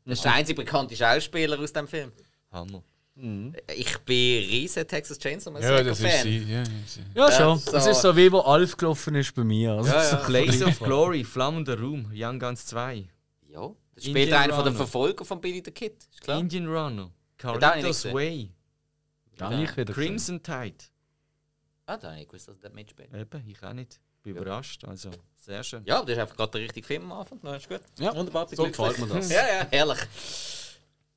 Speaker 3: Der ist der einzige bekannte Schauspieler aus dem Film.
Speaker 2: Hammer.
Speaker 3: Ich bin riesen Texas Chainsaw Massacre
Speaker 4: Ja, das ist
Speaker 3: Fan.
Speaker 4: sie. Ja, ja, sie.
Speaker 1: Ja, schon.
Speaker 3: so.
Speaker 1: Das ist so wie, wo Alf gelaufen ist bei mir. Also,
Speaker 3: Ja, ja.
Speaker 1: so ein
Speaker 2: Blaze
Speaker 1: bisschen-
Speaker 2: of Glory, Flammender Raum, Young Guns 2,
Speaker 3: Ja, das
Speaker 2: Indian
Speaker 3: spielt einer von den
Speaker 2: Runner.
Speaker 3: Verfolgern von Billy the Kid. Ist klar.
Speaker 2: Indian Runner,
Speaker 3: den habe ich nicht
Speaker 2: Carlitos
Speaker 3: gesehen.
Speaker 2: Way,
Speaker 1: Dann ich wieder.
Speaker 2: Crimson Tide.
Speaker 3: Ah, da habe ich gewusst, dass der mitspielt.
Speaker 2: Eben, ich auch nicht. Bin überrascht, also sehr schön.
Speaker 3: Ja, aber das ist einfach gerade der richtige Film am Anfang. Das ist gut.
Speaker 1: Ja,
Speaker 3: Wunderbar, bin
Speaker 1: so
Speaker 3: glücklich.
Speaker 1: gefällt mir das. Ähm.
Speaker 3: Ja, ja, herrlich.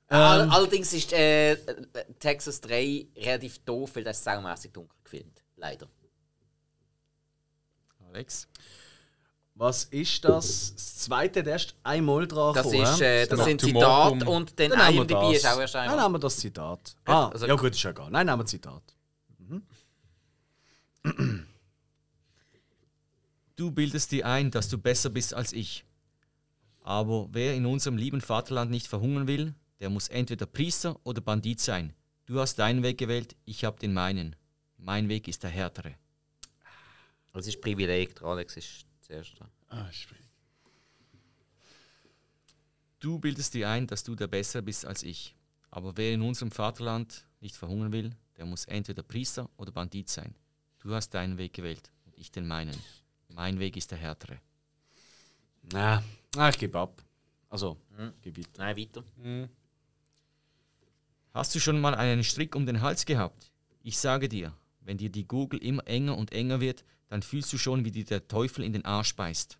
Speaker 3: All, allerdings ist äh, Texas 3 relativ doof, weil das ist saumässig dunkel gefilmt. Leider.
Speaker 2: Alex.
Speaker 1: Was ist das? Das zweite, der ist einmal dran
Speaker 3: Das,
Speaker 1: gekommen,
Speaker 3: ist,
Speaker 1: ja?
Speaker 3: äh, das sind
Speaker 4: Tomorrow.
Speaker 3: Zitate und dann,
Speaker 1: Dann nehmen wir
Speaker 3: IMDb
Speaker 1: das.
Speaker 3: ist auch erst
Speaker 1: Nein,
Speaker 3: einmal.
Speaker 1: nehmen wir das Zitat. Ah,
Speaker 3: also-
Speaker 1: ja gut, ist ja egal. Nein, nehmen wir Zitat.
Speaker 2: Du bildest dir ein, dass du besser bist als ich. Aber wer in unserem lieben Vaterland nicht verhungern will, der muss entweder Priester oder Bandit sein. Du hast deinen Weg gewählt, ich habe den meinen. Mein Weg ist der härtere.
Speaker 3: Das ist Privileg, der Alex ist zuerst da.
Speaker 4: Ah, ist schwierig.
Speaker 2: Du bildest dir ein, dass du der Bessere bist als ich. Aber wer in unserem Vaterland nicht verhungern will, der muss entweder Priester oder Bandit sein. Du hast deinen Weg gewählt und ich den meinen. Mein Weg ist der härtere.
Speaker 1: Nein, nein Ah, ich gebe ab. Also,
Speaker 3: Hm.
Speaker 1: gebe weiter.
Speaker 3: Nein, weiter.
Speaker 2: Hast du schon mal einen Strick um den Hals gehabt? Ich sage dir, wenn dir die Gurgel immer enger und enger wird, dann fühlst du schon, wie dir der Teufel in den Arsch beißt.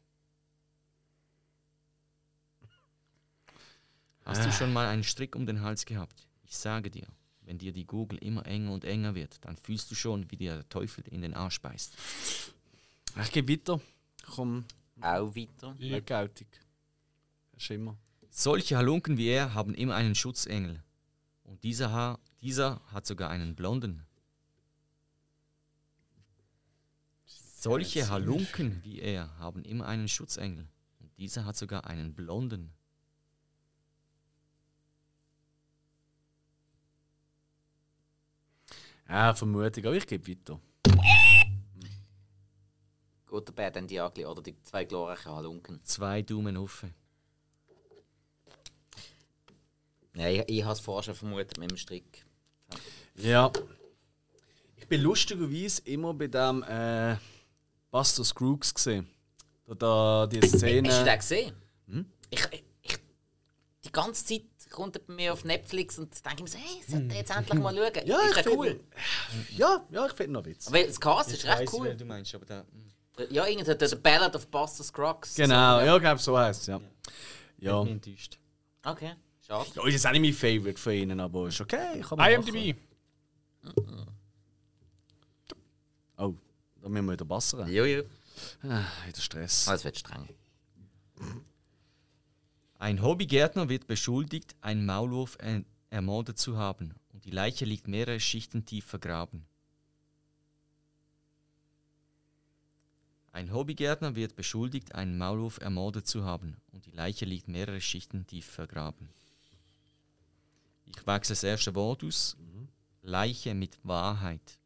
Speaker 2: Hast du schon mal einen Strick um den Hals gehabt? Ich sage dir, Wenn dir die Gurgel immer enger und enger wird, dann fühlst du schon, wie dir der Teufel in den Arsch beißt.
Speaker 1: Ich gehe weiter. Komm,
Speaker 3: Auch weiter.
Speaker 1: weggautig. Das ist immer.
Speaker 2: Solche Halunken wie er haben immer einen Schutzengel. Und dieser, ha dieser hat sogar einen blonden. Solche Halunken wie er haben immer einen Schutzengel. Und dieser hat sogar einen blonden.
Speaker 1: Ja, Vermutung, aber ich gebe weiter.
Speaker 3: Gut, der Bär, dann die Agli oder die zwei glorreichen Halunken.
Speaker 2: Zwei Daumen hoch.
Speaker 3: Nein, ich, ich habe es vorher schon vermutet mit dem Strick.
Speaker 1: Ja. Ich bin lustigerweise immer bei dem äh, Buster Scrooge gesehen. Da, da die
Speaker 3: Hast du
Speaker 1: Szene.
Speaker 3: den gesehen?
Speaker 1: Hm?
Speaker 3: Ich, ich, die ganze Zeit kommt er bei mir auf Netflix und denke ich mir so, hey, sollte ich jetzt endlich mal schauen.
Speaker 1: Hm. Ja,
Speaker 3: ist
Speaker 1: ich
Speaker 3: ja
Speaker 1: find-
Speaker 3: cool.
Speaker 1: Ja, ja, ich finde noch Witz.
Speaker 3: Aber das Cast ist recht cool.
Speaker 2: du meinst, aber da. hm,
Speaker 3: Ja, irgend hat The Ballad of Buster Scruggs.
Speaker 1: Genau, ja, ich glaube, so heißt es, ja. Ja.
Speaker 2: enttäuscht.
Speaker 3: Okay, schade.
Speaker 1: Ja, ist jetzt auch nicht mein Favorite von ihnen, aber ist okay. Kann
Speaker 4: Ah,
Speaker 1: man machen.
Speaker 4: IMDb.
Speaker 1: Oh, da müssen wir wieder bassern.
Speaker 3: Jo, jo.
Speaker 1: Ah, Wieder Stress.
Speaker 3: Oh, es wird streng.
Speaker 2: Ein Hobbygärtner wird beschuldigt, einen Maulwurf er- ermordet zu haben. Und die Leiche liegt mehrere Schichten tief vergraben. Ein Hobbygärtner wird beschuldigt, einen Maulwurf ermordet zu haben. Und die Leiche liegt mehrere Schichten tief vergraben. Ich wechsle das erste Wort aus. Leiche mit Wahrheit.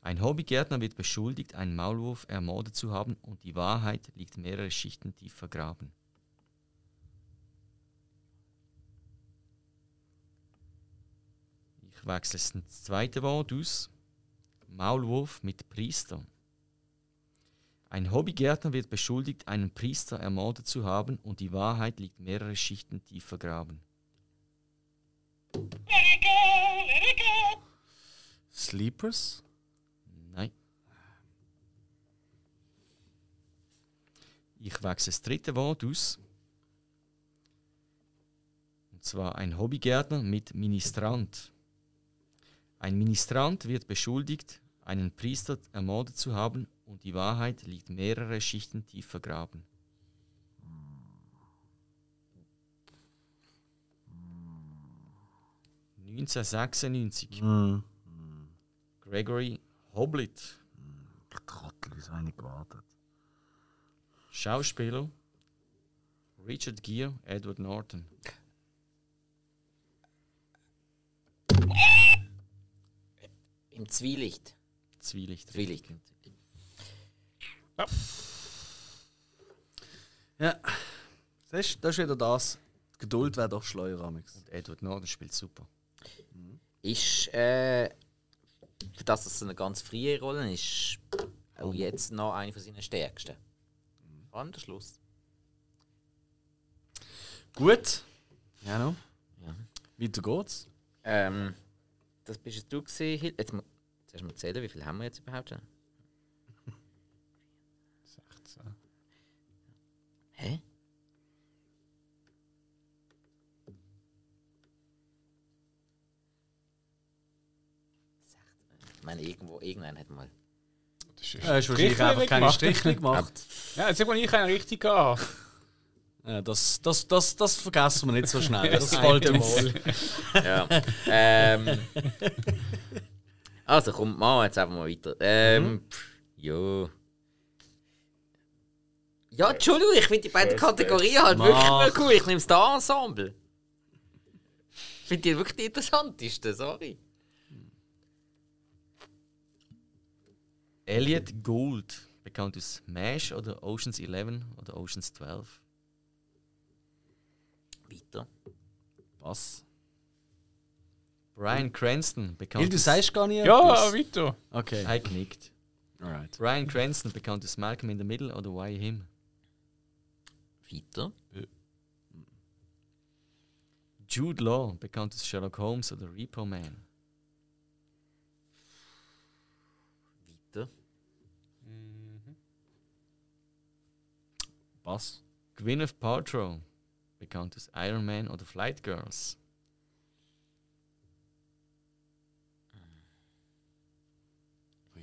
Speaker 2: Ein Hobbygärtner wird beschuldigt, einen Maulwurf ermordet zu haben und die Wahrheit liegt mehrere Schichten tief vergraben. Ich wechsle es ins zweite Wort aus. Maulwurf mit Priester. Ein Hobbygärtner wird beschuldigt, einen Priester ermordet zu haben und die Wahrheit liegt mehrere Schichten tief vergraben.
Speaker 1: Sleepers?
Speaker 2: Nein. Ich wechsle das dritte Wort aus. Und zwar ein Hobbygärtner mit Ministrant. Ein Ministrant wird beschuldigt, einen Priester ermordet zu haben und die Wahrheit liegt mehrere Schichten tief vergraben. ...1996. Gregory Hoblit.
Speaker 1: Trottel ist eigentlich gewartet.
Speaker 2: Schauspieler Richard Gere, Edward Norton.
Speaker 3: Im Zwielicht.
Speaker 2: Zwielicht.
Speaker 3: Zwielicht.
Speaker 1: Ja. Siehst du, das ist wieder das. Die Geduld wäre doch schleuer, Amix.
Speaker 2: Edward Norton spielt super.
Speaker 3: Ist, äh, für das, dass es eine ganz freie Rolle ist, auch jetzt noch eine von seinen stärksten. Oh. Mhm. Vor allem der Schluss.
Speaker 1: Gut. Ja, no. Weiter geht's.
Speaker 3: Ähm, das bist jetzt du gesehen, Hil Jetzt mu- jetzt erst mal zählen, wie viel haben wir jetzt überhaupt schon?
Speaker 4: 16.
Speaker 3: Hä? Ich meine, irgendwo, irgendeinen hat mal.
Speaker 4: Das ist
Speaker 1: Äh, hast wahrscheinlich einfach keine Striche gemacht.
Speaker 4: Ja, jetzt hat man hier keinen richtig gehabt.
Speaker 1: Ja, Äh, das, das, das, das vergessen wir nicht so schnell. Das fällt uns.
Speaker 3: Ja. ähm, also kommt mal jetzt einfach mal weiter. Ähm, pff, jo. Ja, Entschuldigung, ich finde die beiden Kategorien halt wirklich mal cool. Ich nehme Star Ensemble. Ich finde die wirklich die interessantesten, sorry.
Speaker 2: Elliot Gould, bekannt aus MASH oder Oceans 11 oder Oceans 12.
Speaker 3: Weiter.
Speaker 1: Was?
Speaker 2: Brian Cranston, bekannt
Speaker 1: Weil du
Speaker 2: aus-
Speaker 1: sagst gar nicht.
Speaker 4: Ja,
Speaker 1: etwas.
Speaker 4: weiter.
Speaker 1: Okay.
Speaker 2: Er knickt.
Speaker 1: Alright.
Speaker 2: Brian Cranston, bekannt aus Malcolm in the Middle oder Why Him.
Speaker 3: Weiter.
Speaker 2: Jude Law, bekannt aus Sherlock Holmes oder Repo Man.
Speaker 3: Weiter.
Speaker 2: Mhm.
Speaker 1: Was?
Speaker 2: Gwyneth Paltrow, bekannt aus Iron Man oder Flight Girls.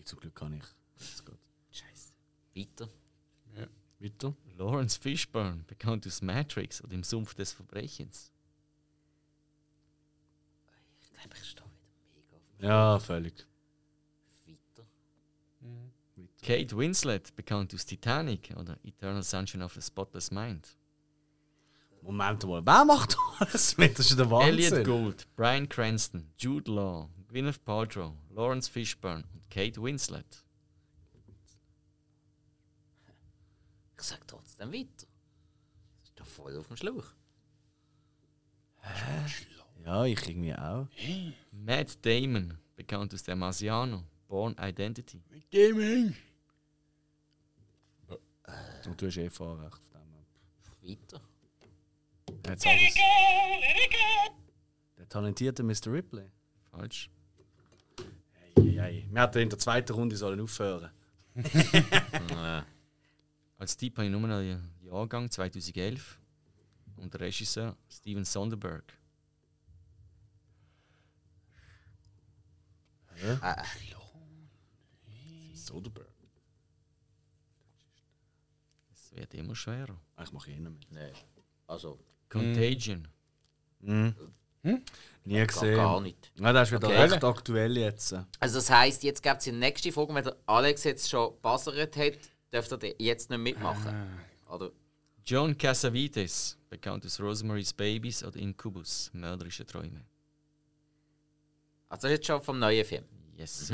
Speaker 1: zum Glück kann ich. Das geht.
Speaker 3: Scheiße. Weiter.
Speaker 1: Weiter.
Speaker 2: Lawrence Fishburne, bekannt aus Matrix und im Sumpf des Verbrechens.
Speaker 3: Ich glaube, ich stehe wieder mega auf
Speaker 1: Ja, völlig.
Speaker 3: dem Weiter.
Speaker 2: Kate Winslet, bekannt aus Titanic oder Eternal Sunshine of the Spotless Mind.
Speaker 1: Moment mal, wer macht alles mit? Das ist ja der Wahnsinn.
Speaker 2: Elliot Gould, Brian Cranston, Jude Law, Gwyneth Paltrow, Lawrence Fishburne und Kate Winslet.
Speaker 3: Ich sage trotzdem weiter. Ich stehe voll auf dem Schlauch.
Speaker 1: Ja, ich irgendwie auch.
Speaker 2: Matt Damon, bekannt aus der Marciano, Born Identity.
Speaker 4: Gaming!
Speaker 1: Und du hast eh Fahrrecht. von dem her.
Speaker 3: Weiter.
Speaker 1: Jetzt alles. Der talentierte Mr. Ripley.
Speaker 2: Falsch.
Speaker 1: Ei, ei, ei. Wir hätten in der zweiten Runde sollen aufhören.
Speaker 2: Als Typ habe ich nur noch den Jahrgang 2011 und der Regisseur Steven Sonderberg.
Speaker 1: Soderbergh.
Speaker 2: Es wird immer schwerer.
Speaker 1: Ich mache eh nicht mehr.
Speaker 3: Nein. Also,
Speaker 2: Contagion.
Speaker 1: Nie
Speaker 3: gar,
Speaker 1: gesehen.
Speaker 3: gar nicht.
Speaker 1: Ja, das ist wieder
Speaker 3: Okay.
Speaker 1: recht aktuell jetzt.
Speaker 3: Also das heisst, jetzt gibt es die nächste Frage. Wenn der Alex jetzt schon passert hat, dürft ihr die jetzt nicht mitmachen. Oder
Speaker 2: John Cassavetes, bekannt aus Rosemary's Babies oder Incubus, Mörderische Träume.
Speaker 3: also das ist jetzt schon vom neuen Film.
Speaker 2: Yes.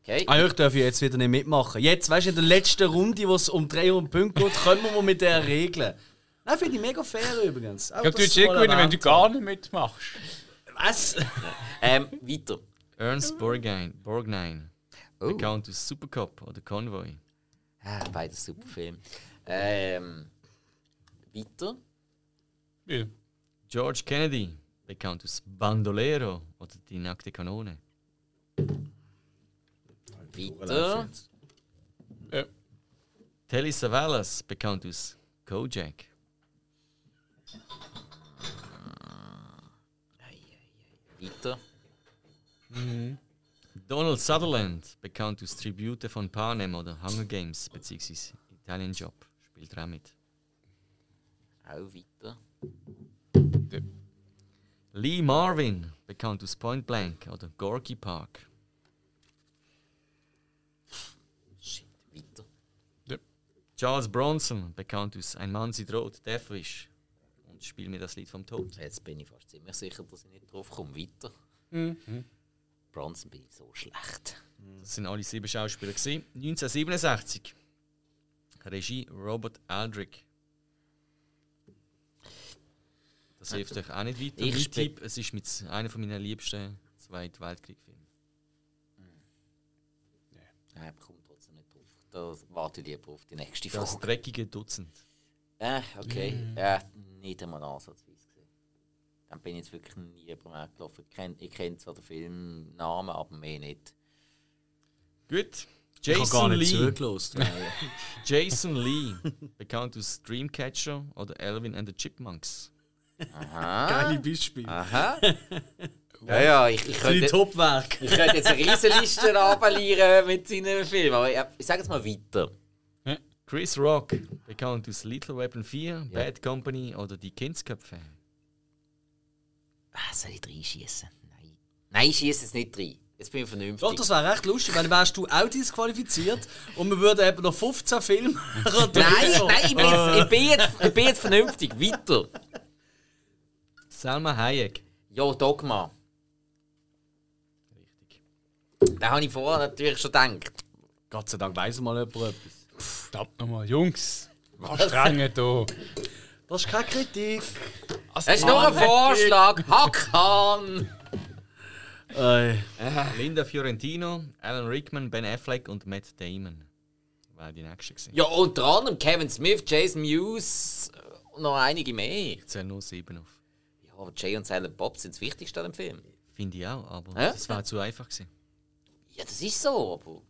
Speaker 3: Okay.
Speaker 1: Ah, ja, ich darf ja jetzt wieder nicht mitmachen. Jetzt, weißt du, in der letzten Runde, wo es um 300 Punkte geht, können wir mal mit der regeln. Nein, finde ich mega fair übrigens. Auch,
Speaker 4: Ich glaube, du
Speaker 1: dass
Speaker 4: würdest eh
Speaker 1: mal
Speaker 4: gewinnen, wenn du
Speaker 1: erwähnt
Speaker 4: gar nicht mitmachst.
Speaker 1: Was?
Speaker 3: Ähm, weiter.
Speaker 2: Ernst Borgnine, Borgnine
Speaker 3: Oh.
Speaker 2: bekannt aus Supercop oder Convoy.
Speaker 3: Ah, beides super Film. Ähm, weiter.
Speaker 4: Ja.
Speaker 2: George Kennedy, bekannt aus Bandolero oder Die nackte Kanone.
Speaker 3: Weiter.
Speaker 4: Ja.
Speaker 2: Telly Savalas, bekannt aus Kojak.
Speaker 3: Weiter.
Speaker 2: Donald Sutherland, bekannt aus Tribute von Panem oder Hunger Games bzw. Italian Job, spielt er auch mit.
Speaker 3: Auch weiter.
Speaker 2: Lee Marvin, bekannt aus Point Blank oder Gorky Park.
Speaker 3: Shit, weiter.
Speaker 2: Charles Bronson, bekannt aus Ein Mann sie droht, Deathwish und spielt mir das Lied vom Tod.
Speaker 3: Jetzt bin ich fast ziemlich sicher, dass ich nicht drauf komme. Weiter. Bronson bin ich so schlecht.
Speaker 2: Das sind alle sieben Schauspieler. Gewesen. 1967. Regie Robert Aldrich. Das hilft euch auch nicht weiter.
Speaker 3: Ich
Speaker 2: mein
Speaker 3: spe-
Speaker 2: Tipp, es ist mit einer von meiner liebsten Zweiten Weltkrieg-Filme.
Speaker 3: Nein, ich komme trotzdem nicht drauf. Da warte ich lieber auf die nächste Frage.
Speaker 2: Das dreckige Dutzend.
Speaker 3: Äh, okay. Äh, nicht einmal ansatzweise gesehen. Dann bin ich jetzt wirklich nie jemandem gelaufen. Ich kenne ich kenn zwar den Filmnamen, aber mehr nicht.
Speaker 2: Gut.
Speaker 1: Ich habe gar
Speaker 2: Jason
Speaker 1: nicht
Speaker 2: Lee.
Speaker 1: zugelassen.
Speaker 2: Jason Lee. Bekannt aus Dreamcatcher oder Alvin and the Chipmunks.
Speaker 1: Geile Beispiele.
Speaker 3: Aha. ja, ja, ich, ich
Speaker 1: Kleine
Speaker 3: könnte,
Speaker 1: Topwerke.
Speaker 3: ich könnte jetzt eine riesige Liste abbellieren mit seinen Filmen, aber ich, ich sage jetzt mal weiter.
Speaker 2: Chris Rock. Bekannt aus Little Weapon 4, Bad Company oder Die Kindsköpfe.
Speaker 3: Ah, soll ich reinschießen? Nein. Nein, ich schieße jetzt nicht rein. Jetzt bin ich vernünftig.
Speaker 1: Doch, das wäre recht lustig, weil dann wärst du auch disqualifiziert und wir würden eben noch 15 Filme
Speaker 3: nein, nein, ich bin, jetzt, ich, bin jetzt, ich bin jetzt vernünftig. Weiter.
Speaker 2: Selma Hayek.
Speaker 3: Ja, Dogma.
Speaker 2: Richtig.
Speaker 3: Da habe ich vorher natürlich schon gedacht.
Speaker 1: Gott sei Dank weiss mal jemand etwas.
Speaker 4: Verdammt nochmal, Jungs. Anstrengend hier.
Speaker 1: Das ist keine Kritik.
Speaker 3: Das ist nur ein Vorschlag. Hack an!
Speaker 1: Äh,
Speaker 2: Linda Fiorentino, Alan Rickman, Ben Affleck und Matt Damon. War die nächste gewesen.
Speaker 3: Ja, unter anderem Kevin Smith, Jason Mewes äh, und noch einige mehr.
Speaker 2: Ich zähle nur sieben auf.
Speaker 3: Ja, aber Jay und Silent Bob sind das Wichtigste an dem Film.
Speaker 2: Finde ich auch, aber
Speaker 3: Hä?
Speaker 2: das war zu einfach gewesen.
Speaker 3: Ja, das ist so, aber.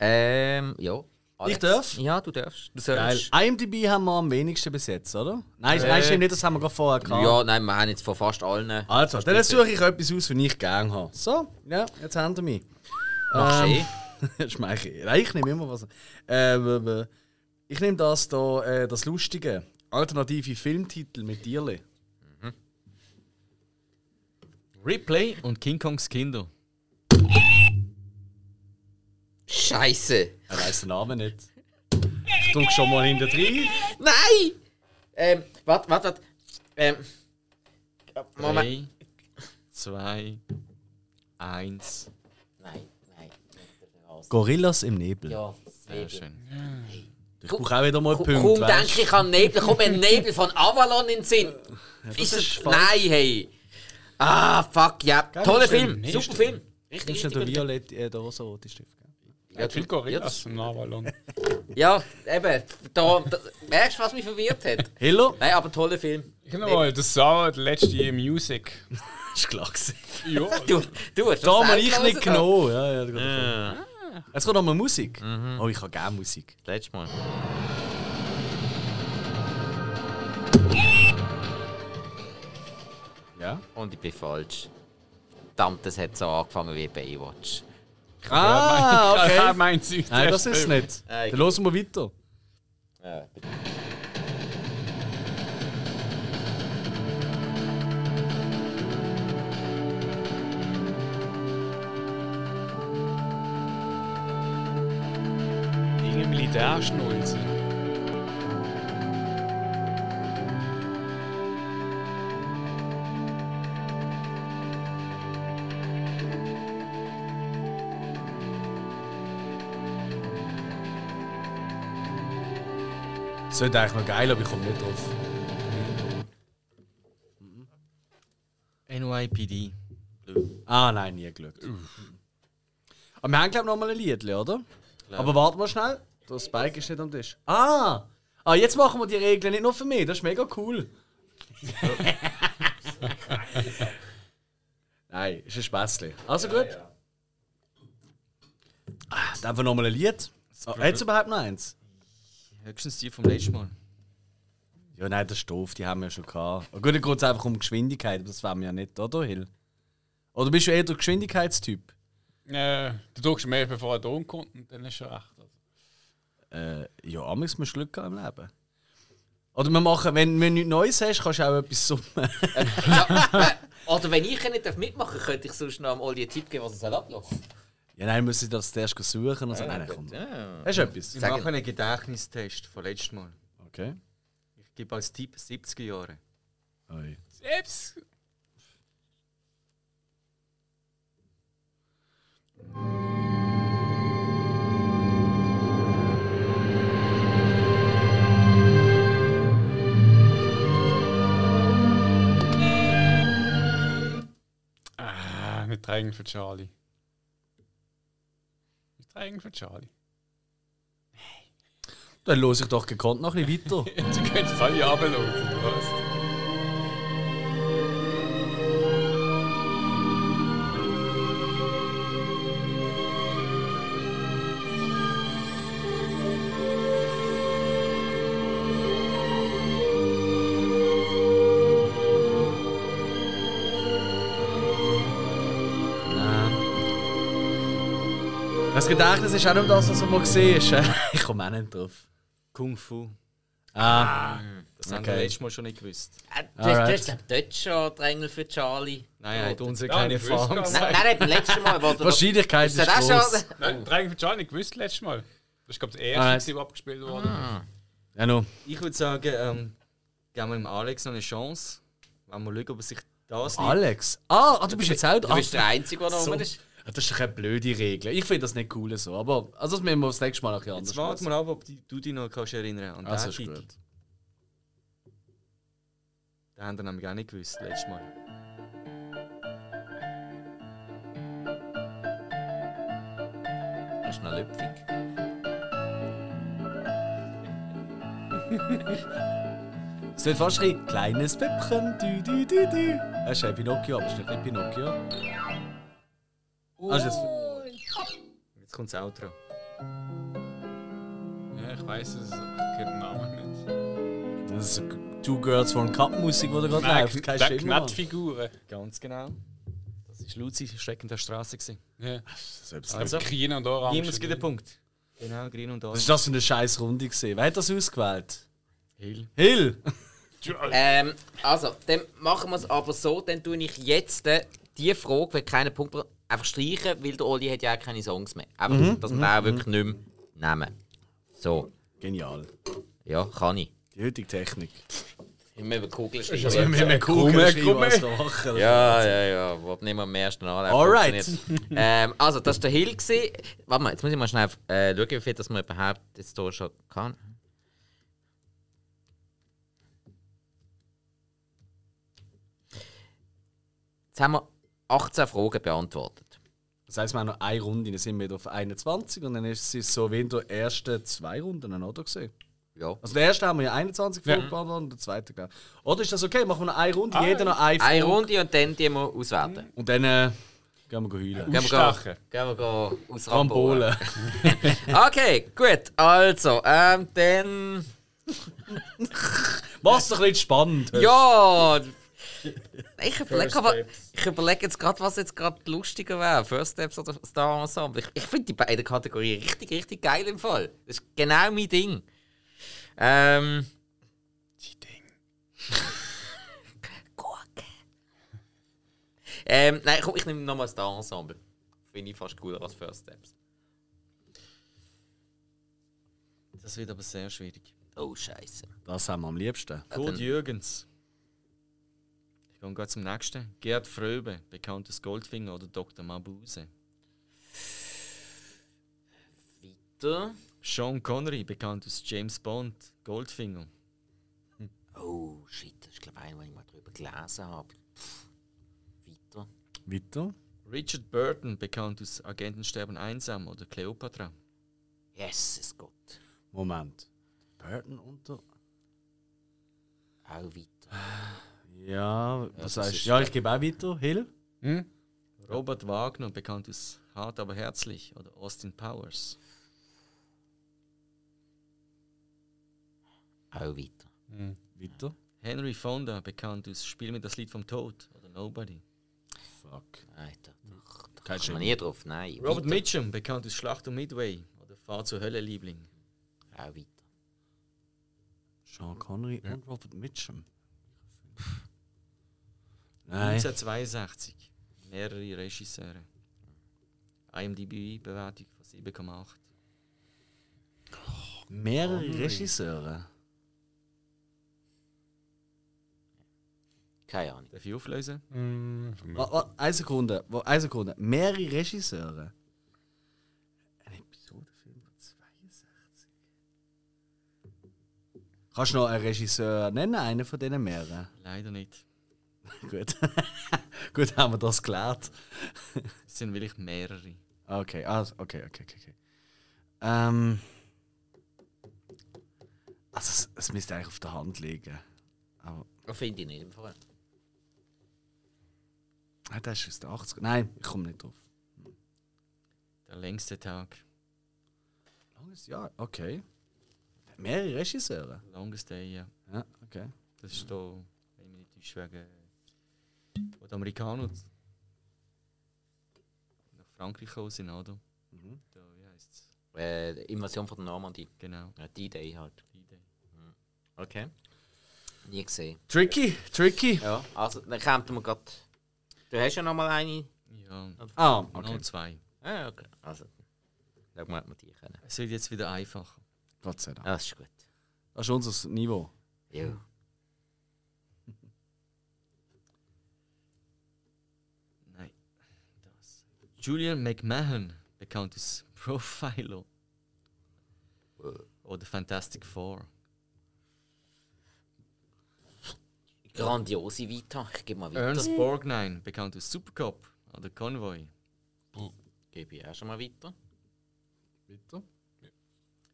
Speaker 3: Ja. Ähm, ja. Alex.
Speaker 1: Ich darf?
Speaker 3: Ja, du darfst. Du
Speaker 1: Geil.
Speaker 3: sollst.
Speaker 1: IMDb haben wir am wenigsten bis jetzt, oder? Nein, nein stimmt nicht, das haben wir gerade vorher gehabt.
Speaker 3: Ja, nein, wir haben jetzt von fast allen.
Speaker 1: Also, dann suche ich etwas aus, was ich gerne habe. So, ja, jetzt haben wir mich.
Speaker 3: Machst
Speaker 1: ähm.
Speaker 3: eh.
Speaker 1: Das mache ich. Nein, ich nehme immer was. Ähm, äh, ich nehme das da, äh, das lustige, alternative Filmtitel mit Tierle.
Speaker 2: Replay und King Kongs Kinder.
Speaker 3: Scheiße.
Speaker 1: Er weiß den Namen nicht. Ich drücke schon mal hinter rein.
Speaker 3: Nein! Ähm, warte, warte, warte. Ähm.
Speaker 2: Drei,
Speaker 3: Moment.
Speaker 2: zwei, eins.
Speaker 3: Nein, nein. nicht
Speaker 1: Gorillas im Nebel.
Speaker 3: Ja,
Speaker 2: Sehr
Speaker 3: Nebel.
Speaker 2: schön.
Speaker 1: Ich brauche auch wieder mal
Speaker 3: Kaum
Speaker 1: Punkte. weißt?
Speaker 3: denke ich an Nebel, kommt mir Nebel von Avalon in den Sinn. ist
Speaker 1: ist
Speaker 3: es?
Speaker 1: falsch.
Speaker 3: Nein, hey. Ah, fuck, ja. Toller Film,
Speaker 4: stimmt.
Speaker 3: super Film.
Speaker 1: Das ist
Speaker 3: Richtig, richtig.
Speaker 1: nicht der
Speaker 3: guter Film.
Speaker 1: violette, äh, der rosarote Stift. Gell?
Speaker 4: Ja, viel Gorillas im Navalon.
Speaker 3: Ja, eben. Da, da, merkst du, was mich verwirrt hat?
Speaker 1: Hello?
Speaker 3: Nein, aber toller Film.
Speaker 4: Genau, das war die letzte Music.
Speaker 1: Ist klar gewesen.
Speaker 4: Ja,
Speaker 3: Du, du hast
Speaker 1: Da
Speaker 3: das
Speaker 1: habe
Speaker 3: selbst
Speaker 1: ich nicht
Speaker 3: rausgehauen.
Speaker 1: genommen. Ja, ja, das geht davon. Jetzt kommt nochmal Musik. Oh, ich habe gerne Musik.
Speaker 3: Letztes Mal.
Speaker 1: Ja?
Speaker 3: Und ich bin falsch. Verdammt, das hat so angefangen wie Baywatch.
Speaker 1: Ah,
Speaker 4: ja,
Speaker 1: okay.
Speaker 4: meint sie.
Speaker 1: Nein, das ist es nicht.
Speaker 3: Äh,
Speaker 1: Dann hören wir weiter.
Speaker 3: Ja,
Speaker 4: Irgendein Militärschnulze.
Speaker 1: Das wäre eigentlich noch geil, aber ich komme nicht drauf.
Speaker 2: NYPD.
Speaker 1: Ah, nein, nie geschaut. Aber wir haben, glaube ich, noch mal ein Lied, oder?
Speaker 2: Glaub.
Speaker 1: Aber warten wir schnell. Der Spike ist nicht am Tisch. Ah! Ah, jetzt machen wir die Regeln nicht nur für mich. Das ist mega cool. nein, ist ein Späßchen. Also gut. Ah, dann einfach noch mal ein Lied. Ah, Hat überhaupt noch eins?
Speaker 2: Höchstens die vom letzten Mal.
Speaker 1: Ja, nein, das ist doof, die haben wir ja schon gehabt. Ah, Gut, dann geht es einfach um Geschwindigkeit, aber das wollen wir ja nicht, oder, Hill? Oder bist du eher der Geschwindigkeitstyp?
Speaker 4: Äh, du drückst mehr, bevor er da kommt, und dann ist er recht.
Speaker 1: Äh, ja, amigs musst du Glück haben im Leben. Oder wir machen, wenn du nichts Neues hast, kannst du auch etwas summen.
Speaker 3: äh, Oder wenn ich nicht darf mitmachen darf, könnte ich sonst noch mal die Tipp geben, was es soll ablaufen
Speaker 1: ja, nein, wir müssen das zuerst suchen und so. Nein, nein, komm. Hast du etwas?
Speaker 2: Wir machen einen Gedächtnistest vom letzten Mal.
Speaker 1: Okay.
Speaker 2: Ich gebe als Tipp 70er Jahre.
Speaker 1: Oi.
Speaker 4: Selbst. Ah, Nicht drängen für Charlie. Nicht drängen für Charlie.
Speaker 1: Dann los ich doch gekonnt noch ein bisschen weiter.
Speaker 4: Jetzt könnt ihr es alle runterlaufen, was?
Speaker 1: das Gedächtnis ist auch nicht das, was wir mal gesehen haben. Ich komme auch nicht drauf.
Speaker 2: Kung Fu.
Speaker 1: Ah,
Speaker 2: Das haben wir
Speaker 1: Okay.
Speaker 2: letztes Mal schon nicht gewusst.
Speaker 3: Äh, Du
Speaker 1: Alright.
Speaker 3: hast, du hast glaub, dort schon Drängel für Charlie.
Speaker 2: Nein, er hat uns ja
Speaker 4: Ja,
Speaker 2: keine
Speaker 4: ich wusste
Speaker 2: Farm
Speaker 4: gar nicht.
Speaker 2: gesagt.
Speaker 3: Nein, nein, beim letzten Mal. Wo, wo,
Speaker 1: Wahrscheinlichkeit ist,
Speaker 3: Ist das auch
Speaker 1: groß.
Speaker 3: schon?
Speaker 4: Nein, drängen für Charlie, gewusst letztes Mal. Das war, glaube ich, das
Speaker 1: Alright.
Speaker 4: erste, was abgespielt wurde.
Speaker 1: Ja, no.
Speaker 2: Ich würde sagen, ähm, geben wir dem Alex noch eine Chance. Wenn wir schauen, ob er sich das nicht-
Speaker 1: Alex. Ah, ah, du bist jetzt auch
Speaker 3: Du bist der Einzige, der noch
Speaker 1: so.
Speaker 3: oben ist.
Speaker 1: Ah, Das ist doch eine blöde Regel. Ich finde das nicht cool so. Aber also das müssen wir das nächste Mal ein bisschen
Speaker 2: Jetzt
Speaker 1: anders
Speaker 2: warte
Speaker 1: lösen.
Speaker 2: mal ab, ob die- du dich noch kannst erinnern an
Speaker 1: Also
Speaker 2: den
Speaker 1: ist
Speaker 2: Titel.
Speaker 1: gut.
Speaker 2: Den haben wir nämlich auch nicht gewusst, letztes Mal.
Speaker 3: Das ist noch lüpfig.
Speaker 1: Es wird fast ein kleines Püppchen. Du, du, du, du. Das ist ein Pinocchio, aber es ist nicht ein Pinocchio. Also, das-
Speaker 2: Jetzt kommt das Outro.
Speaker 4: weiß es, ich kenne den Namen nicht.
Speaker 1: Das ist Two Girls One Cup Musik, die da gerade läuft. Kein
Speaker 4: Nein,
Speaker 1: Schimmer. Mann.
Speaker 4: Knettfiguren.
Speaker 2: Ganz genau. Das war Luzi, Schrecken der Straße. gewesen.
Speaker 4: Ja.
Speaker 1: Das ist
Speaker 2: Also,
Speaker 4: Green und Orange.
Speaker 2: jemand gibt einen Punkt. Genau, grün und
Speaker 1: Was
Speaker 2: orange.
Speaker 1: ist das für eine scheiß Runde gesehen? Wer hat das ausgewählt?
Speaker 2: Hill.
Speaker 1: Hill!
Speaker 3: Ähm, also, dann machen wir es aber so, dann tue ich jetzt äh, die Frage, wenn keine Punkte einfach streichen, weil der Oli hat ja auch keine Songs mehr. Einfach, dass wir den auch wirklich nicht mehr nehmen. So,
Speaker 1: Genial.
Speaker 3: ja, kann ich.
Speaker 1: Die heutige Technik.
Speaker 3: Ich muss über Kugeln
Speaker 1: Wir
Speaker 3: streichen.
Speaker 1: haben eine Kugel geschrieben als Rache.
Speaker 3: Ja, ja, ja, was nehmen wir am ersten an?
Speaker 1: Alright.
Speaker 3: ähm, also, das war der Hill. Gewesen. Warte mal, jetzt muss ich mal schnell äh, schauen, wie viel das man überhaupt jetzt hier schon kann. Jetzt haben wir 18 Fragen beantwortet.
Speaker 1: Das heisst, wir haben noch eine Runde, dann sind wir wieder auf 21 und dann ist es so wie in den ersten zwei Runden, oder? Gesehen.
Speaker 3: Ja.
Speaker 1: Also der erste haben wir ja Ah, 21 Fragen beantwortet und der zweite, glaube ich. Oder ist das okay? Machen wir noch eine Runde, jeder noch eine Frage.
Speaker 3: Eine Runde und dann die wir auswerten.
Speaker 1: Und dann äh, gehen wir heulen.
Speaker 3: Mhm. Gehen wir, gehen,
Speaker 4: Ausstachen.
Speaker 3: gehen wir gehen ausrambolen.
Speaker 1: Rambolen.
Speaker 3: Okay, gut. Also, ähm, dann.
Speaker 1: Mach's doch ein bisschen spannend.
Speaker 3: Ja! Ich überlege, aber, ich überlege jetzt gerade, was jetzt gerade lustiger wäre. First Steps oder Star Ensemble. Ich, ich finde die beiden Kategorien richtig, richtig geil im Fall. Das ist genau mein Ding. Ähm. Gurke. ähm, nein, komm, ich nehme nochmal Star Ensemble. Finde ich fast cooler als First Steps.
Speaker 2: Das wird aber sehr schwierig.
Speaker 3: Oh, Scheiße.
Speaker 1: Das haben wir am liebsten.
Speaker 2: Kurt
Speaker 3: dann-
Speaker 2: Jürgens. Ich gehe gleich zum nächsten. Gerd Fröbe, bekannt als Goldfinger oder Dr. Mabuse.
Speaker 3: Weiter.
Speaker 2: Sean Connery, bekannt als James Bond, Goldfinger.
Speaker 3: Oh, shit. Das ist, glaube ich, einer, den ich mal drüber gelesen habe. Pff. Weiter.
Speaker 1: Weiter.
Speaker 2: Richard Burton, bekannt als Agenten sterben einsam oder Cleopatra.
Speaker 3: Yes, ist gut.
Speaker 1: Moment. Burton unter.
Speaker 3: Auch weiter.
Speaker 1: Ja, was
Speaker 2: das
Speaker 1: heißt?
Speaker 2: ist-
Speaker 1: Ja, ich gebe auch weiter. Hill. Hm?
Speaker 2: Robert Wagner, bekannt als Hart aber herzlich oder Austin Powers.
Speaker 3: Auch weiter.
Speaker 1: Weiter.
Speaker 2: Henry Fonda, bekannt als Spiel mir das Lied vom Tod oder Nobody.
Speaker 1: Fuck.
Speaker 3: Alter, doch, da
Speaker 1: Kein
Speaker 3: kommt
Speaker 1: Schimmer.
Speaker 3: man nie drauf. Nein,
Speaker 2: Robert
Speaker 3: weiter.
Speaker 2: Mitchum, bekannt als Schlacht um Midway oder Fahr zur Hölle, Liebling.
Speaker 3: Auch weiter.
Speaker 1: Sean Connery und Robert Mitchum. Nein.
Speaker 2: 1962. Mehrere Regisseure. IMDb-Bewertung von 7,8.
Speaker 1: Mehrere Regisseure.
Speaker 3: Keine Ahnung.
Speaker 2: Darf ich auflösen?
Speaker 4: Hm.
Speaker 1: Wa- wa- Eine Sekunde. wa- Eine Sekunde. Mehrere Regisseure. Ein Episodefilm von 62. Kannst du noch einen Regisseur nennen? Einen von diesen mehreren?
Speaker 2: Leider nicht.
Speaker 1: Gut. Gut, haben wir das geklärt.
Speaker 2: Es sind wirklich mehrere.
Speaker 1: Okay, also, okay, okay, okay. okay. Ähm, also, es, es müsste eigentlich auf der Hand liegen. Aber,
Speaker 3: Das finde ich nicht im Fall.
Speaker 1: ah, das ist aus den 80 Nein, ich komme nicht drauf.
Speaker 2: Der längste Tag.
Speaker 1: Langes Jahr, okay. Mehrere Regisseure.
Speaker 2: Longest Day, ja.
Speaker 1: Ja, okay.
Speaker 2: Das ist da, wenn ich mich nicht täusche, wegen. Wo die Amerikaner z- nach Frankreich gekommen sind, oder?
Speaker 1: Mhm.
Speaker 2: Da, wie heisst's?
Speaker 3: Äh, die Invasion von der Normandie.
Speaker 2: Genau,
Speaker 3: Ja, die Idee halt.
Speaker 2: die Idee.
Speaker 3: Okay. Nie gesehen.
Speaker 1: Tricky, tricky.
Speaker 3: Ja, also, dann kämpfen wir gerade. Du hast ja noch mal eine.
Speaker 2: Ja,
Speaker 1: Ah,
Speaker 2: okay.
Speaker 1: okay.
Speaker 2: noch zwei.
Speaker 3: Ah, okay. Also, schauen wir, ob wir die können.
Speaker 2: Es wird jetzt wieder einfacher.
Speaker 1: Gott sei Dank.
Speaker 3: Ah, das ist gut.
Speaker 1: Das ist unser Niveau.
Speaker 3: Ja.
Speaker 2: Nein, das. Julian McMahon, bekannt als Profiler. Oder Fantastic Four.
Speaker 3: Grandiose Vita. Ich gebe mal weiter.
Speaker 2: Ernst Borgnine, bekannt als Supercop. Oder Convoy.
Speaker 3: Gebe ich auch schon mal weiter.
Speaker 1: Bitte?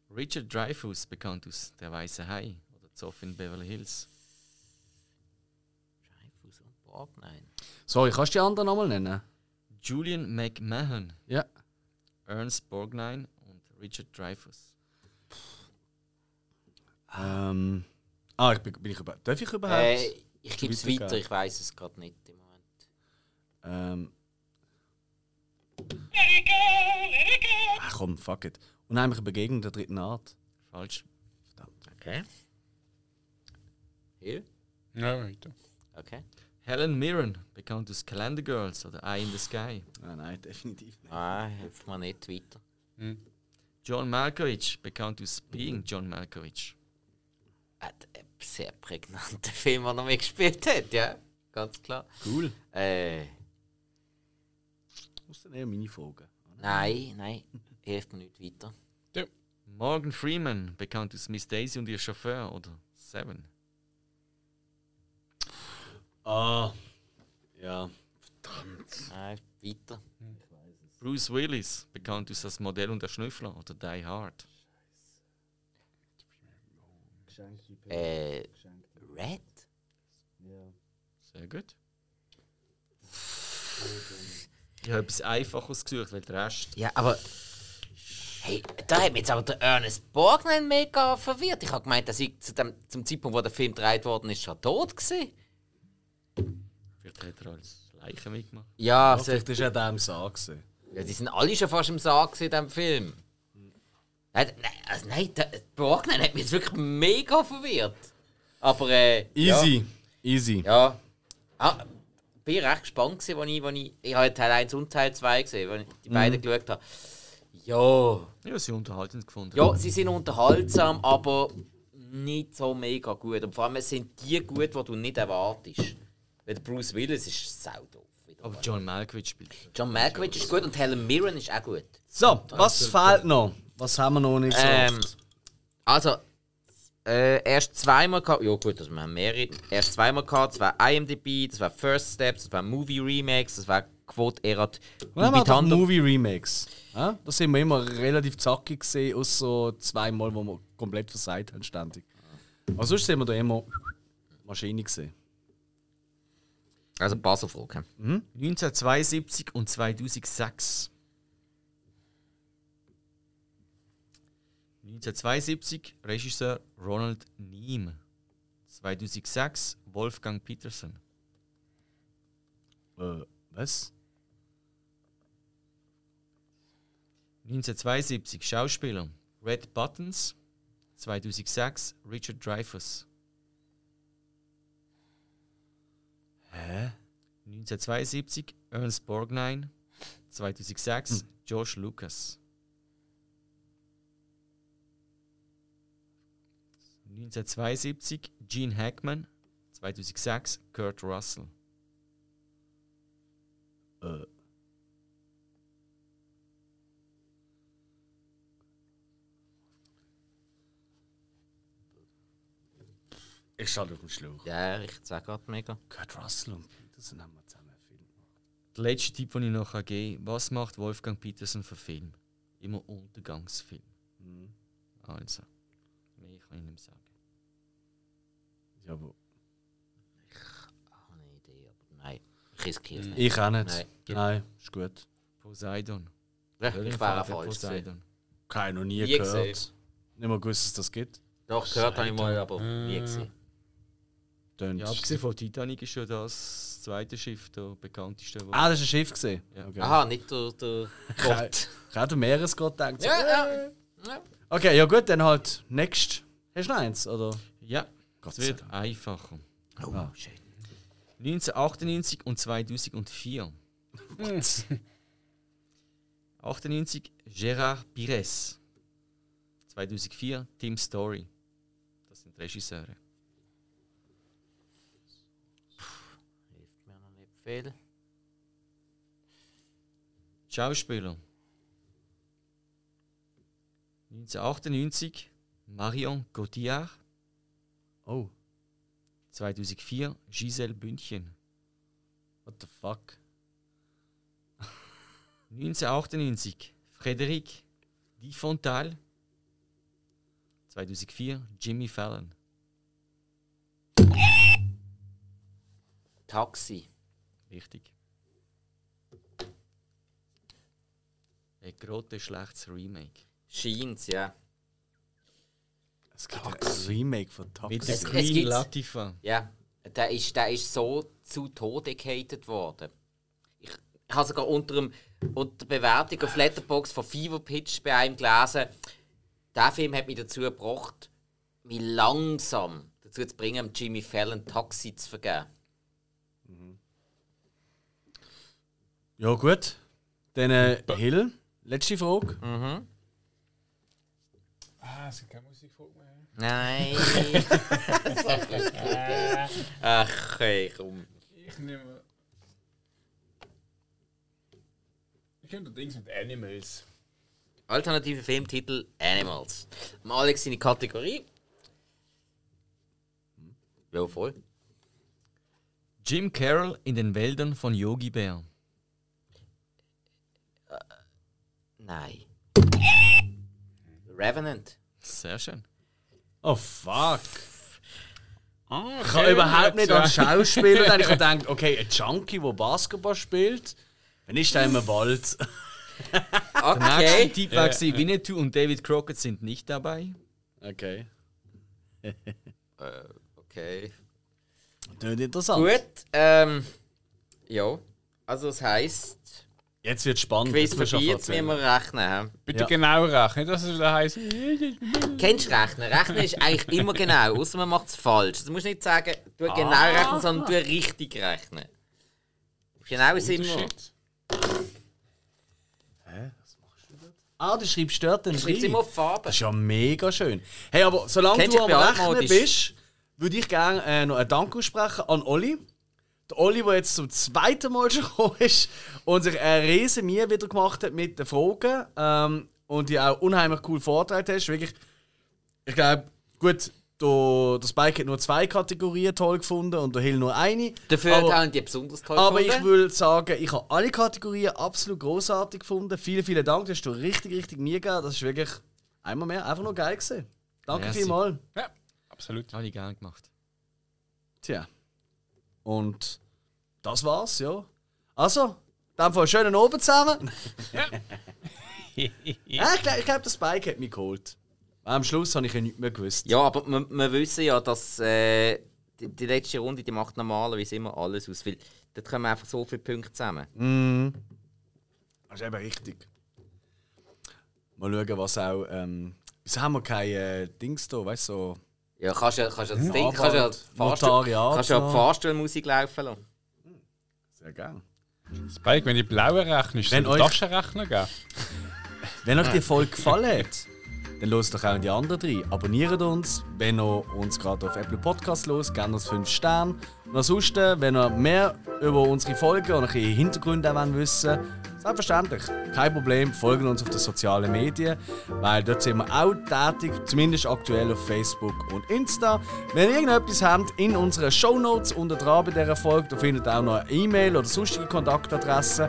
Speaker 2: Richard Dreyfuss, bekannt als Der Weiße Hai. Oder Zoff in Beverly Hills.
Speaker 3: Dreyfus und Borg, nein.
Speaker 1: Sorry, kannst du die anderen nochmal nennen?
Speaker 2: Julian McMahon,
Speaker 1: Ja.
Speaker 2: Ernst Borgnine und Richard Dreyfuss.
Speaker 1: Ähm, ah, ich bin, bin ich über, darf ich überhaupt?
Speaker 3: Äh, ich gebe es
Speaker 1: weitergeben?
Speaker 3: weiter, ich weiß es gerade nicht im Moment.
Speaker 1: Ähm. Ach ah, komm, fuck it. Unheimliche Begegnung der dritten Art.
Speaker 2: Falsch.
Speaker 3: Okay. Hill?
Speaker 4: Ja, weiter.
Speaker 3: Okay.
Speaker 2: Helen Mirren, bekannt aus Calendar Girls oder Eye in the Sky.
Speaker 1: Ah, nein, definitiv nicht.
Speaker 3: Ah, hilft mir nicht weiter.
Speaker 2: John Malkovich, bekannt aus Being John Malkovich.
Speaker 3: Hat einen Äh, sehr prägnanten Film, den er mir gespielt hat, ja. Ganz klar.
Speaker 1: Cool.
Speaker 3: Äh,
Speaker 1: Das ist dann eher meine Frage.
Speaker 3: nein, nein, hilft mir nicht weiter.
Speaker 2: Morgan Freeman, bekannt aus Miss Daisy und ihr Chauffeur oder Seven.
Speaker 1: Ah. Ja.
Speaker 3: Nein, weiter.
Speaker 2: Bruce Willis, bekannt aus Das Modell und der Schnüffler oder Die Hard.
Speaker 5: Geschenkte Pille.
Speaker 3: Äh,
Speaker 5: Geschenkte.
Speaker 3: Red?
Speaker 5: Ja.
Speaker 2: Sehr gut. Ich habe etwas Einfaches gesucht, weil der Rest.
Speaker 3: Ja, aber. Hey, da hat mich jetzt aber der Ernest Borgnine mega verwirrt. Ich habe gemeint, dass ich zu dem, zum Zeitpunkt, wo der Film gedreht worden ist, schon tot war.
Speaker 2: Vielleicht hat er als Leiche mitgemacht.
Speaker 3: Ja, also,
Speaker 1: Vielleicht war er da im Saal. gewesen.
Speaker 3: ja, die sind alle schon fast im Saal gewesen in diesem Film. Nein, nein, also nein der Borgnine hat mich jetzt wirklich mega verwirrt. Aber, äh.
Speaker 1: Easy. Easy.
Speaker 3: Ja. Ah, bin recht gespannt gewesen, als ich, als ich, ich habe Teil 1 und Teil 2 gesehen, als ich die beiden geschaut habe. Ja.
Speaker 2: Ja, sie unterhaltend gefunden.
Speaker 3: Ja, sie sind unterhaltsam, aber nicht so mega gut. Und vor allem es sind die gut, die du nicht erwartest. Weil der Bruce Willis ist sau doof.
Speaker 2: Aber John Malkovich spielt.
Speaker 3: John Malkovich ist gut und Helen Mirren ist auch gut.
Speaker 1: So, was fehlt noch? Was haben wir noch nicht so
Speaker 3: Ähm.
Speaker 1: oft?
Speaker 3: Also, äh, erst zweimal gehabt. Ja, gut, also wir haben mehrere. Erst zweimal gehabt. Das war IMDb, das war First Steps, das war Movie Remakes, das war Quote Erat.
Speaker 1: Und dann haben wir doch Movie Remakes. Ja? Da sind wir immer relativ zackig gesehen, außer zweimal, wo wir komplett versagt haben, ständig. Aber sonst sind wir da immer Maschine gesehen.
Speaker 3: Also, Basel-Frage.
Speaker 2: 1972 und 2006. 1972 Regisseur Ronald Niem. 2006 Wolfgang Peterson.
Speaker 1: Äh, was?
Speaker 2: 1972 Schauspieler Red Buttons. 2006 Richard Dreyfuss.
Speaker 1: Hä?
Speaker 2: 1972 Ernst Borgnine. 2006 George Lucas. 1972 Gene Hackman. 2006 Kurt Russell.
Speaker 1: Äh. Ich schalte auf den Schlauch.
Speaker 3: Ja, ich sag gerade mega.
Speaker 1: Kurt Russell und Peterson haben wir zusammen einen Film gemacht.
Speaker 2: Der letzte Tipp, den ich noch geben kann, was macht Wolfgang Petersen für Film? Immer Untergangsfilm. Also, mehr kann ich nicht mehr sagen.
Speaker 1: Ja, aber
Speaker 3: Habe eine Idee, aber nein. Ich riskiere es nicht.
Speaker 1: ich auch nicht.
Speaker 3: Nein.
Speaker 1: Nein, ist gut.
Speaker 2: Poseidon.
Speaker 3: Ja, ich wäre auch falsch. gewesen.
Speaker 2: Poseidon.
Speaker 1: Keiner noch nie
Speaker 3: Nie
Speaker 1: gehört.
Speaker 3: gesehen.
Speaker 1: Nicht mal gewusst, dass das gibt.
Speaker 3: Doch, gehört habe ich mal, aber nie gesehen.
Speaker 1: Tönt.
Speaker 2: Ja, abgesehen von Titanic ist ja das zweite Schiff, der bekannteste. wo- Ah,
Speaker 1: ah, das war ein Schiff. Gewesen. Okay.
Speaker 3: Aha, nicht der, der Gott.
Speaker 1: Ich habe den Meeresgott um gedacht. So.
Speaker 3: ja, ja.
Speaker 1: Okay, ja gut, dann halt next. Hast du noch eins? Oder?
Speaker 2: Ja,
Speaker 1: Gott
Speaker 2: es
Speaker 1: sei
Speaker 2: wird
Speaker 1: Dank.
Speaker 2: einfacher.
Speaker 3: Oh, schön.
Speaker 2: 1998 und 2004. 98 Gérard Pires. 2004 Tim Story. Das sind Regisseure.
Speaker 3: Hilft mir noch nicht viel.
Speaker 2: Schauspieler. 1998 Marion Cotillard.
Speaker 1: Oh,
Speaker 2: 2004 Giselle Bündchen.
Speaker 1: what the fuck?
Speaker 2: 1998 Frédéric Difontal. 2004 Jimmy Fallon.
Speaker 3: Taxi.
Speaker 2: Richtig. Ein grotes, schlechtes Remake.
Speaker 3: Scheint's, ja.
Speaker 1: Es gibt ein Remake von
Speaker 2: Mit
Speaker 1: Taxi.
Speaker 2: der
Speaker 3: Es- es
Speaker 2: Queen
Speaker 3: gibt's-
Speaker 2: Latifah.
Speaker 3: Ja, der ist, der ist so zu Tode gehatet worden. Ich habe sogar unter, dem, unter der Bewertung auf Letterboxd von Fever Pitch bei einem gelesen, der Film hat mich dazu gebracht, mich langsam dazu zu bringen, Jimmy Fallon Taxi zu vergeben.
Speaker 1: Ja, gut. Dann äh, Hill, letzte Frage.
Speaker 3: Mhm.
Speaker 4: Ah, es gibt keine Musikfolge mehr.
Speaker 3: Nein. Ach, hey, komm.
Speaker 4: Ich nehme. Ich nehme Dings mit Animals.
Speaker 3: Alternative Filmtitel Animals. Am Alex seine Kategorie. Ja, voll.
Speaker 2: Jim Carroll in den Wäldern von Yogi Bear.
Speaker 3: Nein. Revenant.
Speaker 2: Sehr schön.
Speaker 1: Oh, fuck.
Speaker 4: Ah,
Speaker 1: Ich habe überhaupt nicht an Schauspieler gedacht. Ich habe gedacht, okay, ein Junkie, der Basketball spielt, dann ist er im Wald.
Speaker 2: Nächster
Speaker 3: Okay.
Speaker 2: Tipp war gewesen, Winnetou und David Crockett sind nicht dabei.
Speaker 1: Okay.
Speaker 3: Okay.
Speaker 1: Tönt interessant.
Speaker 3: Gut. Ähm, ja. Also das heisst,
Speaker 1: Jetzt wird spannend.
Speaker 3: Quiz
Speaker 1: musst du
Speaker 3: vorbei, jetzt
Speaker 1: erzählen.
Speaker 3: müssen wir rechnen.
Speaker 4: Bitte
Speaker 1: Ja.
Speaker 4: genau rechnen, dass es wieder heisst.
Speaker 3: hä? Kennst du Rechnen? Rechnen ist eigentlich immer genau, außer man macht es falsch. Du musst nicht sagen, du genau rechnen, sondern du richtig rechnen. Genau ist immer.
Speaker 4: Shit.
Speaker 1: Ah, du schreibst dort den
Speaker 3: Schreib's immer auf Farbe.
Speaker 1: Das ist ja mega schön. Hey, aber solange
Speaker 3: Kennst
Speaker 1: du
Speaker 3: dich
Speaker 1: am
Speaker 3: bei
Speaker 1: Rechnen
Speaker 3: altmodisch?
Speaker 1: bist, würde ich gerne äh, noch einen Dank aussprechen an Olli. Der Olli, der jetzt zum zweiten Mal schon gekommen ist und sich eine riesen Mühe wieder gemacht hat mit den Fragen ähm, und die auch unheimlich cool vorgetragen hast. Wirklich, ich glaube, gut, der, der Spike hat nur zwei Kategorien toll gefunden und der Hill nur eine.
Speaker 3: Dafür
Speaker 1: aber,
Speaker 3: haben die besonders toll
Speaker 1: aber ich
Speaker 3: gefunden.
Speaker 1: würde sagen, ich habe alle Kategorien absolut großartig gefunden. Vielen, vielen Dank, das hast du richtig, richtig mir gegeben. Das ist wirklich einmal mehr einfach nur geil gewesen. Danke
Speaker 2: Merci.
Speaker 1: vielmals.
Speaker 4: Ja, absolut.
Speaker 2: Habe ich gerne gemacht.
Speaker 1: Tja. Und das war's, ja. Also, in dem Fall schönen Abend zusammen. ja, ich glaube, glaub, der Spike hat mich geholt. Am Schluss habe ich ja nichts mehr gewusst.
Speaker 3: Ja, aber wir, wir wissen ja, dass äh, die, die letzte Runde die macht normalerweise immer alles aus, weil dort kommen einfach so viele Punkte zusammen.
Speaker 1: Das ist eben richtig. Mal schauen, was auch. Ähm, wieso haben wir keine äh, Dings da, weißt du? So
Speaker 3: Ja, kannst ja, kannst ja das Ding,
Speaker 1: Arbeit,
Speaker 3: kannst ja die Fahrstuhl,
Speaker 1: Notariat
Speaker 3: kannst ja die
Speaker 1: noch.
Speaker 3: Fahrstuhlmusik laufen lassen.
Speaker 1: sehr gerne.
Speaker 4: Spike, wenn die blauen rechnest,
Speaker 1: Wenn
Speaker 4: dann
Speaker 1: euch-
Speaker 4: darfst du einen Rechner geben.
Speaker 1: Wenn euch die Folge gefallen hat, dann lasst doch auch in die anderen rein. Abonniert uns, wenn ihr uns gerade auf Apple Podcasts los, gebt uns 5 Sterne. Und ansonsten, wenn ihr mehr über unsere Folgen und ein bisschen Hintergründe auch wollt wissen wollt, selbstverständlich, kein Problem, folgen uns auf den sozialen Medien, weil dort sind wir auch tätig, zumindest aktuell auf Facebook und Insta. Wenn ihr irgendetwas habt, in unseren Shownotes unter dran bei dieser Folge, da findet ihr auch noch eine E-Mail oder sonstige Kontaktadressen.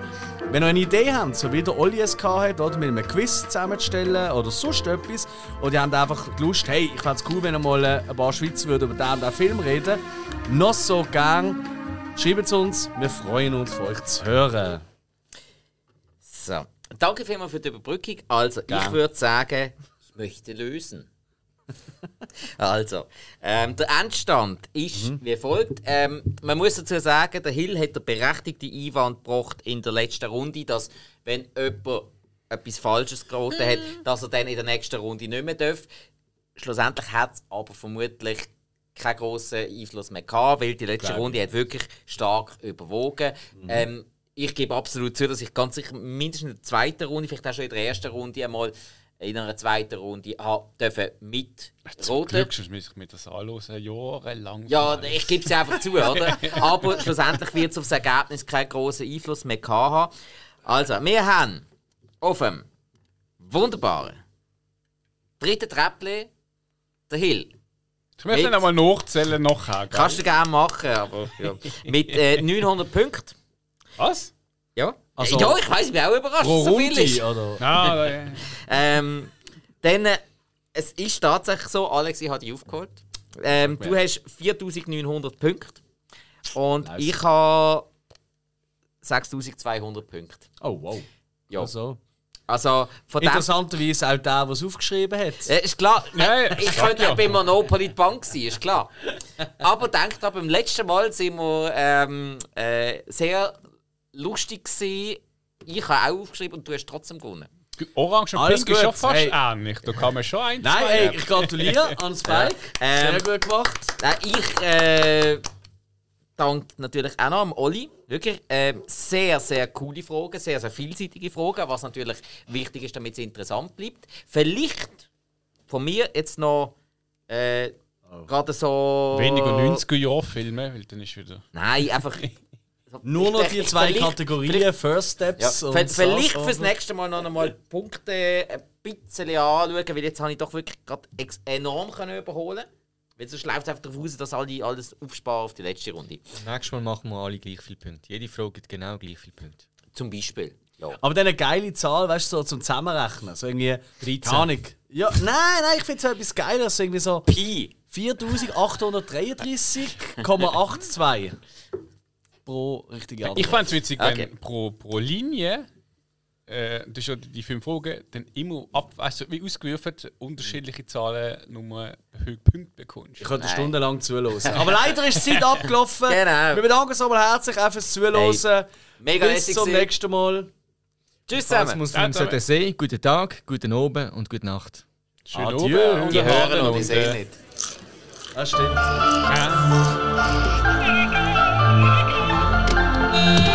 Speaker 1: Wenn ihr eine Idee habt, so wie der Olli es hatte, oder mit einem Quiz zusammenzustellen oder sonst etwas, oder ihr habt einfach die Lust, hey, ich fände es cool, wenn ihr mal äh, ein paar Schweizer würden über den und den Film reden, noch so gern, schreibt es uns, wir freuen uns, von euch zu hören.
Speaker 3: So. Danke vielmals für die Überbrückung. Also, ich
Speaker 1: Gerne.
Speaker 3: würde sagen, ich möchte lösen. also, ähm, der Endstand ist
Speaker 4: Mhm.
Speaker 3: wie folgt. Ähm, man muss dazu sagen, der Hill hat den berechtigten Einwand gebracht in der letzten Runde, dass, wenn jemand etwas Falsches geraten hat, dass er dann in der nächsten Runde nicht mehr darf. Schlussendlich hat es aber vermutlich keinen grossen Einfluss mehr gehabt, weil die letzte Runde hat wirklich stark überwogen.
Speaker 4: Mhm.
Speaker 3: Ähm, ich gebe absolut zu, dass ich ganz sicher mindestens in der zweiten Runde, vielleicht auch schon in der ersten Runde einmal in einer zweiten Runde habe dürfen mit
Speaker 4: Zum
Speaker 3: roten.
Speaker 4: Glück, sonst muss ich mir das anhören, jahrelang.
Speaker 3: Ja, ich gebe es einfach zu, oder? Aber schlussendlich wird es auf das Ergebnis keinen grossen Einfluss mehr gehabt haben. Also, wir haben auf dem wunderbaren dritten Treppchen der Hill.
Speaker 4: Ich möchte
Speaker 3: Mit-
Speaker 4: noch mal nachzählen nachher. gell?
Speaker 3: Kannst du gerne machen, aber ja. mit äh, 900 Punkten.
Speaker 4: Was?
Speaker 3: Ja.
Speaker 1: Also-
Speaker 3: ja, ich weiß, ich bin auch überrascht,
Speaker 1: Pro
Speaker 3: dass so viel
Speaker 1: Runde,
Speaker 3: ist.
Speaker 1: oder?
Speaker 4: Ah, da- ja.
Speaker 3: Ähm, dann, äh, es ist tatsächlich so, Alex, ich habe dich aufgeholt. Ähm, du hast 4900 Punkte und
Speaker 1: Nice.
Speaker 3: ich habe 6200 Punkte.
Speaker 1: Oh, wow.
Speaker 3: Ja.
Speaker 1: Also,
Speaker 3: Also von dem
Speaker 1: Interessanterweise auch der, der es aufgeschrieben hat.
Speaker 3: Ja, ist klar,
Speaker 4: Nein,
Speaker 3: ich
Speaker 4: das
Speaker 3: könnte
Speaker 4: geht
Speaker 3: ja
Speaker 4: ja.
Speaker 3: bei Monopoly die Bank sein, ist klar. Aber denkt ab, beim letzten Mal sind wir ähm, äh, sehr lustig gewesen. Ich habe auch aufgeschrieben und du hast trotzdem gewonnen.
Speaker 4: Orange und
Speaker 1: Alles
Speaker 4: Pink
Speaker 1: gut.
Speaker 4: ist schon fast
Speaker 1: Hey.
Speaker 4: ähnlich. Da kann man schon ein,
Speaker 1: Nein,
Speaker 4: zwei
Speaker 1: ey,
Speaker 4: haben.
Speaker 1: ich gratuliere an Spike.
Speaker 3: Ähm,
Speaker 1: Sehr gut gemacht.
Speaker 3: Nein, ich äh, danke natürlich auch noch am Olli. Wirklich äh, sehr, sehr coole Fragen, sehr, sehr vielseitige Fragen, was natürlich wichtig ist, damit es interessant bleibt. Vielleicht von mir jetzt noch äh,
Speaker 1: Oh.
Speaker 3: gerade so.
Speaker 4: äh, Weniger 90er-Jahr-Filme, weil dann ist wieder...
Speaker 3: Nein, einfach.
Speaker 1: Nur noch die zwei
Speaker 3: Vielleicht-
Speaker 1: Kategorien, First
Speaker 3: Ja,
Speaker 1: Steps
Speaker 3: vielleicht
Speaker 1: und
Speaker 3: vielleicht
Speaker 1: Sachen.
Speaker 3: fürs nächste Mal noch einmal die Punkte äh, ein bisschen anschauen, weil jetzt habe ich doch wirklich gerade ex- enorm können überholen Weil sonst läuft es einfach darauf aus, dass alle alles aufsparen auf die letzte Runde.
Speaker 2: Nächstes Mal machen wir alle gleich viele Punkte. Jede Frage gibt genau gleich viele Punkte.
Speaker 3: Zum Beispiel. Ja.
Speaker 1: Aber dann eine geile Zahl, weißt du, so zum Zusammenrechnen. So irgendwie. 13. Keine Ahnung. Ja, nein, nein, ich finde es etwas geiles. So irgendwie so
Speaker 3: Pi.
Speaker 1: 4833,82 pro richtige Antwort.
Speaker 4: Ich fände es witzig, wenn
Speaker 3: Okay.
Speaker 4: pro, pro Linie, äh, das ist ja die fünf Fragen, dann immer ab, also wie ausgewürfelt, unterschiedliche Zahlen, nur Punkte bekommst.
Speaker 1: Ich könnte
Speaker 3: Nein.
Speaker 1: stundenlang zuhören. Aber leider ist die Zeit abgelaufen.
Speaker 3: Genau.
Speaker 1: Wir bedanken uns nochmal herzlich auch fürs Zuhören.
Speaker 3: Hey, mega
Speaker 1: Bis
Speaker 3: lässig
Speaker 1: zum
Speaker 3: gewesen.
Speaker 1: nächsten Mal.
Speaker 3: Tschüss
Speaker 2: Das
Speaker 3: zusammen.
Speaker 2: muss man
Speaker 4: Ja,
Speaker 2: uns sehen. Guten Tag, guten Abend und gute Nacht.
Speaker 4: Schön
Speaker 1: Adieu.
Speaker 4: oben und
Speaker 3: Die hören
Speaker 4: unten
Speaker 3: noch, die
Speaker 4: und,
Speaker 3: sehen
Speaker 4: äh,
Speaker 3: nicht.
Speaker 1: Das stimmt.
Speaker 4: ja.